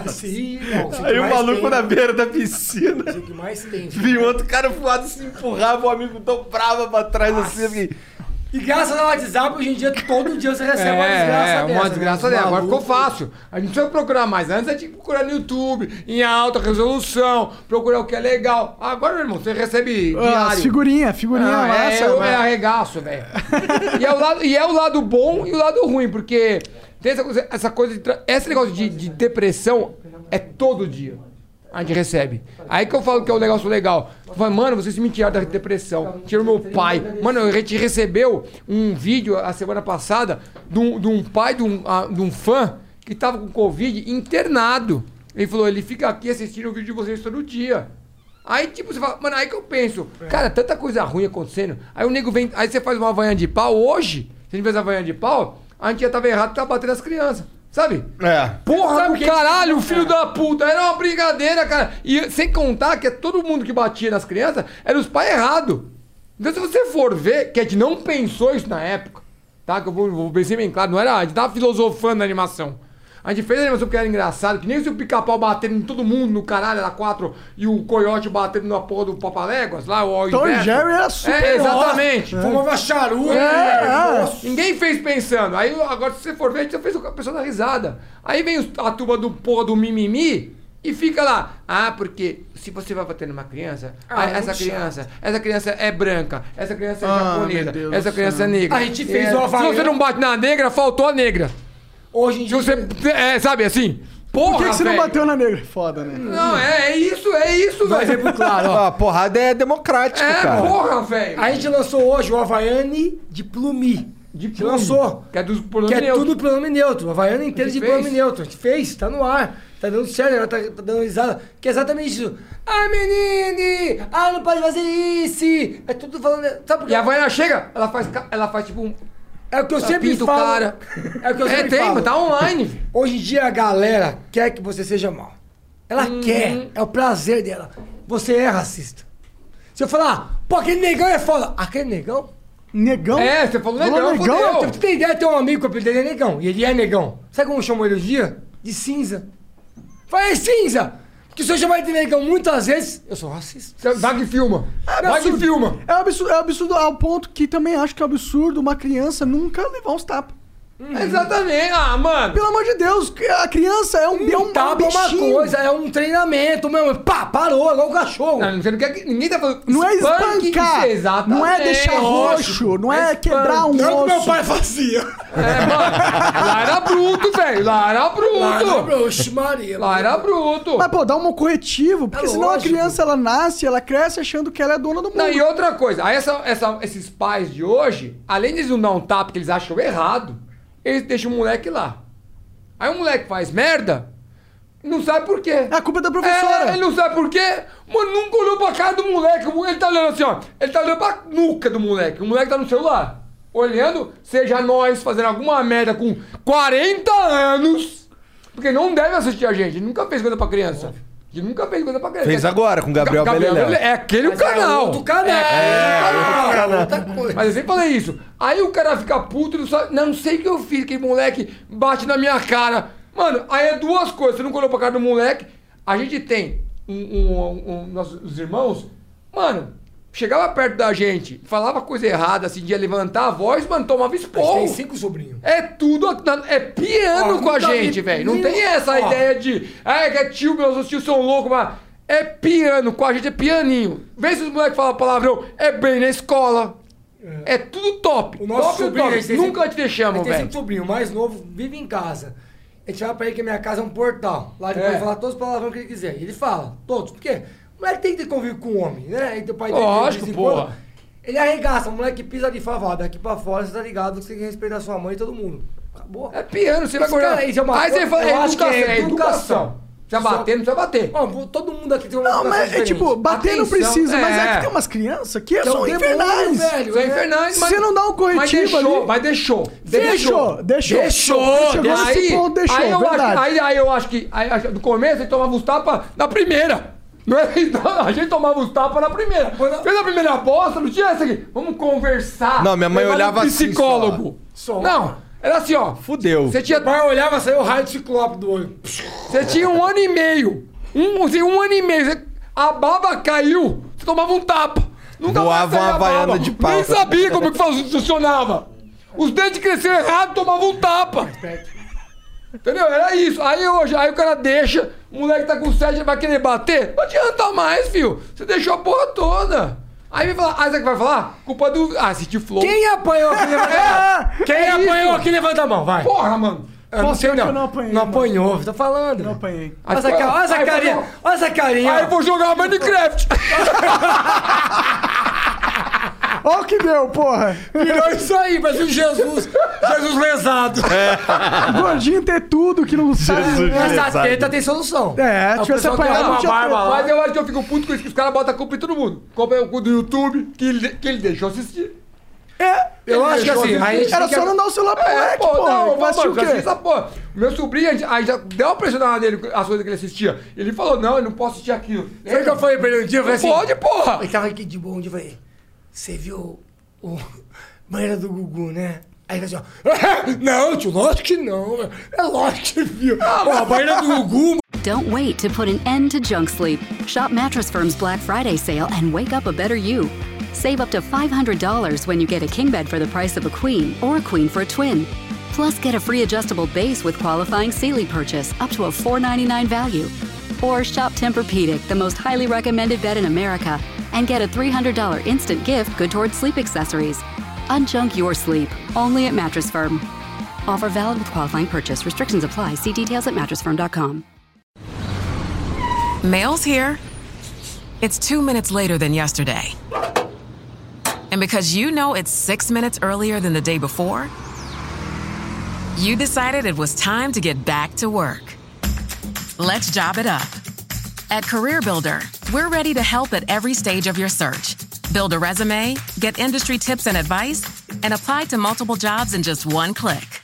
S5: Sim,
S2: assim,
S3: Aí o maluco na beira da piscina.
S5: O que mais tem.
S3: Vi um outro cara voado se empurrava, o amigo dobrava pra trás assim. eu fiquei,
S5: E graças ao WhatsApp, hoje em dia, todo dia você recebe uma desgraça
S4: É, é,
S5: dessa.
S4: uma
S5: né?
S4: desgraça dela. Agora ficou
S5: Maluco.
S4: fácil. A gente não precisa procurar mais. Antes é a gente tinha que procurar no YouTube, em alta resolução, procurar o que é legal. Agora, meu irmão, você recebe
S2: Ah,
S4: diário.
S2: figurinha, figurinha
S4: Ah,
S2: massa.
S4: é, eu,
S2: mano.
S4: é
S5: né?
S4: arregaço, velho. e, é o lado- e é o lado bom e o lado ruim, porque tem essa coisa, essa coisa de. tra- Esse negócio de, de depressão é todo dia. A gente recebe. Aí que eu falo que é o negócio legal. Tu fala, mano, vocês me tiraram da depressão. Tirou meu pai. Mano, a gente recebeu um vídeo a semana passada de um, de um pai de um, a- de um fã que tava com Covid internado. Ele falou, ele fica aqui assistindo o vídeo de vocês todo dia. Aí, tipo, você fala, mano, aí que eu penso, cara, tanta coisa ruim acontecendo. Aí o nego vem, aí você faz uma vanha de pau hoje, se a gente fez a vanha de pau, a gente já tava errado, tava batendo as crianças, sabe?
S3: É.
S4: Porra do caralho,
S2: É.
S4: filho da puta, era uma brincadeira, cara. E sem contar que é todo mundo que batia nas crianças era os pais errados. Então, se você for ver, que a gente não pensou isso na época, tá? Que eu vou, vou pensar bem claro, não era. A gente tava filosofando na animação. A gente fez a animação porque era engraçado, que nem se o pica-pau batendo em todo mundo no caralho, era quatro, e o coiote batendo na porra do Papaléguas lá, o
S2: Tom e
S4: Alberto.
S2: Jerry era super
S4: É, exatamente.
S2: ótimo. Fumava charuto, né? Nossa.
S4: Ninguém fez pensando. Aí agora, se você for ver, a gente só fez a pessoa dar risada. Aí vem os- a turma do porra do mimimi e fica lá. Ah, porque se você vai bater numa criança,
S5: Ah,
S4: ah,
S5: muito
S4: essa
S5: chato.
S4: criança, essa criança é branca, essa criança é
S5: Ah,
S4: japonesa,
S5: meu Deus
S4: essa
S5: do
S4: criança
S5: céu.
S4: é negra.
S5: A gente fez
S4: É,
S5: o Havaiano.
S4: Se você não bate na negra, faltou a negra.
S5: Hoje em dia.
S4: Se você, é, sabe assim? Porra,
S2: Por que, que você não
S4: velho.
S2: bateu na negra? Foda, né?
S4: Não, é, é isso, é isso,
S2: Vai
S4: velho. Ah,
S2: ser claro, ó.
S3: A porrada é democrática,
S4: É,
S3: cara.
S4: porra, velho.
S5: A gente lançou hoje o Havaiane de Plumi. De
S4: plume.
S5: lançou.
S4: Que é dos
S5: Que
S4: pronomes
S5: é
S4: neutros.
S5: tudo pronome neutro. A Havaiana inteira
S4: A
S5: de
S4: gente
S5: pronome
S4: fez.
S5: neutro. A gente fez, tá no ar. Tá dando certo, ela tá, tá dando risada. Que é exatamente isso. Ah, menine! Ah, não pode fazer isso! É tudo falando. Sabe por
S4: E
S5: quê?
S4: a Havaiana chega, ela faz, ca- ela faz tipo um.
S5: É o que eu
S4: Ela
S5: sempre
S4: pinta o
S5: falo.
S4: cara.
S5: É o que eu
S4: É,
S5: sempre
S4: tem,
S5: falo.
S4: tá online, velho.
S5: Hoje em dia a galera quer que você seja mal. Ela quer, é o prazer dela. Você é racista. Se eu falar, pô, aquele negão é foda. Aquele negão?
S2: Negão?
S5: É, você falou
S4: Falou
S5: negão,
S4: negão?
S5: negão? Você tem ideia, tem um amigo que o apelido dele é negão. E ele é negão. Sabe como chamou ele hoje em dia? De cinza. Falei, "É cinza! Porque se eu chamar ele de negão muitas vezes, eu sou racista.
S4: Vai que filma.
S2: é Vai que filma. É absurdo, é absurdo ao ponto que também acho que é absurdo uma criança nunca levar uns tapas.
S4: Hum. Exatamente. Ah, mano.
S2: Pelo amor de Deus, a criança é um, é um
S5: Tapa é uma
S2: bichinho.
S5: coisa, é um treinamento mesmo. Pá, parou, igual o cachorro.
S4: Não, você não quer que- ninguém tá falando.
S2: Não é
S4: Spank,
S2: espancar,
S4: isso, exatamente.
S2: não é deixar roxo, não é quebrar um
S5: É o que meu
S2: osso. É,
S5: pai fazia.
S4: Lá era bruto, velho. Lá era bruto.
S5: Lá era bruto, oxe, Maria.
S4: Lá era é bruto.
S2: Mas, pô, dá um corretivo, porque
S4: É
S2: senão
S4: lógico.
S2: a criança ela nasce, ela cresce achando que ela é dona do mundo.
S4: Não, e outra coisa, aí essa, essa- esses pais de hoje, além de eles não dar um tapa que eles acham errado, eles deixam o moleque lá. Aí o moleque faz merda, não sabe por quê.
S2: A culpa é da professora.
S4: É, ele não sabe por quê. Mano, nunca olhou pra cara do moleque. Ele tá olhando assim, ó. Ele tá olhando pra nuca do moleque. O moleque tá no celular. Olhando, seja nós fazendo alguma merda com 40 anos. Porque não deve assistir a gente. Ele nunca fez coisa pra criança. Ele nunca fez coisa pra criança.
S3: Fez agora com Gabriel Beleléu.
S4: Beleléu. É aquele canal.
S5: outro canal.
S4: É, aquele
S5: É,
S4: canal.
S5: outra coisa.
S4: Mas eu sempre falei isso. Aí o cara fica puto e não sabe. Não sei o que eu fiz, aquele moleque bate na minha cara. Mano, aí é duas coisas. Você não olhou pra cara do moleque. A gente tem um, um- um- um- nossos irmãos, mano, chegava perto da gente, falava coisa errada, assim, de levantar a voz, mano, tomava esporro.
S5: Tem cinco sobrinhos.
S4: É tudo. a- É piano
S5: Ó,
S4: com a
S5: não tá
S4: gente,
S5: nem-
S4: velho. Não
S5: nem-
S4: tem essa
S5: ó.
S4: ideia de. Ah, que é tio, meus tios são loucos, mas. É piano com a gente, é pianinho. Vê se os moleques falam palavrão. É bem na escola. É, tudo top.
S5: O nosso
S4: top,
S5: sobrinho,
S4: top.
S5: a gente tem
S4: Nunca
S5: sempre-
S4: te deixamos,
S5: a gente tem
S4: velho.
S5: sempre sobrinho, o mais novo, vive em casa. A gente fala pra ele que a minha casa é um portal. Lá ele
S4: É.
S5: pode falar todos os palavrões que ele quiser. E ele fala, todos. Por quê? O moleque tem que ter convívio com o homem, né? E teu pai tem que ter
S4: Lógico,
S5: de vez em quando.
S4: porra.
S5: Ele arregaça, o moleque pisa de favada. Daqui pra fora, você tá ligado, você tem que respeitar sua mãe e todo mundo. Acabou.
S4: É piano, você vai
S5: Esse cara
S4: correr.
S5: aí, isso é uma
S4: Aí você
S5: coisa-
S4: fala,
S5: eu
S4: é
S5: acho que
S4: educação.
S5: é
S4: É educação.
S5: educação.
S4: Já
S5: Só-
S4: bater, não precisa bater.
S5: Ó, vou- todo mundo aqui tem uma
S2: Não, mas é tipo, bater não precisa, mas é que tem umas crianças que
S5: Que é um
S2: são
S5: demônio,
S2: infernais.
S5: velho,
S4: Isso Então é infernais, mas.
S2: Se não dá um
S4: Mas é
S2: corretivo
S4: deixou,
S2: ali-
S4: mas deixou.
S2: Deixou, deixou.
S4: Deixou,
S2: Chegou
S4: deixou.
S2: nesse
S4: Aí,
S2: ponto, deixou,
S4: aí, eu
S2: verdade.
S4: acho, aí, aí eu acho que aí, acho- no começo ele tomava os tapas na primeira. Não é? Então, A gente tomava os tapas na primeira. Fez a primeira bosta, não tinha essa aqui. Vamos conversar.
S3: Não, minha mãe
S4: Levar no
S3: olhava assim
S4: psicólogo.
S5: só. Só.
S4: Não, era assim, ó.
S3: Fudeu.
S4: Você tinha,
S5: O pai olhava, saiu o raio de ciclope do olho.
S4: você tinha um ano e meio. Um, assim, um ano e meio. Você- a baba caiu, você tomava um tapa. Nunca
S3: Voava
S4: saía
S3: uma
S4: a baba.
S3: Havaiana de pau.
S4: Nem sabia como é que faz- funcionava. Os dentes cresceram errado, tomava um tapa. Entendeu? Era isso. Aí hoje, aí o cara deixa, o moleque tá com sede, vai querer bater. Não adianta mais, filho. Você deixou a porra toda. Aí me fala, ah, sabe o que vai falar? Culpa do. Ah, assistiu Flow.
S5: Quem é apanhou aqui levanta a mão? Quem
S4: É isso.
S5: apanhou aqui levanta a mão, vai.
S4: Porra, mano.
S5: Eu não
S2: Posso
S5: sei
S2: dizer
S5: não.
S2: que eu não apanhei,
S5: Não
S2: mano.
S5: apanhou, tô falando.
S2: Não apanhei.
S5: Olha essa, ca- olha essa
S4: Aí,
S5: carinha,
S4: vou-
S5: olha essa carinha.
S4: Aí eu vou jogar Minecraft.
S2: Olha o que deu, porra.
S5: Virou isso aí, mas o Jesus, Jesus lesado.
S2: Gordinho ter tudo que não sabe. né?
S5: Essa teta tem solução.
S2: É, se tivesse
S5: Ah, pessoal que
S2: apanhado,
S5: leva
S2: não
S5: uma
S2: tinha
S5: barba lá.
S4: Mas eu acho que eu fico puto com isso, que os caras botam a culpa em todo mundo. Como é o cu do YouTube, que ele, que ele deixou assistir.
S2: É,
S4: "Ah,
S5: Eu acho que
S4: deixou
S5: assim,
S4: assistir.
S5: aí a gente É,
S2: era
S5: tem que-
S2: só não dar o celular pro moleque,
S4: É, pô,
S2: porra.
S4: não,
S2: Vai assistir
S4: mano,
S2: o quê?
S4: assiste essa porra. Meu sobrinho, a gente- aí já deu uma pressionada nele, as coisas que ele assistia. Ele falou, não, eu não posso assistir aquilo.
S5: Sabe o que eu falei pra ele um dia? Eu falei assim,
S4: Pode, porra!
S5: Ele tava aqui de bom, um dia eu falei, Você viu o banheiro do Gugu, né? Aí ele assim, ó, não, tio, lógico que não. É lógico que viu.
S4: Ah,
S5: Pô, a banheira do Gugu,
S12: Don't wait to put an end to junk sleep. Shop Mattress Firm's Black Friday sale and wake up a better you. Save up to $500 when you get a king bed for the price of a queen or a queen for a twin. Plus, get a free adjustable base with qualifying Sealy purchase up to a $499 value. Or shop Tempur-Pedic, the most highly recommended bed in America, and get a $300 instant gift good towards sleep accessories. Unjunk your sleep, only at Mattress Firm. Offer valid with qualifying purchase. Restrictions apply. See details at mattressfirm.com.
S13: Mail's here. It's two minutes later than yesterday. And because you know it's six minutes earlier than the day before, you decided it was time to get back to work. Let's job it up. At CareerBuilder, we're ready to help at every stage of your search. Build a resume, get industry tips and advice, and apply to multiple jobs in just one click.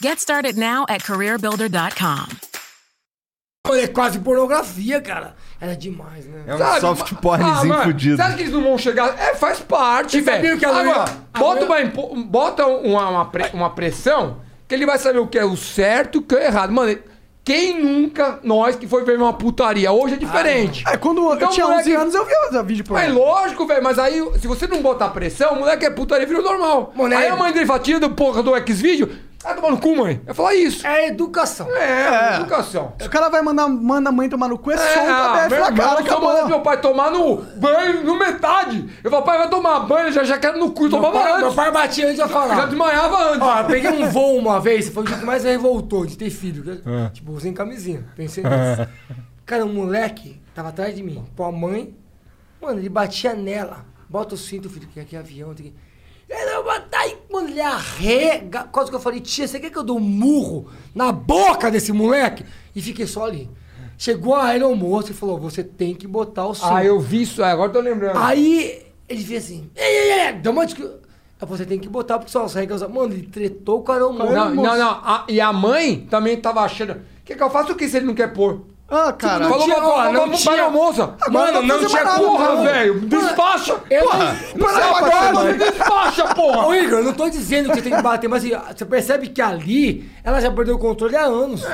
S13: Get started now at CareerBuilder.com.
S5: é quase pornografia, cara. Era demais, né?
S3: É um soft pornzinho
S4: mano,
S3: fudido.
S4: Ah, Você acha que eles não vão chegar? É, faz parte,
S5: Vocês sabiam
S4: velho.
S5: que a Lua-
S4: Agora,
S5: a
S4: bota,
S5: Lua-
S4: uma, impo- bota uma, uma, pre- uma pressão que ele vai saber o que é o certo e o que é o errado. Mano, quem nunca, nós que foi ver uma putaria, hoje é diferente.
S2: é, quando
S4: um
S2: eu tinha 11 anos eu via vídeo por
S4: É lógico, velho, mas aí se você não botar pressão, o moleque é putaria, vira o normal. aí a mãe dele fatia do porra do X-Vídeo, ah, tomar no cu, mãe. Eu falar isso.
S5: É educação.
S4: É, educação.
S2: Se o cara vai mandar, manda a mãe tomar no cu, é só um
S4: ah,
S2: KBF
S4: meu
S2: na
S4: irmão,
S2: cara,
S4: se eu
S2: acabou.
S4: mandar meu pai tomar no banho, no metade. Eu falo, pai, vai tomar banho, já, já quero no cu, tomava
S5: pai-
S4: antes.
S5: meu pai batia antes de eu falar.
S4: Já desmaiava antes.
S5: Ó, eu peguei um voo uma vez, foi o dia que mais me revoltou de ter filho. que-
S4: Ah.
S5: Tipo, sem camisinha. Pensei nisso. Cara, um moleque tava atrás de mim, com a mãe. Mano, ele batia nela. Bota o cinto, filho, que aqui é avião. Tem que... Ele vai botar e mano, ele arrega. Quase que eu falei, tia, você quer que eu dou um murro na boca desse moleque? E fiquei só ali. Chegou a aeromoça e falou: você tem que botar o cinto.
S4: Ah, eu vi isso, agora eu tô lembrando.
S5: Aí ele fez assim, ei, ei, ei, deu uma discu- Aí Você tem que botar, porque são as regras. Mano, ele tretou com a aeromoça.
S4: Não, não, não. A- e a mãe também tava achando. Quer que eu faça o que se ele não quer pôr?
S2: Ah,
S5: cara.
S4: Falou
S5: Não
S4: pra
S5: tinha- ó,
S4: porra,
S5: não
S4: não
S5: tinha.
S4: tinha. moça.
S5: Agora não
S4: fazer
S5: tinha
S4: mais nada,
S5: porra,
S4: não.
S5: velho.
S4: Mano, Despacha.
S5: eu-
S4: Não
S5: Para,
S4: sei,
S5: para,
S4: agora
S5: para.
S4: você despacha, porra.
S5: Ô, Igor, eu não tô dizendo que você tem que bater, mas assim, você percebe que ali ela já perdeu o controle há anos.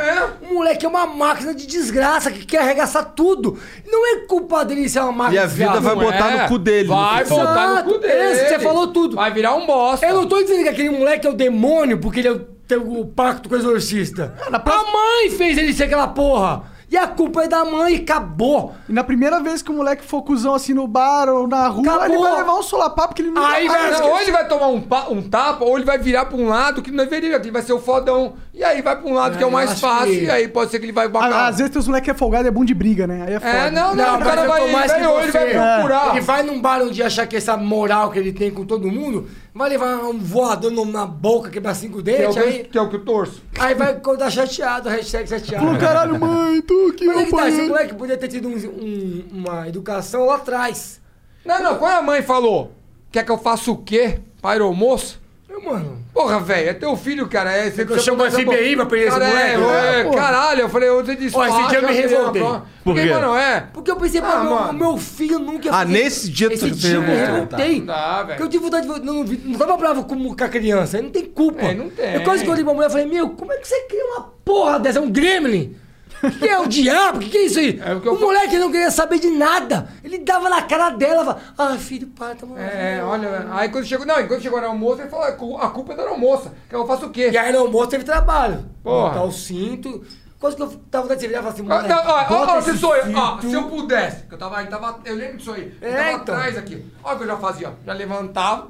S5: O moleque é uma máquina de desgraça que quer arregaçar tudo. Não é culpa dele ser uma máquina
S3: E a
S5: de
S3: vida
S5: desgraça.
S3: vai botar no cu dele,
S4: é. Vai
S3: no fim.
S4: botar no cu
S5: Exato,
S4: dele.
S5: esse, você falou tudo.
S4: Vai virar um bosta.
S5: Eu não tô dizendo que aquele moleque é o demônio porque ele é o- tem o pacto com o exorcista. A mãe fez ele ser aquela porra. E a culpa é da mãe, acabou.
S2: E na primeira vez que o moleque for cuzão assim no bar ou na rua, ele
S4: Acabou.
S2: vai levar um solapapo que ele não
S4: Aí,
S2: vai
S4: vai, não, ou ele vai tomar um, pa- um tapa, ou ele vai virar pra um lado que não deveria, que ele vai ser o fodão. E aí vai pra um lado que é o
S2: eu
S4: mais
S2: acho
S4: fácil,
S2: que-
S4: e aí pode ser que ele vai
S2: Ah,
S4: botar.
S2: Às vezes teus moleque é folgado e é bom de briga, né? Aí é foda.
S4: É, não, não, o
S5: mas
S4: cara
S5: eu
S4: vai,
S5: tô mais que
S4: vai, ou ele vai
S5: você.
S4: procurar.
S5: Ele vai num bar um dia achar que essa moral que ele tem com todo mundo vai levar um voador no- na boca, quebrar cinco
S4: Que é o
S5: dentes,
S4: que
S5: aí,
S4: eu- que é o que eu torço.
S5: aí vai acordar chateado, hashtag chateado.
S4: Falou, "Caralho,
S2: mãe, tu que
S5: Mas é que tá, esse
S4: apanhei."
S5: moleque podia ter tido um- um- uma educação lá atrás.
S4: Não, não, quando a mãe falou, quer que eu faça o quê? Pai ou moço?
S5: Meu mano.
S4: Porra, velho, é teu filho, cara. É, você
S5: que eu chamo
S4: você-
S5: FBI pra prender esse
S4: cara, é,
S5: moleque?
S4: é,
S5: É, porra.
S4: caralho, eu falei, hoje
S5: Ó,
S4: despacho.
S5: esse dia eu me revoltei.
S4: Por
S5: Por
S4: quê?
S5: quê?
S4: mano, é?
S5: Porque eu pensei,
S4: Ah,
S5: ah, meu,
S4: mano.
S5: meu filho nunca ia
S3: Ah,
S5: fazer-
S3: nesse dia tu
S5: Esse
S3: se
S5: dia eu me
S3: revoltou,
S5: revoltei.
S3: tá. Tá, velho.
S5: Porque eu tive vontade de... Não, não, vi- não tava bravo com, com a criança. Aí não tem culpa.
S4: É, não tem.
S5: Eu quase que olhei pra mulher e falei, meu, como é que você cria uma porra dessa? É um gremlin? O que é o diabo? O que, que é isso aí? o moleque não queria saber de nada. Ele dava na cara dela, falava, ah, filho, para, tá bom.
S4: É, olha, aí quando chegou, não, enquanto chegou na almoça, ele falou, "A cu- a culpa é da almoça, que eu faço o quê?
S5: E aí no almoço teve trabalho.
S4: Porra.
S5: Botar o cinto. Quase que eu tava vontade de virar e falar assim,
S4: Ó,
S5: moleque,
S4: tá, ó, ó,
S5: bota
S4: ó,
S5: esse
S4: se sou eu, ó,
S5: cinto.
S4: se eu pudesse, que eu tava, eu tava, eu lembro disso aí, eu
S5: É,
S4: tava
S5: então.
S4: atrás aqui, olha o que eu já fazia, ó, já levantava,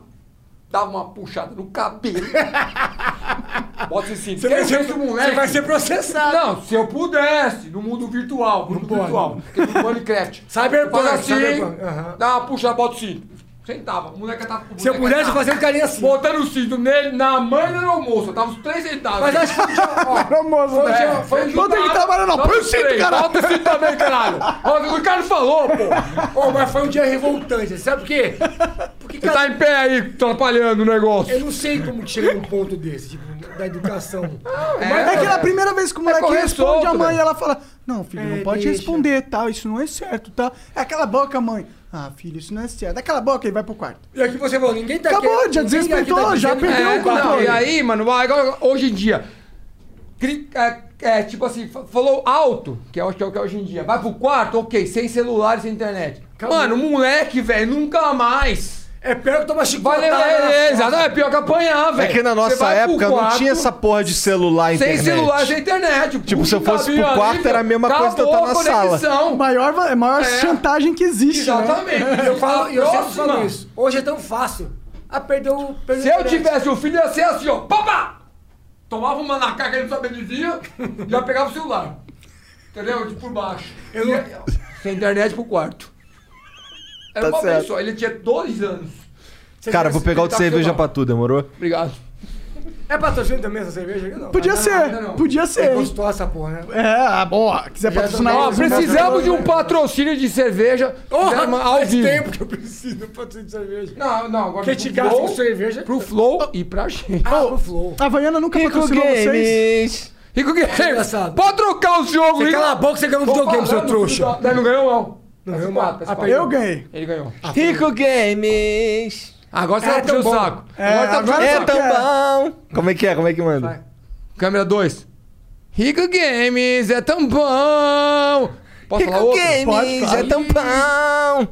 S4: dava uma puxada no cabelo, bota esse cinto,
S5: Você
S4: Quero
S5: vai ser-
S4: ver esse moleque.
S5: você vai ser processado.
S4: Não, se eu pudesse, no mundo virtual, no mundo virtual, porque no Minecraft,
S5: Cyberpunk,
S4: faz assim,
S5: cyberpunk, aham.
S4: dá uma puxada, bota o cinto, sentava, o moleque tava...
S5: Se eu pudesse, eu fazia um carinha assim.
S4: Botando o cinto nele, na mãe e no almoço. Eu tava os três sentados.
S5: Mas acho que foi um dia- ó, foi um
S4: né?
S5: dia- foi um dia-
S4: Não tem que trabalhar, não. Põe o
S5: é
S4: cinto, caralho. Bota o cinto também, caralho. Ó, O cara falou, pô.
S5: Ô, mas foi um dia revoltante. Sabe por quê? Porque,
S4: Você tá em pé aí, atrapalhando o negócio.
S5: Eu não sei como que chega num ponto desse, tipo, da educação.
S4: Ah,
S2: É, que na primeira vez que o moleque
S5: correr
S2: responde
S4: né?
S5: solto,
S2: a mãe,
S5: velho.
S2: ela fala: Não, filho,
S5: É,
S2: não pode
S5: deixa.
S2: responder, tal, isso não é certo, tá? É aquela boca, mãe. Ah, filho, isso não é certo. Daquela boca e vai pro quarto.
S5: E aqui você falou, ninguém tá
S2: Acabou,
S5: querendo-
S2: já
S5: ninguém aqui tá
S2: desrespeitou, já
S5: dizendo-
S2: perdeu
S5: É,
S2: o controle.
S4: Não, e aí, mano, agora, hoje em dia, cri- é, é, tipo assim, fa- falou alto, que é o que é o que é hoje em dia. Vai pro quarto, ok, sem celular, sem internet. Mano, moleque, velho, nunca mais.
S5: É pior que tomar
S4: chicotada.
S2: né,
S4: É, exato, é pior que apanhar, velho.
S3: É que na
S4: Você
S3: nossa
S4: vai pro
S3: época não
S4: quarto,
S3: tinha essa porra de celular e
S4: Sem
S3: internet.
S4: celular, sem internet. O tá
S3: Tipo, se eu
S4: puta
S3: fosse pro
S4: vida,
S3: quarto,
S4: liga,
S3: era a mesma coisa que eu
S4: acabou
S3: estar
S4: a
S3: na
S4: conexão. É.
S3: sala.
S2: Maior, va- maior chantagem que existe,
S4: Exatamente. Ah,
S2: né?
S5: Eu, falo, eu sempre falo
S4: Próxima.
S5: isso. Hoje é tão fácil. Ah, perdeu, perdeu
S4: Se
S5: a
S4: eu
S5: internet.
S4: tivesse um filho, ia ser assim, ó. Papá! Tomava uma na cara que ele não sabia dizia, já pegava o celular. Entendeu? De por baixo. é, Eu Sem internet pro quarto. Era
S3: Tá
S4: uma
S3: certo.
S4: vez só, ele tinha dois anos.
S3: Cara, vou pegar o de cerveja pra tu, demorou?
S4: tá Obrigado.
S5: É patrocínio também essa cerveja aqui? Não.
S2: Podia
S5: Não,
S2: ser,
S5: ainda não.
S2: podia ser,
S5: É
S2: hein?
S5: gostosa essa porra, né?
S2: É, ah, boa. Quiser
S5: Já
S2: patrocinar
S5: tô-
S2: nós,
S5: Ó,
S4: Precisamos de um
S2: né?
S4: patrocínio de cerveja
S5: Oh,
S4: né,
S5: faz
S4: ao vivo.
S5: tempo que eu preciso de um patrocínio de cerveja.
S4: Não, não, agora
S5: Que
S4: pro
S5: te gasta com
S4: Flow,
S5: cerveja.
S4: Pro Flow e pra gente.
S5: Ah, pro Flow.
S2: A Havaiana nunca
S5: Rico
S2: patrocinou vocês.
S4: Rico Games. Pode trocar o jogo,
S5: Você
S4: Rico.
S5: cala a boca, você ganhou um
S4: Tô
S5: videogame, seu
S4: falando,
S5: trouxa.
S4: filho da- Não ganhou, não.
S5: Não
S4: Faz
S5: ganhou,
S4: quatro,
S5: não.
S4: faz
S5: Ah,
S4: quatro.
S5: eu
S2: ganhei.
S4: Ele ganhou.
S7: Rico Games.
S4: Agora você
S7: É
S4: vai puxar
S7: tão
S4: o
S7: bom.
S4: saco.
S7: É, agora
S4: puxando
S7: é
S4: o
S7: tão
S4: um saco.
S3: Como é que é? Como é que manda?
S4: Câmera 2. Rico Games é tão bom. Posso
S7: Rico
S4: falar outro?
S7: Games é tão
S4: bom.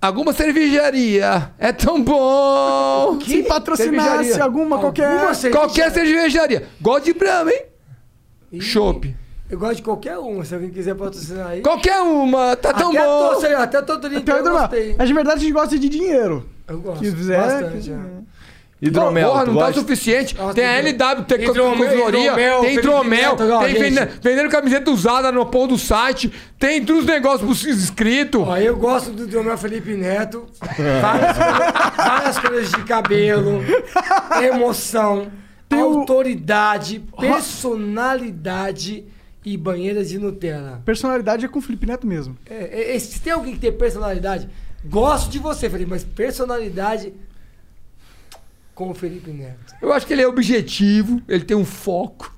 S4: Alguma cervejaria é tão bom.
S2: Se patrocinasse
S4: Cervejaria.
S2: alguma, qualquer-
S4: Qualquer cervejaria. Gosto de brama, hein? Chopp.
S5: Eu gosto de qualquer uma, se alguém quiser patrocinar aí.
S4: Qualquer uma, tá tão
S5: até
S4: bom.
S5: Tô, sei lá, até todo dia então,
S2: Até
S5: eu
S2: outro lado.
S5: gostei.
S2: Mas de verdade a gente gosta de dinheiro.
S5: Eu gosto.
S2: Que fizer,
S5: bastante,
S2: que-
S5: é.
S3: Hidromel,
S4: Porra,
S3: tu
S4: não tá
S3: gosta?
S4: o suficiente.
S5: Nossa,
S4: tem a
S5: hidromel.
S4: LW, tem
S5: Hidromel,
S4: Cosloria,
S5: hidromel,
S4: tem hidromel,
S5: Felipe Neto, ó,
S4: tem
S5: gente.
S4: vende- vendendo camiseta usada no pão do site, tem dos negócios pros inscritos.
S5: Ó, eu gosto do Domel Felipe Neto. Várias, coisas- várias coisas de cabelo, emoção, autoridade, personalidade e banheiras de Nutella.
S2: Personalidade é com o Felipe Neto mesmo.
S5: É, é, é, se tem alguém que tem personalidade, gosto de você, Felipe, mas personalidade com o Felipe Neto.
S4: Eu acho que ele é objetivo, ele tem um foco.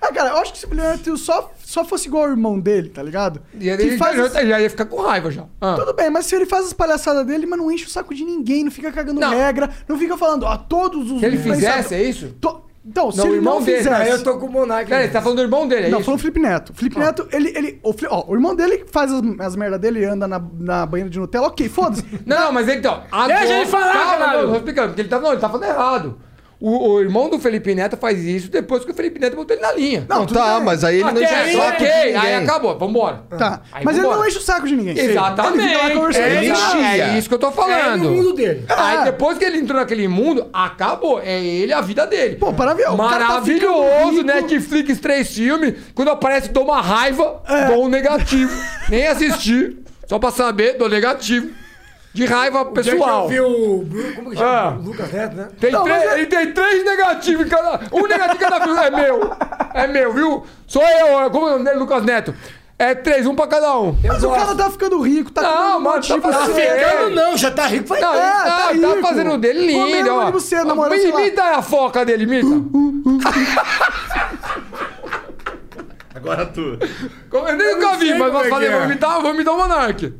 S2: Ah, cara, eu acho que se o Felipe Neto só, só fosse igual o irmão dele, tá ligado?
S4: E ele,
S2: que
S4: ele
S2: faz
S4: já,
S2: as-
S4: já ia ficar com raiva já. Ah.
S2: Tudo bem, mas se ele faz as palhaçadas dele, mas não enche o saco de ninguém, não fica cagando regra, não fica falando, ó, todos os...
S4: Se ele
S2: influenciadores-
S4: fizesse, é isso?
S2: To- Então, se
S4: Não, o
S2: ele
S4: irmão
S2: não
S4: dele,
S2: fizesse...
S4: aí eu tô
S5: com o Monark.
S4: Peraí, você tá falando do irmão dele, é
S2: não,
S4: isso?
S2: falando o Felipe Neto. O Felipe Neto, ele. ele o, Felipe- ó, o irmão dele que faz as, as merda dele e anda na, na banheira de Nutella, ok, foda-se.
S4: Não, não, mas então. agora-
S5: ele falar, caralho.
S4: não, eu tô explicando, porque ele tá, não, ele tá falando errado. O, o irmão do Felipe Neto faz isso depois que o Felipe Neto botou ele na linha.
S3: Não,
S4: tudo
S3: tá, mas aí ele não
S4: Até
S3: enche o
S4: aí,
S3: saco de
S4: Ok, aí
S3: ninguém.
S4: acabou, vambora.
S2: Tá.
S4: Aí
S2: mas ele
S4: vambora.
S2: não enche o saco de ninguém. Tá
S4: Exatamente.
S2: Ele Tá. fica lá conversando.
S4: É,
S2: Exato.
S4: é isso que eu tô falando.
S5: É no mundo dele.
S4: Aí depois que ele entrou naquele mundo, acabou. É ele a vida dele. Pô,
S2: maravilhoso. O cara tá
S4: Maravilhoso, Netflix, três filmes. Quando aparece, dou uma raiva,
S2: É.
S4: dou um negativo. Nem assisti. Só pra saber, dou negativo. De raiva
S5: O dia que
S4: pessoal.
S5: Eu vi o Bruno, como que chama?
S4: Ah.
S5: O Lucas Neto, né?
S4: Tem três, Ele tem três negativos em cada. Um negativo em cada filme. É meu. É meu, viu? Sou eu. Como é o nome dele, Lucas Neto? É três, um pra cada um.
S2: Mas o cara tá ficando rico, tá
S4: Não,
S2: comendo
S4: mano,
S2: motivo
S4: tá
S2: pra
S4: fazendo-
S2: ser.
S4: Ficando não, já
S5: tá rico,
S4: Não, ele tá, tá
S2: rico.
S4: fazendo o dele
S2: Comendo
S4: lindo, ó.
S2: ônibus cedo, namorando, sei lá. Uh,
S4: imita a foca dele, imita.
S3: Agora tu.
S4: Como Eu nem
S5: Eu
S4: nunca
S5: não
S4: vi,
S5: sei
S4: mas
S5: como é
S4: vou fazer,
S5: que é.
S4: vou imitar, vou imitar o Monark.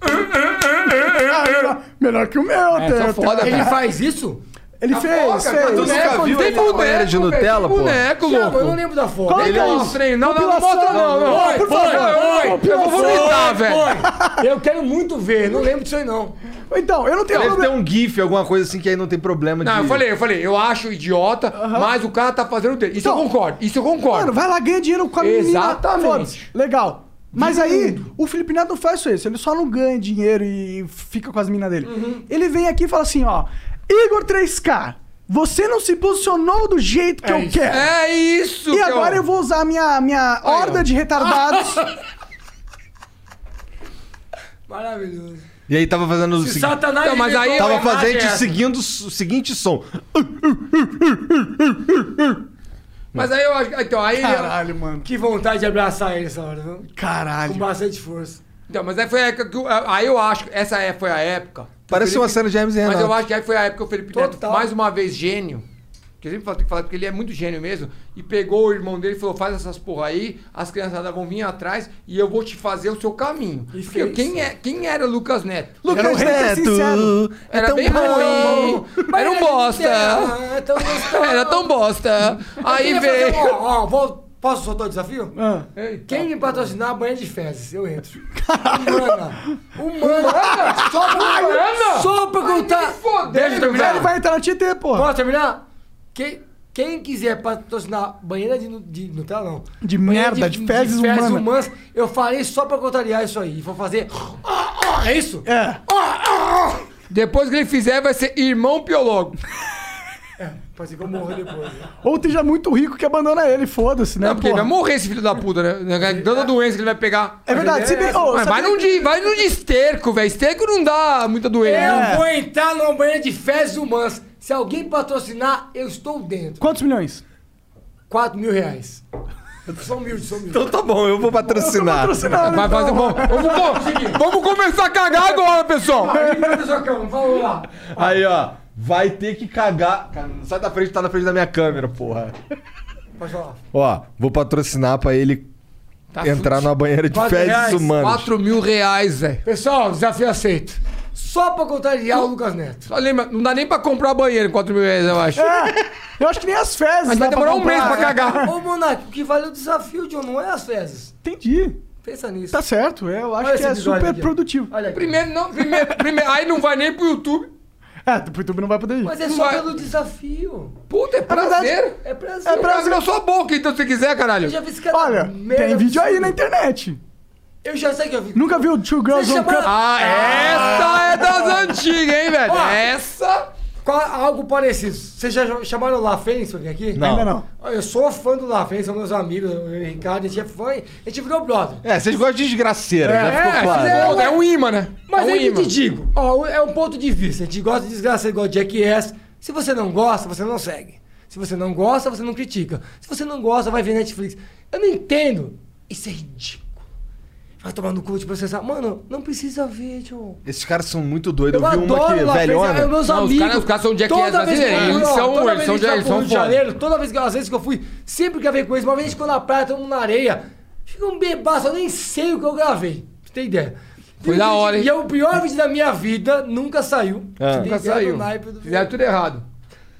S2: Ah, melhor- Melhor que o meu,
S4: É, sou
S2: até-
S4: foda,
S5: Ele
S4: cara.
S5: faz isso?
S2: Ele
S4: A
S2: fez,
S4: foca,
S2: fez.
S4: cara, tu nunca
S2: Boneco,
S4: viu
S2: tem
S4: ele na
S2: boneco,
S4: banheira de
S2: velho, tem
S4: Nutella, pô?
S2: boneco,
S4: Chama,
S2: louco.
S5: eu não lembro da foto.
S2: Coloca
S4: Ele
S2: isso.
S4: mostra aí. é Não, não, não
S2: Compilação.
S4: mostra não, não.
S2: Põe,
S4: Por
S2: põe,
S4: favor,
S2: põe,
S4: eu-
S2: põe.
S4: eu vou vomitar, Ah, velho.
S5: Eu quero muito ver, não lembro disso aí não.
S2: Então, eu não tenho
S3: Deve
S2: problema.
S3: ter um GIF, alguma coisa assim, que aí não tem problema de.
S4: Não, eu falei, eu falei, eu acho idiota, mas o cara tá fazendo o dele. Isso eu concordo, isso eu concordo.
S2: Mano, vai lá, ganha dinheiro com a menina.
S4: Exatamente.
S2: foda-se. Legal. Mas
S4: Vive
S2: aí,
S4: no
S2: o Felipe Neto não faz só isso. Ele só não ganha dinheiro e fica com as minas dele.
S4: Uhum.
S2: Ele vem aqui e fala assim, ó... Igor 3K, você não se posicionou do jeito que eu quero.
S4: É isso,
S2: E
S4: que
S2: agora eu vou usar minha, minha horda de retardados.
S5: Maravilhoso.
S3: E aí tava fazendo o
S5: Se
S3: seguinte.
S5: Satanás
S4: Então, mas aí-
S3: Tava
S4: Então,
S3: fazendo o
S4: imagem é
S3: seguinte, o seguinte som.
S4: Mas aí eu acho. Então, aí.
S2: Caralho, mano.
S5: Que vontade de abraçar ele essa hora, viu?
S2: Caralho.
S5: Com bastante força.
S4: Então, mas aí foi a época que. eu- Aí eu acho. Essa é- foi a época.
S3: Parece uma cena de James e
S4: Mas eu
S3: Renato.
S4: acho que aí foi a época que o Felipe Neto, mais uma vez, gênio. que eu sempre falo, tem que falar, porque ele é muito gênio mesmo, e pegou o irmão dele e falou: faz essas porra aí, as criançadas vão vir atrás e eu vou te fazer o seu caminho. Porque
S5: fez.
S4: quem, é, quem era Lucas Neto?
S5: Lucas
S4: era
S5: Neto,
S4: sincero.
S5: é
S4: Era
S5: tão
S4: bem
S5: bom.
S4: ruim, era um bosta.
S5: É tão gostoso.
S4: Era tão bosta.
S5: Eu
S4: Aí
S5: queria fazer
S4: veio.
S5: um- Ó, ó, vou- posso soltar o desafio?
S2: Ah.
S5: Quem me patrocinar banho de fezes, eu entro. Humana. Humana? Só pra
S2: Humana?
S5: Só pra contar.
S2: Deixa eu terminar, ele vai entrar no TT, É, pô.
S5: Posso terminar? Quem, quem quiser patrocinar banheira de, nu- de Nutella, não.
S2: De
S5: Banheira
S2: merda, de fezes humana.
S5: humanas, eu farei só pra contrariar isso aí. Vou fazer. Ah, ah, é isso?
S2: É.
S4: Depois que ele fizer, vai ser irmão biológico.
S5: Pode ser que eu morra depois. né?
S2: Ou esteja muito rico que abandona ele, foda-se, né?
S4: Não, porque ele
S2: porra?
S4: vai morrer esse filho da puta, né? Tanta doença que ele vai pegar.
S2: É verdade, se bem- ô,
S4: Mas
S2: sabe-
S4: vai, num de, vai num de esterco, velho. Esterco não dá muita doença.
S2: É.
S5: Eu vou entrar numa banheira de fezes humanas. Se alguém patrocinar, eu estou dentro.
S2: Quantos milhões?
S5: 4 mil reais. São humilde, são humilde.
S3: Então tá bom, eu vou patrocinar. um
S4: Vai fazer bom. Vamos, co- vamos começar a cagar agora, pessoal.
S5: Vamos lá.
S3: Aí, ó. Vai ter que cagar. Cara, Sai da frente, tá na frente da minha câmera, porra.
S5: Pode falar.
S3: Ó, vou patrocinar pra ele
S4: Tá
S3: entrar
S4: fudido.
S3: numa banheira de
S4: Quatro
S3: fezes
S4: reais,
S3: humanas.
S4: Quatro mil reais, velho.
S5: Pessoal, desafio aceito. Só pra contrariar o Lucas Neto.
S4: Só lembra, não dá nem pra comprar banheiro com 4 mil reais, eu acho.
S5: É,
S2: Eu acho que nem as fezes.
S4: Mas
S2: dá
S4: vai demorar um
S2: comprar.
S4: mês pra cagar.
S5: Ô, Monark, o que vale é o desafio, John, não é as fezes.
S2: Entendi.
S5: Pensa nisso.
S2: Tá certo, é, eu acho
S5: Olha
S2: que
S5: esse
S2: é
S5: episódio
S2: super
S5: aqui, ó.
S2: produtivo.
S5: Olha aqui.
S4: Primeiro, não, primeiro, primeiro. Aí não vai nem pro YouTube.
S2: É, o YouTube não vai poder ir.
S5: Mas é
S4: Não
S5: só
S4: vai.
S5: pelo desafio.
S4: Puta, é prazer.
S5: É prazer.
S4: É prazer na sua boca, então, se você quiser, caralho.
S5: Eu já vi esse cara.
S2: Olha,
S5: é merda
S2: tem vídeo aí
S5: absurda.
S2: na internet.
S5: Eu já sei que eu vi.
S2: Nunca viu Two Girls
S5: Você
S2: One
S5: chama-
S2: Cup?
S4: Ah, essa é das antigas, hein, velho?
S5: Ó.
S4: Essa.
S5: Qual- algo parecido. Vocês já chamaram o Lafenso aqui?
S3: Não. Ainda não.
S5: Eu sou fã do Lafenso, são meus amigos, o Ricardo, a gente é fã, a gente virou brother.
S3: É, vocês gostam de desgraceira, já ficou claro.
S5: é,
S4: Puta, é um imã, né?
S5: Mas
S4: é um
S5: aí eu
S4: imã.
S5: te digo, ó, é um ponto de vista. A gente gosta de desgraça, igual Jackass. Se você não gosta, você não segue. Se você não gosta, você não critica. Se você não gosta, vai ver Netflix. Eu não entendo. Isso é ridículo. Vai tomar no cu de processar. Mano, não precisa ver, John.
S3: Esses caras são muito doidos.
S5: Eu
S3: Eu vi uma
S5: adoro
S3: aqui,
S5: lá, fez- é,
S3: velhona.
S5: meus
S4: Não, os
S5: amigos.
S4: caras- um os caras são Jackass
S5: Toda vez que eu
S4: brasileiros,
S5: fui,
S4: assim, eles
S5: ó, toda
S4: são- eles
S5: vez
S4: são
S5: que eu
S4: de- eles
S5: fui pro
S4: são
S5: Rio de
S4: foda.
S5: Janeiro, toda vez que às vezes que eu fui, sempre gravei com eles. Uma vez a gente ficou na praia, todo mundo na areia. Ficou um bebaço, eu nem sei o que eu gravei. Pra você ter ideia.
S4: Foi
S5: E o
S4: da
S5: vídeo-
S4: hora, hein?
S5: E é o pior vídeo da minha vida, nunca saiu.
S3: Ah.
S5: Pra você ter
S4: Nunca
S5: ideia do
S4: saiu.
S5: naipe do-
S4: Fizeram tudo errado.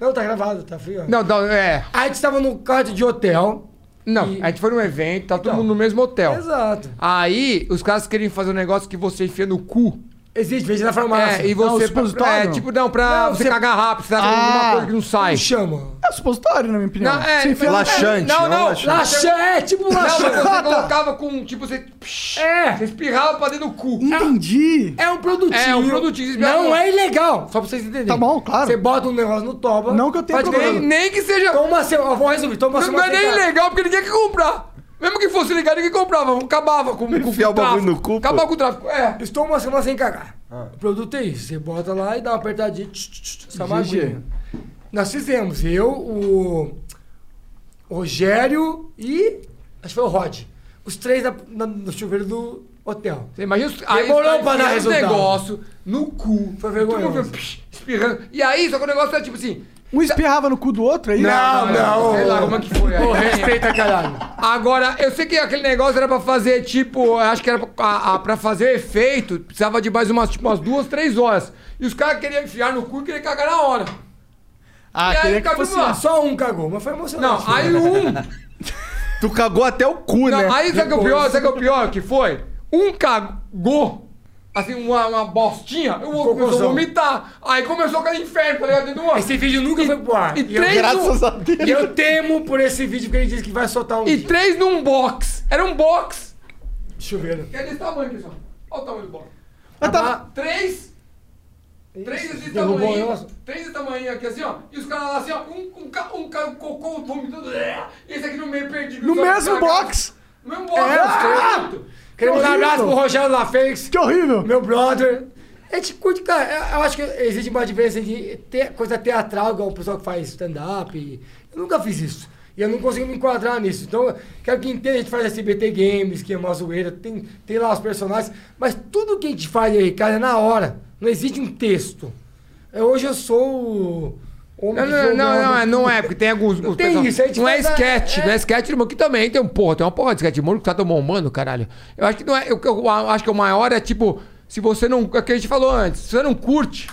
S5: Não, tá gravado, tá frio.
S4: Não, não, é.
S5: A gente tava num quarto de hotel.
S4: Não,
S5: E-
S4: a gente foi num evento, tá todo
S5: Então.
S4: mundo no mesmo hotel.
S5: Exato.
S4: Aí, os caras querem fazer um negócio que você enfia no cu.
S5: Existe, veja na farmácia.
S4: É, e
S2: Ah, o
S4: você.
S2: supositório?
S4: é, tipo, não, pra
S5: Não,
S4: você
S5: você-
S4: cagar rápido, você tá fazendo
S2: Ah.
S4: alguma coisa que não sai.
S5: Como chama?
S2: É supositório, na minha opinião.
S4: Não, é,
S2: Você enfia-
S3: Laxante,
S4: Não,
S3: não
S4: não.
S3: laxante.
S5: é Laxante, é tipo um
S4: Não, mas
S5: laxante.
S4: você colocava com. Tipo, você.
S5: É.
S4: Você espirrava pra dentro do cu.
S2: Entendi.
S5: É um produtinho.
S4: É um produtinho.
S5: Não é ilegal, só pra vocês entenderem.
S2: Tá bom, claro.
S5: Você bota um negócio no toba.
S2: Não que eu tenha
S5: faz
S2: problema.
S4: Nem, nem que seja.
S5: Toma uma semana. Ó, Vou resumir. Toma uma
S4: Não
S5: semana.
S4: é nem
S5: sem nada.
S4: legal, porque ninguém quer comprar. Mesmo que fosse legal, ninguém comprava. Acabava com, com, com
S3: Enfiar o bagulho no cu, pô.
S4: Acabava com o tráfico. É.
S5: Estou uma semana sem cagar.
S4: Ah.
S5: O produto é isso. Você bota lá e dá uma apertadinha. Tch, tch, tch, Essa magia. Nós fizemos. Eu, o Rogério e... Acho que foi o Rod. Os três na- na- no chuveiro do hotel.
S4: Você imagina os, aí,
S5: Demorou
S4: aí
S5: pra dar
S4: enfiar esse
S5: resultado.
S4: negócio no cu.
S5: Foi
S4: Todo mundo
S5: vergonhoso.
S4: psh, espirrando. E aí, só que o negócio é tipo assim.
S2: Um espirrava no cu do outro aí? Ah,
S4: Sei lá como é que foi.
S5: Pô,
S4: aí.
S5: respeita, caralho.
S4: Agora, eu sei que aquele negócio era pra fazer, tipo, eu acho que era pra, a- a- pra fazer efeito, precisava de mais umas, tipo, umas duas, três horas. E os caras queriam enfiar no cu e queriam cagar na hora.
S2: Ah,
S4: E aí,
S2: queria que
S4: cara,
S2: fosse...
S4: vamos lá.
S5: Só um cagou, mas foi emocionante.
S4: Não, aí um.
S3: Tu cagou até o cu, né?
S4: Não, aí sabe que é o pior? Sabe que é o pior que foi? Um cagou, assim, uma, uma bostinha, um o outro começou a
S5: Cocôzão.
S4: vomitar. Aí começou aquele inferno, tá ligado? Dentro do outro.
S5: Esse vídeo nunca foi pro ar.
S4: E
S5: E eu-
S4: três um.
S3: Graças
S4: num-
S3: a Deus.
S5: E eu temo por esse vídeo porque ele disse que vai soltar um
S4: E três num box. Era um box.
S5: chuveiro.
S4: Que é desse tamanho, pessoal. Olha o tamanho do box.
S2: Ah, tá.
S4: Ah, Três. Três desse
S5: derrubou
S4: tamanho.
S5: o osso.
S4: Três desse tamanho aqui, assim, ó. E os caras lá, assim, ó. Um, um, ca- um, ca- um cocô vomitando. E esse aqui no meio perdido.
S2: No
S4: só
S2: mesmo
S4: cagado.
S2: box.
S4: No mesmo box.
S5: É, os três.
S4: Pronto.
S5: Queria mandar um
S2: ah! horrível.
S5: abraço pro Rogério Lafênix,
S2: Que horrível.
S5: meu brother. A gente curte, cara. eu- Eu acho que existe uma diferença de ter coisa teatral, igual o pessoal que faz stand-up. e- Eu nunca fiz isso. E eu não consigo me enquadrar nisso. Então, eu quero que entenda, a gente faz SBT Games, que é uma zoeira, tem, tem lá os personagens. Mas tudo que a gente faz aí, cara, é na hora. Não existe um texto. É, Hoje eu sou o-
S4: Não, não, não, não, é- não é, porque tem alguns. os
S5: Tem
S4: pessoal-
S5: isso, a gente
S4: Não é
S5: faz a-
S4: sketch, não é sketch, irmão, que também tem um porra, tem uma porra de sketch humor que tá tomando, caralho. Eu acho que não é. Eu, eu acho que o maior é tipo, se você não. É o que a gente falou antes, se você não curte,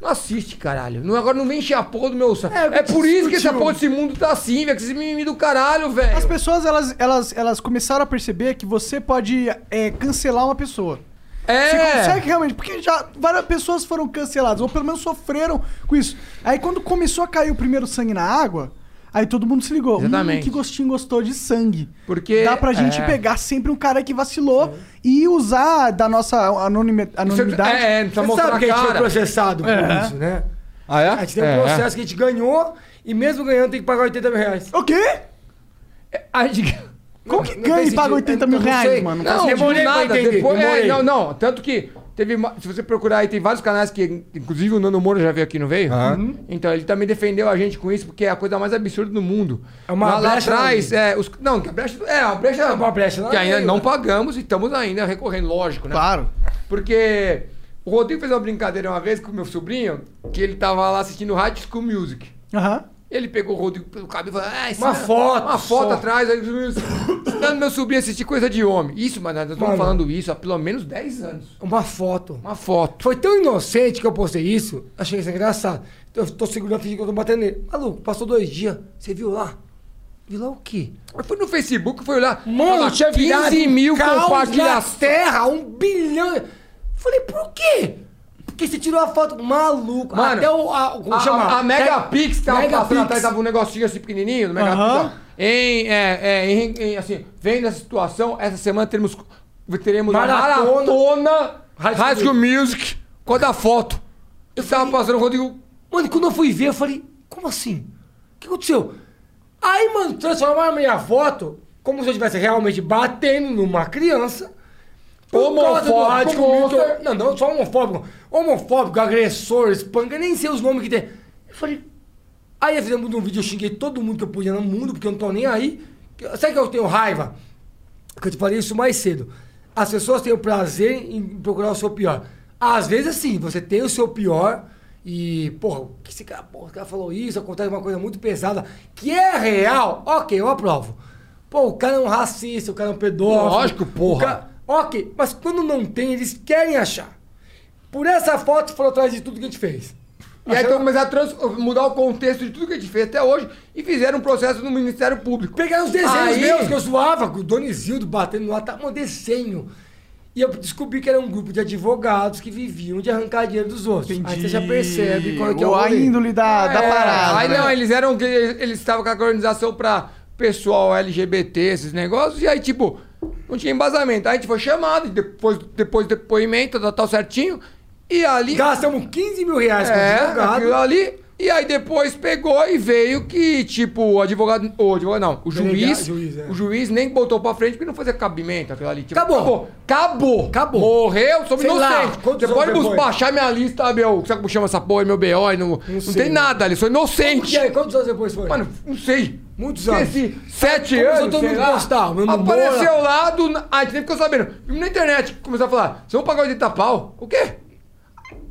S4: não assiste, caralho. Não, agora não vem encher a porra do meu saco. É, por isso que essa porra desse mundo tá assim, velho. Que esse mimimi do caralho, velho.
S2: As pessoas, elas, elas, elas começaram a perceber que você pode é, cancelar uma pessoa.
S4: É.
S2: Você consegue realmente, porque já várias pessoas foram canceladas, ou pelo menos sofreram com isso. Aí quando começou a cair o primeiro sangue na água, aí todo mundo se ligou. "Hum,
S4: Exatamente.
S2: que gostinho gostou de sangue.
S4: Porque-
S2: Dá pra gente
S4: é.
S2: pegar sempre um cara que vacilou e usar da nossa anonime- anonimidade.
S4: é, é,
S5: Você sabe que a gente foi processado por
S2: É.
S5: isso, né?
S3: Ah, é?
S5: A gente tem um
S2: É,
S5: processo que a gente ganhou e mesmo ganhando tem que pagar 80 mil reais. É,
S2: O quê?
S4: A gente...
S2: Como que ganha e paga 80 mil reais, mano?
S4: Não,
S2: faz
S4: demorei
S2: sentido.
S4: nada. Depois, é, não, não. Tanto que teve. ma- Se você procurar aí, tem vários canais que, inclusive, o Nando Moura já veio aqui, não veio? Uhum. Então ele também defendeu a gente com isso, porque é a coisa mais absurda do mundo. É
S5: uma
S4: lá, lá
S5: brecha na
S4: atrás,
S5: lei.
S4: é. Os, não, que a brecha. É, a brecha.
S5: É uma brecha na
S4: Que ainda
S5: lei,
S4: não
S5: né?
S4: pagamos e estamos ainda recorrendo, lógico, né?
S2: Claro.
S4: Porque o Rodrigo fez uma brincadeira uma vez com o meu sobrinho, que ele tava lá assistindo High School Music.
S2: Aham.
S4: Ele pegou o Rodrigo pelo cabelo e falou: ah, isso
S5: Uma
S4: não é-
S5: foto
S4: Uma foto
S5: só.
S4: atrás, aí os meninos, ensinando meu sobrinho a assistir coisa de homem. Isso, mas nós estamos
S5: Mano.
S4: falando isso há pelo menos 10 anos.
S5: Uma foto.
S4: Uma foto.
S5: Foi tão inocente que eu postei isso, achei isso engraçado. Eu tô segurando, fingindo que eu tô batendo nele. Maluco, passou dois dias, você viu lá? Viu lá o quê?
S4: Eu fui no Facebook, fui olhar.
S5: Mano,
S4: tava
S5: tinha virado
S4: 15 mil
S5: um caos
S4: compartilhações.
S5: na terra, um bilhão. Falei, por quê? Porque você tirou a foto maluco.
S4: Mano,
S5: até o. A, como
S4: a,
S5: chama?
S4: a Megapix tava
S5: Megapix.
S4: passando atrás, tava um negocinho assim pequenininho no Megapix.
S5: Aham.
S4: ó. Em, é, é, em- em, assim, vendo essa situação, essa semana teremos, teremos
S5: Maratona.
S4: a maratona High School,
S5: High School
S4: Music. Qual da foto? Eu tava passando o Rodrigo.
S5: Mano, quando eu fui ver, eu falei, como assim? O que aconteceu? Aí, mano, transformaram a minha foto como se eu estivesse realmente batendo numa criança. Por causa do
S4: Homofóbico,
S5: rádio que o Milton-
S4: monster.
S5: Não, não, só homofóbico. Homofóbico, agressor, espanca, nem sei os nomes que tem. Eu falei. Aí eu fizemos um vídeo, eu xinguei todo mundo que eu podia no mundo, porque eu não tô nem aí. Sabe que eu tenho raiva? Que eu te falei isso mais cedo. As pessoas têm o prazer em procurar o seu pior. Às vezes, assim, você tem o seu pior e, porra, o que esse cara, porra, o cara falou isso, acontece uma coisa muito pesada, que é real, ok, eu aprovo. Pô, o cara é um racista, o cara é um pedófilo.
S4: Lógico, porra.
S5: o cara- ok, mas quando não tem, eles querem achar. Por essa foto foram atrás de tudo que a gente fez.
S4: E aí então começaram a trans- mudar o contexto de tudo que a gente fez até hoje e fizeram um processo no Ministério Público.
S5: Pegaram os desenhos
S4: Aí-
S5: meus que eu zoava, com o Donizildo batendo no ataque, um desenho. E eu descobri que era um grupo de advogados que viviam de arrancar dinheiro dos outros. Aí você já percebe qual que é o
S2: Ou a
S5: rolê.
S2: índole da, da
S4: É,
S2: parada.
S4: Aí
S2: né?
S4: não, eles eram. que- Eles estavam com a organização pra pessoal LGBT, esses negócios, e aí, tipo, não tinha embasamento. Aí a gente foi chamado, e depois, depois do depoimento, tal, tal certinho. E ali.
S5: Gastamos 15 mil reais com
S4: é,
S5: advogado.
S4: aquilo ali. E aí depois pegou e veio que, tipo, o advogado. O advogado, não, o
S5: Delegado,
S4: juiz.
S5: juiz, é.
S4: O juiz nem botou pra frente porque não fazia cabimento aquilo ali. Tipo,
S5: Acabou.
S4: Acabou. Acabou. Morreu, sou
S5: Sei lá,
S4: inocente.
S5: quantos
S4: Você pode
S5: anos
S4: bus-
S5: depois?
S4: baixar minha lista, meu. Sabe como chama essa porra? Meu BO. e Não, não,
S5: sei,
S4: tem
S5: mano.
S4: nada ali, sou inocente.
S5: E aí, quantos anos depois foi?
S4: Mano, não sei.
S5: Muitos anos.
S4: Esqueci. Sete
S5: Começou
S4: anos.
S5: todo
S4: sei
S5: mundo
S4: lá.
S5: postar, o Nando
S4: Apareceu
S5: Moura.
S4: lá do. na- Ah, a gente nem ficou sabendo. Na internet começou a falar: vocês vão pagar 80 pau? O quê?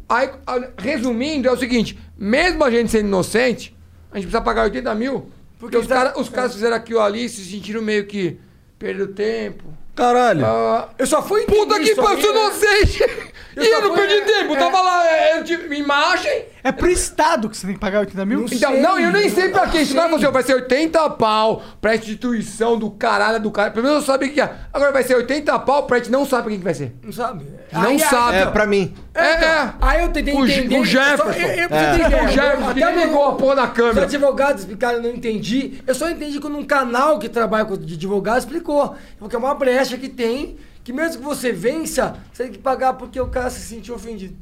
S4: Aí, a- resumindo, é o seguinte: mesmo a gente sendo inocente, a gente precisa pagar 80 mil. Porque, os, cara- os caras fizeram aquilo ali, se sentiram meio que. Perdeu tempo. Ah,
S3: Caralho.
S5: eu só fui entender
S4: Puta que
S5: isso
S4: pariu,
S5: aí,
S4: eu sou
S5: né?
S4: inocente!
S5: Eu
S4: e
S5: só
S4: eu não
S5: fui-
S4: perdi tempo, eu
S5: é.
S4: tava lá, é, eu tive imagem.
S2: É pro Estado que você tem que pagar 80 mil?
S4: Então, não, eu nem sei pra quem. Isso vai fazer, vai ser 80 pau pra instituição do caralho do cara. Pelo menos eu sabia o que é. Agora vai ser 80 pau pra gente não sabe pra quem que vai ser.
S5: Não sabe.
S4: Não
S5: Aí,
S4: sabe.
S5: aí, então,
S3: mim.
S4: É, é.
S5: Aí eu tentei
S4: O Je-
S5: entender.
S4: o Jefferson.
S5: só- Eu, eu,
S4: É.
S5: é.
S4: O Jefferson, que nem ligou a porra da câmera.
S5: Os advogados explicaram, eu não entendi. Eu só entendi quando um canal que trabalha com de advogado explicou. Porque é uma brecha que tem, que mesmo que você vença, você tem que pagar porque o cara se sentiu ofendido.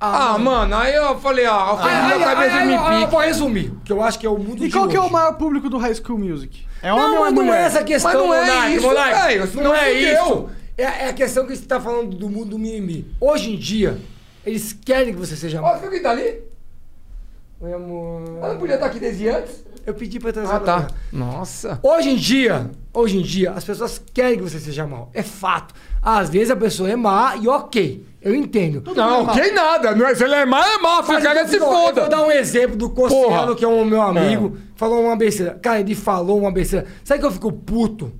S4: Ah, mano, aí eu falei, ó, ofendeu
S5: Aí, aí,
S4: a cabeça
S5: aí,
S4: me
S5: aí, eu
S4: pica.
S5: vou resumir, que eu acho que é o mundo
S2: E
S5: de
S2: qual que é o
S5: hoje.
S2: maior público do High School Music? É homem
S5: não,
S2: ou é
S5: mas
S2: mulher?
S5: não é essa questão,
S4: Mas não é
S5: Monark,
S4: isso,
S5: Monark.
S4: velho, isso
S5: Não,
S4: não
S5: é
S4: fudeu.
S5: isso. É, é a questão que você está falando do mundo do mimimi. Hoje em dia, eles querem que você seja
S4: Ó,
S5: amado.
S4: viu quem tá ali?
S5: Oi, amor.
S4: Ela não podia estar tá aqui desde antes?
S5: Eu pedi pra transar.
S4: Ah, tá.
S5: pra-
S4: Nossa.
S5: Hoje em dia, hoje em dia, as pessoas querem que você seja mal. É fato. Às vezes a pessoa é má e ok. Eu entendo.
S4: Não, ok nada. Não é- se ele é má, é má. Fica que se
S5: Ó, eu
S4: foda.
S5: Vou dar um exemplo do Cossielo,
S4: Porra.
S5: que é um meu amigo. Falou uma besteira. Cara, ele falou uma besteira. Sabe que eu fico puto?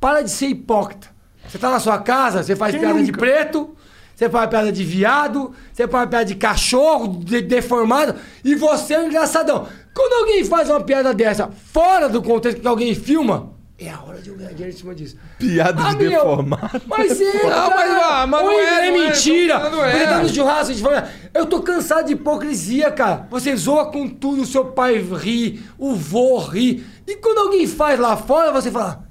S5: Para de ser hipócrita. Você tá na sua casa, você faz
S4: Quem
S5: piada de
S4: nunca?
S5: preto, você faz piada de viado, você faz piada de cachorro, de- deformado, e você é um engraçadão. Quando alguém faz uma piada dessa, fora do contexto que alguém filma, é a hora de eu ganhar dinheiro em cima disso.
S3: Piada
S5: Ah,
S3: de
S5: meu,
S3: deformado.
S5: Mas é,
S4: Não, mas,
S5: cara,
S4: ah, mas não
S5: ou
S4: é,
S5: é,
S4: não é,
S5: mentira.
S4: tô falando é.
S5: Porque tá no churrasco, a gente fala, eu tô cansado de hipocrisia, cara. Você zoa com tudo, o seu pai ri, o vô ri. E quando alguém faz lá fora, você fala,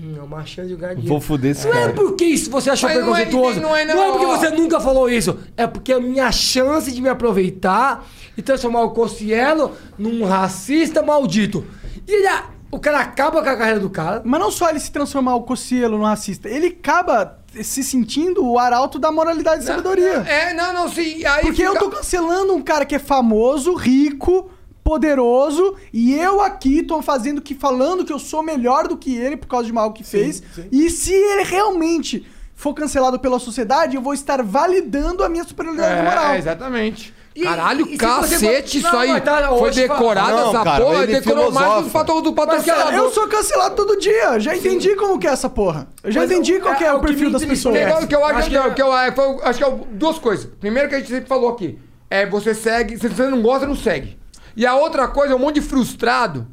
S5: hum, é uma chance de eu ganhar dinheiro.
S3: Vou foder esse
S5: Não é
S3: cara.
S5: porque isso você achou
S4: Mas não é-
S5: preconceituoso.
S4: não é, não.
S5: porque você nunca falou isso. É porque a minha chance de me aproveitar e transformar o Cossielo num racista maldito. E ele, ah, o cara acaba com a carreira do cara.
S2: Mas não só ele se transformar o Cossielo no racista, ele acaba se sentindo o arauto da moralidade e sabedoria.
S4: É, não, não, sim. Aí
S2: Porque eu tô cancelando um cara que é famoso, rico, poderoso, e eu aqui tô fazendo que falando que eu sou melhor do que ele por causa de mal que fez. E se ele realmente for cancelado pela sociedade, eu vou estar validando a minha superioridade
S4: É,
S2: moral.
S4: exatamente.
S2: E-
S4: Caralho,
S2: e se
S4: cacete,
S2: você-
S4: isso
S2: Não,
S4: aí
S2: mas tá,
S4: foi
S2: hoje-
S4: decorada
S2: Não,
S4: essa
S2: cara,
S4: porra,
S2: ele
S4: decorou mais do
S2: filosofa.
S4: fator do
S2: Mas,
S4: patrocinador.
S2: cara, eu sou cancelado todo dia. Já entendi como que é essa porra. Eu já
S4: Mas
S2: entendi
S4: eu-
S2: qual que é, o perfil das pessoas.
S4: Legal, o que eu acho, que,
S2: é-
S4: o que eu acho, foi- acho que é o- duas coisas. Primeiro que a gente sempre falou aqui, é você segue, se você não gosta, não segue. E a outra coisa é um monte de frustrado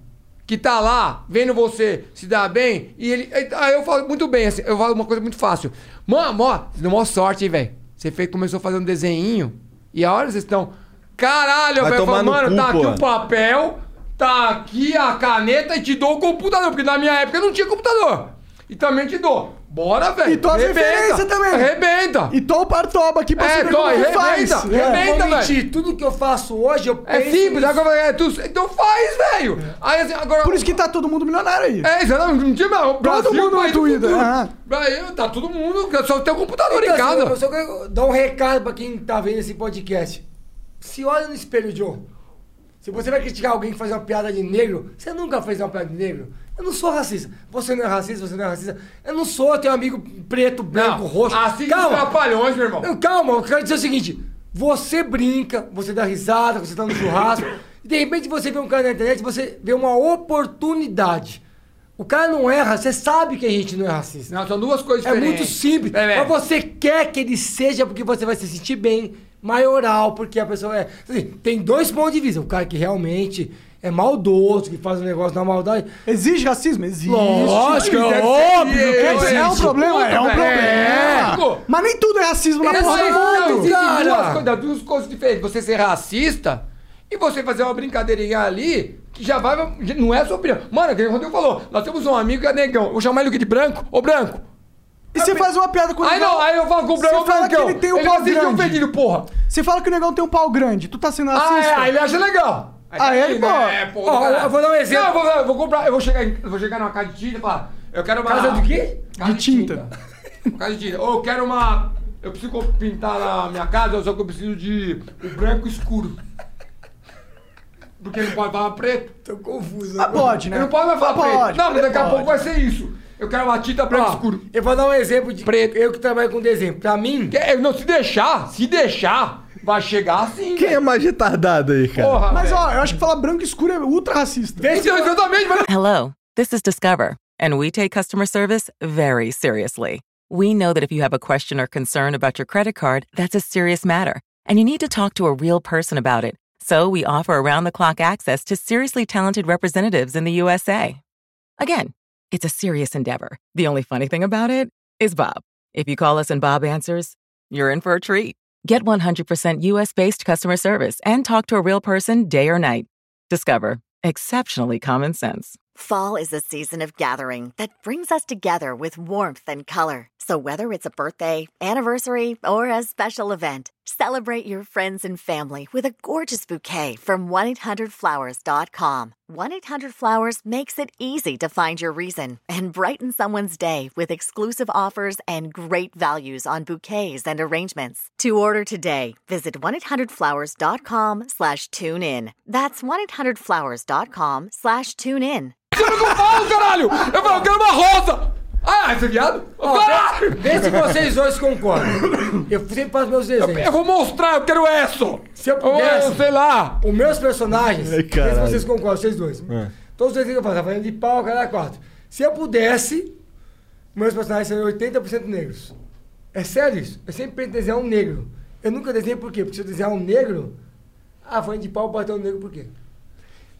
S4: que tá lá vendo você se dar bem e ele aí- aí eu falo muito bem, assim, eu falo uma coisa muito fácil. Mano, ó, você deu maior sorte, hein, velho. Você fez, começou a fazer um desenhinho e a hora vocês estão Caralho,
S3: Vai
S4: velho, eu
S3: tomar
S4: falo,
S3: no
S4: mano,
S3: cu,
S4: tá aqui
S3: pô."
S4: o papel, tá aqui a caneta e te dou o computador, porque na minha época não tinha computador. E também te dou. Bora, velho.
S2: E tua referência também.
S4: Arrebenta.
S2: E tô o partoba aqui pra
S4: É,
S2: saber
S4: tô,
S2: como que faz.
S4: arrebenta,
S5: Eu
S4: arrebenta,
S5: vou mentir,
S4: velho.
S5: tudo que eu faço hoje, eu
S4: É
S5: penso
S4: simples,
S5: nisso. É.
S4: agora é, tu, então faz, velho. Aí assim, agora.
S2: Por isso que tá todo mundo milionário aí.
S4: É, exatamente, não tinha mais.
S2: Todo mundo no Twitter. Ah.
S5: É.
S2: aham.
S4: Aí tá todo mundo, só tem o computador em
S5: Então,
S4: casa.
S5: assim, eu só quero dar um recado pra quem tá vendo esse podcast. Se olha no espelho, Joe. Se você vai criticar alguém que faz uma piada de negro, você nunca fez uma piada de negro. Eu não sou racista. Você não é racista, você não é racista. Eu não sou, eu tenho um amigo preto, branco, roxo.
S4: assim que os trapalhões, meu irmão.
S5: Eu- calma, eu quero dizer o seguinte. Você brinca, você dá risada, você tá no churrasco. e de repente você vê um cara na internet, você vê uma oportunidade. O cara não erra, você sabe que a gente não é racista.
S4: Não, então são duas coisas
S5: É
S4: diferentes.
S5: muito simples.
S4: É, velho.
S5: Mas você quer que ele seja porque você vai se sentir bem, maioral, porque a pessoa é. assim, tem dois pontos de vista. O cara que realmente é maldoso, que faz um negócio na maldade.
S2: Exige racismo?
S4: É
S2: Existe.
S5: Lógico,
S2: Deve
S5: é
S2: ser.
S5: óbvio que
S2: É,
S5: existe.
S2: é um problema, é um
S5: Puta,
S2: problema.
S4: velho.
S2: Mas nem tudo é racismo na
S4: Não,
S2: porra do
S4: não,
S2: mundo.
S4: existem Duas,
S2: cara.
S4: coisas, duas coisas diferentes. Você ser racista e você fazer uma brincadeirinha ali que já vai. Não é a sua opinião. Mano, que o Rodrigo falou. Nós temos um amigo que é negão. Vou chamar ele aqui de branco. Ô, branco.
S2: E
S4: Ah,
S2: você faz uma piada com o
S4: Aí
S2: negão,
S4: não, aí eu falo com o branco.
S2: Você fala que
S4: brancão.
S2: ele tem um
S4: ele vai
S2: pau
S4: se sentir
S2: grande.
S4: ofendido, porra.
S2: Você fala que o negão tem um pau grande. Tu tá sendo
S4: Ah,
S2: racista.
S4: é, aí ele acha legal.
S2: Ah, ele, pô.
S4: É, pô.
S2: Ó,
S4: caralho.
S2: eu vou dar um exemplo.
S4: Não, eu vou, eu vou comprar. Eu vou chegar, em- eu vou chegar numa casa de tinta e falar. Eu quero uma.
S5: Casa de quê?
S4: Casa de tinta. Uma casa de tinta. Ou eu quero uma. Eu preciso pintar na minha casa, só que eu preciso de o branco escuro. Porque ele não pode falar preto.
S5: Tô confuso.
S2: Ah, pode, né?
S4: Ele não pode mais falar
S2: Pode,
S4: preto. não, mas daqui a
S2: pode.
S4: pouco vai ser isso. Eu quero uma tinta branca
S5: Ó,
S4: escuro.
S5: Eu vou dar um exemplo de. Preto. Eu que trabalho com desenho. Pra mim.
S4: É, não, se deixar, se deixar, vai chegar assim.
S3: Quem é mais retardado aí, cara?
S4: Porra,
S2: Mas ó, eu acho que falar branco escuro é ultra racista. É
S14: Hello, this is Discover, and we take customer service very seriously. We know that if you have a question or concern about your credit card, that's a serious matter, and you need to talk to a real person about it. So we offer around the clock access to seriously talented representatives in the USA. Again, it's a serious endeavor. The only funny thing about it is Bob. If you call us and Bob answers, you're in for a treat. Get 100% US based customer service and talk to a real person day or night. Discover exceptionally common sense.
S1: Fall is a season of gathering that brings us together with warmth and color. So whether it's a birthday, anniversary, or a special event, celebrate your friends and family with a gorgeous bouquet from 1-800-Flowers.com. 1-800-Flowers makes it easy to find your reason and brighten someone's day with exclusive offers and great values on bouquets and arrangements. To order today, visit 1-800-Flowers.com slash tune in. That's 1-800-Flowers.com slash tune in.
S4: Fala, caralho! Eu falo, eu quero uma rosa! Ah, esse viado?
S5: Ó, vê, vê se vocês dois concordam. Eu sempre faço meus desenhos.
S4: Eu vou mostrar, eu quero isso!
S5: Se eu pudesse,
S4: Eu sei lá.
S5: Os meus personagens,
S4: Ai,
S5: vê se
S4: caralho.
S5: vocês concordam, vocês dois. Todos os desenhos que eu faço, eu fazendo de pau, cada quatro. Se eu pudesse, meus personagens seriam 80% negros. É sério isso? Eu sempre penso em desenhar um negro. Eu nunca desenho por quê? Porque se eu desenhar um negro, ah, fã de pau bateu um negro por quê?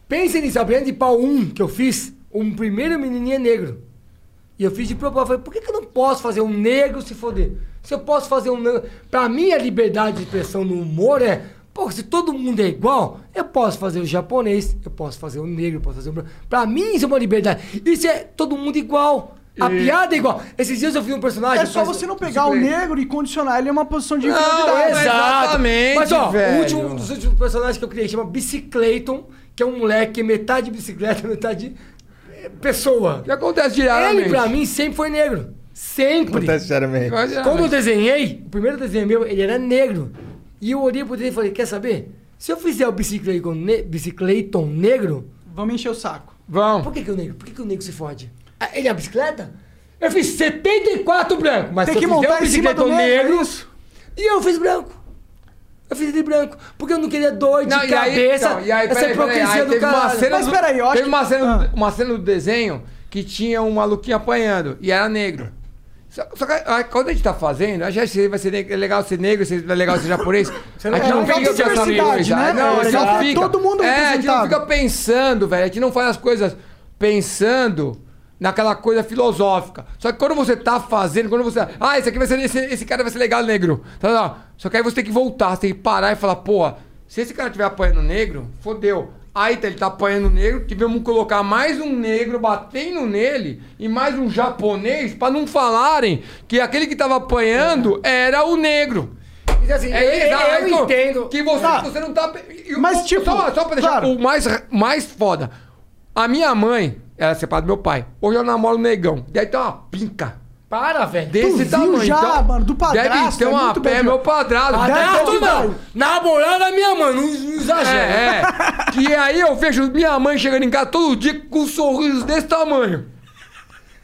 S5: Pensem nisso, a Brenda de pau 1 que eu fiz, um primeiro menininho é negro. E eu fiz de propósito. Falei, por que, que eu não posso fazer um negro se foder? Se eu posso fazer um negro. Pra mim, a liberdade de expressão no humor é. Pô, se todo mundo é igual, eu posso fazer o japonês, eu posso fazer o negro, eu posso fazer o branco. Pra mim, isso é uma liberdade. Isso é todo mundo igual. A
S2: E-
S5: piada é igual. Esses dias eu fiz um personagem.
S2: É só você não pegar o negro e condicionar ele a uma posição de
S5: Não,
S2: inferioridade.
S5: exato. Mas ó,
S2: velho.
S5: o último, um dos últimos personagens que eu criei chama Bicicleton, que é um moleque que é metade bicicleta, metade eh, pessoa.
S4: Que acontece
S5: Ele
S4: diariamente.
S5: pra mim sempre foi negro. Sempre.
S3: Acontece diariamente. Acontece
S5: Quando eu
S3: diariamente.
S5: desenhei, o primeiro desenho meu, ele era negro. E eu olhei pro desenho e falei, quer saber? Se eu fizer o Bicicleton, ne bicicleton negro...
S2: Vamos encher o saco.
S4: Vamos.
S5: Por que, que o negro? Por que, que o negro se fode? Ah, Ele é a bicicleta? Eu fiz 74 branco, mas
S2: Tem
S5: se
S2: que
S5: eu fizer
S2: montar
S5: um
S2: em cima do
S5: bicicleton
S2: negro,
S5: negro...
S2: é isso?
S5: E eu fiz branco. Eu fiz de branco. Porque eu não queria dor de
S4: Não, e aí-
S5: cabeça.
S4: então, e aí,
S5: essa
S4: peraí, peraí, aí
S5: hipocrisia do
S4: teve uma
S5: cara.
S4: cena
S5: Mas
S4: do-
S5: peraí, eu acho
S4: Teve uma
S5: que-
S4: cena,
S2: Ah.
S4: do- uma cena do desenho que tinha um maluquinho apanhando e era negro. Só, só que ah, quando a gente tá fazendo, a gente vai ser neg- é legal ser negro, se- é legal ser japonês.
S2: Você
S4: a
S2: não-
S4: gente
S2: é
S4: não
S2: legal
S4: fica pensando
S2: diversidade, né?
S4: nisso, aí Não,
S2: É
S4: a gente
S2: legal
S4: não
S2: ter
S4: fica.
S2: todo mundo
S4: é, a gente não
S2: representado.
S4: fica pensando, velho. A gente não faz as coisas pensando naquela coisa filosófica. Só que quando você tá fazendo, quando você. Ah, esse aqui vai ser. Esse, esse cara vai ser legal negro. Tá, tá, tá. Só que aí você tem que voltar, você tem que parar e falar, pô, se esse cara tiver apanhando negro, fodeu. Aí tá, ele tá apanhando negro, tivemos que colocar mais um negro batendo nele e mais um japonês pra não falarem que aquele que tava apanhando era o negro.
S5: Então,
S4: é
S5: assim, eu- eu- eu entendo.
S4: Que você,
S5: Tá.
S4: você não tá. e- e-
S5: Mas,
S4: só-
S5: tipo,
S4: Só, só pra deixar
S5: claro.
S4: o mais, mais foda. A minha mãe era separada do meu pai. Hoje eu namoro um negão. Daí tem uma pinca.
S5: Para, velho.
S4: Desse
S5: Tu viu
S4: tamanho. então,
S5: já, mano, do
S4: Deve
S5: padrasto,
S4: ter
S5: é
S4: uma
S5: muito bom
S4: pé,
S5: de-
S4: meu padrado.
S5: Padrasto
S4: Deve ter-
S5: não. Namorada é minha mãe, não não exagera. né?
S4: É, é. E aí eu vejo minha mãe chegando em casa todo dia com um sorriso desse tamanho.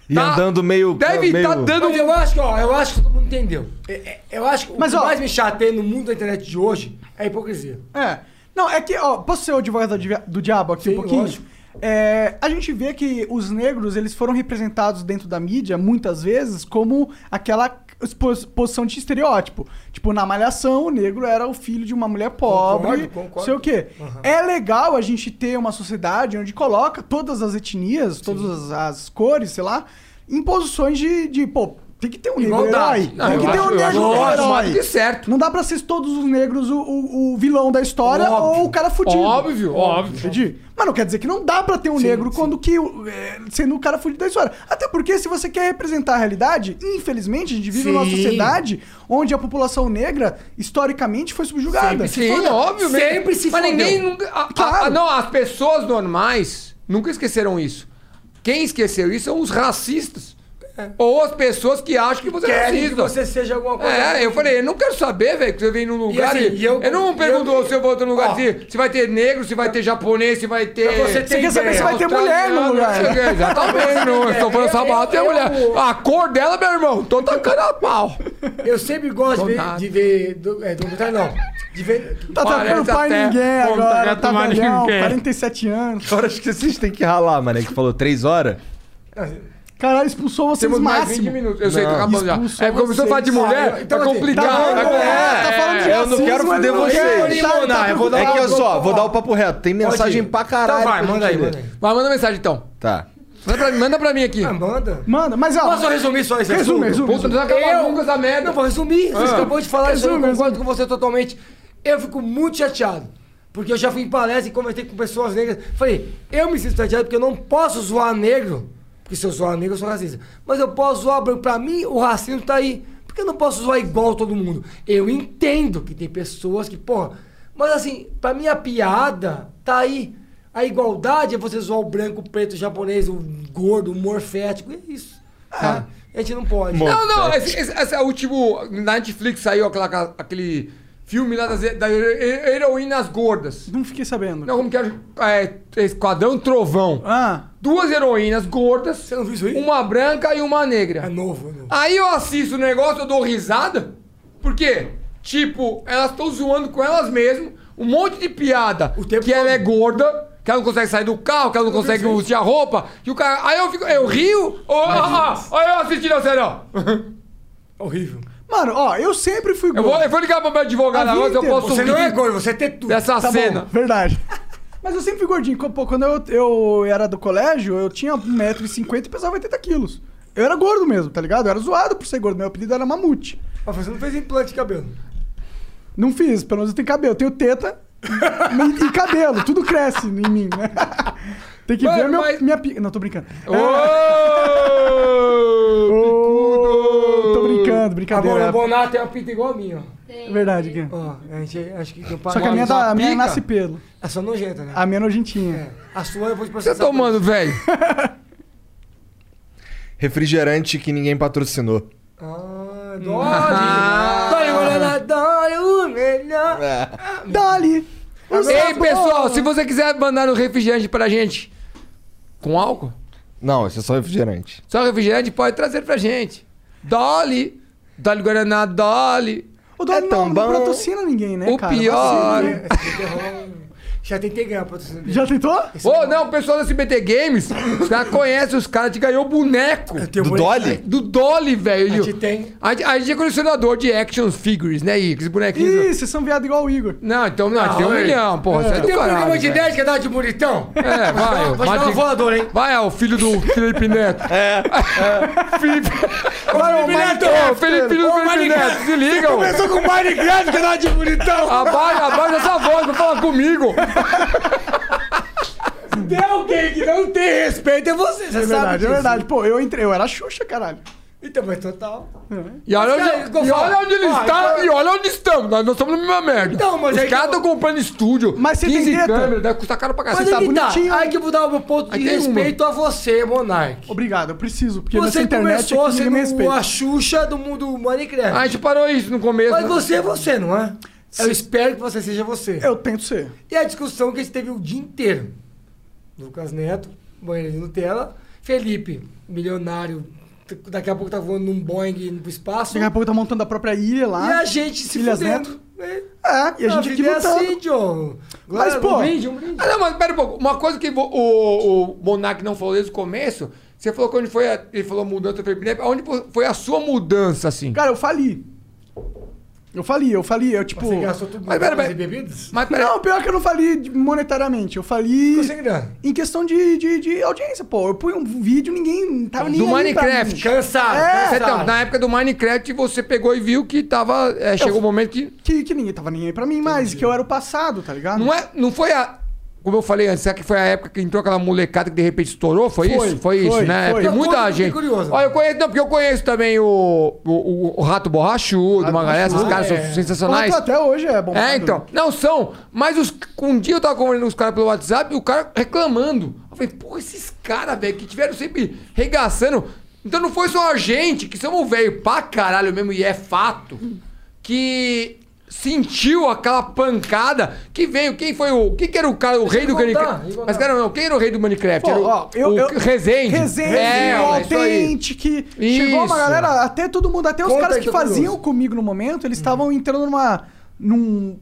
S3: E andando meio.
S4: tá- Deve
S3: meio...
S4: tá dando-
S5: Mas eu acho que, ó, eu acho que todo mundo entendeu. É, é, Eu acho que o
S2: Mas,
S5: que
S2: ó-
S5: mais me chateia no mundo da internet de hoje é a hipocrisia.
S2: É. Não, é que, ó, posso ser o advogado do dia- do diabo aqui um pouquinho?
S5: lógico.
S2: É, a gente vê que os negros, eles foram representados dentro da mídia, muitas vezes, como aquela expo- posição de estereótipo. Tipo, na Malhação, o negro era o filho de uma mulher pobre,
S5: Concordo, concordo.
S2: sei o quê.
S5: Aham.
S2: É legal a gente ter uma sociedade onde coloca todas as etnias, todas as, as cores, sei lá, em posições de, de, pô, tem que ter um negro
S4: Igualdade.
S2: herói.
S4: Não,
S2: tem que
S4: eu
S2: ter
S4: acho-
S2: um
S4: eu acho-
S2: negro
S4: eu acho mais
S2: herói.
S4: do que certo.
S2: Não dá pra ser todos os negros o, o- o vilão da história
S4: Óbvio.
S2: ou o cara fudido.
S4: Óbvio, óbvio.
S2: Entendi. Mas não quer dizer que não dá pra ter um negro quando que o- é, sendo o cara fudido da história. Até porque se você quer representar a realidade, infelizmente a gente vive numa
S5: Sim.
S2: sociedade onde a população negra historicamente foi subjugada.
S5: é
S4: Sempre se fodeu. Sempre se Mas ninguém
S2: fodeu.
S4: nunca. a- a- a- não, as pessoas normais nunca esqueceram isso. Quem esqueceu isso são os racistas. Ou as pessoas que acham que você é
S5: Querem
S4: racista.
S5: que você seja alguma coisa.
S4: É, eu falei, eu não quero saber, velho, que você vem num lugar
S5: E
S4: e.
S5: assim, e eu-
S4: eu, não pergunto se eu vou outro lugar se, se vai ter negro, se vai ter japonês, se vai ter.
S5: Pra você ter Você quer saber ideia. se vai ter
S4: australiano,
S5: mulher no lugar.
S4: não sei o quê. Exatamente, não. Estou falando só barato, tem mulher. A cor dela, meu irmão, tô tacando a pau.
S5: Eu sempre gosto de ver,
S4: Contato.
S5: de ver do, é, documentário, não. De ver.
S2: Tá
S5: Parece
S2: tacando pai
S5: até-
S2: ninguém
S5: Pô, não tá
S2: agora,
S5: querendo
S2: tá
S5: tomar
S2: velhão,
S5: ninguém.
S2: 47 anos.
S3: Agora acho que vocês têm que ralar, mano. Que falou três horas.
S2: Caralho, expulsou vocês
S4: Temos mais
S2: máximo.
S4: 20 minutos. Eu sei, tá
S3: Não.
S4: acabando já.
S2: Expulsou
S4: É, porque começou a falar de
S2: vocês.
S4: mulher,
S2: Ah, então,
S4: tá
S2: assim,
S4: complicado.
S2: tá falando-
S4: agora-
S2: é, tá
S3: eu assim,
S2: falando de
S3: não
S2: racismo,
S3: quero foder
S2: não quero
S3: vocês. Tá,
S2: limonar,
S3: tá
S2: eu vou dar
S3: é
S2: uma-
S3: que eu só, vou
S2: vou
S3: dar o
S2: falar.
S3: papo reto. Tem
S2: Pode
S3: mensagem
S2: ir.
S3: pra caralho.
S2: Então vai,
S3: pra
S2: manda
S3: gente
S2: aí,
S3: ler.
S2: manda aí.
S4: Mas manda mensagem então.
S3: Tá.
S4: Manda pra, mim- manda pra mim aqui.
S5: Ah, manda.
S2: Manda, mas ó.
S5: Posso resumir só esse
S2: Resume,
S5: assunto?
S2: resume.
S5: Puta,
S2: resume.
S5: não acaba nunca essa merda. Não, vou resumir. Você
S2: Ah.
S5: acabou de falar isso, eu
S2: Resume,
S5: concordo com você totalmente. Eu fico muito chateado. Porque eu já fui em palestra e conversei com pessoas negras. Falei, eu me sinto chateado porque eu não posso zoar negro Porque se eu sou amigo, eu sou racista. Mas eu posso zoar branco. Pra mim, o racismo tá aí. Por que eu não posso zoar igual todo mundo? Eu entendo que tem pessoas que, porra. Mas assim, pra mim a piada tá aí. A igualdade é você zoar o branco, o preto, o japonês, o gordo, o morfético. É isso. Ah, A gente não pode.
S4: Não, não, esse, esse, esse é o último. Na Netflix saiu aquela, aquele filme lá das, das heroínas gordas.
S2: Não fiquei sabendo.
S4: Não, como que é, é Esquadrão Trovão.
S2: Ah.
S4: Duas heroínas gordas. Você
S5: não viu isso aí?
S4: Uma branca e uma negra. É
S5: novo, é novo.
S4: Aí eu assisto o negócio, eu dou risada. Porque, tipo, elas estão zoando com elas mesmas. Um monte de piada. que ela é gorda. Que ela não consegue sair do carro, que ela não consegue vestir a roupa. Que o cara. Aí eu fico. Eu rio. Oh, ah, ah, olha eu assistindo a série, ó.
S5: Horrível.
S2: Mano, ó, eu sempre fui
S4: Eu vou, eu vou ligar pro meu advogado
S2: A vida
S4: agora, eu
S2: inteira.
S4: posso
S2: Você não
S4: ler
S2: é gordo,
S5: você tem tudo.
S4: Dessa
S2: Tá bom,
S4: cena.
S2: verdade. Mas eu sempre fui gordinho. Pô, quando eu, eu era do colégio, eu tinha 1,50m e pesava 80 quilos. Eu era gordo mesmo, tá ligado? Eu era zoado por ser gordo. Meu apelido era mamute.
S5: Mas você não fez implante de cabelo?
S2: Não fiz, pelo menos eu tenho cabelo. Eu tenho teta e e cabelo. Tudo cresce em mim, né? Tem que ver meu, minha pica. Não, tô brincando. É.
S4: Ô,
S2: Ô, Tô brincando,
S5: A
S2: brincadeira.
S5: Mona Bonato tem uma pinta igual a minha, ó.
S2: É Verdade, Gui.
S5: Ó, é a gente acho que.
S2: Só que a minha, tá, a minha nasce pelo.
S5: É só nojenta, né?
S2: A minha é nojentinha.
S5: A sua eu vou te
S4: Você
S5: processar.
S4: tá tomando, velho?
S3: Refrigerante que ninguém patrocinou.
S5: Ah,
S2: Ah.
S5: Dole, Ah. Guaraná, dole, o melhor.
S2: É.
S5: Ah,
S2: Dole.
S4: Ei, pessoal, se você quiser mandar um refrigerante pra gente com álcool,
S3: Não, isso é só refrigerante.
S4: só refrigerante pode trazer pra gente. Dolly, Dolly Guaraná, Dolly.
S2: O Dolly
S5: É
S2: não, não patrocina ninguém, né,
S4: O
S2: cara?
S4: pior.
S2: Vacina, né?
S5: é Já tentei ganhar a produção dele.
S2: Já tentou?
S4: Ô,
S5: é
S4: não, o pessoal da SBT Games, os caras conhecem os caras, te ganhou boneco.
S5: tenho Do boneco. Dolly?
S4: Do Dolly, velho.
S5: A gente tem.
S4: A, gente- a gente é colecionador de action figures, né, Igor? Esses bonequinhos.
S2: Ih, vocês são viado igual o Igor. É.
S4: Não, então não, a gente tem um
S2: Ah, olha aí.
S4: milhão, porra. Sai do
S5: Tem um
S4: caralho,
S5: programa de
S4: velho.
S5: 10 que dá de bonitão?
S4: É, vai.
S5: Vou te dar
S4: Mati-
S5: uma voadora, hein?
S4: Vai, ó, o filho do Felipe Neto. É. Felipe.
S5: Olha o
S4: Felipe Neto, ó, Felipe do Felipe Neto, se liga, ô.
S5: Começou com o Minecraft que dá de bonitão.
S4: Abaixa, abaixa essa é voz, vai falar comigo.
S5: Tem alguém que não tem respeito, é você, você
S2: É
S5: sabe
S2: verdade, é
S5: disso.
S2: verdade. Pô, eu entrei, eu era Xuxa, caralho. É.
S5: Então, mas total.
S4: E olha
S5: Mas, cara,
S4: onde, e
S5: Gofal,
S4: olha onde ele
S5: ó,
S4: está
S5: então-
S4: e olha onde estamos. Nós nós estamos na mesma merda.
S5: Então, mas
S4: Os
S5: aí
S4: caras
S5: que eu-
S4: estão comprando estúdio,
S2: Mas você tem
S4: 15
S2: teta?
S4: câmeras, deve custar caro pra
S5: Mas
S4: cacete.
S5: aí que tá.
S4: Ah,
S2: bonitinho,
S5: Aí que eu vou dar o meu ponto
S4: Aí
S5: de
S4: tem uma.
S5: respeito a você, Monark.
S2: Obrigado, eu preciso, porque nessa
S5: Você
S2: internet
S5: começou
S2: aqui ninguém
S5: sendo
S2: me respeita.
S5: a Xuxa do mundo Minecraft.
S4: Ah, A gente parou isso no começo.
S5: Mas
S4: né?
S5: você é você, não é? Eu espero que você seja você.
S2: Eu tento ser.
S5: E a discussão que a gente teve o dia inteiro. Lucas Neto, banheiro de Nutella. Felipe, milionário, t- daqui a pouco tá voando num Boeing indo pro espaço.
S2: Daqui a pouco tá montando a própria ilha lá.
S5: E a gente se
S2: Ilhas
S5: fudendo.
S2: É, e a gente aqui
S5: vida é
S2: lutando.
S5: assim, John.
S2: Mas,
S5: Glória,
S2: pô,
S5: Um brinde, um brinde.
S4: Ah, não, mas pera um pouco. Uma coisa que vo- o, o Monark não falou desde o começo, você falou que onde foi a, ele falou mudança do Felipe Neto, onde foi a sua mudança, assim?
S2: Cara, eu fali. Eu fali, eu fali, eu tipo...
S5: Você gastou tudo
S4: Mas pera, pera.
S5: bebidas?
S4: Mas pera,
S2: Não, pior que eu não fali de- monetariamente, eu fali
S5: Ficou sem grana.
S2: em questão de, de, de audiência, pô. Eu punha um vídeo, ninguém tava nem
S4: do
S2: aí pra
S4: Minecraft.
S2: mim. É.
S5: Cansado,
S4: Você
S5: cansado.
S4: tá- na época do Minecraft, você pegou e viu que tava. é, chegou o momento que.
S2: Que, que ninguém tava nem aí pra mim mais, que eu era o passado, tá ligado?
S4: Não, é, não foi a. Como eu falei antes, será que foi a época que entrou aquela molecada que de repente estourou? Foi,
S2: Foi,
S4: isso? Foi,
S2: foi,
S4: isso, né?
S2: foi.
S4: Porque
S2: Eu
S4: muita
S5: conto, fiquei
S4: gente.
S5: curioso.
S4: Ó, eu conheço, não, porque eu conheço também o, o, o- o Rato Borrachudo, uma galera, esses caras
S5: é.
S4: são sensacionais.
S2: Mas Ah, até hoje é bom.
S4: É, então. Não são. Mas os, um dia eu tava conversando com os caras pelo WhatsApp e o cara reclamando. Eu falei, porra, esses caras, velho, que tiveram sempre regaçando. Então não foi só a gente, que somos velho pra caralho mesmo, e é fato, que sentiu aquela pancada que veio. Quem foi o. Quem que era o cara, o rei do
S5: vou voltar, eu
S4: Minecraft?
S5: vou
S4: Mas, cara, não, quem era o rei do Minecraft?
S2: Pô,
S4: era o,
S2: ó, eu-
S4: o
S2: eu-
S4: Rezende.
S2: Resende,
S4: é, é isso aí.
S2: authentic. Chegou
S4: Isso.
S2: uma galera, até todo mundo, até os
S5: Conta
S2: caras
S5: aí,
S2: que
S5: tô curioso.
S2: faziam comigo no momento, eles estavam entrando numa. num.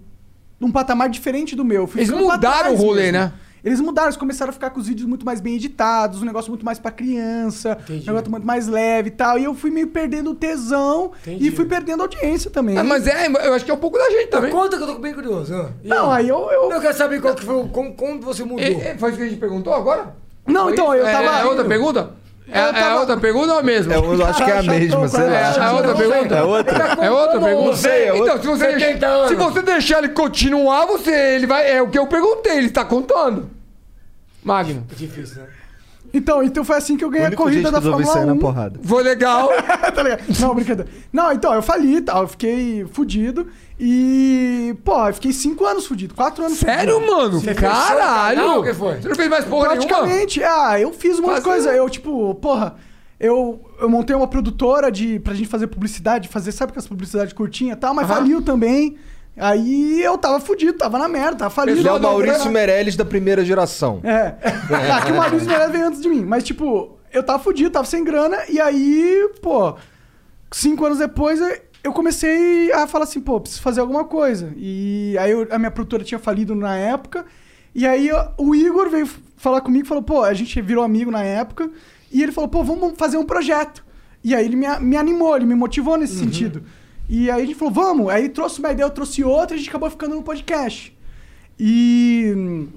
S2: num patamar diferente do meu. Eu fui
S4: Eles
S2: ficando pra
S4: mudaram
S2: trás
S4: o rolê, né?
S2: Eles mudaram, eles começaram a ficar com os vídeos muito mais bem editados, um negócio muito mais pra criança, um negócio muito mais leve e tal. E eu fui meio perdendo o tesão
S5: Entendi. Então
S2: e fui perdendo audiência também.
S4: Ah, Mas é, eu acho que é um pouco da gente também.
S5: Conta que eu tô bem curioso. ah. E
S2: Não, aí eu. eu-
S5: Eu quero saber qual que foi o, como, como você mudou.
S4: E- e- É, foi isso que a gente perguntou agora?
S2: Não,
S4: Foi
S2: então,
S4: isso?
S2: eu
S4: É-
S2: tava
S4: É, outra
S2: indo.
S4: pergunta? É,
S2: Eu tava-
S4: é outra pergunta ou a mesma? É,
S3: Eu acho que é a mesma, sei
S4: é
S3: lá.
S4: outra pergunta?
S3: É outra.
S4: outra pergunta?
S3: Não sei, é
S4: então,
S3: outra.
S4: se você,
S5: 70
S4: deixar,
S5: anos.
S4: se você deixar ele continuar, você, ele vai. É o que eu perguntei, ele tá contando. Magno.
S5: Difícil, né?
S2: Então, então foi assim que eu ganhei a
S3: único
S2: corrida
S3: jeito
S2: da
S3: que eu resolvi
S2: Fórmula
S4: é
S3: sair na
S2: 1.
S3: porrada.
S4: Foi legal.
S2: tá ligado? Não, brincadeira. Não, então, eu fali e tal. Eu fiquei fudido. E, pô, eu fiquei cinco anos fudido. Quatro anos
S4: Sério,
S2: fudido.
S4: mano?
S2: Sim.
S4: Caralho!
S2: Não, o que foi?
S4: Você não fez mais porra nenhuma?
S2: Praticamente, ah, eu fiz um monte de coisa. Eu, tipo, porra, eu, eu montei uma produtora de, pra gente fazer publicidade, fazer, sabe aquelas publicidades curtinhas e tal, mas faliu também. Aí eu tava fudido, tava na merda, tava falido.
S3: Ele é o
S2: não deu
S3: Maurício
S2: grana.
S3: Meirelles da primeira geração.
S2: É. Ah, que o Maurício Meirelles veio antes de mim. Mas, tipo, eu tava fudido, tava sem grana. E aí, pô, cinco anos depois, eu- eu comecei a falar assim, pô, preciso fazer alguma coisa. E aí eu- a minha produtora tinha falido na época. E aí ó, o Igor veio f- falar comigo e falou, pô, a gente virou amigo na época. E ele falou, pô, vamos fazer um projeto. E aí ele me, a- me animou, ele me motivou nesse sentido. E aí a gente falou, vamos. Aí ele trouxe uma ideia, eu trouxe outra, e a gente acabou ficando no podcast. E.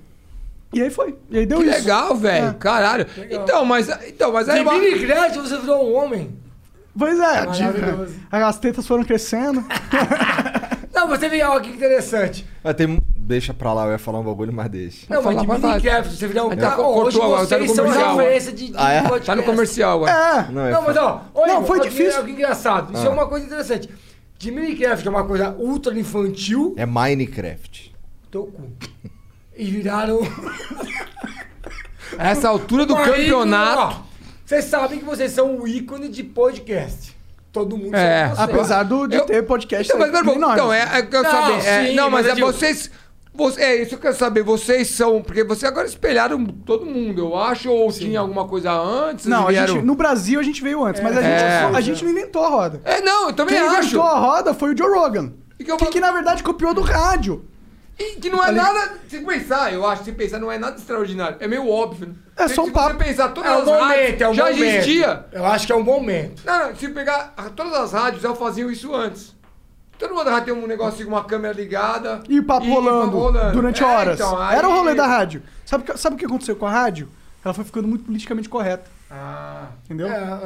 S2: E aí foi. E aí deu
S4: Que
S2: isso.
S4: legal, velho.
S2: É.
S4: Caralho. Então, mas. Então, mas aí.
S2: De mini
S4: crédito você virou um homem.
S2: Pois é,
S5: Maravilhoso.
S2: tive- as tetas foram crescendo.
S5: Não, mas teve algo aqui interessante.
S3: Mas tem... Deixa pra lá, eu ia falar um bagulho, mas deixa.
S5: Não, mas de
S4: é
S5: minicraft, você virar um
S3: Aí tá,
S5: carro. Hoje
S3: cortou agora, tá no
S5: vocês são
S3: comercial.
S5: referência de, de
S3: Ah, é?
S5: podcast.
S3: Tá no comercial agora. É. Não,
S5: Não,
S3: é
S5: mas ó,
S3: fácil.
S5: olha,
S3: Não, foi difícil.
S5: algo engraçado. Isso é
S3: Ah.
S5: uma coisa interessante. De minicraft, que é uma coisa ultra infantil,
S3: É Minecraft.
S5: teu cu. E viraram.
S4: A essa altura do
S5: Marido,
S4: campeonato.
S5: ó, Vocês sabem que vocês são o ícone de podcast. Todo mundo
S4: É. Apesar
S2: do- de ter podcast
S4: Então, mas, peraí,
S2: enorme.
S4: então, é, é, eu quero
S5: Não,
S4: saber. é,
S5: sim,
S4: não, mas,
S5: mas eu
S4: é,
S5: digo-
S4: vocês. você- é isso que eu quero saber. Vocês são. Porque vocês agora espelharam todo mundo, eu acho. Ou tinha alguma coisa antes?
S2: Não, a
S4: vocês vieram-
S2: gente, no Brasil a gente veio antes, mas a
S4: É.
S2: gente,
S4: É.
S2: a gente não inventou a roda.
S4: É, não, eu também
S2: Quem
S4: acho.
S2: inventou a roda foi o Joe Rogan. Que, que, na verdade copiou do rádio.
S4: Que não é
S2: Tá ligado?
S4: nada. Se pensar, eu acho, se pensar, não é nada extraordinário. É meio óbvio.
S2: É
S4: se,
S2: só um
S4: se
S2: papo.
S4: você pensar, todas
S5: É um
S4: as rádios
S5: momento, é um
S4: já
S5: momento.
S4: existia.
S5: Eu acho que é um momento.
S4: Não, não, se pegar a- todas as rádios já faziam isso antes. Todo mundo rádio tem um negócio com uma câmera ligada.
S2: E papo
S4: E
S2: rolando,
S4: papo rolando.
S2: durante
S4: É,
S2: horas.
S4: então, aí-
S2: Era o rolê da rádio. Sabe, o que- sabe o que aconteceu com a rádio? Ela foi ficando muito politicamente correta.
S4: Ah.
S2: Entendeu?
S4: É,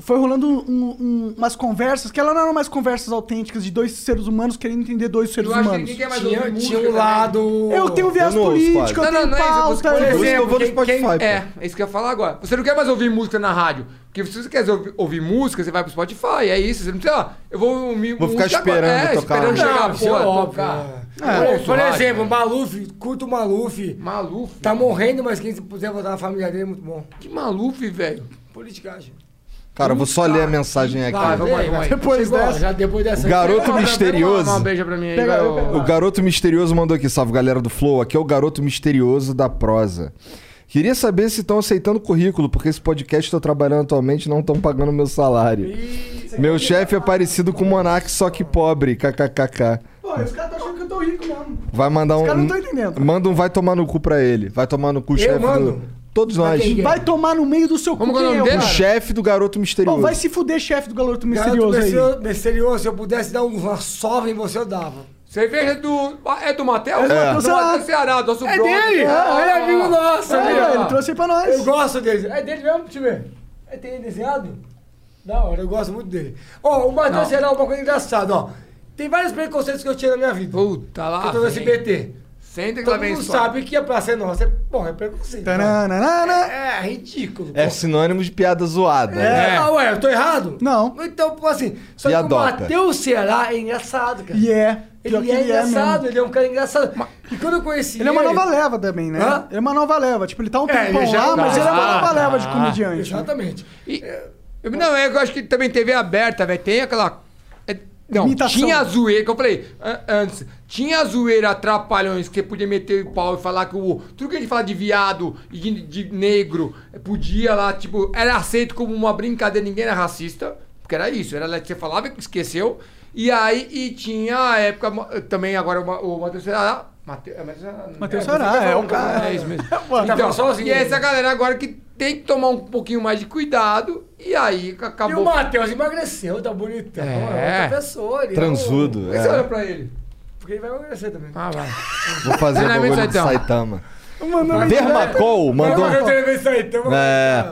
S2: Foi rolando um- um- umas conversas que elas não eram mais conversas autênticas de dois seres humanos querendo entender dois seres
S4: Eu acho que
S2: humanos.
S4: ninguém quer mais
S5: Tinha-
S4: ouvir música
S5: tinha um
S4: também.
S5: lado-
S2: Eu tenho viés
S4: Eu não ouço,
S2: político, eu
S4: quase.
S2: tenho pauta.
S4: por
S2: eu-
S4: exemplo,
S3: né? vou no
S4: quem- quem-
S3: Spotify, pô.
S4: É, é isso que eu ia falar agora. Você não quer mais ouvir música na rádio. Porque se você quer ouvir, ouvir música, você vai pro Spotify, é isso. Você não precisa, ó, eu vou me
S3: Vou ficar
S4: música agora.
S3: esperando
S4: é,
S3: tocar.
S4: esperando
S3: Não,
S4: chegar,
S5: isso é
S4: pô,
S5: óbvio,
S4: tocar.
S5: É,
S4: Eu ouço
S5: por
S4: rádio.
S5: exemplo, Maluf, curto o Maluf.
S4: né? Maluf.
S5: Tá morrendo, mas quem se puder votar na família dele é muito bom.
S4: Que Maluf, velho.
S5: Politicagem.
S3: Cara, eu vou só ler a mensagem aqui.
S2: Ah,
S5: Vai, vamos aí, vamos aí.
S2: Depois
S5: Chegou,
S2: dessa-
S5: Já depois dessa.
S3: O garoto misterioso.
S4: Dá um beijo pra mim aí,
S2: Pega
S4: vai,
S2: eu,
S4: ô.
S2: pega
S3: O garoto misterioso mandou aqui, salve galera do Flow. Aqui é o garoto misterioso da prosa. Queria saber se estão aceitando currículo, porque esse podcast que eu tô trabalhando atualmente e não estão pagando meu salário. Meu chefe é parecido com o Monark, só que pobre. KKKK.
S2: Pô, os caras estão achando que eu tô rico mesmo.
S3: Vai mandar um.
S2: caras não tão entendendo.
S3: Manda um vai tomar no cu pra ele. Vai tomar no cu,
S2: Eu
S3: chefe do.
S2: mando?
S3: Todos nós.
S2: Vai tomar no meio do seu cu.
S3: que é o nome
S2: quem
S3: dele?
S2: eu,
S3: O
S2: cara?
S3: chefe do garoto misterioso.
S2: Bom, vai se fuder, chefe do
S5: Garoto
S2: garoto misterioso aí.
S5: misterioso, misterioso, se eu pudesse dar uma sova em você, eu dava.
S4: Cerveja do. É do Matheus?
S5: É do Matheus,
S4: do
S5: sei lá.
S4: Matheus Ceará, nosso
S5: É
S4: brother.
S5: dele!
S4: Ah,
S5: ele é amigo nosso!
S4: ah,
S5: amigo.
S4: ah.
S2: pra nós.
S5: Eu gosto dele. É dele mesmo, deixa eu ver. É, tem ele desenhado? Da hora, eu gosto muito dele. Ó, o Matheus
S4: Não.
S5: Será é uma coisa engraçada, ó. Tem vários preconceitos que eu tinha na minha vida.
S4: Puta lá.
S5: Eu tô no
S4: vem.
S5: SBT.
S4: Senta que lá
S5: Todo
S4: vem
S5: mundo
S4: história.
S5: sabe que a Praça é Nossa é, bom, é preconceito. né?
S2: Tananana.
S5: É, é ridículo.
S3: É sinônimo de piada zoada.
S5: É, Ah, ué, eu tô errado?
S2: Não.
S5: Então, pô, assim, só
S3: E
S5: que
S3: adota.
S5: o Matheus Ceará é engraçado, cara.
S2: E é. Pior
S5: Ele
S2: que
S5: é
S2: ele é
S5: engraçado,
S2: mesmo.
S5: ele é um cara engraçado. E quando eu conheci
S2: Ele é uma nova leva também, né?
S5: Hã?
S2: Ele é uma nova leva. Tipo, ele tá um
S5: É,
S2: tempão
S5: ele já-
S2: lá, mas ele é uma
S5: Ah,
S2: nova leva de
S4: ah,
S2: comediante.
S5: Exatamente.
S4: E- eu- não, é que eu acho que também TV aberta, velho. Tem aquela. é- não,
S2: Imitação.
S4: tinha a zoeira, que eu falei an- antes. Tinha a zoeira atrapalhões que você podia meter o pau e falar que o. Tudo que a gente fala de viado e de, de negro, eh, podia lá, tipo, era aceito como uma brincadeira, ninguém era racista. Porque era isso, era lá que você falava que esqueceu. E aí, e tinha a época mo- também, agora o Ma- o Matheus Ceará. Mate- é Matheus Ceará. né?
S2: Matheus
S4: É, você
S2: Ceará,
S4: tá
S2: é o
S4: falando,
S2: cara.
S4: É isso mesmo.
S2: Mano, tá
S4: então,
S2: falando sozinho.
S4: e
S5: é
S4: essa galera agora que tem que tomar um pouquinho mais de cuidado e aí c-
S5: E
S4: acabou.
S5: o Matheus emagreceu, tá bonitão.
S4: É.
S5: É outra pessoa. Ele
S3: Transudo,
S5: É. um-
S4: Mas
S3: é.
S4: olha pra ele.
S5: Porque ele vai emagrecer também.
S4: Ah, vai.
S3: Vou fazer o
S4: Treinamento
S3: bagulho de
S4: Saitama.
S3: Saitama.
S2: Mandou
S3: Dermacol mandou.
S5: É.
S3: É.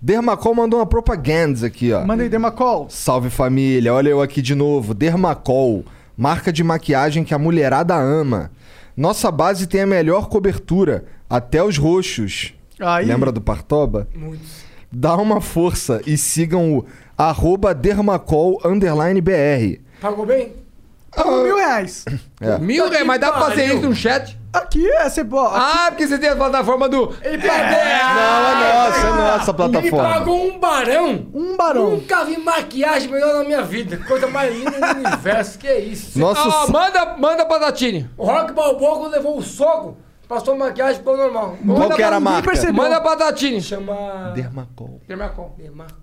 S3: Dermacol mandou uma propaganda aqui, ó.
S2: Manda aí, Dermacol.
S3: Salve família, olha eu aqui de novo. Dermacol, marca de maquiagem que a mulherada ama. Nossa base tem a melhor cobertura, até os roxos.
S2: Aí-
S3: Lembra do Partoba? Dá uma força e sigam o arroba dermacol underline BR.
S5: Pagou bem?
S2: Pagou Ah, um mil reais.
S3: É.
S4: Mil, é, mas dá pra fazer isso no chat?
S2: Aqui é, você pode.
S4: Ah, porque você tem a plataforma do.
S5: Ele pagou. Não,
S3: Nossa, é nossa a plataforma.
S5: Ele pagou um barão.
S2: Um barão.
S5: Nunca vi maquiagem melhor na minha vida. Coisa mais linda do universo. Que isso?
S3: Nosso
S5: Ah,
S3: sa-
S4: manda, manda patatine.
S5: O Rock Balboa quando levou o soco, passou maquiagem pro normal.
S3: Qual que era a marca?
S4: Manda patatine.
S5: Chama.
S3: Dermacol.
S5: Dermacol. Dermacol.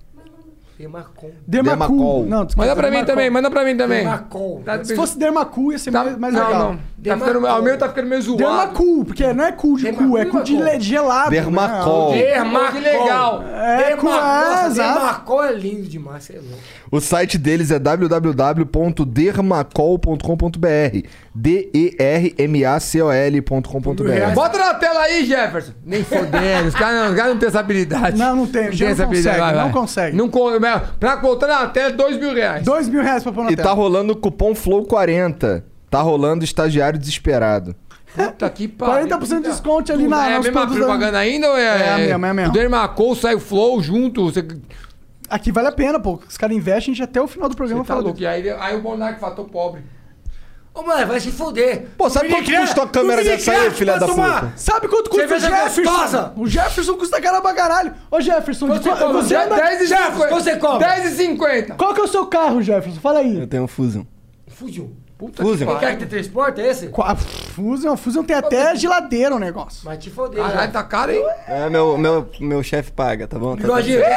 S5: Dermacol.
S3: Dermacol.
S2: Não, desculpa,
S4: Manda pra mim
S2: Dermacol.
S4: também, manda pra mim também.
S5: Dermacol.
S4: Tá-
S2: Se fosse Dermacul, ia ser mais, mais
S4: não,
S2: legal.
S4: não. Tá ficando, o meu tá ficando meio zoado.
S2: Dermacul, porque não é cu de cu, é cu de le- gelado. né?
S3: Dermacol.
S5: Dermacol.
S4: Que legal.
S2: É, com
S5: Nossa,
S2: a exato.
S5: Dermacol é lindo demais, você é louco.
S3: O site deles é www.dermacol.com.br.
S5: é
S3: D-E-R-M-A-C-O-L.com.br.
S4: Bota na tela aí, Jefferson. Nem fodendo. Os caras não, os caras não têm essa habilidade.
S2: Não, não tem, já não consegue, não consegue.
S4: Não con- mas Pra botar na tela é dois mil reais.
S2: Dois mil reais pra pôr na
S3: E
S2: tela.
S3: tá rolando o cupom FLOW40. Tá rolando estagiário desesperado.
S4: Puta que pariu.
S2: 40% de desconto ali na...
S4: É a
S2: nos
S4: mesma
S2: produtos da-
S4: propaganda ainda ou é...
S2: É a mesma, é a mesma.
S4: O Dermacol sai o Flow junto. Você, você
S2: Aqui vale a pena, pô. Os caras investem, a gente até o final do programa
S4: tá
S2: fala
S4: louco. E aí, aí o Monark fatou pobre.
S5: Ô, mano, vai se foder.
S3: Pô, sabe quanto custou a câmera dessa aí, filha da puta?
S2: Sabe quanto custa o
S5: Cerveja
S2: Jefferson?
S5: gostosa.
S2: O Jefferson custa caro pra caralho. Ô, Jefferson, de
S5: Você
S2: qual-
S5: cobra,
S2: você
S5: Jeff-
S2: anda...
S5: 10 e Jefferson, você cobra.
S4: 10 e 50.
S2: Qual que é o seu carro, Jefferson? Fala aí.
S7: Eu tenho um Fusion.
S5: Fugiu.
S4: Puta
S7: Fusion.
S5: Quem quer que tem três portas, é esse?
S2: Qua- Fusion, Fusion tem até geladeira o negócio.
S5: Vai te foder.
S4: Caralho, tá caro, hein?
S7: É, meu, meu, meu chefe paga, tá bom? Tá
S5: Bigodinho.
S7: tudo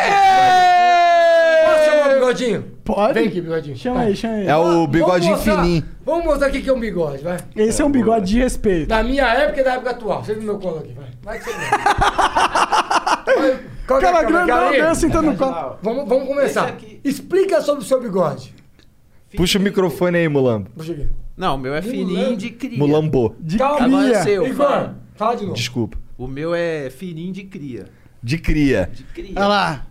S5: Posso chamar o bigodinho?
S2: Pode?
S5: Vem aqui, bigodinho.
S2: Chama aí, chama aí.
S3: É o bigodinho
S5: Vamos mostrar-
S3: fininho.
S5: Vamos mostrar o que que é um bigode, vai.
S2: Esse é um bigode de respeito.
S5: Da minha época e da época atual. Você viu meu colo aqui, vai. Vai que você vê. Vai, qual que é a
S2: Cara,
S5: câmera?
S2: grande
S5: Galera,
S2: dança sentando no colo.
S5: Vamos, vamos começar. Explica sobre o seu bigode.
S3: Puxa o microfone aí, Mulambo.
S5: Puxa aqui.
S15: Não, o meu é fininho de cria.
S3: Mulambô.
S2: De
S15: Agora é
S2: cria.
S15: seu,
S5: Igor,
S15: fala.
S5: fala de novo.
S3: Desculpa.
S15: O meu é fininho de cria.
S3: De cria.
S15: Cria.
S2: Olha lá.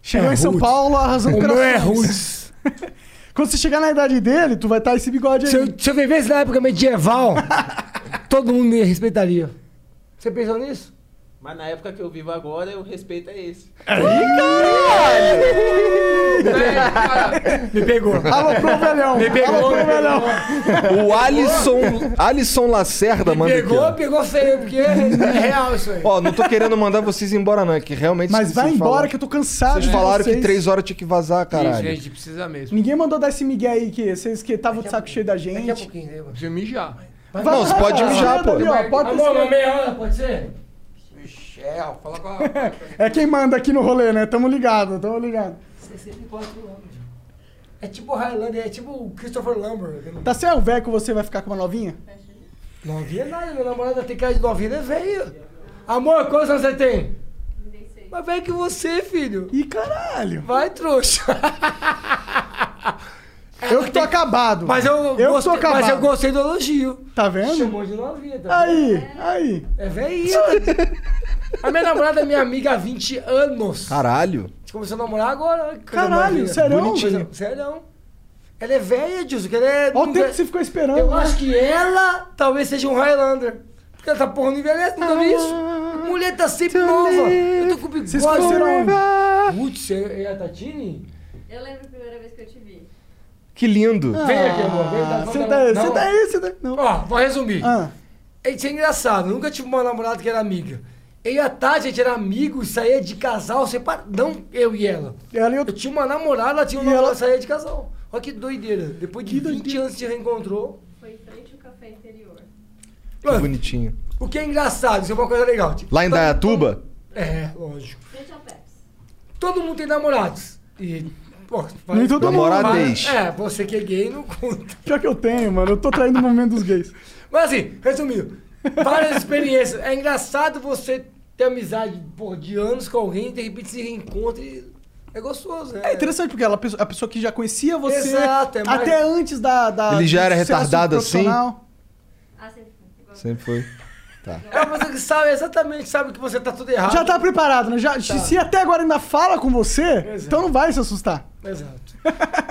S2: Chegou
S5: É
S2: em São
S5: rude.
S2: Paulo arrasando
S5: O meu é
S2: corações. Quando você chegar na idade dele, tu vai estar esse bigode aí.
S5: Se eu, se eu vivesse na época medieval, todo mundo me respeitaria. Você pensou nisso?
S15: Mas na época que eu vivo agora, o respeito é esse.
S5: Me pegou.
S2: Alô pro velhão.
S5: Me pegou,
S2: Alô
S5: me
S2: pro velhão.
S3: O Alisson, Alisson Lacerda manda aqui.
S5: Pegou,
S3: Ó.
S5: pegou feio, porque é real isso aí.
S3: Ó, não tô querendo mandar vocês embora, não. É que realmente.
S2: Mas
S3: vocês
S2: vai embora
S3: falaram-
S2: que eu tô cansado
S3: Vocês
S2: de
S3: falaram que
S2: vocês.
S3: três horas tinha que vazar,
S4: Isso,
S3: caralho.
S4: gente, precisa É mesmo.
S2: Ninguém mandou dar esse migué aí que vocês que estavam de saco cheio da
S5: Daqui a
S2: gente.
S5: pouquinho, né, mano?
S4: Precisa mijar.
S3: Não, você pode mijar, pô.
S5: Amor, uma
S2: pode
S5: meia hora, pode ser?
S4: Michel, fala com a...
S2: é quem manda aqui no rolê, né? Tamo ligado, tamo ligado.
S5: 64 anos. É tipo o Highlander, é tipo o Christopher Lambert.
S2: Tá certo, velho, que você vai ficar com uma novinha?
S5: Novinha nada, minha namorada tem cara de novinha, né, velho? Amor, quantos anos você tem? Mas velho que você, filho.
S2: Ih, caralho.
S5: Vai, trouxa.
S2: Eu que tô acabado.
S5: Mas eu,
S2: eu
S5: gostei,
S2: tô acabado.
S5: mas eu gostei do elogio.
S2: Tá vendo?
S5: Chamou de novinha, tá
S2: Aí, aí.
S5: É velhinha. a minha namorada é minha amiga há 20 anos. A
S3: Caralho.
S5: gente começou a namorar agora. olha que coisa
S2: Caralho,
S5: maravilha.
S2: sério?
S5: Coisa- Sério. Ela é velha, Dilson, que ela é...
S2: Olha o
S5: não
S2: tempo
S5: ve-
S2: que você ficou esperando.
S5: Eu
S2: né?
S5: acho que ela talvez seja um Highlander. Porque essa porra não envelhece, nunca vi isso. Mulher tá sempre nova. Eu tô com bigode.
S2: Ah, Vocês conheceram
S5: né?
S2: onde?
S5: Putz, é é a Tatini?
S16: Eu lembro a primeira vez que eu te vi.
S3: Que lindo.
S5: Vem aqui, amor. Vem, dá-
S2: Ah,
S5: vamos
S2: Senta
S5: dar-
S2: aí,
S5: dá
S2: senta
S5: uma-
S2: aí, senta aí. Não.
S5: Ó, vou resumir.
S2: Ah,
S5: Isso é engraçado. eu Nunca tive uma namorada que era amiga. Eu e a Tati, a gente era amigo e saía de casal separado. Não eu e ela.
S2: ela e
S5: Eu
S2: eu...
S5: tinha uma namorada, ela tinha um
S2: E
S5: namorado,
S2: ela-
S5: saía de casal. Olha que doideira. Depois de 20 anos se reencontrou.
S16: Foi em frente ao café interior.
S3: Que bonitinho.
S5: O que é engraçado, isso é uma coisa legal.
S3: Lá em Dayatuba?
S5: É, lógico.
S16: Frente ao Pepsi.
S5: Todo mundo tem namorados. E. Pô, vai-
S2: Nem todo mundo.
S3: Namoradez.
S5: É, você que é gay não conta.
S2: Pior que eu tenho, mano. Eu tô traindo o momento dos gays.
S5: Mas assim, resumindo, várias experiências. É engraçado você ter amizade pô, de anos com alguém e de repente se reencontra e é gostoso, né?
S2: É interessante, porque ela, a pessoa que já conhecia você
S5: Exato, é mais-
S2: até antes da, da-
S3: Ele já
S5: Ah,
S2: do
S3: era
S2: sucesso
S3: retardado assim?
S2: profissional.
S16: Ah, sempre foi. Igual-
S3: Sempre foi.
S5: É uma pessoa que sabe exatamente, sabe que você tá tudo errado.
S2: Já tá preparado, né? Já, Se até agora ainda fala com você, então não vai se assustar.
S5: Exato.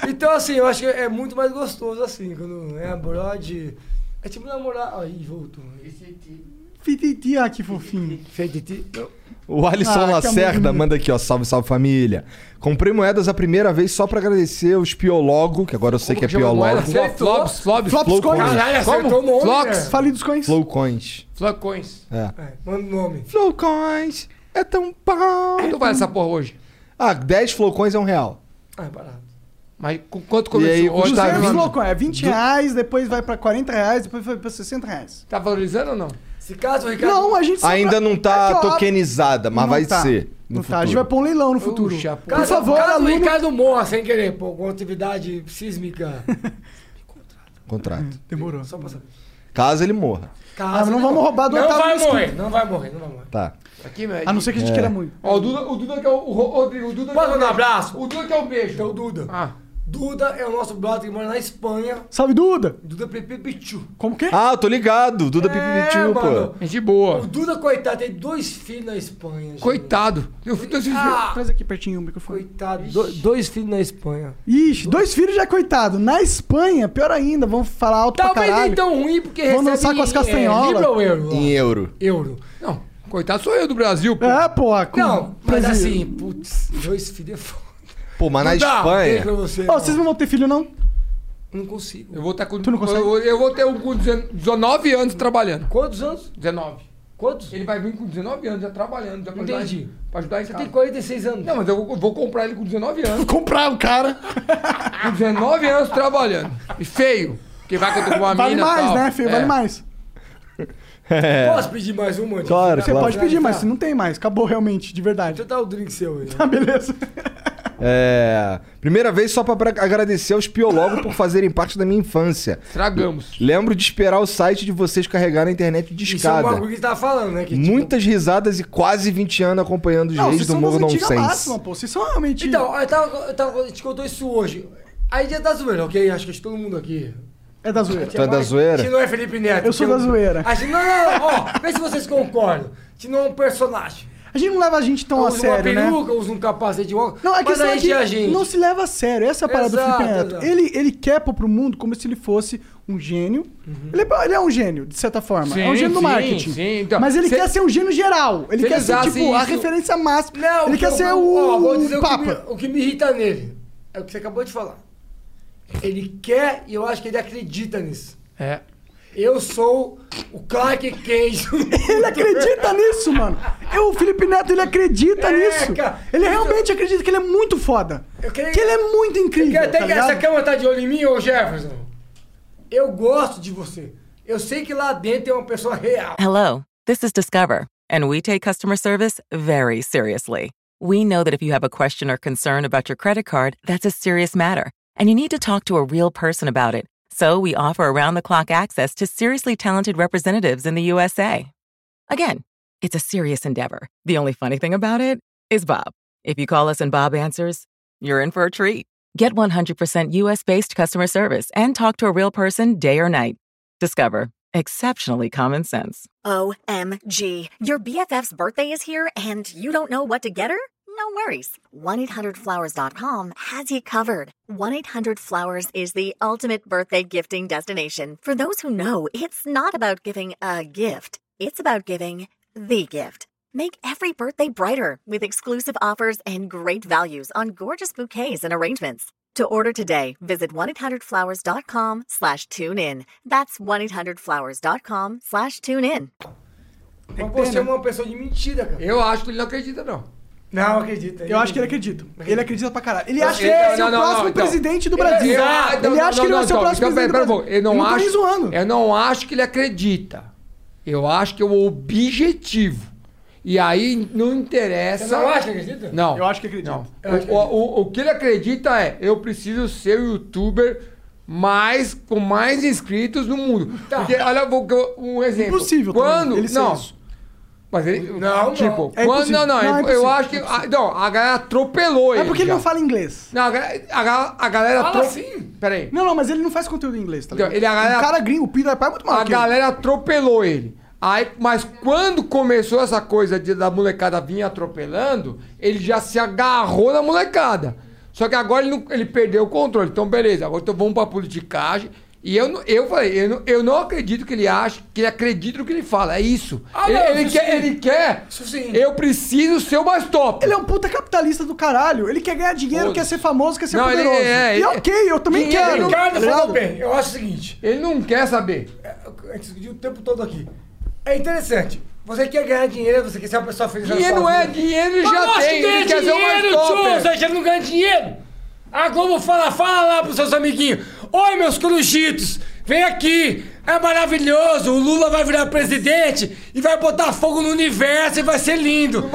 S5: Então, assim, eu acho que é muito mais gostoso, assim, quando é abroad. É tipo namorar. Aí, voltou.
S2: Fititi, ah, que fofinho.
S5: Feito de ti. Não.
S3: O, O Alisson
S16: Ah, que
S3: Lacerda
S16: amor.
S3: manda aqui, ó. Salve, salve família. Comprei moedas a primeira vez só pra agradecer os piologo, que agora eu sei que é
S4: chama
S3: piologo.
S4: moeda? Flops, flops, flops.
S3: Flops
S4: Flopcoins. Caralho, acertou o nome, Flox. né?
S2: Falidos coins.
S3: Flowcoins.
S4: Flocões.
S3: É.
S5: Manda o nome.
S3: Flowcoins é tão bom.
S4: Quanto vale essa porra hoje?
S3: Ah, 10 flowcoins é um real.
S5: Ah, é barato.
S4: Mas com quanto
S3: E
S4: começou?
S3: aí,
S4: hoje?
S3: custa
S4: Tá
S2: 200
S4: vindo-
S2: louco, é 20
S4: Du-
S2: reais, depois vai pra 40 reais, depois vai pra 60 reais.
S4: Tá valorizando ou não?
S5: Se caso, Ricardo.
S2: Não, a gente sempre-
S3: Ainda não tá
S2: Aqui, ó,
S3: tokenizada, mas
S2: Não
S3: vai
S2: tá.
S3: ser. No
S2: Não tá, a gente vai
S3: futuro.
S2: pôr um leilão no futuro.
S5: Caso,
S2: Por favor,
S5: caso o
S2: aluno...
S5: Ricardo morra sem querer, pô, com atividade sísmica.
S3: Contrato.
S2: Demorou.
S5: Só pra saber.
S3: Caso ele morra.
S5: Caso
S2: Ah, mas não
S5: ele
S2: vamos
S5: morra.
S2: roubar do
S5: Não
S2: Otávio
S5: vai
S2: Mesquita.
S5: morrer, não vai morrer, não vai morrer.
S3: Tá.
S4: Aqui, meu,
S2: A não ser que a gente
S3: É.
S2: queira muito.
S4: Ó, o Duda, o Duda que é o. O, Ro- Rodrigo, o Duda
S5: Pode
S4: que é o
S5: mandar um
S4: beijo.
S5: abraço?
S4: O Duda que é o beijo.
S5: Então, Duda.
S4: Ah.
S5: Duda é o nosso brother que mora na Espanha.
S2: Salve, Duda!
S5: Duda Pepipichu.
S2: Como que é?
S3: Ah, eu tô ligado.
S5: É,
S3: Duda Pipipitiu,
S5: mano.
S3: pô.
S4: Gente boa.
S5: O Duda, coitado, tem dois filhos na Espanha. gente.
S4: Coitado. Eu fiz dois
S5: Ah,
S2: Traz aqui pertinho o microfone.
S5: coitado. do- dois filhos na Espanha.
S2: Ixi, dois filhos já é coitado. Na Espanha, pior ainda, vamos falar alto pra
S5: Talvez
S2: caralho.
S5: nem tão ruim, porque
S2: Vamos
S5: recebe
S2: dançar com as
S5: em,
S2: castanholas.
S5: É, libra ou euro?
S3: Em euro.
S5: Euro.
S4: Não, coitado sou eu do Brasil, pô.
S2: É, porra. com-
S5: Não, mas
S2: Brasil.
S5: assim, putz, dois filhos é foda.
S3: Pô, mas na
S5: Não dá, beijo pra
S3: Espanha.
S5: você,
S2: Ó,
S5: irmão.
S2: vocês não vão ter filho, não?
S5: Não consigo.
S4: Eu vou estar com.
S2: Tu não consegue?
S4: Eu, eu vou ter um com 19 anos trabalhando.
S5: Quantos anos?
S4: 19.
S5: Quantos?
S4: Ele vai vir com 19 anos já trabalhando, já pra
S5: Entendi.
S4: ajudar, pra ajudar em
S5: Você
S4: casa.
S5: tem 46 anos.
S4: Não, mas eu vou, vou comprar ele com 19 anos.
S2: Comprar o cara.
S4: com 19 anos trabalhando. E feio. Porque vai que eu tô com uma
S2: Vale
S4: mina e
S2: mais,
S4: tal.
S2: né, filho?
S4: É.
S2: Vale mais.
S3: É.
S5: Posso pedir mais um, mano?
S3: Claro,
S2: Você
S3: claro.
S2: pode pedir, mas você não tem mais. Acabou realmente, de verdade.
S5: Deixa eu dar o drink seu aí. né?
S2: Tá, beleza.
S3: É. Primeira vez só pra pra agradecer aos piologos por fazerem parte da minha infância.
S4: Tragamos.
S3: Lembro de esperar o site de vocês carregar na internet de
S5: Isso é um
S3: escada.
S5: bagulho que você tava falando, né? Que, tipo,
S3: Muitas risadas e quase 20 anos acompanhando os reis do Morro Nonsense.
S2: máxima, pô. Vocês são realmente...
S5: Então, eu tava, eu tava. A gente contou isso hoje. Aí já tá zoeira, ok? Acho que acho que todo mundo aqui.
S2: É da zoeira.
S3: Tu é da
S5: A gente
S3: zoeira?
S5: não é Felipe Neto.
S2: Eu sou
S5: que
S2: da zoeira.
S5: A gente não, não, não. Ó, vê se vocês concordam. A gente não é um personagem.
S2: A gente não leva a gente tão a
S5: usa uma
S2: sério, né?
S5: peruca, usa um capacete de óculos.
S2: Não, a
S5: mas
S2: questão
S5: a
S2: é
S5: gente
S2: que
S5: é a gente.
S2: não se leva a sério. Essa é a parada
S5: Exato,
S2: do Felipe
S5: exato.
S2: Neto. Ele, ele quepa pro mundo como se ele fosse um gênio.
S5: Uhum.
S2: Ele, é, ele é um gênio, de certa forma. é um
S4: Sim,
S2: gênio do
S4: sim,
S2: marketing.
S4: sim, então,
S2: Mas ele
S4: se-
S2: quer ser um gênio geral. Ele
S4: se
S2: quer
S4: ele
S2: ser,
S4: usasse
S2: tipo, a
S4: isso-
S2: referência máxima.
S5: Não,
S2: ele
S5: que
S2: quer
S5: eu-
S2: ser
S5: ó,
S2: o,
S5: vou dizer
S2: o
S5: que me-
S2: Papa.
S5: O que, me, irrita nele é o que você acabou de falar. Ele quer e eu acho que ele acredita nisso.
S4: É.
S5: Eu sou o Clark Kent.
S2: Ele acredita nisso, mano. Eu, o Felipe Neto, ele acredita
S5: É,
S2: nisso.
S5: cara.
S2: Ele
S5: Isso-
S2: realmente acredita que ele é muito foda.
S5: Eu queria-
S2: Que ele é muito incrível.
S5: Quer até
S2: tá
S5: que essa
S2: ligado?
S5: câmera tá de olho em mim, ô Jefferson? Eu gosto de você. Eu sei que lá dentro tem uma pessoa real.
S14: Hello, this is Discover, and we take customer service very seriously. We know that if you have a question or concern about your credit card, that's a serious matter, and you need to talk to a real person about it. So we offer around the clock access to seriously talented representatives in the USA. Again, it's a serious endeavor. The only funny thing about it is Bob. If you call us and Bob answers, you're in for a treat. Get 100% US based customer service and talk to a real person day or night. Discover exceptionally common sense.
S1: OMG. Your BFF's birthday is here and you don't know what to get her? No worries. 1 800flowers.com has you covered. 1 800flowers is the ultimate birthday gifting destination. For those who know, it's not about giving a gift, it's about giving the gift. Make every birthday brighter with exclusive offers and great values on gorgeous bouquets and arrangements. To order today, visit 1-800-Flowers.com slash tune in. That's 1-800-Flowers.com slash tune in.
S5: Mas você é uma pessoa de mentira, cara.
S4: Eu acho que ele não acredita, não.
S5: Não acredita.
S2: Eu acho que ele acredita. Ele acredita pra caralho. Ele acha que
S4: Então,
S2: ele vai ser
S4: não,
S2: o
S4: não, não,
S2: próximo
S4: então.
S2: presidente do
S4: Eu-
S2: Brasil.
S4: eu- ah, não,
S2: Ele
S4: não,
S2: acha que ele
S4: não,
S2: vai ser o
S4: não,
S2: próximo
S4: então,
S2: presidente
S4: pera,
S2: do
S4: pera,
S2: Brasil.
S4: pera, Eu não,
S2: Eu tô
S4: acho.
S2: nem zoando.
S4: Eu não acho que ele acredita. Eu acho que é o objetivo. E aí não interessa.
S5: Você não acha que acredita?
S4: Não.
S2: Eu acho que acredita.
S4: Não.
S5: Eu acho que
S4: O, o- o que ele acredita é: eu preciso ser o youtuber mais, com mais inscritos no mundo.
S5: Tá.
S4: Porque, olha, vou, vou- um exemplo.
S2: Impossível também
S4: Quando.
S2: ele ser
S4: não.
S2: isso.
S4: Mas ele.
S5: Não, não.
S4: Tipo,
S2: É
S4: quando.
S2: impossível.
S4: Não, não.
S2: Não, é
S4: eu- eu
S2: impossível.
S4: acho que. a- não, a galera atropelou
S2: É porque ele
S4: já.
S2: não fala inglês.
S4: Não, a, ga- a ga- a galera.
S5: Fala
S4: atro-
S5: assim. é
S4: Peraí.
S2: Não, não, mas ele não faz conteúdo em inglês, tá
S4: Então,
S2: ligado?
S4: ele- a galera-
S2: O cara gringo, o Peter Pai é muito mal.
S4: A galera atropelou ele. Aí, mas quando começou essa coisa de, da molecada vir atropelando, ele já se agarrou na molecada. Só que agora ele, não- ele perdeu o controle. Então, beleza, agora então vamos pra politicagem. E eu, não- eu falei, eu não, eu não acredito que ele ache, que ele acredita no que ele fala. É isso.
S2: Ah,
S4: ele,
S2: não,
S4: ele
S2: isso
S4: quer,
S2: sim.
S4: ele quer. Eu preciso ser o mais top.
S2: Ele é um puta capitalista do caralho. Ele quer ganhar dinheiro, quer ser famoso, quer ser
S4: Não, ele-
S2: poderoso.
S4: é,
S2: e é
S4: ele-
S2: ok, eu também
S4: Dinheiro,
S2: quero.
S4: Ricardo
S2: tá
S4: falou
S2: ligado?
S4: bem.
S5: Eu acho o seguinte.
S4: Ele não quer saber.
S5: A gente discutiu o tempo todo aqui. É interessante. Você quer ganhar dinheiro, você quer ser uma pessoa feliz. na
S4: Dinheiro
S5: sua
S4: é
S5: vida.
S4: dinheiro, ele
S5: Mas
S4: já
S5: eu acho que
S4: tem,
S5: ganha
S4: ele quer ser o mais
S5: dinheiro,
S4: top,
S5: tio,
S4: é.
S5: Você já não ganha dinheiro. A Globo fala, fala lá pros seus amiguinhos. Oi, meus crujitos, vem aqui. É maravilhoso, o Lula vai virar presidente e vai botar fogo no universo e vai ser lindo.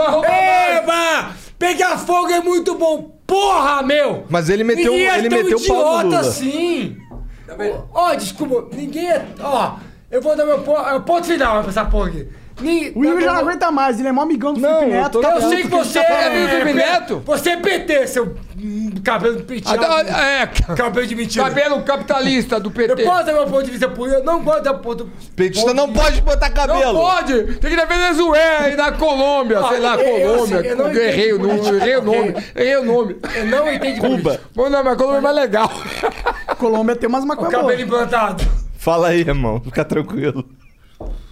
S5: Eba! Pegar fogo é muito bom. Porra, meu!
S3: Mas ele meteu- um-
S5: Ninguém é
S3: ele
S5: tão
S3: meteu o pau no
S5: idiota
S3: Lula.
S5: assim. Ó, desculpa, ninguém é. Ó, eu vou dar meu po- é, ponto final pra essa porra aqui. Ni-
S2: O Will já não
S5: tá bom.
S2: aguenta mais, ele é mó amigão do Felipe
S5: Eu,
S2: Neto.
S5: tô-
S2: tá
S5: eu
S2: puto
S5: sei que
S2: ele
S5: você
S2: tá
S5: é
S2: falando.
S5: amigo do Felipe Neto. Você é PT, seu hum, cabelo penteado.
S4: Até- é,
S5: cabelo de mentira.
S4: Cabelo capitalista do PT.
S5: Eu posso dar meu ponto de vista político? Eu não gosto da ponto...
S3: Petista não pode botar cabelo.
S4: Não pode! Tem que ir na Venezuela e na Colômbia,
S5: Ah,
S4: sei lá,
S5: eu- eu,
S4: Colômbia.
S5: assim, eu não
S4: Eu errei o
S5: entendi
S4: nome, errei o nome, errei o nome.
S5: Eu não entendi
S3: Cuba.
S4: Bom, não, mas Colômbia é mais legal.
S2: Colômbia tem umas maconhas
S5: Cabelo implantado.
S3: Fala aí, irmão. Fica tranquilo.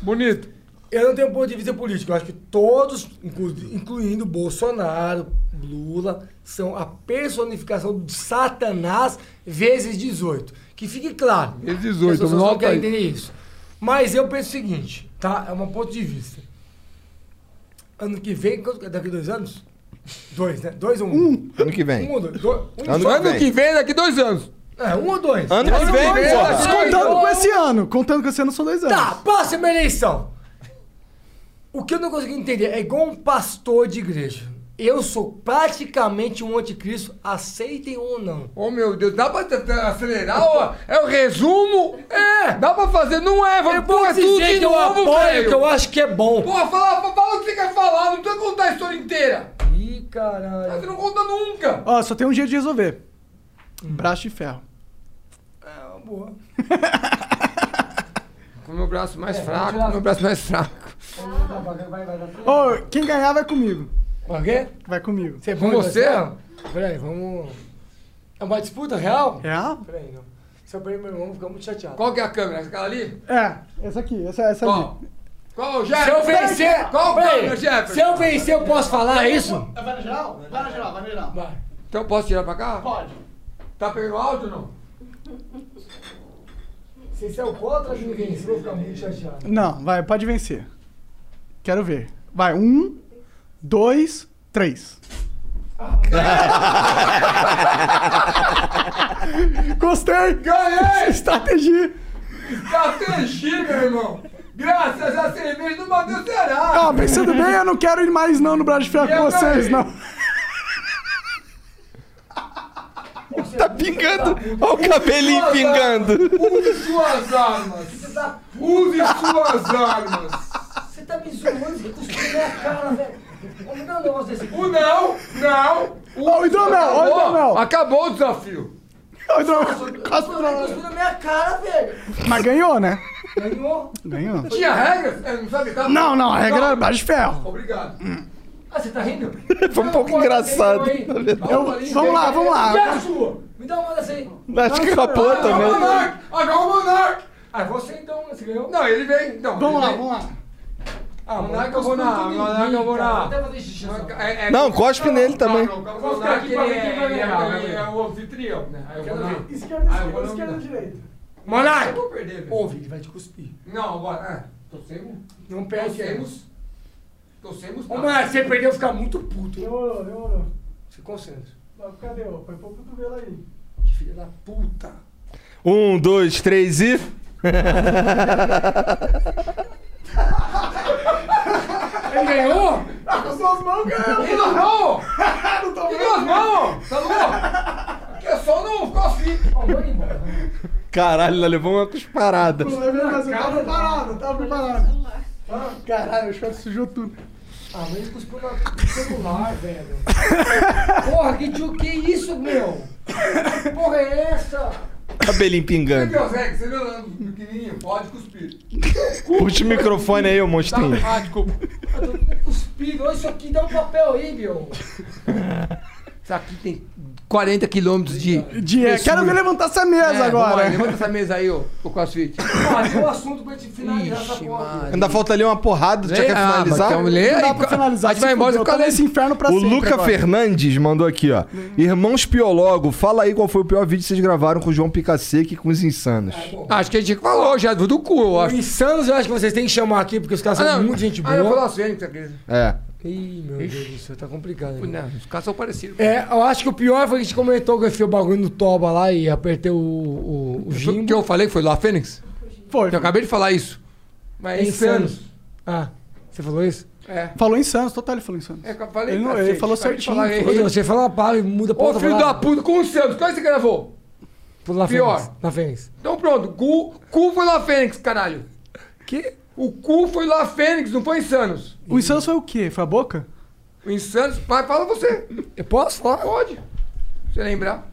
S4: Bonito.
S5: Eu não tenho ponto de vista político. Eu acho que todos, inclu- incluindo Bolsonaro, Lula, são a personificação de Satanás vezes 18. Que fique claro.
S4: Vezes 18,
S5: As pessoas não
S4: nota
S5: querem
S4: aí.
S5: entender isso. Mas eu penso o seguinte, tá? É um ponto de vista. Ano que vem, quanto- daqui a dois anos? Dois, né? Dois ou um? Um.
S3: Ano que vem.
S5: Um ou dois? dois um
S3: Ano
S5: só.
S3: que vem.
S4: daqui dois anos.
S5: É, um ou dois.
S3: Ano que vem,
S5: dois,
S4: é,
S3: porra.
S5: daqui dois
S2: Contando
S5: anos.
S2: com esse ano, contando com esse ano são dois anos.
S5: Tá, próxima eleição. O que eu não consigo entender é igual um pastor de igreja. Eu sou praticamente um anticristo, aceitem ou não.
S4: Oh meu Deus, dá pra t- t- acelerar? ó? É o resumo? É! Dá pra fazer? Não é, vamos pôr tudo
S5: dizer
S4: de
S5: que eu
S4: novo,
S5: apoio,
S4: velho.
S5: que eu acho que é bom.
S4: Porra, fala, fala o que você quer falar, não precisa contar a história inteira.
S5: Ih, caralho.
S4: Você não conta nunca.
S2: Ó, só tem um jeito de resolver. Braço de ferro.
S5: É uma boa.
S4: Com o meu braço mais
S5: É, vamos
S4: fraco,
S5: tirar-
S4: com o meu braço mais fraco.
S5: Ah.
S2: Ô, quem ganhar vai comigo.
S5: O quê?
S2: Vai comigo.
S5: Você é
S4: Com você?
S5: Peraí, vamos... É uma disputa real?
S2: Real?
S5: Peraí, não. Se eu perder meu irmão, fica muito chateado.
S4: Qual que é a câmera? Aquela ali?
S2: É, essa aqui, essa, essa
S4: Qual?
S2: ali.
S4: Qual,
S5: Se
S4: Jefferson?
S5: eu vencer...
S4: Qual
S5: Peraí,
S4: câmera, Jefferson?
S5: Se eu vencer, eu posso falar isso?
S2: Vai na geral? Vai na geral, vai na geral.
S5: Vai.
S4: Então eu posso tirar pra cá? Pode. Tá pegando áudio ou não?
S5: Se você é o contra de me vencer, eu vou ficar muito chateado.
S2: Não, vai, pode vencer. Quero ver. Vai, um, dois, três. Gostei!
S4: Ganhei!
S2: Estratégia!
S4: Estratégia, Tá meu irmão! Graças a cerveja do Matheus Ceará!
S2: Ah,
S3: é
S2: pensando bem, eu não quero ir mais não no braço de ferro com
S4: Eu
S2: vocês,
S4: também.
S2: não.
S3: Tá pingando. Olha o cabelinho pingando.
S4: Use suas armas! Use suas armas!
S5: Você tá me zoando, você cuspiu na minha cara, velho. Não me dá um negócio desse.
S4: O não, não!
S2: Ó, o hidromel, ó, o hidromel.
S4: Acabou o desafio!
S2: Ó, o hidromel. Quase
S5: Você
S2: não.
S5: cuspiu na minha cara, velho.
S2: Mas ganhou, né?
S5: Ganhou.
S2: Ganhou.
S4: Tinha regras? É, não sabe? Tá?
S2: Não, não, a regra era braço de ferro. Hum.
S4: Obrigado.
S5: Ah, você tá rindo?
S3: Foi um pouco engraçado. tá na verdade.
S2: Eu- vamos lá, vamos
S5: E a
S2: lá.
S5: sua? Me dá uma assim. dessa aí.
S3: Acho que capô
S4: Agora o
S3: também.
S4: Monark! Agora o Monark!
S5: Ah, você então, você ganhou?
S4: Não, ele vem, então.
S2: Vamos lá,
S4: ele
S2: vamos lá.
S5: Ah,
S4: vem. Monark é eu vou na. Monark eu vou na.
S5: Até fazer xixi. só.
S4: É- é-
S3: Não, cospe nele também.
S4: Não, não, o Monark ele é, ele é, ele é o anfitrião, né? Aí eu vou na.
S2: Esquerda,
S4: Ah, eu vou
S2: esquerda,
S4: não
S2: esquerda,
S4: mudar.
S2: direita.
S4: Eu
S5: Monark!
S4: vou perder, velho.
S5: Ouve, ele vai te cuspir.
S4: Não, agora. Ah, tô sem um.
S5: Não
S4: Tô
S5: perde.
S4: sem
S5: velho.
S4: os- Tô sem os-
S5: Ô, Monark, se você perder, eu vou ficar muito puto. hein?
S2: Demorou, demorou.
S5: Se concentra.
S2: Cadê? Põe pro cotovelo aí.
S5: Que filha da puta.
S3: Um, dois, três e.
S5: Ele ganhou?
S2: Tá com suas mãos, cara.
S4: E nós não!
S2: Não tô
S4: E nós não! Tá louco? Aqui é só não ficou assim.
S5: Ó, vai embora.
S3: Caralho, ela levou uma cusparada.
S5: é
S2: vendo. Tá preparado, tá preparado. Caralho, o short sujou tudo.
S5: Ah, mas ele cuspiu na- no celular, velho. Porra, que tio, que isso, meu? Que porra é essa?
S3: Cabelinho
S4: Você
S3: pingando.
S4: viu, Zé? Você viu, né, pequenininho? Pode cuspir.
S3: Puxa o microfone aí, ô
S4: Tá
S3: monstrinho.
S4: ah, desculpa.
S5: Eu tô cuspindo, olha isso aqui, dá um papel aí, meu.
S4: Isso aqui tem 40 quilômetros de. É,
S2: De- é, quero ver levantar essa mesa
S4: vamos
S2: agora. Tá
S4: lá, Levanta essa mesa aí, ô, ô CrossFit. é
S5: Passou o assunto pra gente finalizar essa porra.
S3: Ainda falta ler uma porrada, já
S4: Lê-
S3: quer
S4: Ah,
S3: finalizar?
S4: então lê Não dá aí, pra finalizar, a gente se vai embora, fudeu, eu fico tá nesse lendo. inferno pra
S3: O
S4: sempre
S3: Luca
S4: agora.
S3: Fernandes mandou aqui, ó. Irmãos Piologo, fala aí qual foi o pior vídeo que vocês gravaram com o João Picaceque e com os insanos.
S4: Acho que a gente falou já do cu, eu acho.
S5: Insanos eu acho que vocês têm que chamar aqui, porque os caras são
S4: Ah, não.
S5: muito gente
S4: Ah, eu vou
S5: boa.
S4: Las Vegas, aquele.
S3: É.
S5: Ih, meu Deus do céu, tá complicado. né?
S4: Não, os caras são parecidos.
S5: É, eu acho que o pior foi que a gente comentou que eu fiz o bagulho no Toba lá e apertei o, o, o
S4: Foi O
S5: gimbo.
S4: que eu falei foi lá, Fênix?
S2: Foi.
S4: Eu acabei de falar isso.
S5: É insanos. Ah, você falou isso?
S4: É.
S2: Falou insano, total, ele falou insano.
S4: É, eu falei,
S2: ele, não, ele
S4: cacete,
S2: falou
S4: acabei de
S2: certinho.
S4: falar,
S2: foi.
S4: errei.
S5: Você fala uma palavra e muda pra
S4: Ô,
S5: outra
S4: filho da
S5: palavra.
S4: puta, com o Santos, qual é que você gravou?
S5: Foi lá
S4: Pior.
S5: Fênix, Lá Fênix.
S4: Então pronto, cu, cu foi lá Fênix, caralho.
S5: Que?
S4: O cu foi lá Fênix, não foi Insanos.
S2: O insano foi o quê? Foi a boca?
S4: O Insanos, pai, fala você.
S5: Eu posso falar?
S4: Pode. Se lembrar.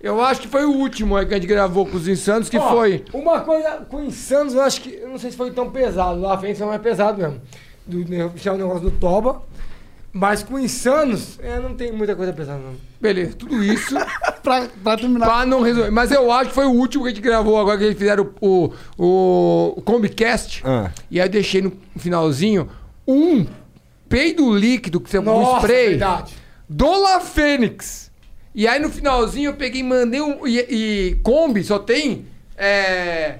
S4: Eu acho que foi o último aí que a gente gravou com os Insanos, que
S5: Ó,
S4: foi...
S5: Uma coisa com insanos, eu acho que. Eu não sei se foi tão pesado. Lá frente foi mais pesado mesmo. Do né, puxar o negócio do Toba. Mas com insanos, é, não tem muita coisa pesada, não.
S4: Beleza, tudo isso.
S2: pra, pra terminar.
S4: Pra não resolver. Mas eu acho que foi o último que a gente gravou agora, que eles fizeram o, o, o Combicast.
S3: Ah.
S4: E aí eu deixei no finalzinho um peido líquido, que você um
S5: Nossa,
S4: spray.
S5: verdade.
S4: Do La Fênix. E aí no finalzinho eu peguei e mandei um. E, e Kombi só tem. é,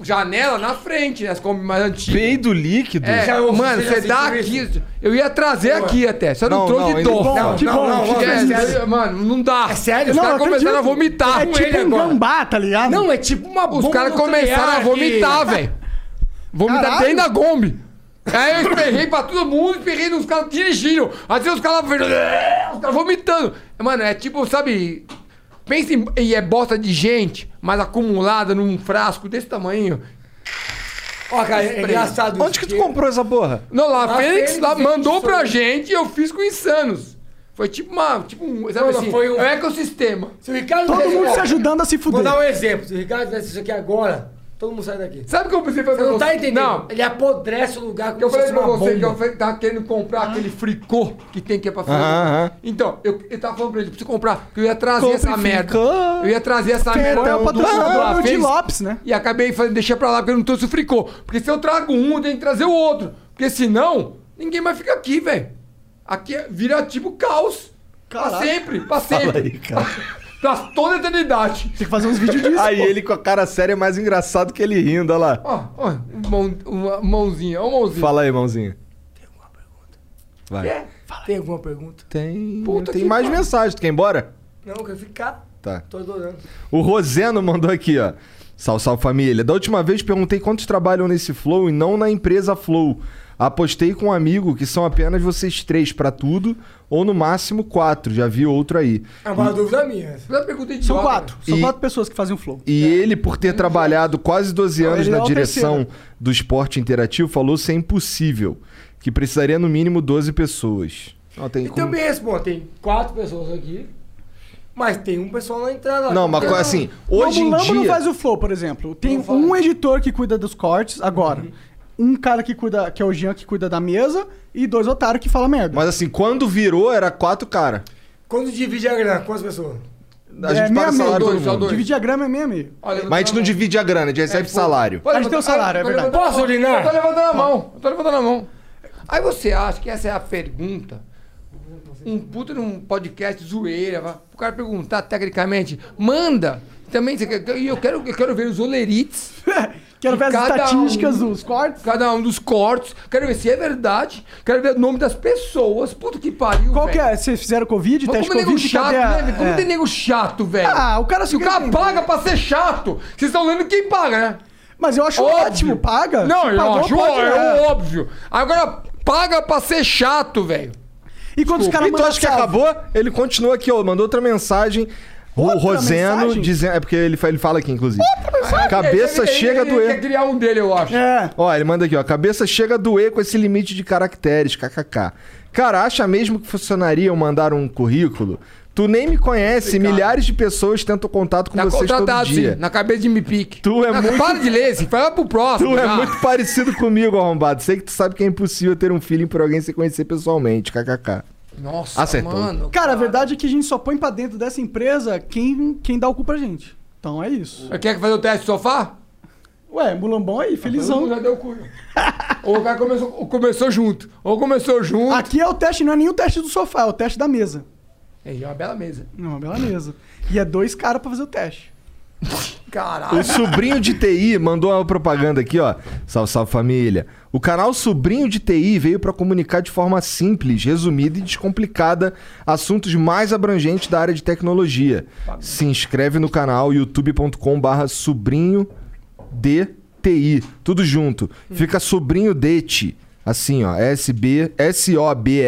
S4: janela na frente, né? As Kombi mais antigas.
S3: Peido líquido?
S4: É,
S3: Já ouvi
S4: mano,
S3: você
S4: você
S3: já
S4: dá aqui.
S3: sentiu
S4: Eu ia trazer aqui até. Só não,
S3: Não,
S4: trouxe
S3: não,
S4: de
S3: ele-
S4: dor.
S3: Não, que bom, que bom.
S4: é, sério, Mano, não dá. É sério? Os
S2: Não,
S4: caras
S2: eu
S4: começaram a
S2: acredito.
S4: vomitar
S2: É
S4: com
S2: tipo
S4: ele
S2: um
S4: agora.
S2: gambá, tá ligado?
S5: Não, é tipo uma
S4: Os caras começaram a vomitar, velho. Vomitar
S2: Caralho.
S4: dentro da Gombi. Aí eu esperrei pra todo mundo, esperrei nos caras dirigindo. Às vezes os caras os caras tá vomitando. Mano, é tipo, sabe. Pensa em. E é bosta de gente, mas acumulada num frasco desse tamanho.
S5: Ó, cara, é engraçado
S3: Onde que tu comprou essa porra?
S4: Não, lá,
S5: Lá
S4: Fênix
S5: Fênix
S4: lá
S5: e
S4: mandou
S5: Insanos.
S4: pra gente e eu fiz com insanos. Foi tipo uma. Tipo um. Sabe
S5: Mano,
S4: assim?
S5: foi um-
S4: É um ecossistema.
S5: Se o Ricardo
S4: Todo
S5: fizesse-
S4: mundo
S5: ó,
S4: se ajudando
S2: a se
S5: Vou
S2: fuder.
S5: dar um exemplo. Se o Ricardo fizesse isso aqui agora, todo mundo sai daqui.
S4: Sabe o que eu pensei fazer?
S5: Você não tá entendendo?
S4: Não.
S5: Ele apodrece o lugar como
S4: Eu
S5: se
S4: falei
S5: fosse
S4: pra
S5: uma
S4: você que eu
S5: bomba.
S4: falei que tava querendo comprar aquele fricô que tem que é pra
S3: Ah. Aham,
S4: fazer.
S3: aham.
S4: Então, eu, eu tava falando pra ele, preciso comprar, que eu ia trazer
S3: Compre
S4: essa merda.
S3: fricô.
S4: Eu ia trazer essa
S3: Que
S4: merda.
S3: é o
S4: do-
S3: patrocinador
S4: do- do-
S3: do Di
S4: fez-
S3: Lopes,
S2: né?
S4: E acabei falando, deixei pra lá, porque eu não trouxe o fricô. Porque se eu trago um, eu tenho que trazer o outro. Porque senão, ninguém mais fica aqui, velho. Aqui é- vira tipo caos. Pra
S2: Caralho.
S4: sempre, pra sempre. pra toda a eternidade. Tem
S2: que fazer uns vídeos disso.
S3: Aí ele com a cara séria é mais engraçado que ele rindo, olha lá.
S4: Ó, ó, mão, uma mãozinha, ó, mãozinha.
S3: Fala aí, mãozinho. Vai.
S5: É? Tem alguma pergunta?
S3: Tem,
S5: Puta
S3: tem
S5: que
S3: mais
S5: pariu.
S3: mensagem. Tu quer ir embora?
S5: Não, eu quero ficar.
S3: Tá.
S5: Tô adorando.
S3: O Roseno mandou aqui, ó. Sal, sal família. Da última vez perguntei quantos trabalham nesse Flow e não na empresa Flow. Apostei com um amigo que são apenas vocês três pra tudo, ou no máximo quatro. Já vi outro aí.
S5: É uma dúvida minha.
S4: Já perguntei de
S2: São quatro. São
S3: E-
S2: quatro pessoas que fazem o flow.
S5: é.
S3: E ele, por ter trabalhado quase 12
S2: Não,
S3: anos
S2: ele
S3: na
S2: é o
S3: direção do esporte interativo, falou ser impossível. Que precisaria no mínimo 12 pessoas. Ó, tem
S5: E
S3: como-
S5: também respondo, Então tem quatro pessoas aqui, mas tem um pessoal na entrada.
S3: Não, mas
S5: Então,
S3: assim, hoje
S2: o
S3: em
S2: Lambo não
S3: dia-
S2: faz o flow, por exemplo. Tem um editor que cuida dos cortes agora.
S4: Uhum.
S2: Um cara que cuida, que é o Jean, que cuida da mesa. E dois otários que falam merda.
S3: Mas assim, quando virou, era quatro cara.
S5: Quando divide a grana, quantas pessoas?
S3: A gente paga salário todo mundo.
S2: É Dividir a grama é meia meia.
S3: Mas a gente não divide a grana, a gente recebe salário.
S2: Mas
S4: um
S2: tem o salário, é verdade.
S4: Posso
S2: urinar?
S4: Eu tô levantando a mão. Eu tô levantando a mão. Aí você acha que essa é a pergunta? Um puta num podcast zoeira, vá. o cara perguntar tecnicamente, manda. Também você quer, e eu quero, eu quero ver os olerites.
S2: Quero ver as
S4: de cada
S2: estatísticas dos cortes.
S4: Cada um dos cortes. Quero ver se é verdade. Quero ver o nome das pessoas. Puta que pariu.
S2: Qual que
S4: velho.
S2: é? Vocês fizeram Covid?
S4: Mas
S2: Teste
S4: como nego
S2: Covid?
S4: chato,
S2: cadê a-
S4: né? velho? Como
S2: é.
S4: tem nego chato, velho?
S2: Ah, o cara só
S4: Se o
S2: quer
S4: cara
S2: entender.
S4: paga pra ser chato. Vocês estão lendo quem paga, né?
S2: Mas eu acho ótimo, paga.
S4: Não,
S2: Se
S4: eu
S2: pagou,
S4: acho
S2: pode,
S4: é
S2: é.
S4: óbvio. Agora, paga pra ser chato, velho.
S2: E quando
S3: Então acho que acabou, ele continua aqui, ó, mandou outra mensagem. o Roseno
S4: mensagem?
S3: dizendo. É porque ele, fa- ele fala aqui, inclusive.
S4: mensagem?
S3: Cabeça
S4: Ele- ele-
S3: chega a
S4: ele- ele
S3: doer.
S4: quer criar um dele, eu acho.
S2: É.
S3: Ó, ele manda aqui, ó. Cabeça chega a doer com esse limite de caracteres, kkk. Cara, acha mesmo que funcionaria eu mandar um currículo? Tu nem me conhece, milhares de pessoas tentam contato com
S4: Tá
S3: vocês todo
S4: contratado,
S3: dia.
S4: sim. Na cabeça de me pique.
S3: Tu é
S4: Não,
S3: muito-
S4: Para de ler, esse. Vai lá pro próximo.
S3: Tu é
S4: já.
S3: muito parecido comigo, arrombado. Sei que tu sabe que é impossível ter um feeling por alguém se conhecer pessoalmente, kkk.
S4: Nossa,
S3: Acertou.
S2: Cara, a verdade é que a gente só põe pra dentro dessa empresa quem, quem dá o cu pra gente. Então é isso.
S4: Quer fazer o teste de sofá?
S2: Ué, mulambão aí, felizão.
S4: Já deu cu. Ou o cara começou, começou junto. Ou começou junto.
S2: Aqui é o teste, não é nem o teste do sofá, é o teste da mesa.
S4: É uma bela mesa.
S2: É uma bela mesa. E é dois caras pra fazer o teste.
S4: Caralho.
S3: O sobrinho de TI mandou uma propaganda aqui, ó. Salve, salve família. O canal Sobrinho de TI veio para comunicar de forma simples, resumida e descomplicada assuntos mais abrangentes da área de tecnologia. Se inscreve no canal youtube.com/barra sobrinho de TI. Tudo junto. Fica sobrinho de ti. Assim, ó. S-B-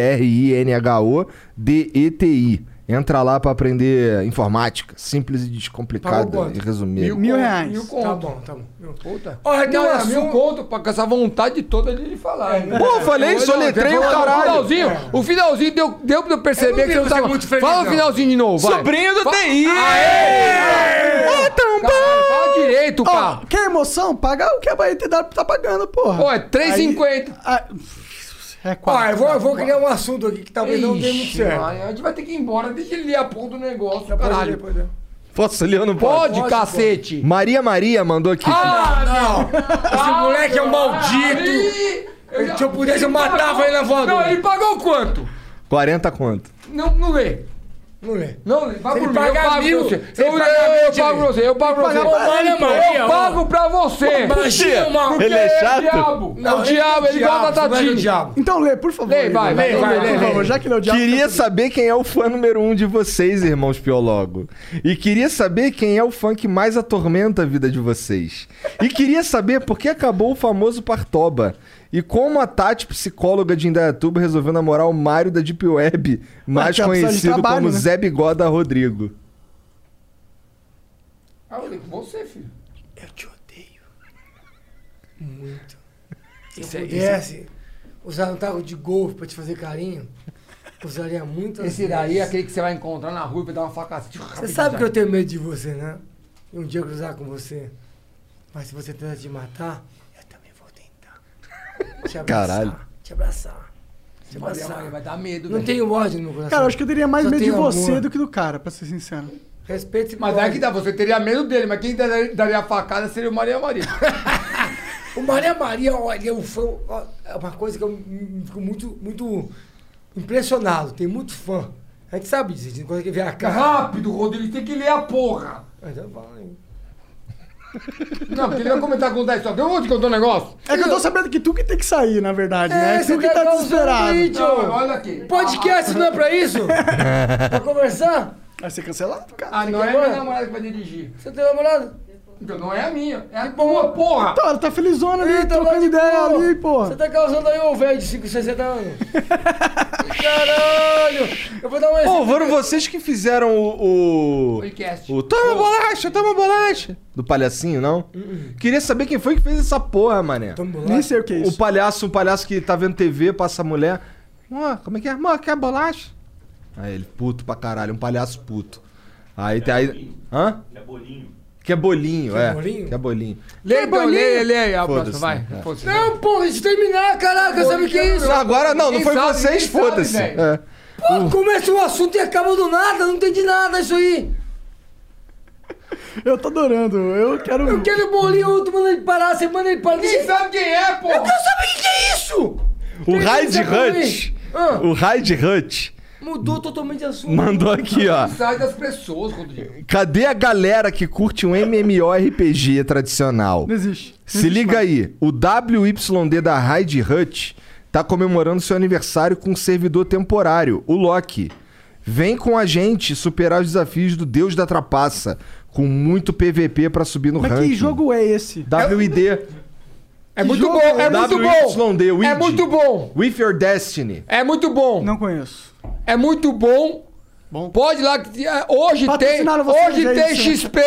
S3: S-O-B-R-I-N-H-O D-E-T-I. Entra lá para aprender informática, simples e descomplicada e resumida.
S5: Tá Mil conto. Tá bom, tá bom. Mil conto.
S4: Olha, tem um
S5: Não, é mil
S4: assunto conto pra, com essa vontade toda de ele falar. né?
S3: Pô, eu falei,
S4: Não,
S3: soletrei
S4: não,
S3: o caralho.
S4: O finalzinho, o finalzinho deu, deu pra eu perceber
S3: Eu não vi
S4: que você não
S3: você
S4: tava...
S3: muito feliz,
S4: fala o
S3: não.
S4: finalzinho de novo, vai.
S3: Sobrinho do
S4: Fa-
S3: TI.
S4: Aê!
S2: É tão
S4: bom! Fala direito, cara.
S2: Quer emoção? Paga o que a Bahia tá pagando, porra.
S4: Pô, é 3,50.
S2: É quatro.
S5: Ó, eu vou, eu vou criar um assunto aqui que talvez não dê muito
S4: Ixi,
S5: certo.
S4: Maria, a gente vai ter que ir embora. Deixa ele ler a porra do negócio,
S5: Pode
S4: caralho.
S5: ler, pode ler.
S3: Posso ler ou não
S4: Pode,
S3: posso?
S4: cacete.
S3: Maria Maria mandou aqui.
S5: Ah, não! Esse moleque é um maldito!
S4: Eu já-
S5: Se eu pudesse, eu
S4: Ele
S5: matava
S4: pagou-
S5: ele na voadora.
S4: Não, ele pagou quanto?
S3: 40 quanto?
S4: Não, não lê.
S5: Não lê.
S4: Não, lê.
S5: Se
S4: Vai
S5: ele
S4: por mim, eu
S5: pagar
S4: pago
S5: mil,
S4: pra
S5: se
S4: você.
S5: ele
S4: Eu, eu,
S5: pagar
S4: eu,
S5: vinte,
S4: pago pra você, eu pago pra você.
S5: Tem que pagar pra ele,
S4: Eu
S5: Maria, mano.
S4: pago pra você.
S5: Imagina, mano.
S4: Porque
S5: Ele é chato?
S4: É o diabo.
S5: Não,
S4: é o diabo, é ele gosta da
S5: vai no
S4: Tatine.
S5: diabo.
S2: Então lê, por favor.
S4: Lê, vai,
S2: Igor,
S4: lê, vai, lê,
S2: por
S4: lê.
S2: favor, já que ele é o diabo.
S3: Queria saber quem é o fã número um de vocês, irmãos Piologo. E queria saber quem é o fã que mais atormenta a vida de vocês. E queria saber por que acabou o famoso Partoba. E como a Tati, psicóloga de Indaiatuba, resolveu namorar o Mário da Deep Web, mais
S2: que é uma pessoa de
S3: conhecido
S2: trabalho,
S3: como
S2: né?
S3: Zé Bigoda Rodrigo.
S4: Ah, eu lê com você, filho.
S5: Eu te odeio. Muito. Se eu
S4: Esse é-
S5: pudesse usar um taco de golfe pra te fazer carinho, usaria muito assim.
S4: Esse daí é aquele que você vai encontrar na rua e vai dar uma facada.
S5: Você sabe que eu tenho medo de você, né? E um dia eu cruzar com você. Mas se você tenta te matar, eu também vou tentar. Te abraçar.
S3: Caralho.
S5: Te abraçar. Te
S4: Maria,
S5: abraçar.
S4: Maria, vai dar medo,
S5: Não
S4: velho.
S5: tenho ódio no coração.
S2: Cara, eu acho que eu teria mais
S5: Só
S2: medo de
S5: tenho
S2: você
S5: amor.
S2: do que do cara, pra ser sincero.
S5: Respeito e
S4: Mas é que dá, você teria medo dele, mas quem daria, daria é a facada seria o Maria Maria.
S5: O Maria Maria, olha, eu fã, ó, é uma coisa que eu me- me fico muito, muito impressionado. Tem muito fã. A gente sabe disso, a gente não consegue ver a cara.
S4: Rápido, Rodrigo, tem que ler a porra.
S5: Então vai.
S4: Não, porque ele vai comentar com 10 só. Eu vou te contar um negócio.
S2: É que eu tô sabendo que tu que tem que sair, na verdade,
S4: É,
S2: né?
S5: você
S2: Tu que tá
S5: quer
S2: desesperado.
S5: causar um vídeo?
S4: Não, olha aqui.
S5: Podcast não é pra isso? pra conversar?
S2: Vai ser cancelado, cara.
S4: Ah, não é minha namorada que vai dirigir.
S5: Você tem namorado?
S4: Então não é a minha, é a tua, porra.
S2: Tá, ela tá felizona ali,
S5: Eita,
S2: trocando
S5: mas,
S2: ideia
S5: pô,
S2: ali, porra.
S5: Você tá causando aí um velho de 5, 60 anos. Caralho! Eu vou dar um exemplo.
S3: Pô, foram vocês que fizeram o. o...
S4: Podcast.
S3: O toma bolacha, toma bolacha. Do palhacinho, não? Queria saber quem foi que fez essa porra, mané.
S2: Nem sei o que é
S3: O
S2: isso.
S3: palhaço, um palhaço que tá vendo TV, passa a mulher. Mó, como é que é? Mó, quer bolacha? Aí ele, puto pra caralho, um palhaço puto. Aí tem aí. Hã? Quer bolinho. Quer bolinho, é.
S5: bolinho?
S3: Quer bolinho.
S4: Lê, então, lê, lê, lê a
S3: Foda-se,
S4: próxima, vai.
S3: né?
S4: Foda-se.
S5: Não, porra, deixa eu terminar, caraca, sabe o que é isso?
S3: Agora não, não
S4: Ninguém
S3: foi
S4: sabe,
S3: vocês,
S4: ninguém sabe,
S3: foda-se.
S4: velho.
S3: É.
S5: Pô, começa um assunto e acaba do nada, não entendi nada isso aí.
S2: Eu tô adorando. Eu quero.
S5: Eu quero bolinho, tu manda ele parar, você manda ele parar. Deixa
S4: Quem
S5: eu
S4: sabe quem é, porra?
S5: Eu quero saber o que que é isso!
S3: O
S5: Quem
S3: Raid
S5: sabe pra
S3: Hunt.
S5: mim? Ah.
S3: O Raid Hunt
S5: Mudou totalmente de assunto.
S3: mandou aqui, ó.
S4: Sai das pessoas, Rodrigo.
S3: Cadê a galera que curte um MMORPG tradicional?
S2: Não existe. Não
S3: Se
S2: existe
S3: liga aí, o WYD da Raid Hut tá comemorando seu aniversário com um servidor temporário, o Loki. Vem com a gente superar os desafios do Deus da Trapaça, com muito PVP pra subir no
S2: Mas
S3: ranking.
S2: que jogo é esse?
S3: WID.
S4: É muito
S2: jogo
S4: bom, é muito bom.
S3: WYD, Wid.
S4: É muito bom.
S3: With Your Destiny.
S4: É muito bom.
S2: Não conheço.
S4: É muito bom. Pode ir lá. que- é, Hoje tem.
S2: Patrocinaram vocês
S4: Hoje
S2: aí,
S4: tem
S2: senhor.
S4: XP.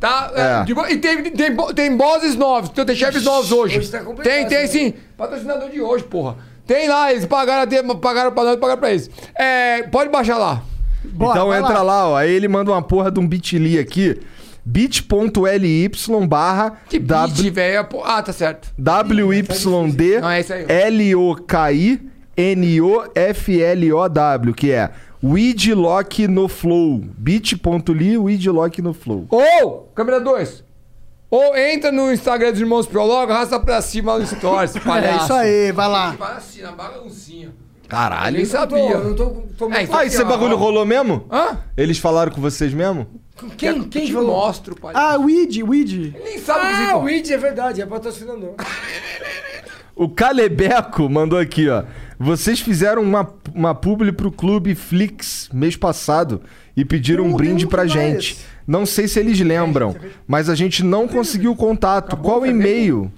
S4: Tá? É,
S3: É.
S4: de bo- e tem, tem, bo- tem bosses novos. Então tem chefes novos hoje.
S5: hoje tá complicado,
S4: tem, tem
S5: né?
S4: sim. Patrocinador de hoje, porra. Tem lá, eles pagaram, até- pagaram pra nós, pagaram pra eles. É, pode baixar lá.
S2: Bora,
S3: então
S2: vai
S3: entra lá. ó. Aí ele manda uma porra de um bit.ly aqui. bit.ly barra
S4: Que
S3: W-
S4: beat, velho. Ah, tá certo.
S3: WYD
S4: Não, é isso aí.
S3: LOKI N-O-F-L-O-W, que é Widlock no Flow. bit.ly, Widlock no Flow.
S4: Ou, câmera 2. Ou entra no Instagram dos Irmãos Prologo, arrasta pra cima no Stories, palhaço.
S2: É isso aí, vai lá.
S4: Assim, na baguncinha.
S3: Caralho.
S4: Nem sabia.
S5: Eu tô, tô
S3: É, ah, esse bagulho rolou mesmo? Hã? Eles falaram com vocês mesmo?
S5: Quem, quem
S4: te
S5: falou?
S4: mostro, pai.
S2: Ah, Weed, Weed.
S5: Nem sabe
S4: o que
S5: Ah, o Weed é verdade, é patrocinador.
S3: O Calebeco mandou aqui, ó. Vocês fizeram uma, uma publi pro clube Flix mês passado e pediram um brinde pra gente. Não sei se eles lembram, mas a gente não conseguiu contato. Qual o e-mail?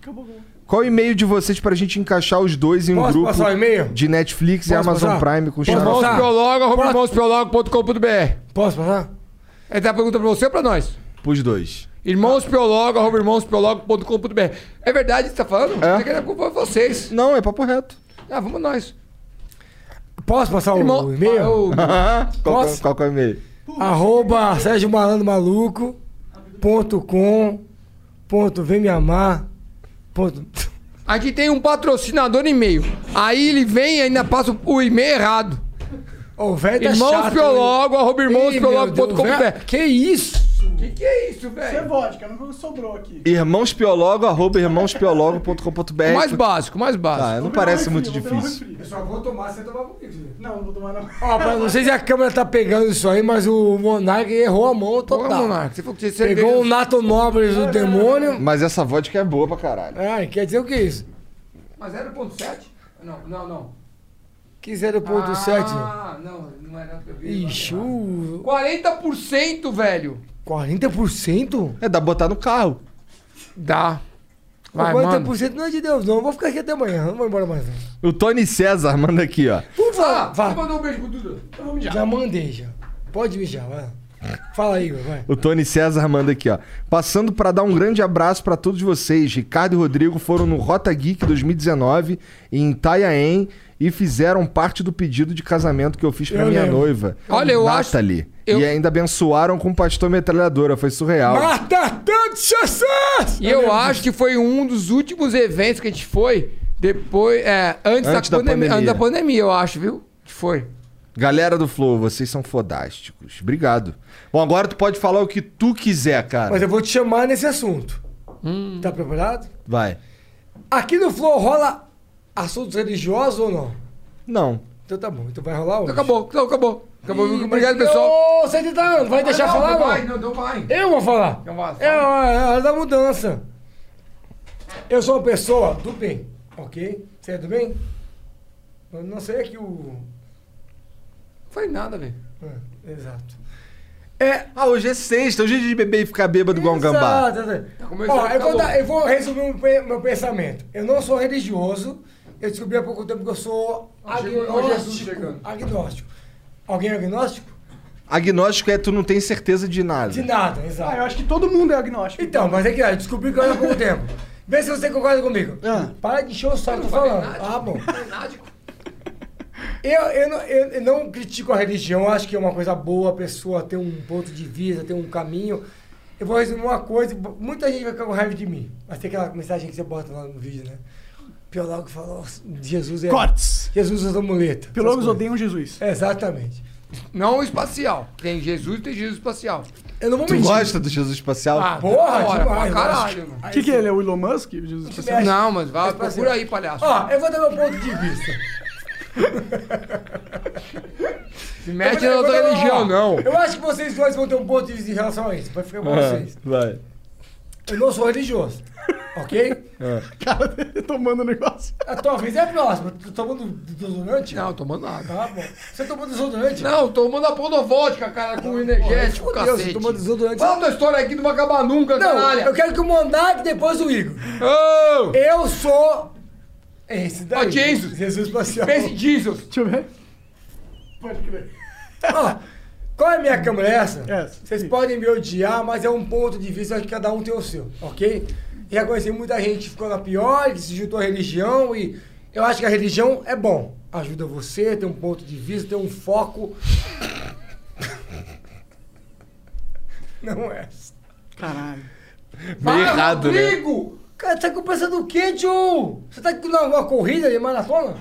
S3: Qual o e-mail de vocês pra gente encaixar os dois em um
S5: Posso
S3: grupo
S5: passar o e-mail?
S3: de Netflix e
S5: Posso
S3: Amazon
S5: passar?
S3: Prime com
S5: Posso
S3: Chaves?
S5: passar?
S4: Irmãosprologo, irmãosprologo.com.br.
S5: Posso passar?
S4: Ele tá perguntando pra você ou pra nós?
S3: Pros dois.
S4: Irmãosprologo, arroba irmãosprologo.com.br. É verdade que você tá falando? É. Você quer culpa vocês.
S3: Não, é papo reto.
S4: Ah, vamos nós.
S5: Posso passar É o
S4: Irmão-
S5: e-mail? Uhum.
S4: Ah, o-
S3: qual,
S5: Posso?
S3: qual, qual que é o e-mail?
S5: Arroba Sérgio Malandro Maluco ponto com ponto vem me amar ponto...
S4: Aqui tem um patrocinador no e-mail. Aí ele vem e ainda passa o e-mail errado.
S5: Ô, velho tá
S4: Irmãos
S5: chato,
S4: Piologo,
S5: hein?
S4: arroba
S5: Ih, meu
S4: irmãosprologo.com.br.
S5: Deus, velho, Que isso?
S4: Que que é isso,
S2: Isso é
S4: velho?
S2: vodka, não sobrou aqui.
S3: Irmãospiologo, arroba irmãospiologo.com.br.
S4: Mais básico, mais básico.
S3: Ah, não parece muito difícil.
S5: Eu só vou tomar se você tomar comigo.
S2: Não, não vou tomar não.
S5: Ó, pra- não sei se a câmera tá pegando isso aí, mas o Monark errou a mão total.
S4: Porra, Monark, você falou que você
S5: Pegou
S4: veio-
S5: o Nato Nobre do demônio.
S3: Mas essa vodka é boa pra caralho.
S5: Ai, quer dizer o que é isso?
S4: Mas 0.7? Não, não, não.
S5: Que 0.7?
S4: Ah, não, não era o que eu vi.
S5: Ixi, o-
S4: 40%, velho.
S5: 40%?
S3: É, dá pra botar no carro.
S4: Dá. Vai,
S5: 40%
S4: mano.
S5: não é de Deus, não. Eu vou ficar aqui até amanhã. Não vou embora mais. não.
S3: O Tony César manda aqui, ó.
S5: Por favor,
S4: Você
S5: vá.
S4: mandou um beijo pro Duda?
S5: Eu vou mijar. Já mandei já. Pode mijar, vai. Fala aí, vai.
S3: O Tony César manda aqui, ó. Passando pra dar um grande abraço pra todos vocês. Ricardo e Rodrigo foram no Rota Geek 2019 em Itaiaém e fizeram parte do pedido de casamento que eu fiz pra
S5: Eu
S3: minha
S5: lembro.
S3: noiva.
S4: Olha, eu acho-
S3: Nathalie.
S4: eu-
S3: E ainda abençoaram com pastor metralhadora, foi surreal.
S5: Mata tanto chances!
S4: E eu acho que foi um dos últimos eventos que a gente foi depois, é, antes,
S3: Antes
S4: da,
S3: da
S4: pandemia,
S3: pandemia.
S4: Antes da pandemia, eu acho, viu? Que foi.
S3: Galera do Flow, vocês são fodásticos. Obrigado. Bom, agora tu pode falar o que tu quiser, cara.
S5: Mas eu vou te chamar nesse assunto.
S4: Hum.
S5: Tá preparado?
S3: Vai.
S5: Aqui no Flow rola assuntos religiosos ou não?
S3: Não.
S5: Então tá bom, então vai rolar hoje.
S4: Acabou, não, acabou. Acabou.
S5: Ih,
S4: Obrigado,
S5: mas-
S4: pessoal.
S5: Ô, você tá dando, vai deixar
S4: não,
S5: falar,
S4: não vai, um
S5: mano?
S4: não, não vai.
S5: Eu vou falar.
S4: Então vai,
S5: É
S4: fala.
S5: a é a hora da mudança. Eu sou uma pessoa do bem, ok? Você é do bem? Eu não sei que o...
S4: Não foi nada, velho.
S5: É, exato.
S3: Ah, hoje é sexta, hoje é dia de beber e ficar bêbado igual um gambá.
S5: Exato, exato.
S4: Tá começando,
S5: Ó, eu, vou
S4: acabou.
S5: dar- eu vou resumir o pe- meu pensamento. Eu não sou religioso. Eu descobri há pouco tempo que eu sou
S4: Chegou-
S5: agnóstico.
S4: olha Jesus chegando.
S5: agnóstico. Alguém é agnóstico?
S3: Agnóstico é tu não tem certeza de nada.
S5: De nada, exato.
S2: Ah, eu acho que todo mundo é agnóstico.
S5: Então, mas é que eu descobri que eu era há pouco tempo. Vê se você concorda comigo.
S2: Ah.
S5: Para de encher o saco, tô
S4: falei
S5: falando.
S4: nada.
S5: Ah, bom.
S4: Nada.
S5: Eu, eu, não, eu- eu não critico a religião, acho que é uma coisa boa a pessoa ter um ponto de vista, ter um caminho. Eu vou resumir uma coisa, muita gente vai ficar com raiva de mim. Mas tem aquela mensagem que você bota lá no vídeo, né? Piologo falou, "Nossa, Jesus é...
S2: Cortes.
S5: Jesus usa muleta.
S2: Piologos
S5: Essas coisas.
S2: odeiam Jesus.
S5: Exatamente.
S4: Não o espacial. Tem Jesus e tem Jesus espacial.
S5: Eu não vou
S3: Tu
S5: mentir.
S3: gosta do Jesus espacial?
S2: Ah,
S5: Porra,
S4: da hora,
S5: demais,
S4: pra Ah, caralho. mano.
S2: O que, que é ele? É o Elon Musk? Jesus Ah, especial?
S4: Não, mas vai,
S5: Espacial.
S4: procura aí, palhaço.
S5: Ó, eu vou dar meu ponto de vista.
S4: Se mete
S5: Eu
S4: na
S5: vou dar-
S4: outra religião,
S5: ó,
S4: não.
S5: é
S4: É.
S5: Eu acho que vocês dois vão ter um ponto de vista em relação a isso. Vai ficar com vocês.
S3: vai.
S5: Eu não sou religioso. Ok?
S4: É.
S2: Cara, ele tomando o negócio.
S5: A tua vez é a próxima. Tu tomando desodorante?
S4: Não, tomando nada.
S5: Tá bom. Você tomou desodorante?
S4: Não, tomando a ponta vodka, cara, com energético,
S5: Meu Deus,
S4: cacete.
S5: tomou desodorante.
S4: Fala tua história aqui, não vai acabar nunca,
S5: Não,
S4: caralho.
S5: eu quero que o Monark depois o Igor.
S4: Ô!
S5: Eu sou. Esse daí.
S4: Ó, Jesus.
S5: Jesus Passeal.
S4: Pense Jesus.
S2: Deixa eu ver. Pode crer.
S5: Ó, qual é a minha câmera? É essa?
S2: Essa.
S5: Vocês podem me odiar, mas é um ponto de vista que cada um tem o seu, ok? Já conheci muita gente que ficou na pior, que se juntou à religião e eu acho que a religião é bom. Ajuda você, tem um ponto de vista, tem um foco. Não é.
S2: Caralho.
S3: Meio errado, né?
S5: Rodrigo! Cara, tá com pressa do quê, tio? Você tá com uma, uma corrida de maratona?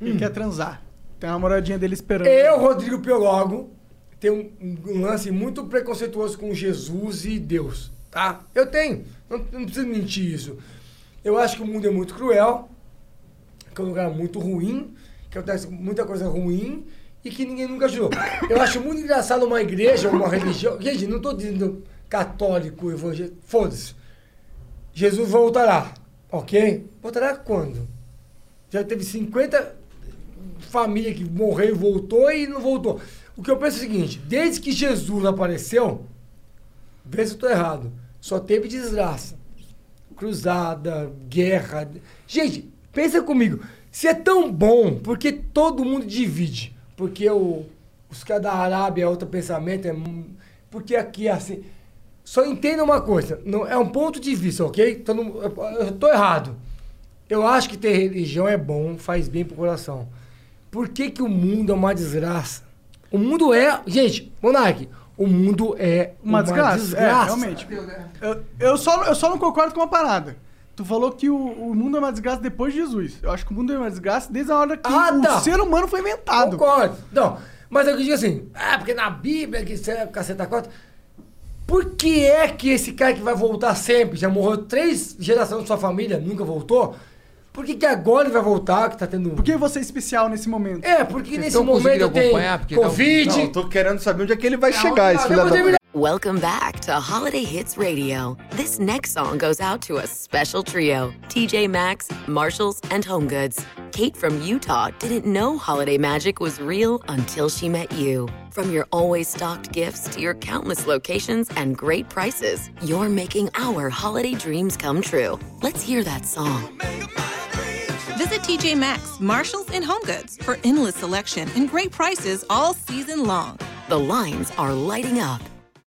S2: Ele quer transar. Tem a namoradinha dele esperando.
S5: Eu, Rodrigo Piologo, tenho um, um lance muito preconceituoso com Jesus e Deus, tá? Eu tenho. Não, não preciso mentir isso. Eu acho que o mundo é muito cruel, que é um lugar muito ruim, que acontece muita coisa ruim e que ninguém nunca ajudou. Eu acho muito engraçado uma igreja, uma religião. Gente, não estou dizendo católico, evangélico. Foda-se. Jesus voltará, ok? Voltará quando? Já teve 50 família que morreu e voltou e não voltou. O que eu penso é o seguinte: desde que Jesus apareceu, vê se eu estou errado, só teve desgraça. Cruzada, guerra. Gente, pensa comigo. Se é tão bom, porque todo mundo divide. Porque o, os caras da Arábia é outro pensamento. É, mu- porque aqui é assim. Só entenda uma coisa: não, é um ponto de vista, ok? Então, não- eu, eu tô errado. Eu acho que ter religião é bom, faz bem pro coração. Por que, que o mundo é uma desgraça? O mundo é. Gente, Monark, o mundo é
S2: Uma desgraça, é, realmente. Eu, eu só, eu só não concordo com uma parada. Tu falou que o, o mundo é uma desgraça depois de Jesus. Eu acho que o mundo é uma desgraça desde a hora que o ser humano foi inventado.
S5: Ah, tá. Concordo. Não, mas eu digo assim, ah, porque na Bíblia, que isso é caceta cota. Por que é que esse cara que vai voltar sempre, já morreu três gerações de sua família, nunca voltou? Por que, que agora ele vai voltar, que tá tendo... Por
S2: que você é especial nesse momento?
S5: É, porque
S2: Então,
S5: nesse momento tem
S3: tá
S5: Covid...
S3: Não, eu tô querendo saber onde é que ele vai chegar, esse filho da...
S17: Welcome back to Holiday Hits Radio. This next song goes out to a special trio TJ Maxx, Marshalls, and HomeGoods. Kate from Utah didn't know holiday magic was real until she met you. From your always stocked gifts to your countless locations and great prices, you're making our holiday dreams come true. Let's hear that song.
S18: Visit TJ Maxx, Marshalls, and HomeGoods for endless selection and great prices all season long.
S17: The lines are lighting up.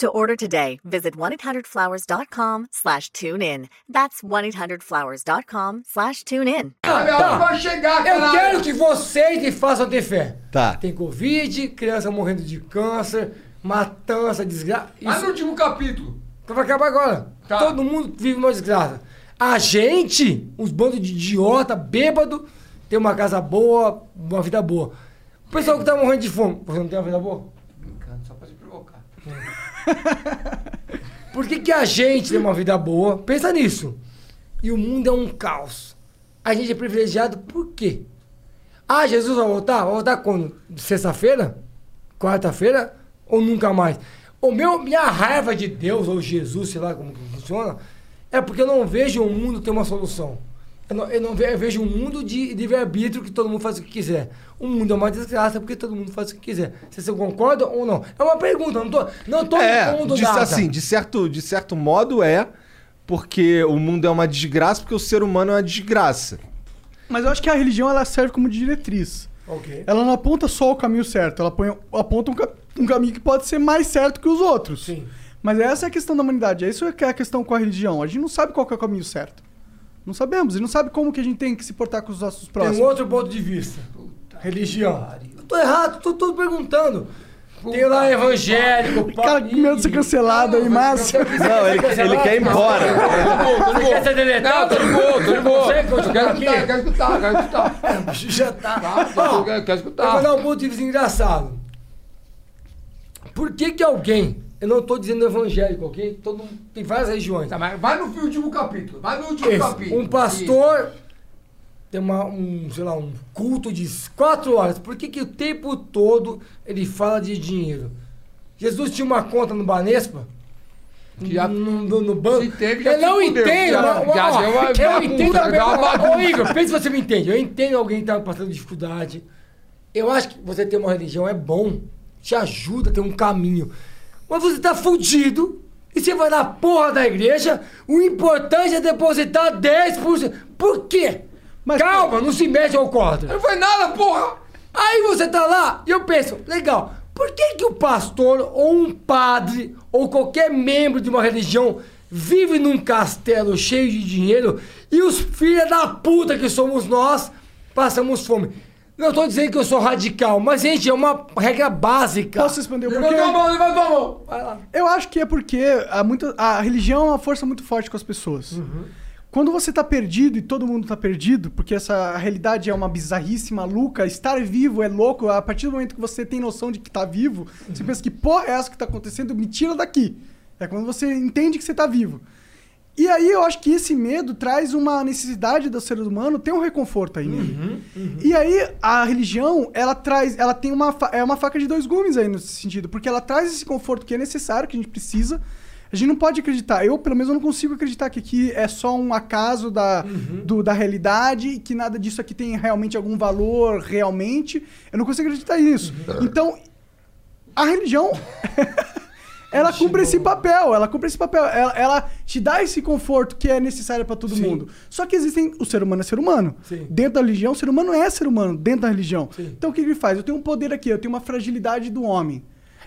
S1: To order today, visit 1-800-Flowers.com slash tune in. That's 1-800-Flowers.com slash tune in.
S5: Tá. Eu quero que vocês me façam ter fé.
S3: Tá.
S5: Tem Covid, criança morrendo de câncer, matança, desgraça. Mas no último capítulo. Vai acabar agora.
S4: Tá.
S5: Todo mundo vive uma desgraça. A gente, uns bandos de idiota, bêbado, tem uma casa boa, uma vida boa. O pessoal que tá morrendo de fome, você não tem uma vida boa?
S4: Só pra te provocar.
S5: Por que, que a gente tem uma vida boa? Pensa nisso. E o mundo é um caos. A gente é privilegiado por quê? Ah, Jesus vai voltar? Vai voltar quando? Sexta-feira? Quarta-feira? Ou nunca mais? O meu, minha raiva de Deus, ou Jesus, sei lá como que funciona, é porque eu não vejo o mundo ter uma solução. Eu não, eu não ve- eu vejo um mundo de livre-arbítrio que todo mundo faz o que quiser. O mundo é uma desgraça porque todo mundo faz o que quiser. Vocês concordam ou não? É uma pergunta, eu não tô, não tô
S3: É,
S5: impondo
S3: de,
S5: nada.
S3: assim, de certo, de certo modo é, porque o mundo é uma desgraça, porque o ser humano é uma desgraça.
S2: Mas eu acho que a religião ela serve como diretriz.
S5: Ok.
S2: Ela é não aponta só o caminho certo, ela põe- aponta um, ca- um caminho que pode ser mais certo que os outros. Sim. Mas essa é a questão da humanidade, é isso que é a questão com a religião. A gente não sabe qual que é o caminho certo. Não sabemos, e não sabe como que a gente tem que se portar com os nossos próximos.
S5: Tem um outro ponto de vista. Religião. Eu tô errado, tô, tô perguntando. Tem lá evangélico,
S2: Cara, que medo de ser cancelado aí, Márcio.
S5: é
S3: Não, ele, ele quer ir embora.
S5: Você quer ser deletado?
S4: Não, tô de boa, tô de boa.
S5: Você quer continuar
S4: Quero
S5: aqui?
S4: escutar, quero escutar, quero escutar.
S5: É, o bicho já tá.
S4: tô-
S5: Ó,
S4: quero- quero escutar.
S5: Eu vou dar um ponto de vista engraçado. Por que que alguém... Eu não tô dizendo evangélico, ok? Todo, mundo- tem várias regiões.
S4: Tá, Vai no último capítulo, vai no último
S5: Esse,
S4: capítulo.
S5: Um pastor tem uma, um, sei lá, um culto de quatro horas. Por que, que o tempo todo ele fala de dinheiro? Jesus tinha uma conta no Banespa? no, no- no banco?
S4: já
S5: eu
S4: se
S5: não
S4: fudeu,
S5: entendo.
S4: já-
S5: mas-
S4: já
S5: ó,
S4: deu uma-
S5: eu
S4: uma
S5: entendo
S4: puta,
S5: a
S4: deu uma
S5: minha. Ô,
S4: bagunça.
S5: Igor, pensa se você me entende. Eu entendo alguém que tá passando dificuldade. Eu acho que você ter uma religião é bom. Te ajuda a ter um caminho. Mas você tá fudido e você vai na porra da igreja. O importante é depositar 10%. Por quê? Calma, não se mete ao corda. Não foi nada, porra! Aí você tá lá e eu penso, legal, Por que, que o pastor ou um padre ou qualquer membro de uma religião vive num castelo cheio de dinheiro e os filhos da puta que somos nós passamos fome? Não estou dizendo que eu sou radical, mas, gente, é uma regra básica.
S2: Posso responder um o porquê?
S5: Levantou a mão, levantou a mão.
S2: Eu acho que é porque há muita, a religião é uma força muito forte com as pessoas.
S5: Uhum.
S2: Quando você tá perdido e todo mundo tá perdido, porque essa realidade é uma bizarrice maluca, estar vivo é louco, a partir do momento que você tem noção de que tá vivo, você
S5: Uhum.
S2: pensa que porra é essa que tá acontecendo, me tira daqui. É quando você entende que você tá vivo. E aí eu acho que esse medo traz uma necessidade do ser humano ter um reconforto aí
S5: Uhum.
S2: nele. E aí a religião, ela traz, ela tem uma fa- é uma faca de dois gumes aí nesse sentido, porque ela traz esse conforto que é necessário, que a gente precisa. A gente não pode acreditar. Eu, pelo menos, não consigo acreditar que aqui é só um acaso da, do- da realidade e que nada disso aqui tem realmente algum valor, realmente. Eu não consigo acreditar nisso. Então, a religião ela cumpre esse papel, ela cumpre esse papel. Ela, ela te dá esse conforto que é necessário pra todo mundo. Só que existem. O ser humano é ser humano. Dentro da religião, o ser humano é ser humano, dentro da religião. Então o que ele faz? Eu tenho um poder aqui, eu tenho uma fragilidade do homem.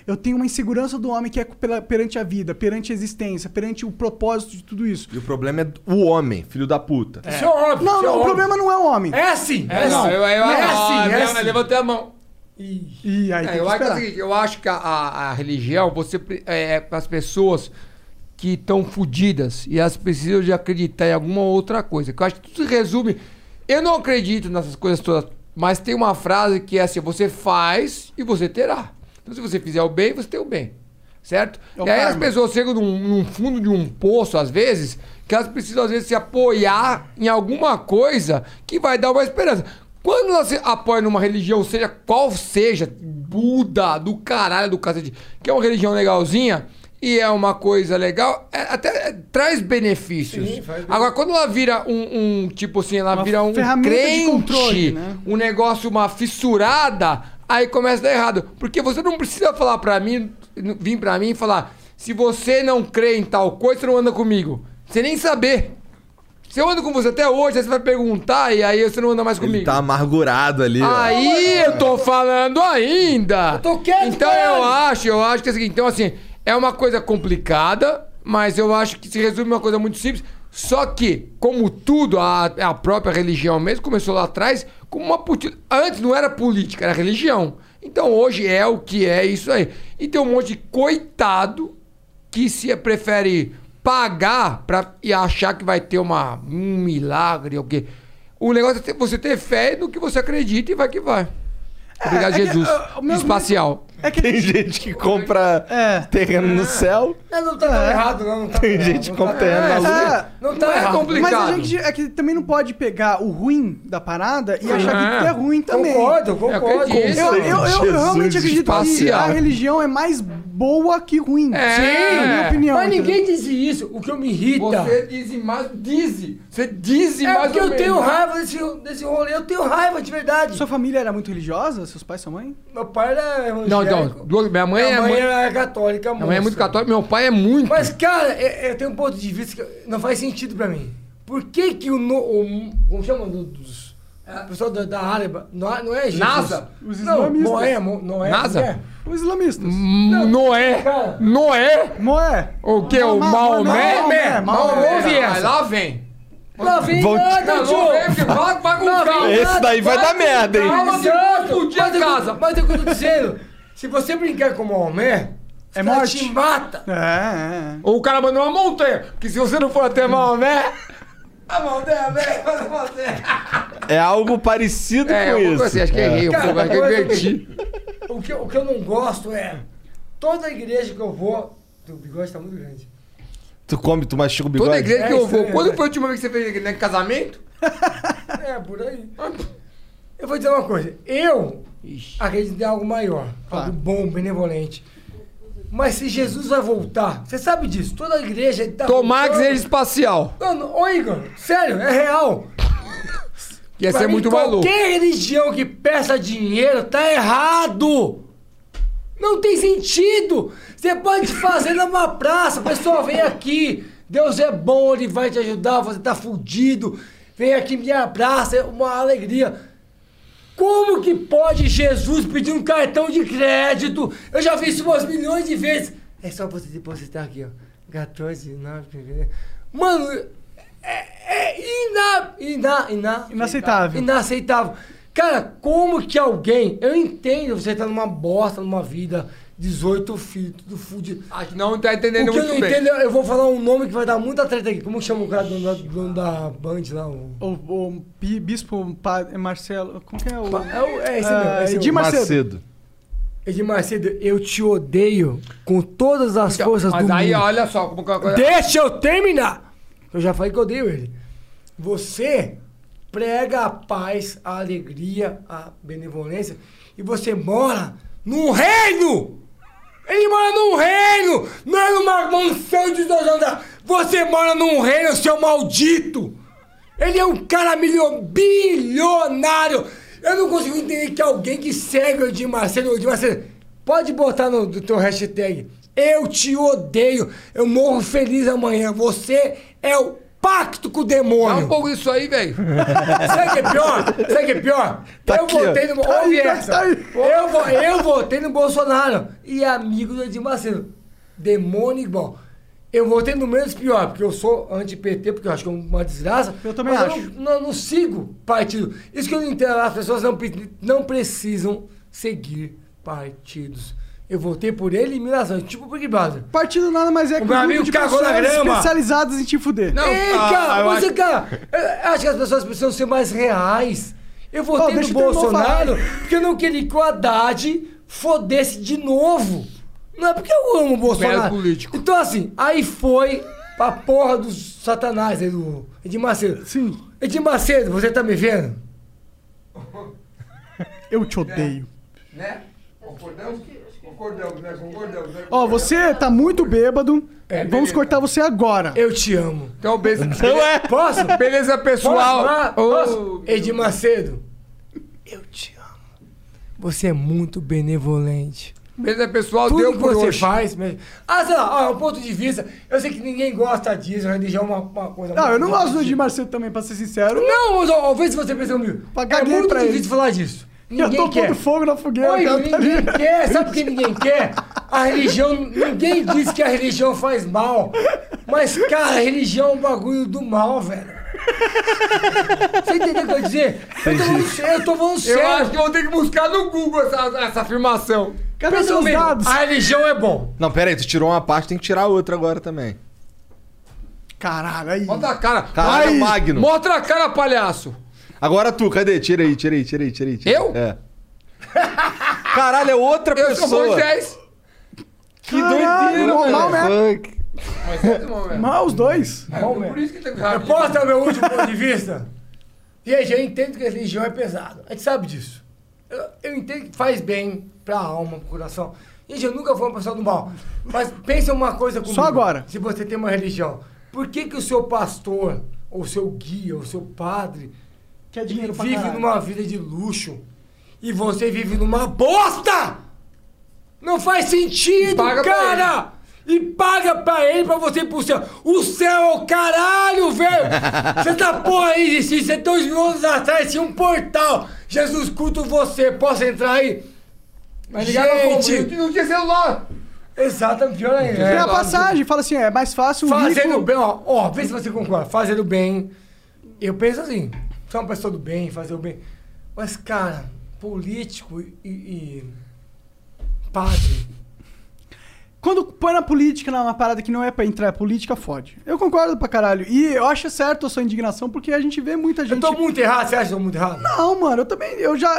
S2: Eu tenho uma insegurança do homem que é pela- perante a vida, perante a existência, perante o propósito de tudo isso.
S3: E o problema é o homem, filho da puta.
S2: É. Não, não, o problema não é o homem.
S5: É assim!
S4: É, não, eu, eu, ah, não, não, levantei a mão.
S2: E aí,
S4: É,
S2: tem que
S4: eu, acho que é o
S2: esperar.
S4: seguinte, eu acho que a, a- a religião, você pre- é para as pessoas que estão fodidas e elas precisam de acreditar em alguma outra coisa. Que eu acho que tudo se resume. Eu não acredito nessas coisas todas, mas tem uma frase que é assim: você faz e você terá. Então, se você fizer o bem, você tem o bem. Certo?
S2: É o
S4: e aí as
S2: karma.
S4: pessoas chegam num, num fundo de um poço, às vezes, que elas precisam, às vezes, se apoiar em alguma coisa que vai dar uma esperança. Quando elas se apoiam numa religião, seja qual seja, Buda, do caralho, do cacete, que é uma religião legalzinha e é uma coisa legal, é- até é, traz benefícios.
S5: Sim, faz bem.
S4: Agora, quando ela vira um, um, tipo assim, ela
S5: Uma
S4: vira um
S5: ferramenta de
S4: crente,
S5: controle, né?
S4: um negócio, uma fissurada, aí começa a dar errado. Porque você não precisa falar pra mim, n- vir pra mim e falar, se você não crê em tal coisa, você não anda comigo. Você nem saber. Se eu ando com você até hoje, aí você vai perguntar e aí você não anda mais comigo.
S3: Tá amargurado ali. ó.
S4: Aí eu tô falando ainda. Eu tô quieto, Então eu acho, eu acho que é o seguinte, então assim, é uma coisa complicada, mas eu acho que se resume em uma coisa muito simples. Só que, como tudo, a, a própria religião mesmo começou lá atrás como uma puti- Antes não era política, era religião. Então hoje é o que é isso aí. E tem um monte de coitado que se prefere pagar pra, e achar que vai ter uma, um milagre ou o quê. O negócio é ter- você ter fé no que você acredita e vai que vai. Obrigado,
S3: é que,
S4: Jesus.
S3: ah, o meu-
S4: Espacial.
S2: É que
S3: Tem gente que compra
S5: É,
S3: terreno no céu.
S5: Não, não tá tão errado, não. não tá
S3: Tem
S5: tão
S3: gente
S5: errado,
S3: com
S5: não tá-
S3: terra na
S5: É,
S3: lua.
S5: Não tá
S2: é
S5: errado.
S2: complicado. Mas a gente é que também não pode pegar o ruim da parada e achar que
S5: É.
S2: tudo é ruim também.
S5: Concordo, concordo.
S2: Eu, acredito. eu, eu- eu
S5: Jesus
S2: realmente acredito que a
S5: espacial.
S2: religião é mais boa que ruim.
S4: É.
S2: Na minha opinião.
S5: Mas ninguém
S2: entendeu?
S5: diz isso. O que eu me irrita.
S4: Você diz mais. Diz. Você diz
S5: É
S4: mais
S5: porque
S4: ou
S5: eu
S4: menos.
S5: tenho raiva desse, desse rolê. Eu tenho raiva de verdade.
S2: Sua família era muito religiosa? Seus pais, sua mãe?
S5: Meu pai era evangélico.
S4: Não, então, duas- minha mãe,
S5: é Minha
S4: é
S5: mãe
S4: muito,
S5: era católica,
S4: minha mãe é
S5: moça.
S4: muito católica, meu pai é muito.
S5: Mas, cara, eu, eu tenho um ponto de vista que não faz sentido pra mim. Por que que o... No, o como chama? Do, dos, o pessoal da, da área... Não, é- não é Jesus.
S4: NASA?
S5: Os
S4: Os
S5: não,
S4: islamistas.
S5: Noé, Mo- Noé.
S4: NASA?
S5: Noé.
S2: Os islamistas.
S4: Noé. Noé.
S2: Noé.
S4: O que? O Maomé?
S5: Maomé, Maomé.
S4: Maomé.
S5: Maomé.
S4: Mas Lá vem.
S5: Lá vem
S4: Vão te-
S5: nada,
S4: Não,
S5: tio.
S4: não vem, porque vai- vai com
S5: Lá
S4: calma.
S5: vem
S4: Esse
S5: nada,
S4: daí vai dar
S5: com
S4: merda, hein?
S5: calma,
S4: Esse
S5: Santo.
S4: outro dia
S5: Mas eu-
S4: casa.
S5: Mas é o que eu tô dizendo. Se você brincar com o Maomé, é morte. te mata.
S2: É,
S4: Ou o cara mandou uma montanha. Porque se você não for até né? Maomé.
S5: A Maomé, velho, faz a Maomé.
S3: É algo parecido
S4: É,
S3: com
S4: alguma
S3: isso.
S4: coisa assim, acho que errei um
S5: Cara,
S4: pouco, acho que eu
S5: mas-
S4: inverti.
S5: O que, eu- o que eu não gosto é. Toda igreja que eu vou. O bigode tá muito grande.
S3: Tu come, tu machuca o bigode.
S4: Toda igreja
S5: É
S4: que eu vou.
S5: estranho,
S4: Quando
S5: né?
S4: foi a última vez que você fez igreja? Né? Casamento?
S5: É, por aí. Eu vou dizer uma coisa. Eu acredito em algo maior, algo bom, benevolente. Mas se Jesus vai voltar, você sabe disso, toda a igreja tá
S4: Tomar que
S5: voltando.
S4: seja espacial.
S5: Mano, ô Igor, sério, é real.
S4: Ia
S5: Pra
S4: ser
S5: mim,
S4: muito
S5: qualquer
S4: maluco.
S5: religião que peça dinheiro tá errado. Não tem sentido. Você pode fazer numa praça. Pessoal, vem aqui. Deus é bom, ele vai te ajudar. Você tá fudido. Vem aqui, me abraça. É uma alegria. Como que pode Jesus pedir um cartão de crédito? Eu já vi isso umas milhões de vezes. É só você depositar aqui, ó. 14, 9, Mano, é, é ina, ina, ina,
S2: Inaceitável.
S5: Inaceitável. Cara, como que alguém. Eu entendo você tá numa bosta, numa vida. 18 filhos, tudo fudido.
S4: Acho que não tá entendendo
S5: o que eu
S4: muito
S5: não
S4: bem.
S5: entendo, eu vou falar um nome que vai dar muita treta aqui. Como chama o cara do dono da, dono da Band lá? O...
S2: O, o bi- bispo pa, um Marcelo. Como que é o.
S5: É, o- é esse mesmo.
S2: Ah,
S5: é esse mesmo.
S2: Edir Macedo.
S5: Edir Macedo, eu te odeio com todas as forças
S4: Então, Mas
S5: do
S4: aí,
S5: mundo.
S4: olha só como que é a coisa-
S5: Deixa eu terminar! Eu já falei que eu odeio ele. Você prega a paz, a alegria, a benevolência e você mora num reino! Ele mora num reino! Não é numa mansão de dois andares! Você mora num reino, seu maldito! Ele é um cara milio- bilionário! Eu não consigo entender que alguém que segue o Edir Macedo, o Edir Macedo, pode botar no, no teu hashtag. Eu te odeio, eu morro feliz amanhã. Você é o pacto com o demônio.
S4: Dá um pouco isso aí, velho.
S5: Sabe o que é pior? Sabe o que é pior? eu votei no
S4: Tá
S5: Ouve
S4: aí, tá
S5: essa.
S4: aí.
S5: Eu, vo- eu votei no Bolsonaro. E amigo do Edir Macedo. Demônio igual. Eu votei no menos pior, porque eu sou anti-PT, porque eu acho que é uma desgraça. Eu
S2: também acho.
S5: Eu não, não- não sigo partido. Isso que eu não entendo. As pessoas não, pre- não precisam seguir partidos. Eu votei por eliminação, tipo o Big Brother.
S2: Partido nada mais é
S5: o meu amigo cagou na grama.
S2: especializadas em te fuder.
S5: Não, ah,
S2: ah,
S5: cara, você, cara, eu acho que as pessoas precisam ser mais reais. Eu
S2: Ó,
S5: votei no
S2: deixa o teu irmão
S5: Bolsonaro
S2: falar.
S5: porque eu não queria que o Haddad fodesse de novo. Não é porque eu amo o Bolsonaro. político. Então, assim, aí foi pra porra dos satanás aí do Edir Macedo. Sim. Edir Macedo, você tá me vendo?
S2: Eu te odeio.
S4: Né? Concordamos? Concordamos, né? Concordamos, né?
S2: Ó, você tá muito bêbado. Vamos cortar você agora.
S5: É, Eu te amo.
S4: Então, beleza.
S2: Então é.
S5: Posso?
S4: Beleza,
S2: pessoal.
S5: Posso?
S2: Ô,
S5: Posso? Edir Macedo, eu te amo. Você é muito benevolente.
S4: Beleza, é pessoal.
S5: Tudo
S4: deu
S5: que
S4: por
S5: você
S4: hoje.
S5: faz mesmo. Ah, sei lá, ó, um ponto de vista. Eu sei que ninguém gosta disso, a religião é uma, uma coisa.
S2: Não,
S5: muito
S2: eu não gosto do
S5: dividida.
S2: Edir Macedo também, pra ser sincero.
S5: Não, mas ó, ó, vê se você pensa comigo. É
S2: caguei
S5: muito
S2: pra
S5: difícil
S2: ele.
S5: falar disso.
S2: Eu
S5: Ninguém
S2: tô
S5: quer.
S2: pondo fogo na fogueira.
S5: Oi,
S2: cara, tá
S5: ninguém
S2: ligado?
S5: quer. Sabe o que ninguém quer? A religião. Ninguém diz que a religião faz mal. Mas, cara, a religião é um bagulho do mal, velho. Você entendeu o que eu ia dizer? Eu tô falando sério, eu tô falando sério.
S4: Eu acho que eu vou ter que buscar no Google essa, essa afirmação.
S5: Pensa comigo, A religião é bom.
S3: Não, pera aí, tu tirou uma parte, tem que tirar outra agora também.
S2: Caralho, aí.
S4: Mostra a cara.
S3: Caralho,
S4: Ai,
S3: Magno.
S4: Mostra a cara, palhaço.
S3: Agora tu, cadê? Tira aí, tira aí, tira aí, tira aí. tira aí.
S4: Eu?
S3: É. Caralho, é outra
S4: Eu sou
S3: pessoa.
S4: Moisés.
S3: Que
S2: Caralho,
S3: doideira,
S2: normal né?
S3: velho. Fuck.
S5: é
S2: Mal os dois.
S5: Por isso que Eu posso dar meu último ponto de vista? Gente, eu entendo que a religião é pesada. A gente sabe disso. Eu, eu entendo que faz bem pra alma, pro coração. Gente, eu nunca fui uma pessoa do mal. Mas pensa uma coisa comigo.
S2: Só agora.
S5: Se você tem uma religião, por que, que o seu pastor, ou seu guia, ou seu padre,
S2: Quer dinheiro pra
S5: vive
S2: caralho.
S5: numa vida de luxo e você vive numa bosta? Não faz sentido,
S4: paga pra
S5: cara! E paga pra ele pra você ir pro céu. O céu é o caralho, velho! Você tá porra aí, existia. Você dois mil anos atrás tinha um portal. Jesus, culto você. Posso entrar aí?
S4: Mas ligava como? Não tinha celular.
S5: Exatamente, É. pior ainda.
S2: Tem a passagem, fala assim, é mais
S4: um
S2: fácil o
S5: Fazendo
S2: rico...
S5: bem, ó, ó, vê se você concorda. Fazendo bem. Eu penso assim, sou uma pessoa do bem, fazer o bem. Mas, cara, político e, e padre.
S2: Quando põe na política, numa parada que não é pra entrar, política fode. Eu concordo pra caralho. E eu acho certo a sua indignação, porque a gente vê muita gente...
S5: Eu tô muito errado, você acha que eu tô muito errado?
S2: Não, mano, eu também. Eu já.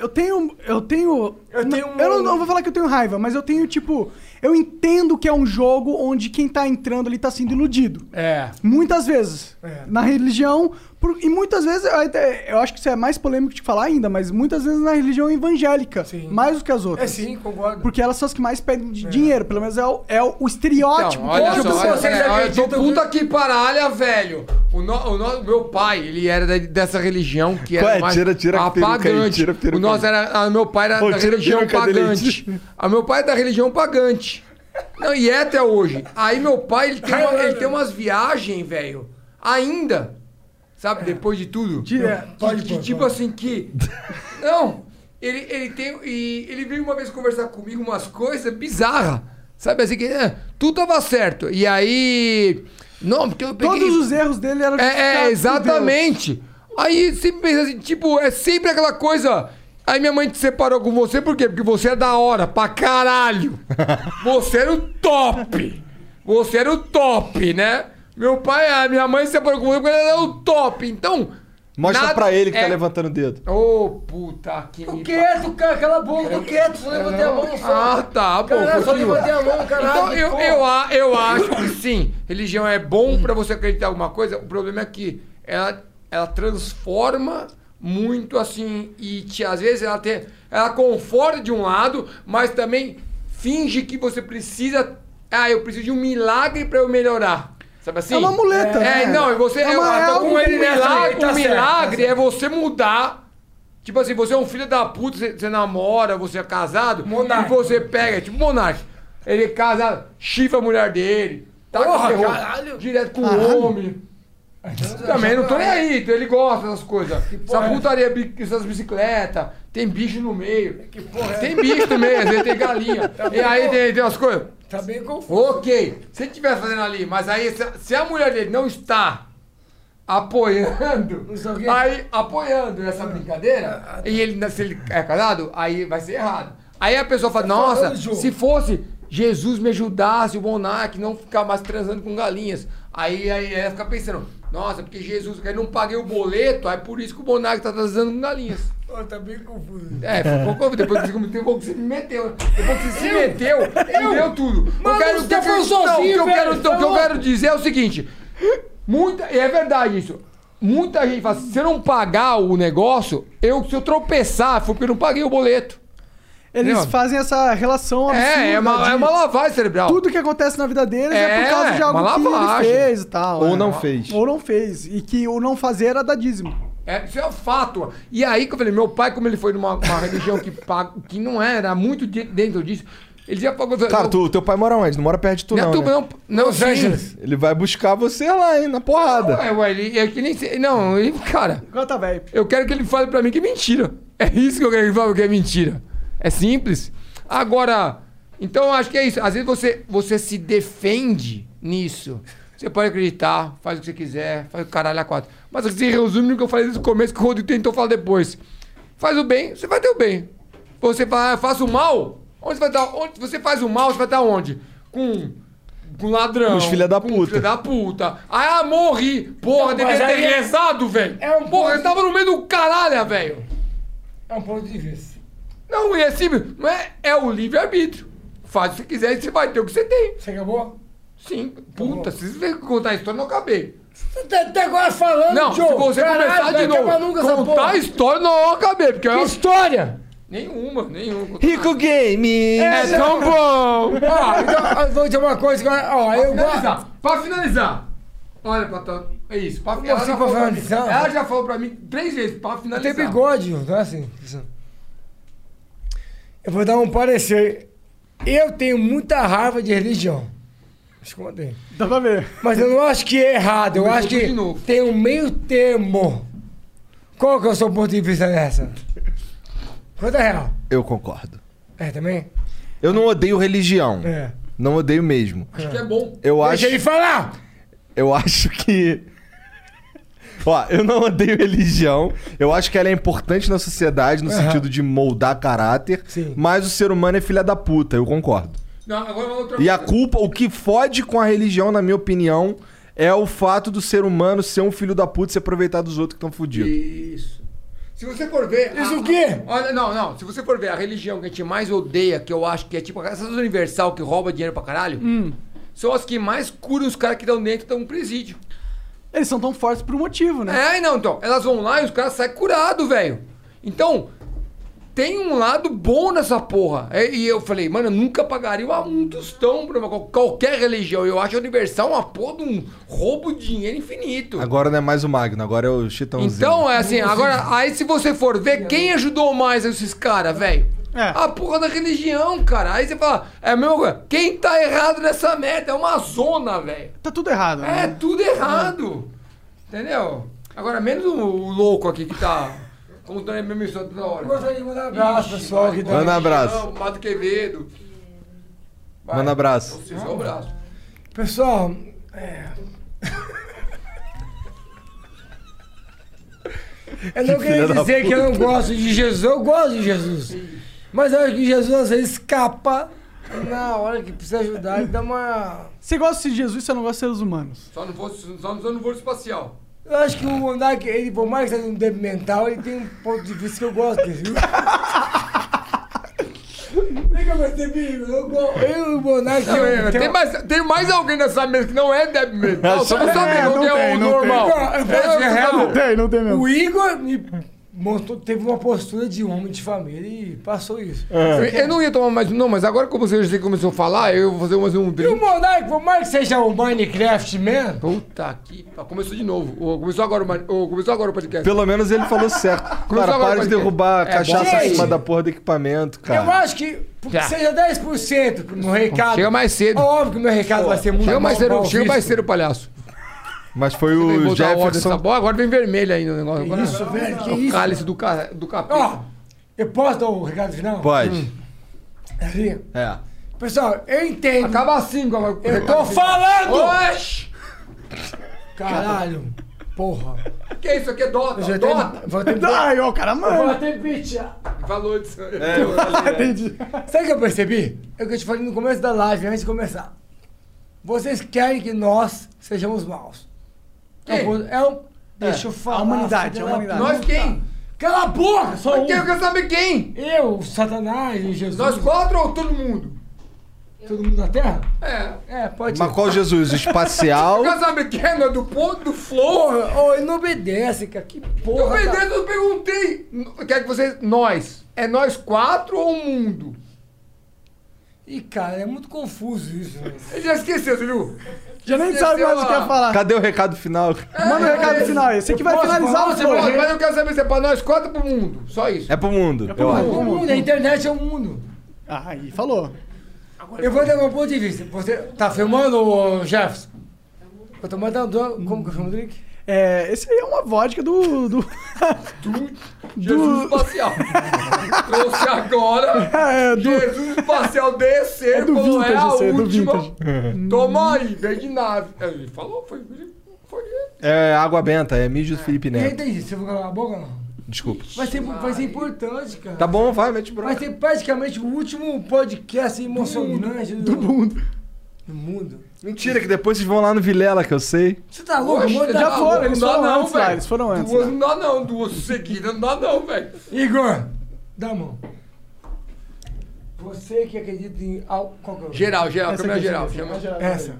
S2: Eu tenho. Eu tenho. Eu
S5: tenho
S2: Eu não, não vou falar que eu tenho raiva, mas eu tenho, tipo. Eu entendo que é um jogo onde quem tá entrando ali tá sendo iludido.
S5: É.
S2: Muitas vezes.
S5: É.
S2: Na religião. por- e muitas vezes. Eu, até- eu acho que isso é mais polêmico de falar ainda, mas muitas vezes na religião evangélica. Mais do que as
S5: É
S2: outras.
S5: sim, concordo.
S2: Porque elas são as que mais pedem de dinheiro. Pelo menos é o, é o, o estereótipo.
S4: Então, olha
S2: Todas
S4: só, olha,
S2: as-
S4: olha, olha, eu tô
S5: Então,
S4: puto aqui paralha, velho. O, no, o, no- o meu pai, ele era da- dessa religião que era
S3: Qual é?
S4: mais
S3: Tira- tira a peruca aí,
S4: apagante.
S3: tira a peruca
S4: o nosso
S3: aí.
S4: era, a- meu pai era
S3: Pô,
S4: da
S3: tira a
S4: religião
S3: peruca dele aí,
S4: pagante.
S3: tira.
S4: A meu pai é da religião pagante. Não, e é até hoje. Aí meu pai, ele tem, uma- ele tem umas viagens, velho, ainda. Sabe, depois de tudo.
S2: É. Tira,
S4: Que-
S2: pode
S4: que,
S2: pôr,
S4: tipo
S2: pode.
S4: assim que. Não! Ele, ele tem. E ele veio uma vez conversar comigo umas coisas bizarras. Sabe assim que. é, tudo tava certo. E aí. Não, porque eu peguei.
S2: Todos os erros dele eram
S4: É, é,
S2: justificados por Deus.
S4: exatamente. Aí sempre pensa assim, tipo, é sempre aquela coisa. Aí minha mãe te separou com você por quê? Porque você é da hora, pra caralho. Você era o top. Você era o top, né? Meu pai, a minha mãe se separou com você porque ela era o top. Então.
S3: Mostra
S4: nada-
S3: pra ele que
S4: é-
S3: tá levantando o dedo.
S4: Ô, puta que. Tô
S5: quieto, cara, cala a boca, tô quieto, só levantei a mão só.
S4: Ah, tá, pô.
S5: Caralho, só
S4: continua.
S5: levantei a mão, caralho.
S4: Então, eu,
S5: porra.
S4: eu, a- eu acho que sim, religião é bom pra você acreditar em alguma coisa. O problema é que ela, ela transforma muito assim e te, às vezes ela tem, ela conforta de um lado, mas também finge que você precisa, ah, eu preciso de um milagre pra eu melhorar. Sabe assim?
S2: É uma muleta, né?
S4: É, não, e você
S2: É
S4: é,
S2: uma- é
S4: eu tô
S2: algo
S4: com ele
S2: milagre,
S4: nessa.
S2: tá certo, tá
S4: o milagre
S2: certo.
S4: é você mudar Tipo assim, você é um filho da puta, você, você namora, você é casado, e você pega, tipo monarca. Ele é casado, chifra a mulher dele, tá
S5: Porra,
S4: com terror,
S5: caralho.
S4: direto com
S5: Caralho.
S4: o homem. Também não tô nem aí, então ele gosta dessas coisas. Essa
S5: porra é
S4: putaria, bi- essas bicicletas, tem bicho no meio. tem bicho no meio, às vezes tem galinha.
S5: é Tá
S4: e aí
S5: bom.
S4: tem, tem umas coisas.
S5: Tá bem confuso.
S4: Ok, se ele estiver fazendo ali, mas aí se, se a mulher dele não está apoiando, aí apoiando
S5: Ah.
S4: essa brincadeira,
S5: tá.
S4: e ele ainda- se ele é casado, aí vai ser errado. Aí a pessoa fala, nossa,
S5: Tá falando, Ju.
S4: se fosse Jesus me ajudasse, o Monark não ficar mais transando com galinhas. Aí, aí ela fica pensando, nossa, porque Jesus, porque eu não paguei o boleto, aí por isso que o Monark tá transando com galinhas.
S5: Pô, tá bem confuso.
S4: É, ficou com- depois que você depois que você me meteu. Depois que você se meteu, deu tudo.
S5: Mas
S4: eu quero,
S5: você
S4: eu
S5: foi
S4: quero, não, o que
S5: sozinho,
S4: eu
S5: velho,
S4: quero,
S5: Tá
S4: então, o que eu
S5: falou.
S4: quero dizer é o seguinte. Muita, e é verdade isso. Muita gente fala, se eu não pagar o negócio, eu, se eu tropeçar, foi porque eu não paguei o boleto.
S2: Eles
S4: Entendeu?
S2: fazem essa relação absurda.
S4: É, é uma- é uma lavagem cerebral.
S2: Tudo que acontece na vida deles é,
S4: É,
S2: por causa de
S4: uma
S2: algo que
S4: lavagem.
S2: ele fez e tal.
S4: Ou
S2: é.
S4: não fez.
S2: Ou não fez. E que o não fazer era da dízimo.
S4: É, isso é um fato. E aí que eu falei, meu pai, como ele foi numa uma religião que, paga- que não era muito de- dentro disso, ele já pagou.
S3: Cara, tu, teu pai mora onde? Não mora perto de tu,
S4: Não,
S3: não.
S4: tu
S3: né?
S4: não- não, Los sim. Angeles.
S3: Ele vai buscar você lá, hein, na porrada.
S4: É, ué, ele é que nem. sei- Não, ele, cara. Eu quero que ele fale pra mim que é mentira. É isso que eu quero que ele fale que é mentira. É simples. Agora, então eu acho que é isso. Às vezes você, você se defende nisso. Você pode acreditar, faz o que você quiser, faz o caralho a quatro. Mas se resume no que eu falei desde o começo, que o Rodrigo tentou falar depois. Faz o bem, você vai ter o bem. Você fala, ah, faça o mal? Onde você vai estar? Onde você faz o mal, você vai estar onde? Com. Com ladrão.
S3: Com os filha da
S4: puta. Filha da puta. Ah, morri. Porra,
S5: Então, mas
S4: devia ter
S5: aí é-
S4: rezado, velho.
S5: é um
S4: Porra, eu tava no meio do caralho, velho.
S5: É um ponto de vista.
S4: Não, e é simples. Não é, é o livre-arbítrio. Faz o que quiser e você vai ter o que você tem.
S5: Você acabou?
S4: Sim. Puta, se você vem contar a história, eu não acabei.
S5: Você tá até agora falando,
S4: não,
S5: Joe.
S4: se você
S5: Caralho,
S4: começar
S5: vai
S4: de
S5: acabar
S4: novo,
S5: nunca essa
S4: contar
S5: porra.
S4: a história, eu não acabei. Porque
S5: Que
S4: eu...
S5: história?
S4: Nenhuma, nenhuma.
S3: Rico Game!
S4: É tão bom!
S5: Ó, então, eu vou dizer uma coisa agora. Ó, eu
S4: pra
S5: gosto.
S4: finalizar, pra finalizar. Olha, Platão, é isso. Pra,
S5: Como
S4: ela,
S5: assim
S4: já
S5: pra
S4: falou pra mim-
S5: finalizar?
S4: ela já falou pra mim três vezes, pra
S5: Eu
S4: finalizar.
S5: tenho bigode, Ju, não é assim? Eu vou dar um parecer. Eu tenho muita raiva de religião. Escondei.
S2: Dá pra ver.
S5: Mas eu não acho que é errado. Eu
S4: Começou
S5: acho
S4: tudo
S5: que
S4: de novo.
S5: tem um meio termo. Qual que é o seu ponto de vista nessa? Quanto é real?
S3: Eu concordo.
S5: É, também?
S3: Eu não odeio religião.
S5: É.
S3: Não odeio mesmo.
S4: Acho que é bom.
S3: Eu acho.
S5: Deixa ele falar!
S3: Eu acho que. Ó, eu não odeio religião. Eu acho que ela é importante na sociedade no
S4: Aham.
S3: sentido de moldar caráter. Mas o ser humano é filha da puta, eu concordo.
S4: Não, agora vamos outra
S3: E a culpa, o que fode com a religião, na minha opinião, é o fato do ser humano ser um filho da puta e se aproveitar dos outros que estão fodidos.
S4: Isso. Se você for ver.
S5: Isso
S4: a-
S5: o quê?
S4: Olha, não, não. Se você for ver a religião que a gente mais odeia, que eu acho que é tipo essas universal que rouba dinheiro pra caralho,
S2: Hum.
S4: são as que mais curam os caras que estão dentro de um presídio.
S2: Eles são tão fortes por um motivo, né?
S4: É, não, então. Elas vão lá e os caras saem curados, velho. Então, tem um lado bom nessa porra. É, E eu falei, mano, eu nunca pagaria uma- um tostão pra uma- qualquer religião. Eu acho a universal uma porra de um roubo de dinheiro infinito.
S3: Agora não é mais o Magno, agora é o Chitãozinho.
S4: Então é assim, agora, aí se você for ver quem ajudou mais esses caras, velho?
S2: É.
S4: A porra da religião, cara. Aí você fala, é a mesma coisa. Quem tá errado nessa merda? É uma zona, velho.
S2: Tá tudo errado,
S4: É
S2: né?
S4: tudo errado. Entendeu? Agora, menos o, o louco aqui que tá contando a mesma história toda hora.
S5: Gostaria de mandar um abraço,
S4: Ixi,
S5: pessoal,
S4: vai,
S5: que
S4: vai,
S3: Manda um abraço.
S4: Não, Mato Quevedo.
S3: Manda abraço.
S4: Vocês vão abraço.
S5: Pessoal, é. eu não
S4: Que
S5: queria
S4: filha da
S5: dizer que eu não
S4: puta.
S5: gosto de Jesus, eu gosto de Jesus. Mas eu acho que Jesus às vezes escapa na hora que precisa ajudar e dá uma.
S2: Você gosta de Jesus, você não gosta de seres humanos.
S4: Só não vou, só não vou no espacial.
S5: Eu acho que o Monark, ele, por mais que seja um débil mental, ele tem um ponto de vista que eu gosto dele, viu? Nunca percebi, eu, go- eu e o Monark.
S4: Não, é, tem, mais, tem mais alguém nessa mesa que não é Deb Mental? Só pra saber qual que é o normal.
S5: Eu posso ser real.
S2: não tem
S5: O Igor me montou, teve uma postura de homem de família e passou isso.
S3: É.
S4: Eu- Eu não ia tomar mais um, não, mas agora que você já começou a falar, eu vou fazer mais um
S5: E o
S4: drink.
S5: Monark, por mais que seja o Minecraft mesmo.
S4: Puta que. pa- Tá, Começou de novo. Ô, começou agora o, mani- ô, começou agora o podcast.
S3: Pelo menos ele falou certo.
S4: Começou
S3: Cara, para
S4: agora o
S3: de
S4: podcast.
S3: derrubar a
S4: É,
S3: cachaça
S4: bom.
S3: em cima
S4: Gente.
S3: da porra do equipamento,
S5: Eu
S3: cara.
S5: acho que porque
S3: Tá.
S5: seja 10% que o meu recado.
S3: Chega mais cedo.
S5: Óbvio que o meu recado vai ser muito
S4: Chega mais
S5: mal-
S4: cedo,
S5: mal
S4: chega
S5: visto.
S4: mais cedo, palhaço.
S3: Mas foi
S4: Tem que
S3: o
S4: botar a ordem nessa
S3: Jefferson.
S4: bola, Agora vem vermelho ainda o negócio. Agora-
S5: Isso, velho, que
S4: o
S5: isso?
S4: Cálice do, ca... do capeta.
S5: Ó, eu posso dar
S4: um
S5: o recado final?
S3: Pode.
S5: Assim,
S3: É.
S5: Pessoal, eu entendo.
S4: Acaba assim,
S5: Eu tô falando!
S4: Oxi!
S5: Caralho, porra.
S4: Que isso aqui é Dota?
S5: Eu já tenho-
S4: Dota?
S5: vou ter-
S2: Ai, ó, o cara manda.
S5: Eu vou ter bicha.
S4: Falou disso.
S5: Entendi. Sabe o que eu percebi? É o que eu te falei no começo da live, antes de começar. Vocês querem que nós sejamos maus. É um ponto- é um- Deixa eu falar.
S2: A humanidade,
S5: filha
S2: a
S5: da
S2: humanidade.
S5: puta.
S2: Nós
S4: quem?
S5: Cala a boca! Só
S4: Mas
S5: um.
S4: quem eu quero saber quem?
S5: Eu, Satanás e Jesus.
S4: Nós quatro ou todo mundo?
S5: Todo mundo da Terra?
S4: É.
S5: É, pode
S3: Mas qual Jesus? Espacial?
S4: Eu quero saber quem é do ponto do flow.
S5: Porra, ô, ele não obedece, cara. Que
S4: Eu
S5: porra.
S4: perdi,
S5: cara.
S4: eu perguntei. N- Quer que vocês. Nós. É nós quatro ou o mundo?
S5: Ih, cara, é muito confuso isso. né?
S4: Ele já esqueceu, você viu?
S2: Já nem
S4: Esqueceu
S2: sabe mais o que
S4: a-
S2: ia falar.
S3: Cadê o recado final?
S2: Manda o recado final. Esse aqui vai finalizar o
S4: você pode, Mas
S2: programa.
S4: eu quero saber se é pra nós quatro ou pro mundo. Só isso.
S3: É pro mundo.
S4: pro
S3: eu
S5: O
S3: acho.
S5: mundo, a internet é o mundo.
S2: Ah, aí falou.
S5: Eu vou dar meu ponto de vista. Você tá filmando, ô, Jefferson? Eu tô mandando. Como que eu chamo o drink?
S2: É, esse aí é uma vodka do. Do. Uh.
S4: Jesus espacial. Trouxe agora.
S2: É, do.
S4: Jesus espacial descer.
S2: É do
S4: falou, é a
S2: vintage, isso aí, é do
S4: última.
S2: vintage.
S4: Toma aí, vem de nave. Ele falou, foi. foi.
S3: É água benta, é mídia do Felipe
S5: Eu
S3: Neto.
S5: entendi. Você vai calar a boca ou não?
S3: Desculpa.
S5: Vai ser, vai ser importante, cara.
S3: Tá bom, vai, mete bronca.
S5: Vai ser praticamente o último podcast emocionante do, mundo. Do mundo.
S3: Mentira, que depois vocês vão lá no Vilela, que eu sei.
S5: Você tá louco?
S4: Poxa,
S5: Mano, tá
S2: Já
S5: maluco?
S2: foram, eles
S4: Não dá
S2: foram
S4: não,
S2: antes lá,
S4: velho.
S2: eles foram antes. né?
S4: Duas
S2: lá.
S4: não dá não, duas seguidas não dá não, velho.
S5: Igor, dá a mão. Você que acredita em algo. Qual que é o-
S4: Geral, geral,
S2: Essa
S4: câmera
S2: aqui,
S4: geral.
S2: essa
S4: Chama
S2: aqui.
S5: Essa.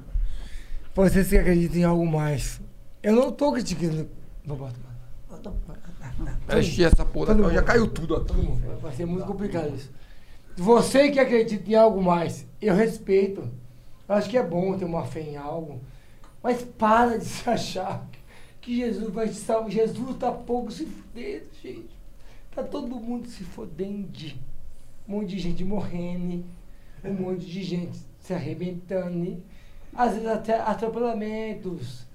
S5: Você que acredita em algo mais. Eu não tô criticando. Vou botar. bota-
S4: Ixi, essa
S2: Tá
S4: porra,
S5: Todo
S4: já
S5: mundo.
S4: caiu tudo aqui.
S5: Todo mundo. tá Vai ser muito complicado isso. Você que acredita em algo mais, eu respeito. Eu acho que é bom ter uma fé em algo. Mas para de se achar que Jesus vai te salvar. Jesus tá pouco se fudendo, gente. Tá todo mundo se fodendo. Um monte de gente morrendo. Um monte de gente se arrebentando. Às vezes até atropelamentos.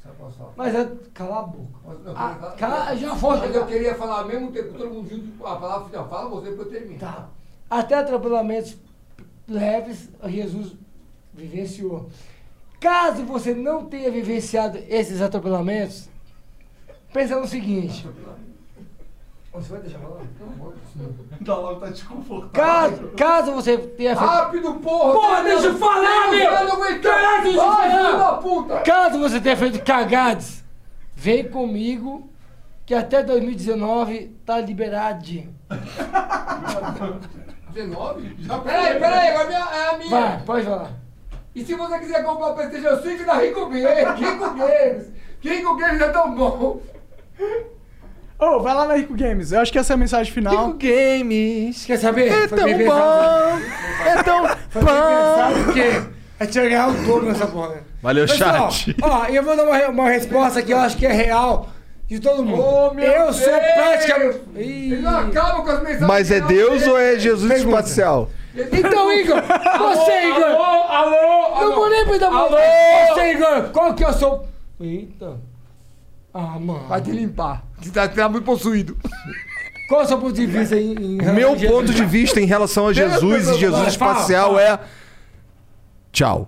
S5: Mas é... cala a boca. Ah, cala... Já foi.
S4: Mas eu queria falar ao mesmo tempo, todo mundo junto, a palavra final. Fala você pra eu terminar.
S5: Tá. Até atropelamentos leves, Jesus vivenciou. Caso você não tenha vivenciado esses atropelamentos, pensa no seguinte. Você vai deixar falar?
S3: Tá logo, tá desconfortável.
S5: Caso, caso você tenha feito...
S4: Rápido, porra!
S5: Porra, deixa eu falar, meu! Caralho,
S4: Ah,
S5: deixa
S4: Caralho, deixa
S5: eu falar!
S4: da puta!
S5: Caso você tenha feito cagadas, vem comigo que até 2019 tá liberado.
S4: 19? Já peraí, peraí, agora minha- é a minha.
S5: Vai, pode falar.
S4: E se você quiser comprar o PlayStation 5 da Rico Games, Rico Games, Rico Games é tão bom.
S2: Ô, vai lá na Rico Games. Eu acho que essa é a mensagem final.
S3: Rico Games.
S5: Quer saber?
S3: É
S5: Foi
S3: tão
S5: bem pensado.
S3: bom. É tão
S5: Foi bem pensado
S3: bom.
S5: porque é tirar ganhar o dobro nessa porra.
S3: Valeu,
S5: Pessoal,
S3: chat.
S5: Ó, eu vou dar uma, re- uma resposta que eu acho que é real de todo mundo.
S4: Ô, meu
S5: eu sou
S4: Deus!
S5: praticamente.
S4: Ele não acaba com as mensagens.
S3: Mas é Deus ou é Jesus
S5: Pergunta.
S3: espacial?
S5: Então, Igor, você, Igor.
S4: Alô, alô,
S5: não
S4: alô.
S5: vou nem me dar
S4: Alô?
S5: Você, Igor, qual que eu sou? Eita. Ah, mano.
S4: Vai te limpar. Você tá, tá muito possuído.
S5: Qual é o seu ponto de vista em, em
S3: Meu ponto de vista em relação a Jesus e Jesus espacial é. Tchau.